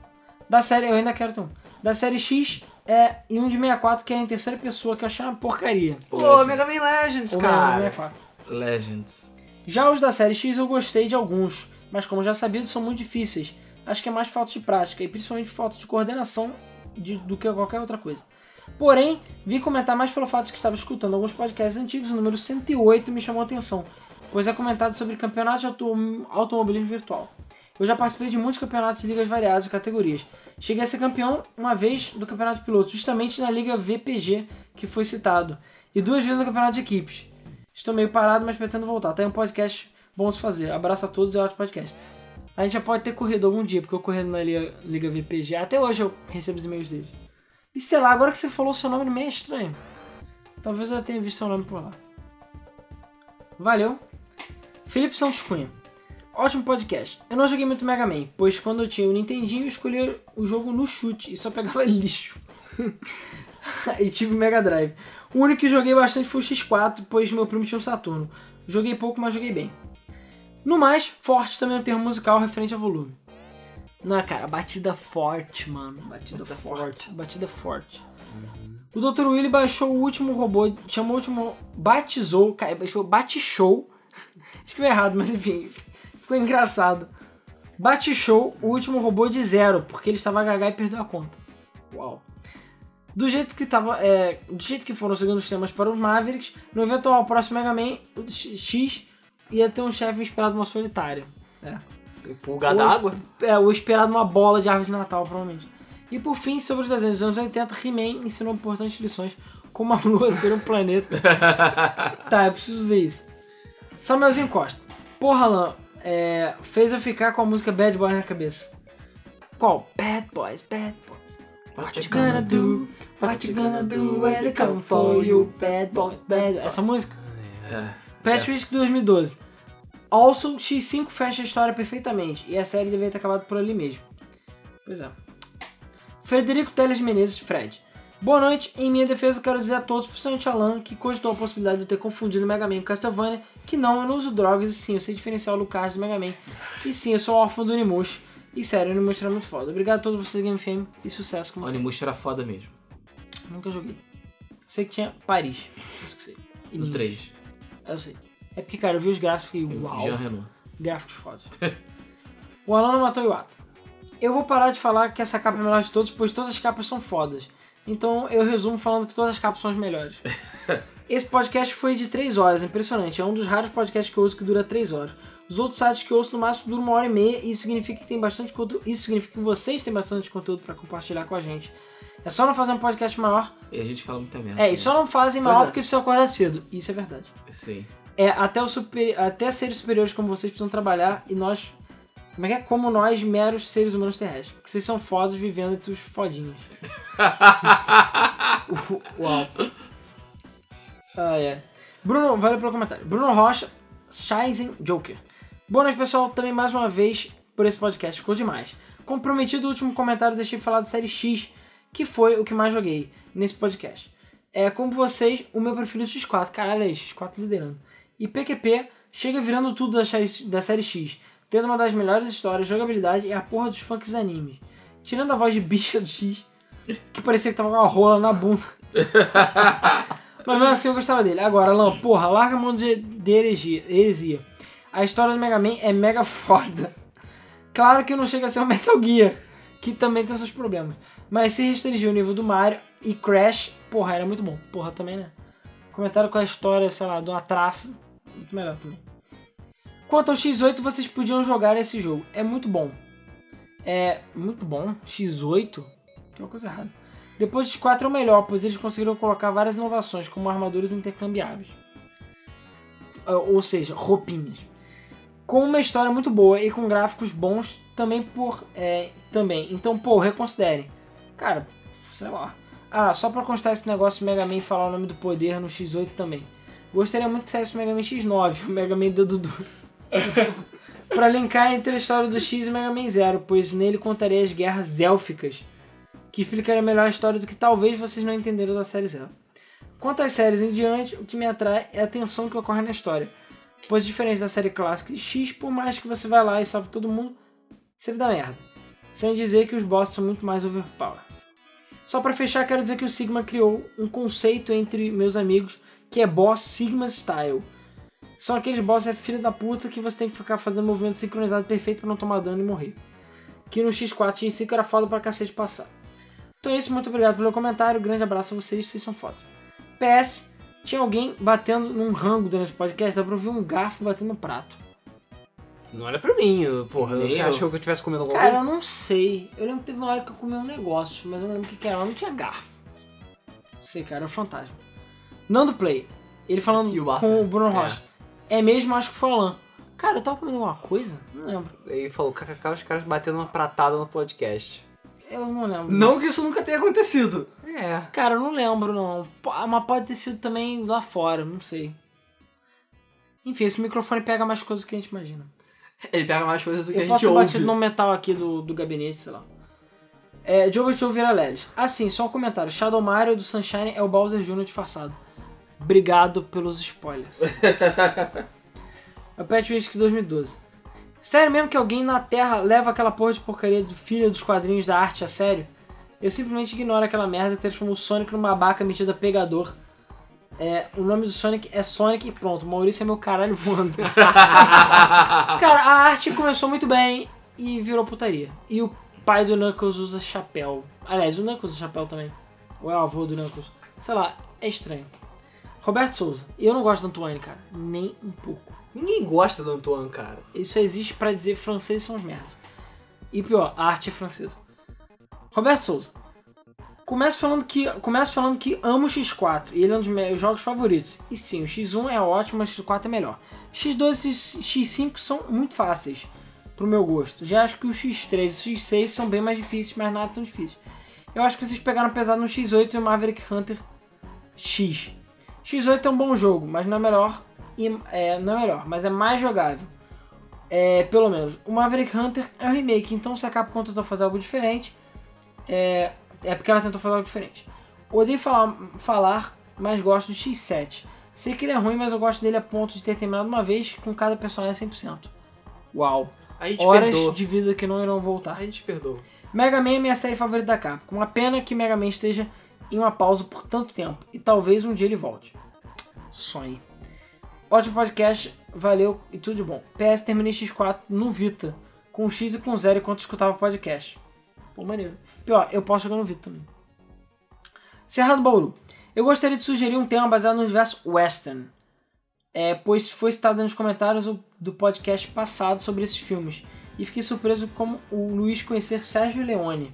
Da série, eu ainda quero ter um. Da série X é, e um de 64 que é em terceira pessoa, que eu achei uma porcaria. Pô, Mega Man Legends, Ou melhor, cara. 64. Legends. Já os da série X eu gostei de alguns, mas como já sabido, são muito difíceis. Acho que é mais falta de prática e principalmente falta de coordenação de- do que qualquer outra coisa. Porém, vi comentar mais pelo fato de que estava escutando alguns podcasts antigos, o número 108 me chamou a atenção, pois é comentado sobre campeonatos de auto- automobilismo virtual. Eu já participei de muitos campeonatos de ligas variadas e categorias. Cheguei a ser campeão uma vez do campeonato de pilotos, justamente na liga VPG que foi citado, e duas vezes no campeonato de equipes. Estou meio parado, mas pretendo voltar. Tem um podcast bom de se fazer. Abraço a todos e ótimo podcast. A gente já pode ter corrido algum dia, porque eu correndo na Liga, Liga VPG. Até hoje eu recebo os e-mails deles. E sei lá, agora que você falou seu nome, meio estranho. Talvez eu tenha visto seu nome por lá. Valeu. Felipe Santos Cunha. Ótimo podcast. Eu não joguei muito Mega Man, pois quando eu tinha o Nintendinho, eu escolhia o jogo no chute e só pegava lixo. e tive o Mega Drive. O único que joguei bastante foi o X4, pois meu primo tinha um Saturno. Joguei pouco, mas joguei bem. No mais, forte também é um termo musical referente a volume. Na cara, batida forte, mano. Batida forte. Batida forte. O Dr. Willy baixou o último robô, chamou o último. Batizou, cara, baixou Batishou. Escrevi errado, mas enfim, ficou engraçado. Batishou o último robô de zero, porque ele estava gaga e perdeu a conta. Uau. Do jeito que tava, é, do jeito que foram seguindo os temas para os Mavericks, no eventual próximo Mega Man o X- X ia ter um chefe inspirado numa solitária. Pulga Hoje- d'água. É, ou esperado uma bola de árvore de Natal, provavelmente. E por fim, sobre os desenhos dos anos 80, He-Man ensinou importantes lições como a Lua ser um planeta. tá, eu preciso ver isso. Samuelzinho Costa. Porra, Alan, é, fez eu ficar com a música Bad Boys na cabeça. Qual? Bad Boys, Bad Boys. What you gonna do? What you gonna do when they come for you? Bad Boys, Bad Essa música? É. Patch Risk 2012. Also, X5 fecha a história perfeitamente e a série deveria ter acabado por ali mesmo. Pois é. Frederico Teles Menezes Fred. Boa noite. Em minha defesa, eu quero dizer a todos, principalmente Alan, que cogitou a possibilidade de eu ter confundido Mega Man com Castlevania, que não, eu não uso drogas, e sim, eu sei diferenciar o Lucas do Mega Man. E sim, eu sou órfão do Unimush. E sério, o Unimush era muito foda. Obrigado a todos vocês da Game FM e sucesso com O vocês. Animush era foda mesmo. Nunca joguei. Sei que tinha Paris. Isso que sei. E No Nice. 3. É, eu sei. É porque, cara, eu vi os gráficos e uau. Jean Renault. Gráficos fodas. o Alan não matou o Iwata. Eu vou parar de falar que essa capa é a melhor de todas, pois todas as capas são fodas. Então eu resumo falando que todas as capas são as melhores. Esse podcast foi de 3 horas, impressionante. É um dos raros podcasts que eu ouço que dura 3 horas. Os outros sites que eu ouço no máximo duram uma hora e meia, e isso significa que tem bastante conteúdo. Isso significa que vocês têm bastante conteúdo pra compartilhar com a gente. É só não fazer um podcast maior. E a gente fala muita merda. É, né? e só não fazem Pois maior é. porque precisam acordar cedo. Isso é verdade Sim. é, até, o super, até seres superiores como vocês precisam trabalhar e nós. Como é que é? Como nós, meros seres humanos terrestres. Porque vocês são fodas vivendo entre os fodinhos. U- Uau. Ah, é. Bruno, valeu pelo comentário. Bruno Rocha, Shizen Joker. Boa noite, pessoal. Também mais uma vez por esse podcast. Ficou demais. Como prometido, o último comentário deixei falar da série X, que foi o que mais joguei nesse podcast. É, como vocês, o meu preferido é o X4. Caralho, aí, X4 liderando. E PQP chega virando tudo da, série- da série X, tendo uma das melhores histórias, jogabilidade e a porra dos funks dos animes. Tirando a voz de bicha do X, que parecia que tava com uma rola na bunda. Mas mesmo assim eu gostava dele. Agora, Alan, porra, larga a mão de, de heresia, heresia. A história do Mega Man é mega foda. Claro que não chega a ser um Metal Gear, que também tem seus problemas. Mas se restringir o nível do Mario e Crash, porra, era muito bom. Porra, também, né? Comentário com a história, sei lá, de uma traça. Muito melhor também. Quanto ao X8, vocês podiam jogar esse jogo. É muito bom. É muito bom. X8? Que é uma coisa errada. Depois dos 4 é o melhor, pois eles conseguiram colocar várias inovações, como armaduras intercambiáveis. Ah, Ou seja, roupinhas. Com uma história muito boa e com gráficos bons também por. é, também. Então, pô, reconsiderem. Cara, sei lá. Ah, só pra constar esse negócio de Mega Man falar o nome do poder no X8 também. Gostaria muito que saísse o Mega Man X9, o Mega Man do Dudu. pra linkar entre a história do X e o Mega Man Zero, pois nele contaria as guerras élficas, que explicaria melhor a história do que talvez vocês não entenderam da série Zero. Quanto às séries em diante, o que me atrai é a tensão que ocorre na história, pois diferente da série clássica X, por mais que você vá lá e salve todo mundo, sempre dá merda. Sem dizer que os bosses são muito mais overpower. Só pra fechar, quero dizer que o Sigma criou um conceito entre meus amigos que é boss Sigma Style. São aqueles boss é filho da puta que você tem que ficar fazendo movimento sincronizado perfeito pra não tomar dano e morrer. Que no X4 e X5 era foda pra cacete passar. Então é isso, muito obrigado pelo comentário, grande abraço a vocês, vocês são foda. PS, tinha alguém batendo num rango durante o podcast, dá pra ouvir um garfo batendo no prato. Não olha pra mim, eu- porra. Nem Você eu. achou que eu tivesse comido alguma Cara, coisa? eu não sei. Eu lembro que teve uma hora que eu comi um negócio, mas eu não lembro o que, que era. Não tinha garfo. Não sei, cara, é um fantasma. Nando Play. Ele falando E o Arthur. com o Bruno É. Rocha. É. mesmo, acho que foi o Alan. Cara, eu tava comendo alguma coisa? Não lembro. Ele falou, kkk, os caras batendo uma pratada no podcast. Eu não lembro. Não que isso nunca tenha acontecido. É. Cara, eu não lembro, não. Po- Mas pode ter sido também lá fora, não sei. Enfim, esse microfone pega mais coisas do que a gente imagina. Ele pega mais coisas do que Eu a posso gente ter ouve. batido no metal aqui do, do gabinete, sei lá. É, Jogo Show vira LED. Assim, só um comentário. Shadow Mario do Sunshine é o Bowser Jr. disfarçado. Obrigado pelos spoilers. É A Pet Whisky 2012. Sério mesmo que alguém na Terra leva aquela porra de porcaria de filha dos quadrinhos da arte a sério? Eu simplesmente ignoro aquela merda que transformou o Sonic numa babaca metida pegador. É, o nome do Sonic é Sonic e pronto. Maurício é meu caralho voando. Cara, a arte começou muito bem e virou putaria. E o pai do Knuckles usa chapéu. Aliás, o Knuckles usa chapéu também. Ou é o avô do Knuckles. Sei lá, é estranho. Roberto Souza. Eu não gosto do Antoine, cara. Nem um pouco. Ninguém gosta do Antoine, cara. Ele só existe pra dizer franceses são os merda. E pior, a arte é francesa. Roberto Souza. Começo falando que, começo falando que amo o X4 e ele é um dos meus jogos favoritos. E sim, o X1 é ótimo, mas o X4 é melhor. X2 e X5 são muito fáceis, pro meu gosto. Já acho que o X3 e o X6 são bem mais difíceis, mas nada tão difícil. Eu acho que vocês pegaram pesado no X8 e o Maverick Hunter X. X8 é um bom jogo, mas não é melhor, e, é, não é melhor, mas é mais jogável. É, pelo menos. O Maverick Hunter é um remake, então se a Capcom tentou fazer algo diferente, é, é porque ela tentou fazer algo diferente. Odeio falar, falar, mas gosto do X7. Sei que ele é ruim, mas eu gosto dele a ponto de ter terminado uma vez com cada personagem 100%. Uau. A gente Horas perdoa. de vida que não irão voltar. A gente perdoa. Mega Man é minha série favorita da Capcom. Uma pena que Mega Man esteja em uma pausa por tanto tempo. E talvez um dia ele volte. Sonhe. Ótimo podcast, valeu e tudo de bom. PS terminei X4 no Vita, com X e com zero enquanto escutava o podcast. Pô, maneiro. Pior, eu posso jogar no Vita também. Serra do Bauru. Eu gostaria de sugerir um tema baseado no universo western. É, pois foi citado nos comentários o- do podcast passado sobre esses filmes. E fiquei surpreso como o Luiz conhecer Sérgio Leone.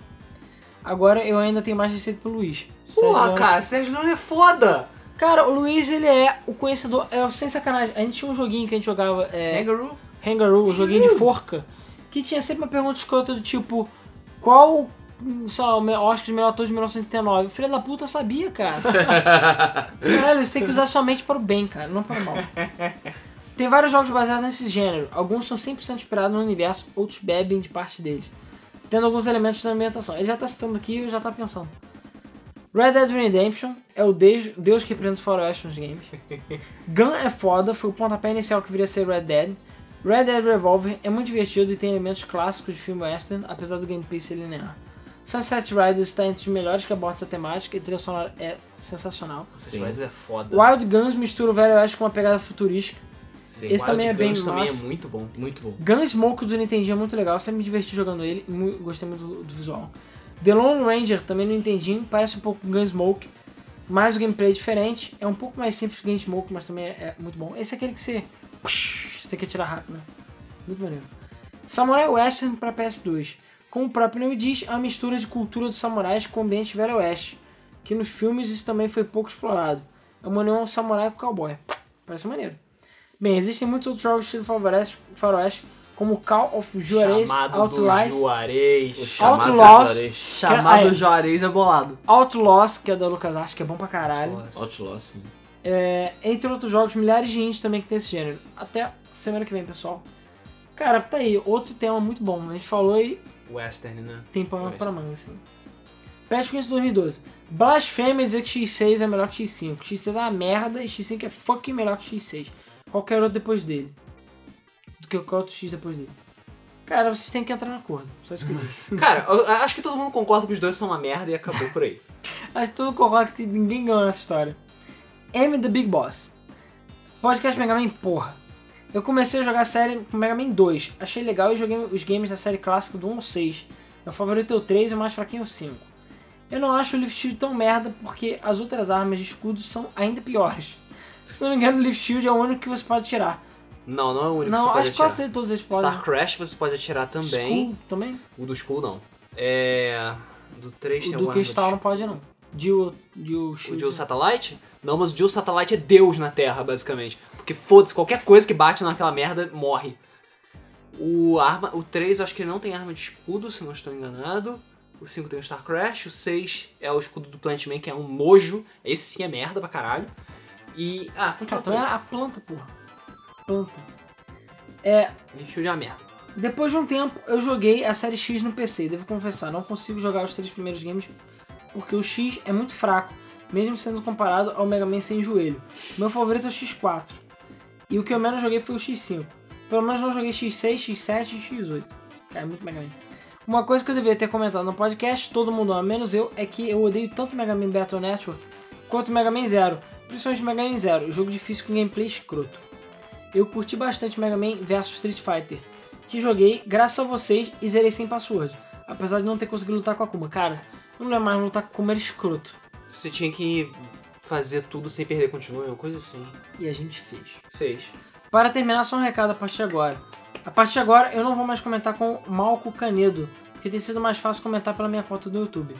Agora eu ainda tenho mais receita pro Luiz. Sérgio Porra, Leone- cara, Sérgio Leone é foda! Cara, o Luiz, ele é o conhecedor. É, sem sacanagem, a gente tinha um joguinho que a gente jogava. É, Kangaroo? Hangaroo, um joguinho de forca. Que tinha sempre uma pergunta escrota do tipo: Qual, sei lá, o me- Oscar de melhor ator de 1989? O filho da puta sabia, cara. Caralho, você tem que usar sua mente para o bem, cara, não para o mal. Tem vários jogos baseados nesse gênero. Alguns são 100% inspirados no universo, outros bebem de parte deles. Tendo alguns elementos da ambientação. Ele já tá citando aqui e eu já tá pensando. Red Dead Redemption é o deus, deus que representa o faroeste nos games. Gun é foda, foi o pontapé inicial que viria a ser Red Dead. Red Dead Revolver é muito divertido e tem elementos clássicos de filme western, apesar do gameplay ser linear. Sunset Riders está entre os melhores que aborda essa temática e a trilha sonora é sensacional. Sérgio Leone é foda. Wild Guns mistura o velho oeste com uma pegada futurística. Sim. Esse também é bem Guns também é massa. muito bom. Muito bom. Gunsmoke Tipo, do Nintendinho é muito legal, sempre me diverti jogando ele, mu- gostei muito do, do visual. The Lone Ranger também no Nintendinho, parece um pouco com Gunsmoke, mas o gameplay é diferente, é um pouco mais simples que Gunsmoke, mas também é, é muito bom. Esse é aquele que você, você quer tirar rápido, né? Muito maneiro. Samurai Western para PS2. Como o próprio nome diz, é uma mistura de cultura dos samurais com o ambiente velho oeste, que nos filmes isso também foi pouco explorado. É uma união samurai com cowboy. Parece maneiro. Bem, existem muitos outros jogos estilo favorece- faroeste, como Call of Juarez, Chamado do Outlies, O Juarez. chamado Outlaws. Juarez. Ah, é. Chamado Juarez é bolado. Outlaws, que é da LucasArts, que é bom pra caralho. Outlaw, sim. É, entre outros jogos, milhares de indies também que tem esse gênero. Até semana que vem, pessoal. Cara, tá aí, outro tema muito bom. A gente falou e Western, né? tem pano Pois. pra manga, assim. Patch Queen 2012. Blasfêmia dizer que X6 é melhor que X5. X6 é uma merda e X5 é fucking melhor que X6. Qualquer outro depois dele. Do que qualquer outro X depois dele. Cara, vocês têm que entrar no acordo. Só isso que eu disse. Cara, eu acho que todo mundo concorda que os dois são uma merda e acabou por aí. Acho que todo concorda que ninguém ganhou nessa história. M The Big Boss. Podcast Mega Man, porra. Eu comecei a jogar a série com Mega Man 2. Achei legal e joguei os games da série clássica do 1 ao 6. Meu favorito é o 3 e o mais fraquinho é o 5. Eu não acho o Lift Shield tão merda porque as outras armas de escudo são ainda piores. Se não me engano, o Lift Shield é o único que você pode tirar. Não, não é o único não, que acho que você pode quase atirar. todos eles podem. Star Crash você pode atirar também. Skull também? O do Skull não. É. Do 3 tem O alguma do arma Crystal não pode não. Jill, Jill O Shield. Jill Satellite? Não, mas o Jill Satellite é Deus na Terra, basicamente. Porque foda-se, qualquer coisa que bate naquela merda morre. O arma, o 3 eu acho que ele não tem arma de escudo, se não estou enganado. O 5 tem o Star Crash, o 6 é o escudo do Plant Man, que é um nojo. Esse sim é merda pra caralho. E. Cara, Ah, continua. então é a planta, porra. Planta. é. Encheu de uma merda. Depois de um tempo, eu joguei a série X no PC. Devo confessar, não consigo jogar os três primeiros games porque o X é muito fraco, mesmo sendo comparado ao Mega Man sem joelho. Meu favorito é o X4. E o que eu menos joguei foi o X5. Pelo menos não joguei X6, X7 e X8. Cara, é muito Mega Man. Uma coisa que eu deveria ter comentado no podcast, todo mundo ama, menos eu, é que eu odeio tanto Mega Man Battle Network quanto Mega Man Zero. Principalmente Mega Man Zero, jogo difícil com gameplay escroto. Eu curti bastante Mega Man vs Street Fighter que joguei graças a vocês e zerei sem password. Apesar de não ter conseguido lutar com a Kuma. Cara, eu não lembro mais lutar com a Kuma, era escroto. Você tinha que fazer tudo sem perder continua, uma coisa assim. E a gente fez. 6. Para terminar, só um recado a partir de agora. A partir de agora, eu não vou mais comentar com o Malco Canedo, porque tem sido mais fácil comentar pela minha conta do YouTube.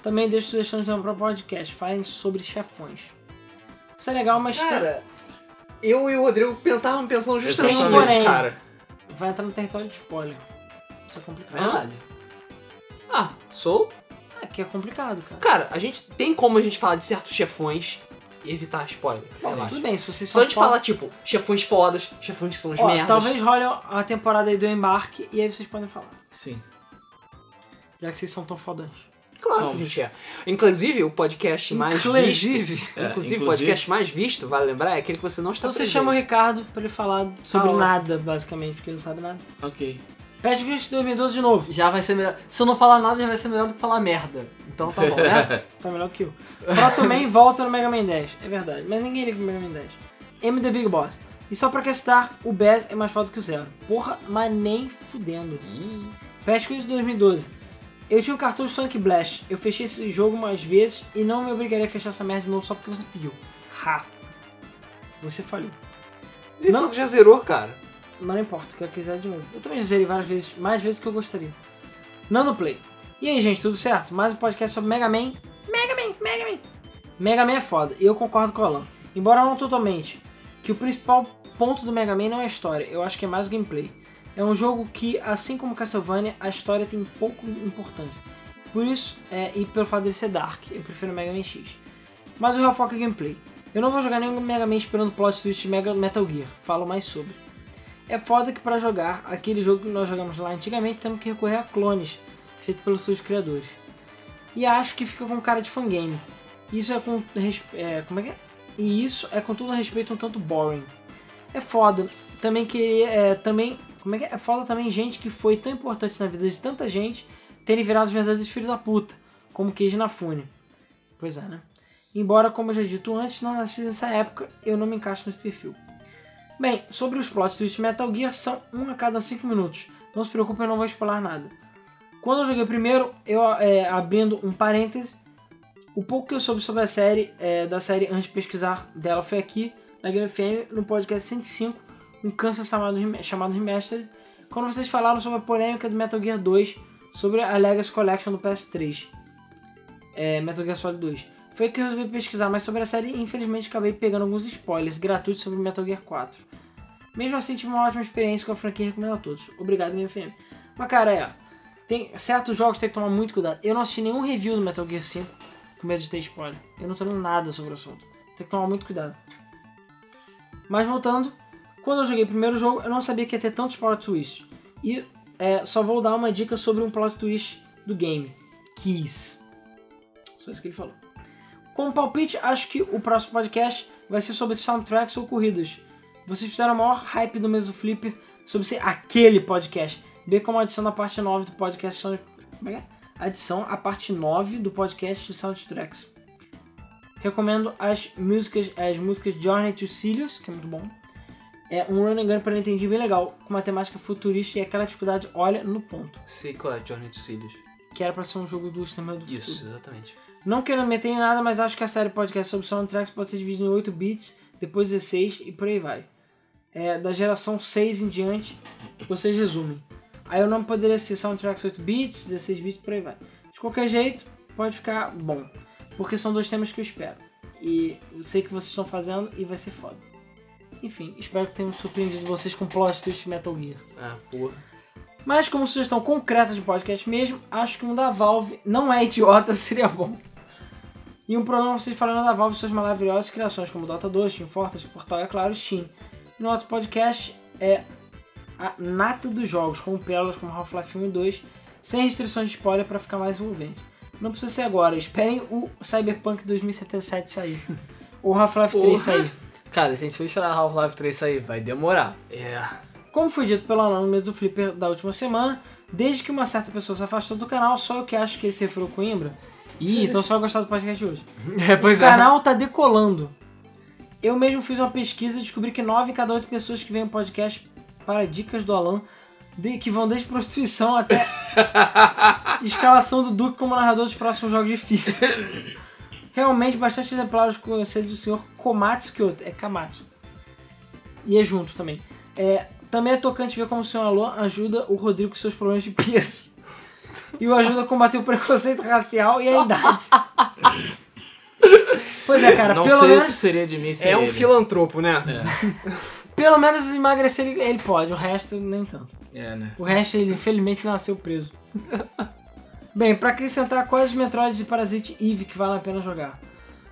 Também deixo sugestões no meu próprio podcast, falem sobre chefões. Isso é legal, mas Cara, eu e o Rodrigo estavam pensando justamente tenho um nisso, porém. cara. vai entrar no território de spoiler. Isso é complicado. Verdade. Ah, sou? É que é complicado, cara. Cara, a gente tem como a gente falar de certos chefões e evitar spoiler. Bom, eu acho. tudo bem, se vocês Só são de foda- falar, tipo, chefões fodas, chefões que são os Ó, merdas. talvez role a temporada aí do embarque e aí vocês podem falar. Sim. Já que vocês são tão fodões. Claro Somos. que a gente é. Inclusive, o podcast mais Inclusive. É, visto. inclusive, inclusive. o podcast mais visto, vale lembrar, é aquele que você não está Então você presente. chama o Ricardo pra ele falar sobre ótimo. nada, basicamente, porque ele não sabe nada. Ok. Pede que 2012 de novo. Já vai ser melhor. Se eu não falar nada, já vai ser melhor do que falar merda. Então tá bom, né? Tá melhor do que eu. Proto Man volta no Mega Man 10. É verdade. Mas ninguém liga pro Mega Man 10. M The Big Boss. E só pra questar, o Bass é mais foda que o Zero. Porra, mas nem fudendo. Pet Quiz 2012. Eu tinha um cartucho Sonic Blast. Eu fechei esse jogo umas vezes e não me obrigaria a fechar essa merda de novo só porque você pediu. Ha! Você falhou. Ele Não. falou que já zerou, cara. Mas não importa, quero que eu zere de novo. Eu também já zerei várias vezes, mais vezes do que eu gostaria. Nando Play. E aí, gente, tudo certo? Mais um podcast sobre Mega Man. Mega Man, Mega Man! Mega Man é foda, e eu concordo com o Alan. Embora não totalmente, que o principal ponto do Mega Man não é a história, eu acho que é mais o gameplay. É um jogo que, assim como Castlevania, a história tem pouca importância. Por isso, é, e pelo fato dele ser Dark, eu prefiro Mega Man X. Mas o real foco é gameplay. Eu não vou jogar nenhum Mega Man esperando plot twist de Mega Metal Gear, falo mais sobre. É foda que para jogar aquele jogo que nós jogamos lá antigamente temos que recorrer a clones, feito pelos seus criadores. E acho que fica com cara de fangame. Isso é com res- é, como é que é? E isso é com todo respeito um tanto boring. É foda também que é, também como é que é? É foda também gente que foi tão importante na vida de tanta gente terem virado os verdadeiros filhos da puta, como Keiji Nafune. Pois é, né? Embora, como eu já dito antes, não nasci nessa época, eu não me encaixo nesse perfil. Bem, sobre os plot twists de Metal Gear, são um a cada cinco minutos. Não se preocupe, eu não vou spoiler nada. Quando eu joguei o primeiro, eu é, abrindo um parêntese, o pouco que eu soube sobre a série, é, da série antes de pesquisar dela foi aqui, na Game FM, no podcast 105, um câncer chamado, Rem- chamado Remastered, quando vocês falaram sobre a polêmica do Metal Gear 2, sobre a Legacy Collection do PS3 é, Metal Gear Solid 2. Foi que eu resolvi pesquisar mais sobre a série e infelizmente acabei pegando alguns spoilers gratuitos sobre Metal Gear 4. Mesmo assim, tive uma ótima experiência com a franquia e recomendo a todos. Obrigado, minha FM. Mas, cara, é. Tem certos jogos que tem que tomar muito cuidado. Eu não assisti nenhum review do Metal Gear 5 com medo de ter spoiler. Eu não tô lendo nada sobre o assunto. Tem que tomar muito cuidado. Mas voltando, quando eu joguei o primeiro jogo, eu não sabia que ia ter tantos plot twists. E é, só vou dar uma dica sobre um plot twist do game. Keys. Só isso que ele falou. Como um palpite, acho que o próximo podcast vai ser sobre soundtracks ou corridas. Vocês fizeram o maior hype do mês do Flipper sobre ser aquele podcast. Bem como a adição da parte 9 do podcast Sound... como é que é? Adição à parte 9 do podcast de soundtracks. Recomendo as músicas, as músicas Journey to Sirius, que é muito bom. É um running gun para Nintendo bem legal, com uma temática futurista e aquela dificuldade olha no ponto. Sei qual é, Journey dos Cílios. Que era para ser um jogo do cinema do futuro. Isso, exatamente. Não quero meter em nada, mas acho que a série podcast sobre soundtracks pode ser dividida em 8 bits, depois 16 e por aí vai. É, da geração 6 em diante, vocês resumem. Aí o nome poderia ser soundtracks 8 bits, 16 bits, por aí vai. De qualquer jeito, pode ficar bom, porque são dois temas que eu espero. E eu sei que vocês estão fazendo e vai ser foda. Enfim, espero que tenham surpreendido vocês com plot twist de Metal Gear. Ah, porra. Mas como sugestão concreta de podcast mesmo, acho que um da Valve não é idiota, seria bom. E um programa vocês falando da Valve e suas maravilhosas criações, como Dota 2, Team Fortress, Portal e, é claro, Steam. E no outro podcast é a nata dos jogos, com pérolas como Half-Life 1 e 2, sem restrições de spoiler para ficar mais envolvente. Não precisa ser agora, esperem o Cyberpunk 2077 sair. Ou Half-Life 3 sair. Cara, se a gente for esperar Half-Life 3 sair, vai demorar. É. Como foi dito pelo Alan no mês do Flipper da última semana, desde que uma certa pessoa se afastou do canal, só eu que acho que ele se referiu ao Coimbra. Ih, então você vai gostar do podcast de hoje. É, pois O canal tá decolando. Eu mesmo fiz uma pesquisa e descobri que 9 em cada 8 pessoas que vêm no podcast para dicas do Alan, de- que vão desde prostituição até escalação do Duque como narrador dos próximos jogos de FIFA. Realmente bastante exemplares com o conselho do senhor Komatsu Kyoto. É Kamatsu. E é junto também. É, também é tocante ver como o senhor Alan ajuda o Rodrigo com seus problemas de peso. E o ajuda a combater o preconceito racial e a idade. Pois é, cara, não pelo sei menos o que seria de mim sem É um ele. filantropo, né? Pelo menos emagrecer ele, ele pode, o resto nem tanto. É, né? O resto ele infelizmente nasceu preso. Bem, pra acrescentar quais os Metroids e Parasite Eve que vale a pena jogar.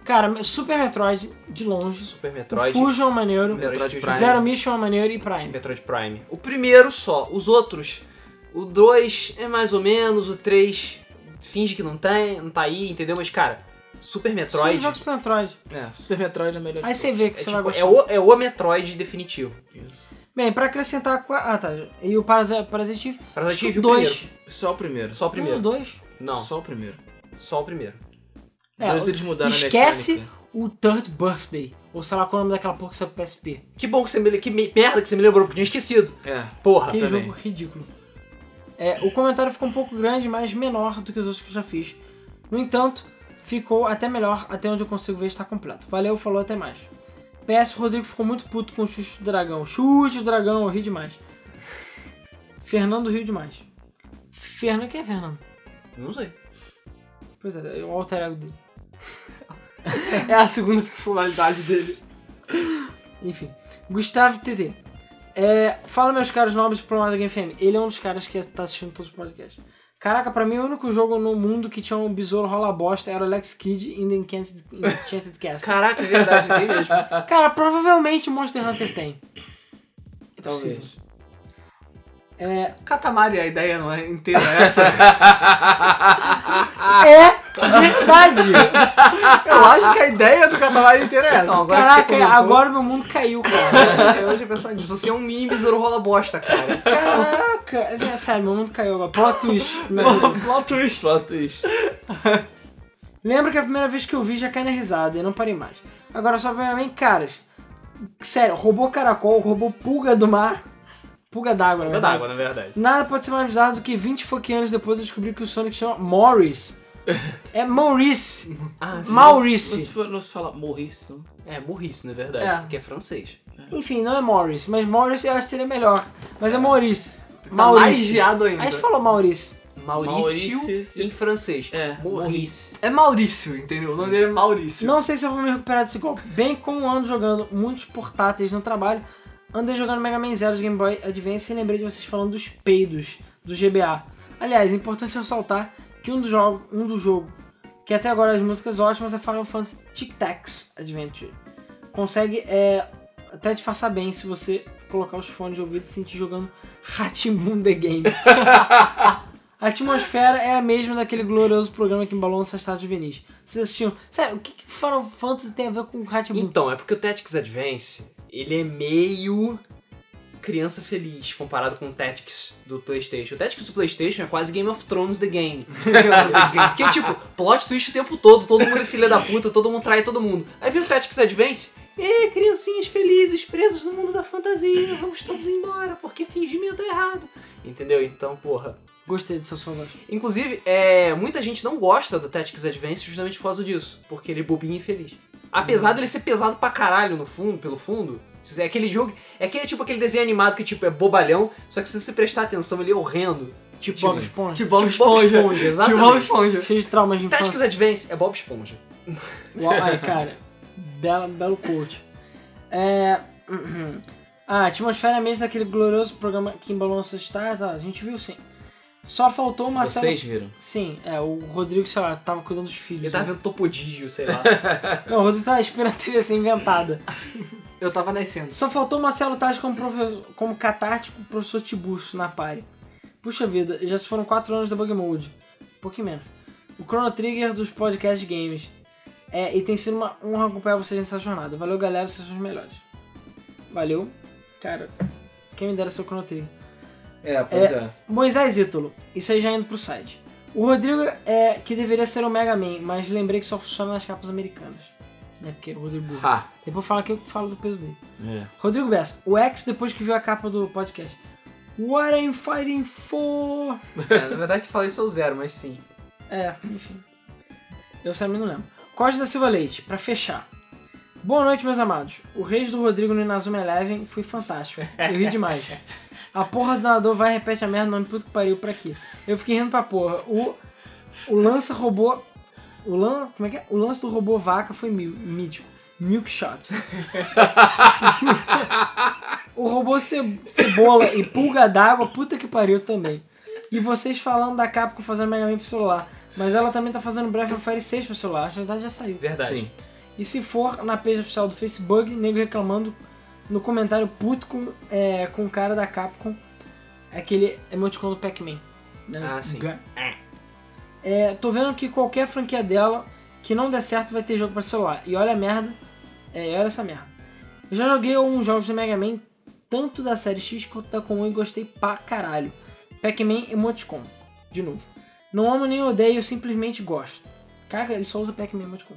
Cara, Super Metroid, de longe. Super O Metroid. Fusion é maneiro. Metroid o Prime. Zero Mission é maneiro e Prime. Metroid Prime. O primeiro só, os outros. O 2 é mais ou menos, o 3 finge que não tem, não tá aí, entendeu? Mas, cara, Super Só Metroid. joga Super Metroid. É, Super Metroid é o melhor. Aí de você vê que É, você vai tipo, gostar. é o, é o Metroid definitivo. todos. Isso. Bem, pra acrescentar... qua- Ah, tá. E o Parasite Parasite Eve? Parasite Acho que Eve, é o dois. Só o primeiro. É Só o Um, primeiro. dois. Não, Só o primeiro. só o primeiro. É, Dois eles mudaram a esquece mecânica. o Third Birthday. Ou sei lá qual é o nome daquela porra que saiu pro PSP. Que bom que você me. Que me- merda que você me lembrou, porque eu tinha esquecido. É. Porra. Aquele também. jogo ridículo. É, o comentário ficou um pouco grande, mas menor do que os outros que eu já fiz. No entanto, ficou até melhor, até onde eu consigo ver está completo. Valeu, falou, até mais. PS, o Rodrigo ficou muito puto com o chute do dragão. Chute do dragão, eu ri demais. Fernando riu demais. Fernando, quem é Fernando? Não sei. Pois é, é o alter ego dele. É a segunda personalidade dele. Enfim. Gustavo TT. É, fala, meus caros nobres pro Lado Game FM. Ele é um dos caras que tá assistindo todos os podcasts. Caraca, pra mim o único jogo no mundo que tinha um besouro rola bosta era o Alex Kidd in The Enchanted, Enchanted Castle. Caraca, é verdade, tem mesmo. Cara, provavelmente o Monster Hunter tem. É possível. Talvez. É, Catamari, a ideia não é inteira essa. Ah! é verdade! Eu acho que a ideia do Catamari inteira é essa. Então, agora que você Caraca, comentou- agora o meu mundo caiu, cara. Eu tinha pensado nisso. Você é um mini besouro rola bosta, cara. Caraca, é sério, meu mundo caiu agora. Plot twist. Meu Deus. Plot twist. Plot twist. Lembro que a primeira vez que eu vi já caí na risada e não parei mais. Agora só pra minha mãe, caras. Sério, roubou caracol, roubou pulga do mar. Pulga d'água, na É verdade. d'água, na verdade. Nada pode ser mais bizarro do que 20 fucking anos depois eu descobri que o Sonic chama Morris. É Maurice. Ah, sim. Não se, Maurice. for- não se fala Maurice, não. É, burrice, na verdade. É. Porque é francês. Enfim, não é Morris, mas Morris eu acho que seria melhor. Mas é Maurice. Tá mais Maurice. viado ainda. A gente falou Maurice. Maurício, Maurício, em francês. É, Maurice. É Maurício, entendeu? O nome dele é Maurício. Não sei se eu vou me recuperar desse golpe. Bem como ando jogando muitos portáteis no trabalho, andei jogando Mega Man Zero de Game Boy Advance e lembrei de vocês falando dos peidos do GBA. Aliás, é importante ressaltar que um do jogo, um do jogo que até agora as músicas ótimas é Final Fantasy Tic Tacs Adventure. Consegue é, até disfarçar bem se você colocar os fones de ouvido e sentir jogando Ratimun The Game. A atmosfera é a mesma daquele glorioso programa que embalou nossas tardes juvenis. Vocês assistiam. Sério, o que, que Final Fantasy tem a ver com Hatboom? Então, é porque o Tactics Advance, ele é meio criança feliz comparado com o Tactics do Playstation. O Tactics do Playstation é quase Game of Thrones The Game. porque, tipo, plot twist o tempo todo, todo mundo é filha da puta, todo mundo trai todo mundo. Aí vem o Tactics Advance, e criancinhas felizes, presas no mundo da fantasia, vamos todos embora, porque fingimento é errado. Entendeu? Então, porra... Gostei dessa sua voz. Inclusive, é, muita gente não gosta do Tactics Advance justamente por causa disso, porque ele é bobinho e infeliz. Uhum. Apesar dele ser pesado pra caralho no fundo, pelo fundo, se você- é aquele jogo, é aquele tipo aquele desenho animado que tipo é bobalhão, só que se você prestar atenção ele é horrendo. Tipo, Bob Esponja. Tipo Bob tipo Bob Esponja. Esponja, Tipo Bob exatamente. Esponja. Cheio de traumas de Tactics infância. Advance é Bob Esponja. Uau, ai, cara. Bela, belo coach. É. A atmosfera é a mesma daquele glorioso programa que embalou nossas tardes. Ah, a gente viu sim. Só faltou uma cena. Vocês viram. Sim, é, o Rodrigo, sei lá, tava cuidando dos filhos. Ele tava né? vendo Topodígio, sei lá. Não, o Rodrigo tava esperando a TV ser inventada. Eu tava nascendo. Só faltou o Marcelo Taz como, professor, como catártico professor Tiburcio na pare. Puxa vida, já se foram 4 anos da Bug Mode. Um pouquinho menos. O Chrono Trigger dos podcast games. É, e tem sido uma honra acompanhar vocês nessa jornada. Valeu, galera, vocês são os melhores. Valeu. Cara, quem me dera seu Chrono Trigger. É, pois é. Moisés Ítolo, isso aí já é indo pro site. O Rodrigo é que deveria ser o Mega Man, mas lembrei que só funciona nas capas americanas. Né, porque o Rodrigo... burro. Ah. Depois fala que eu falo do peso dele. É. Rodrigo Bessa, o X depois que viu a capa do podcast. What I'm fighting for? É, na verdade que falei isso é o zero, mas sim. É, enfim. Eu também não lembro. Cosme da Silva Leite, pra fechar. Boa noite, meus amados. O Reis do Rodrigo no Inazuma Eleven foi fantástico. Eu ri demais. A porra do nadador vai e repete a merda do nome puto que pariu pra aqui. Eu fiquei rindo pra porra. O, o lança robô... O lan, como é que é? O lance do robô vaca foi mil, mítico. Milk shot. o robô ce- cebola e pulga d'água, puta que pariu também. E vocês falando da Capcom fazendo Mega Man pro celular. Mas ela também tá fazendo Breath of the Fire 6 pro celular. Acho que Na verdade já saiu. Verdade. Sim. E se for na page oficial do Facebook, nego reclamando no comentário puto com, é, com o cara da Capcom, aquele emoticon do Pac-Man. né? Ah, sim. Ga- É, tô vendo que qualquer franquia dela que não der certo vai ter jogo pra celular. E olha a merda. É, e olha essa merda. Eu já joguei alguns jogos do Mega Man, tanto da série X quanto da comum, e gostei pra caralho. Pac-Man Emoticon, de novo. Não amo nem odeio, simplesmente gosto. Cara, ele só usa Pac-Man Emoticon.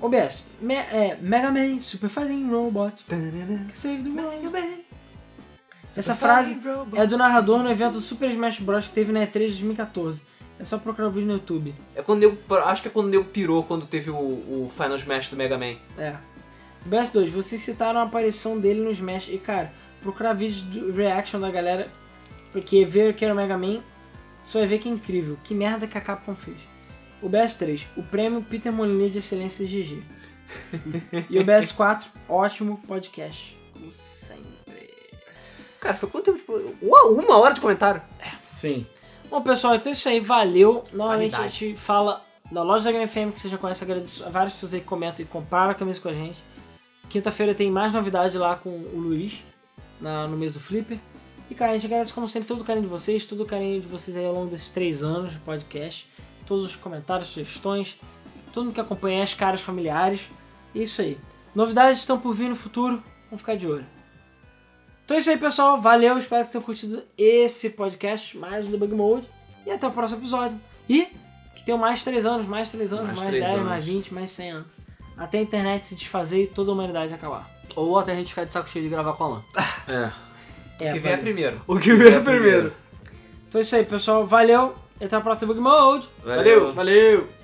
OBS, me, é, Mega Man, Super Fighting Robot, Save the World. Essa frase é do narrador no evento Super Smash Bros. que teve na E3 de 2014. É só procurar o vídeo no YouTube. É quando o nego- acho que é quando o nego pirou quando teve o, o Final Smash do Mega Man. É. BS2, vocês citaram a aparição dele no Smash. E cara, procurar vídeos do reaction da galera. Porque ver que era o Mega Man, você vai ver que é incrível. Que merda que a Capcom fez. O BS3, o prêmio Peter Molyneux de Excelência GG. e o BS4, ótimo podcast. Como sempre. Cara, foi quanto tempo? Tipo, uau, uma hora de comentário. Sim. Bom, pessoal, então é isso aí. Valeu. Novamente a Qualidade. gente fala da loja da Game FM, que você já conhece. Agradeço a vários pessoas aí que comentam e comparam a camisa com a gente. Quinta-feira tem mais novidade lá com o Luiz, na- no mês do Flipper. E, cara, a gente agradece, como sempre, todo o carinho de vocês, todo o carinho de vocês aí ao longo desses três anos de podcast. Todos os comentários, sugestões, todo mundo que acompanha, as caras familiares. E é isso aí. Novidades estão por vir no futuro, vamos ficar de olho. Então é isso aí, pessoal. Valeu, espero que tenham curtido esse podcast, mais o Debug Mode. E até o próximo episódio. E que tenham mais 3 anos, mais 3 anos, mais, Mais três 10, anos. mais 20, mais 100 anos. Até a internet se desfazer e toda a humanidade acabar. Ou até a gente ficar de saco cheio de gravar com a Alan. É. É, que vem é valeu. primeiro. O que vem primeiro. Então é isso aí, pessoal. Valeu. Até a próxima Debug Mode. Valeu. Valeu!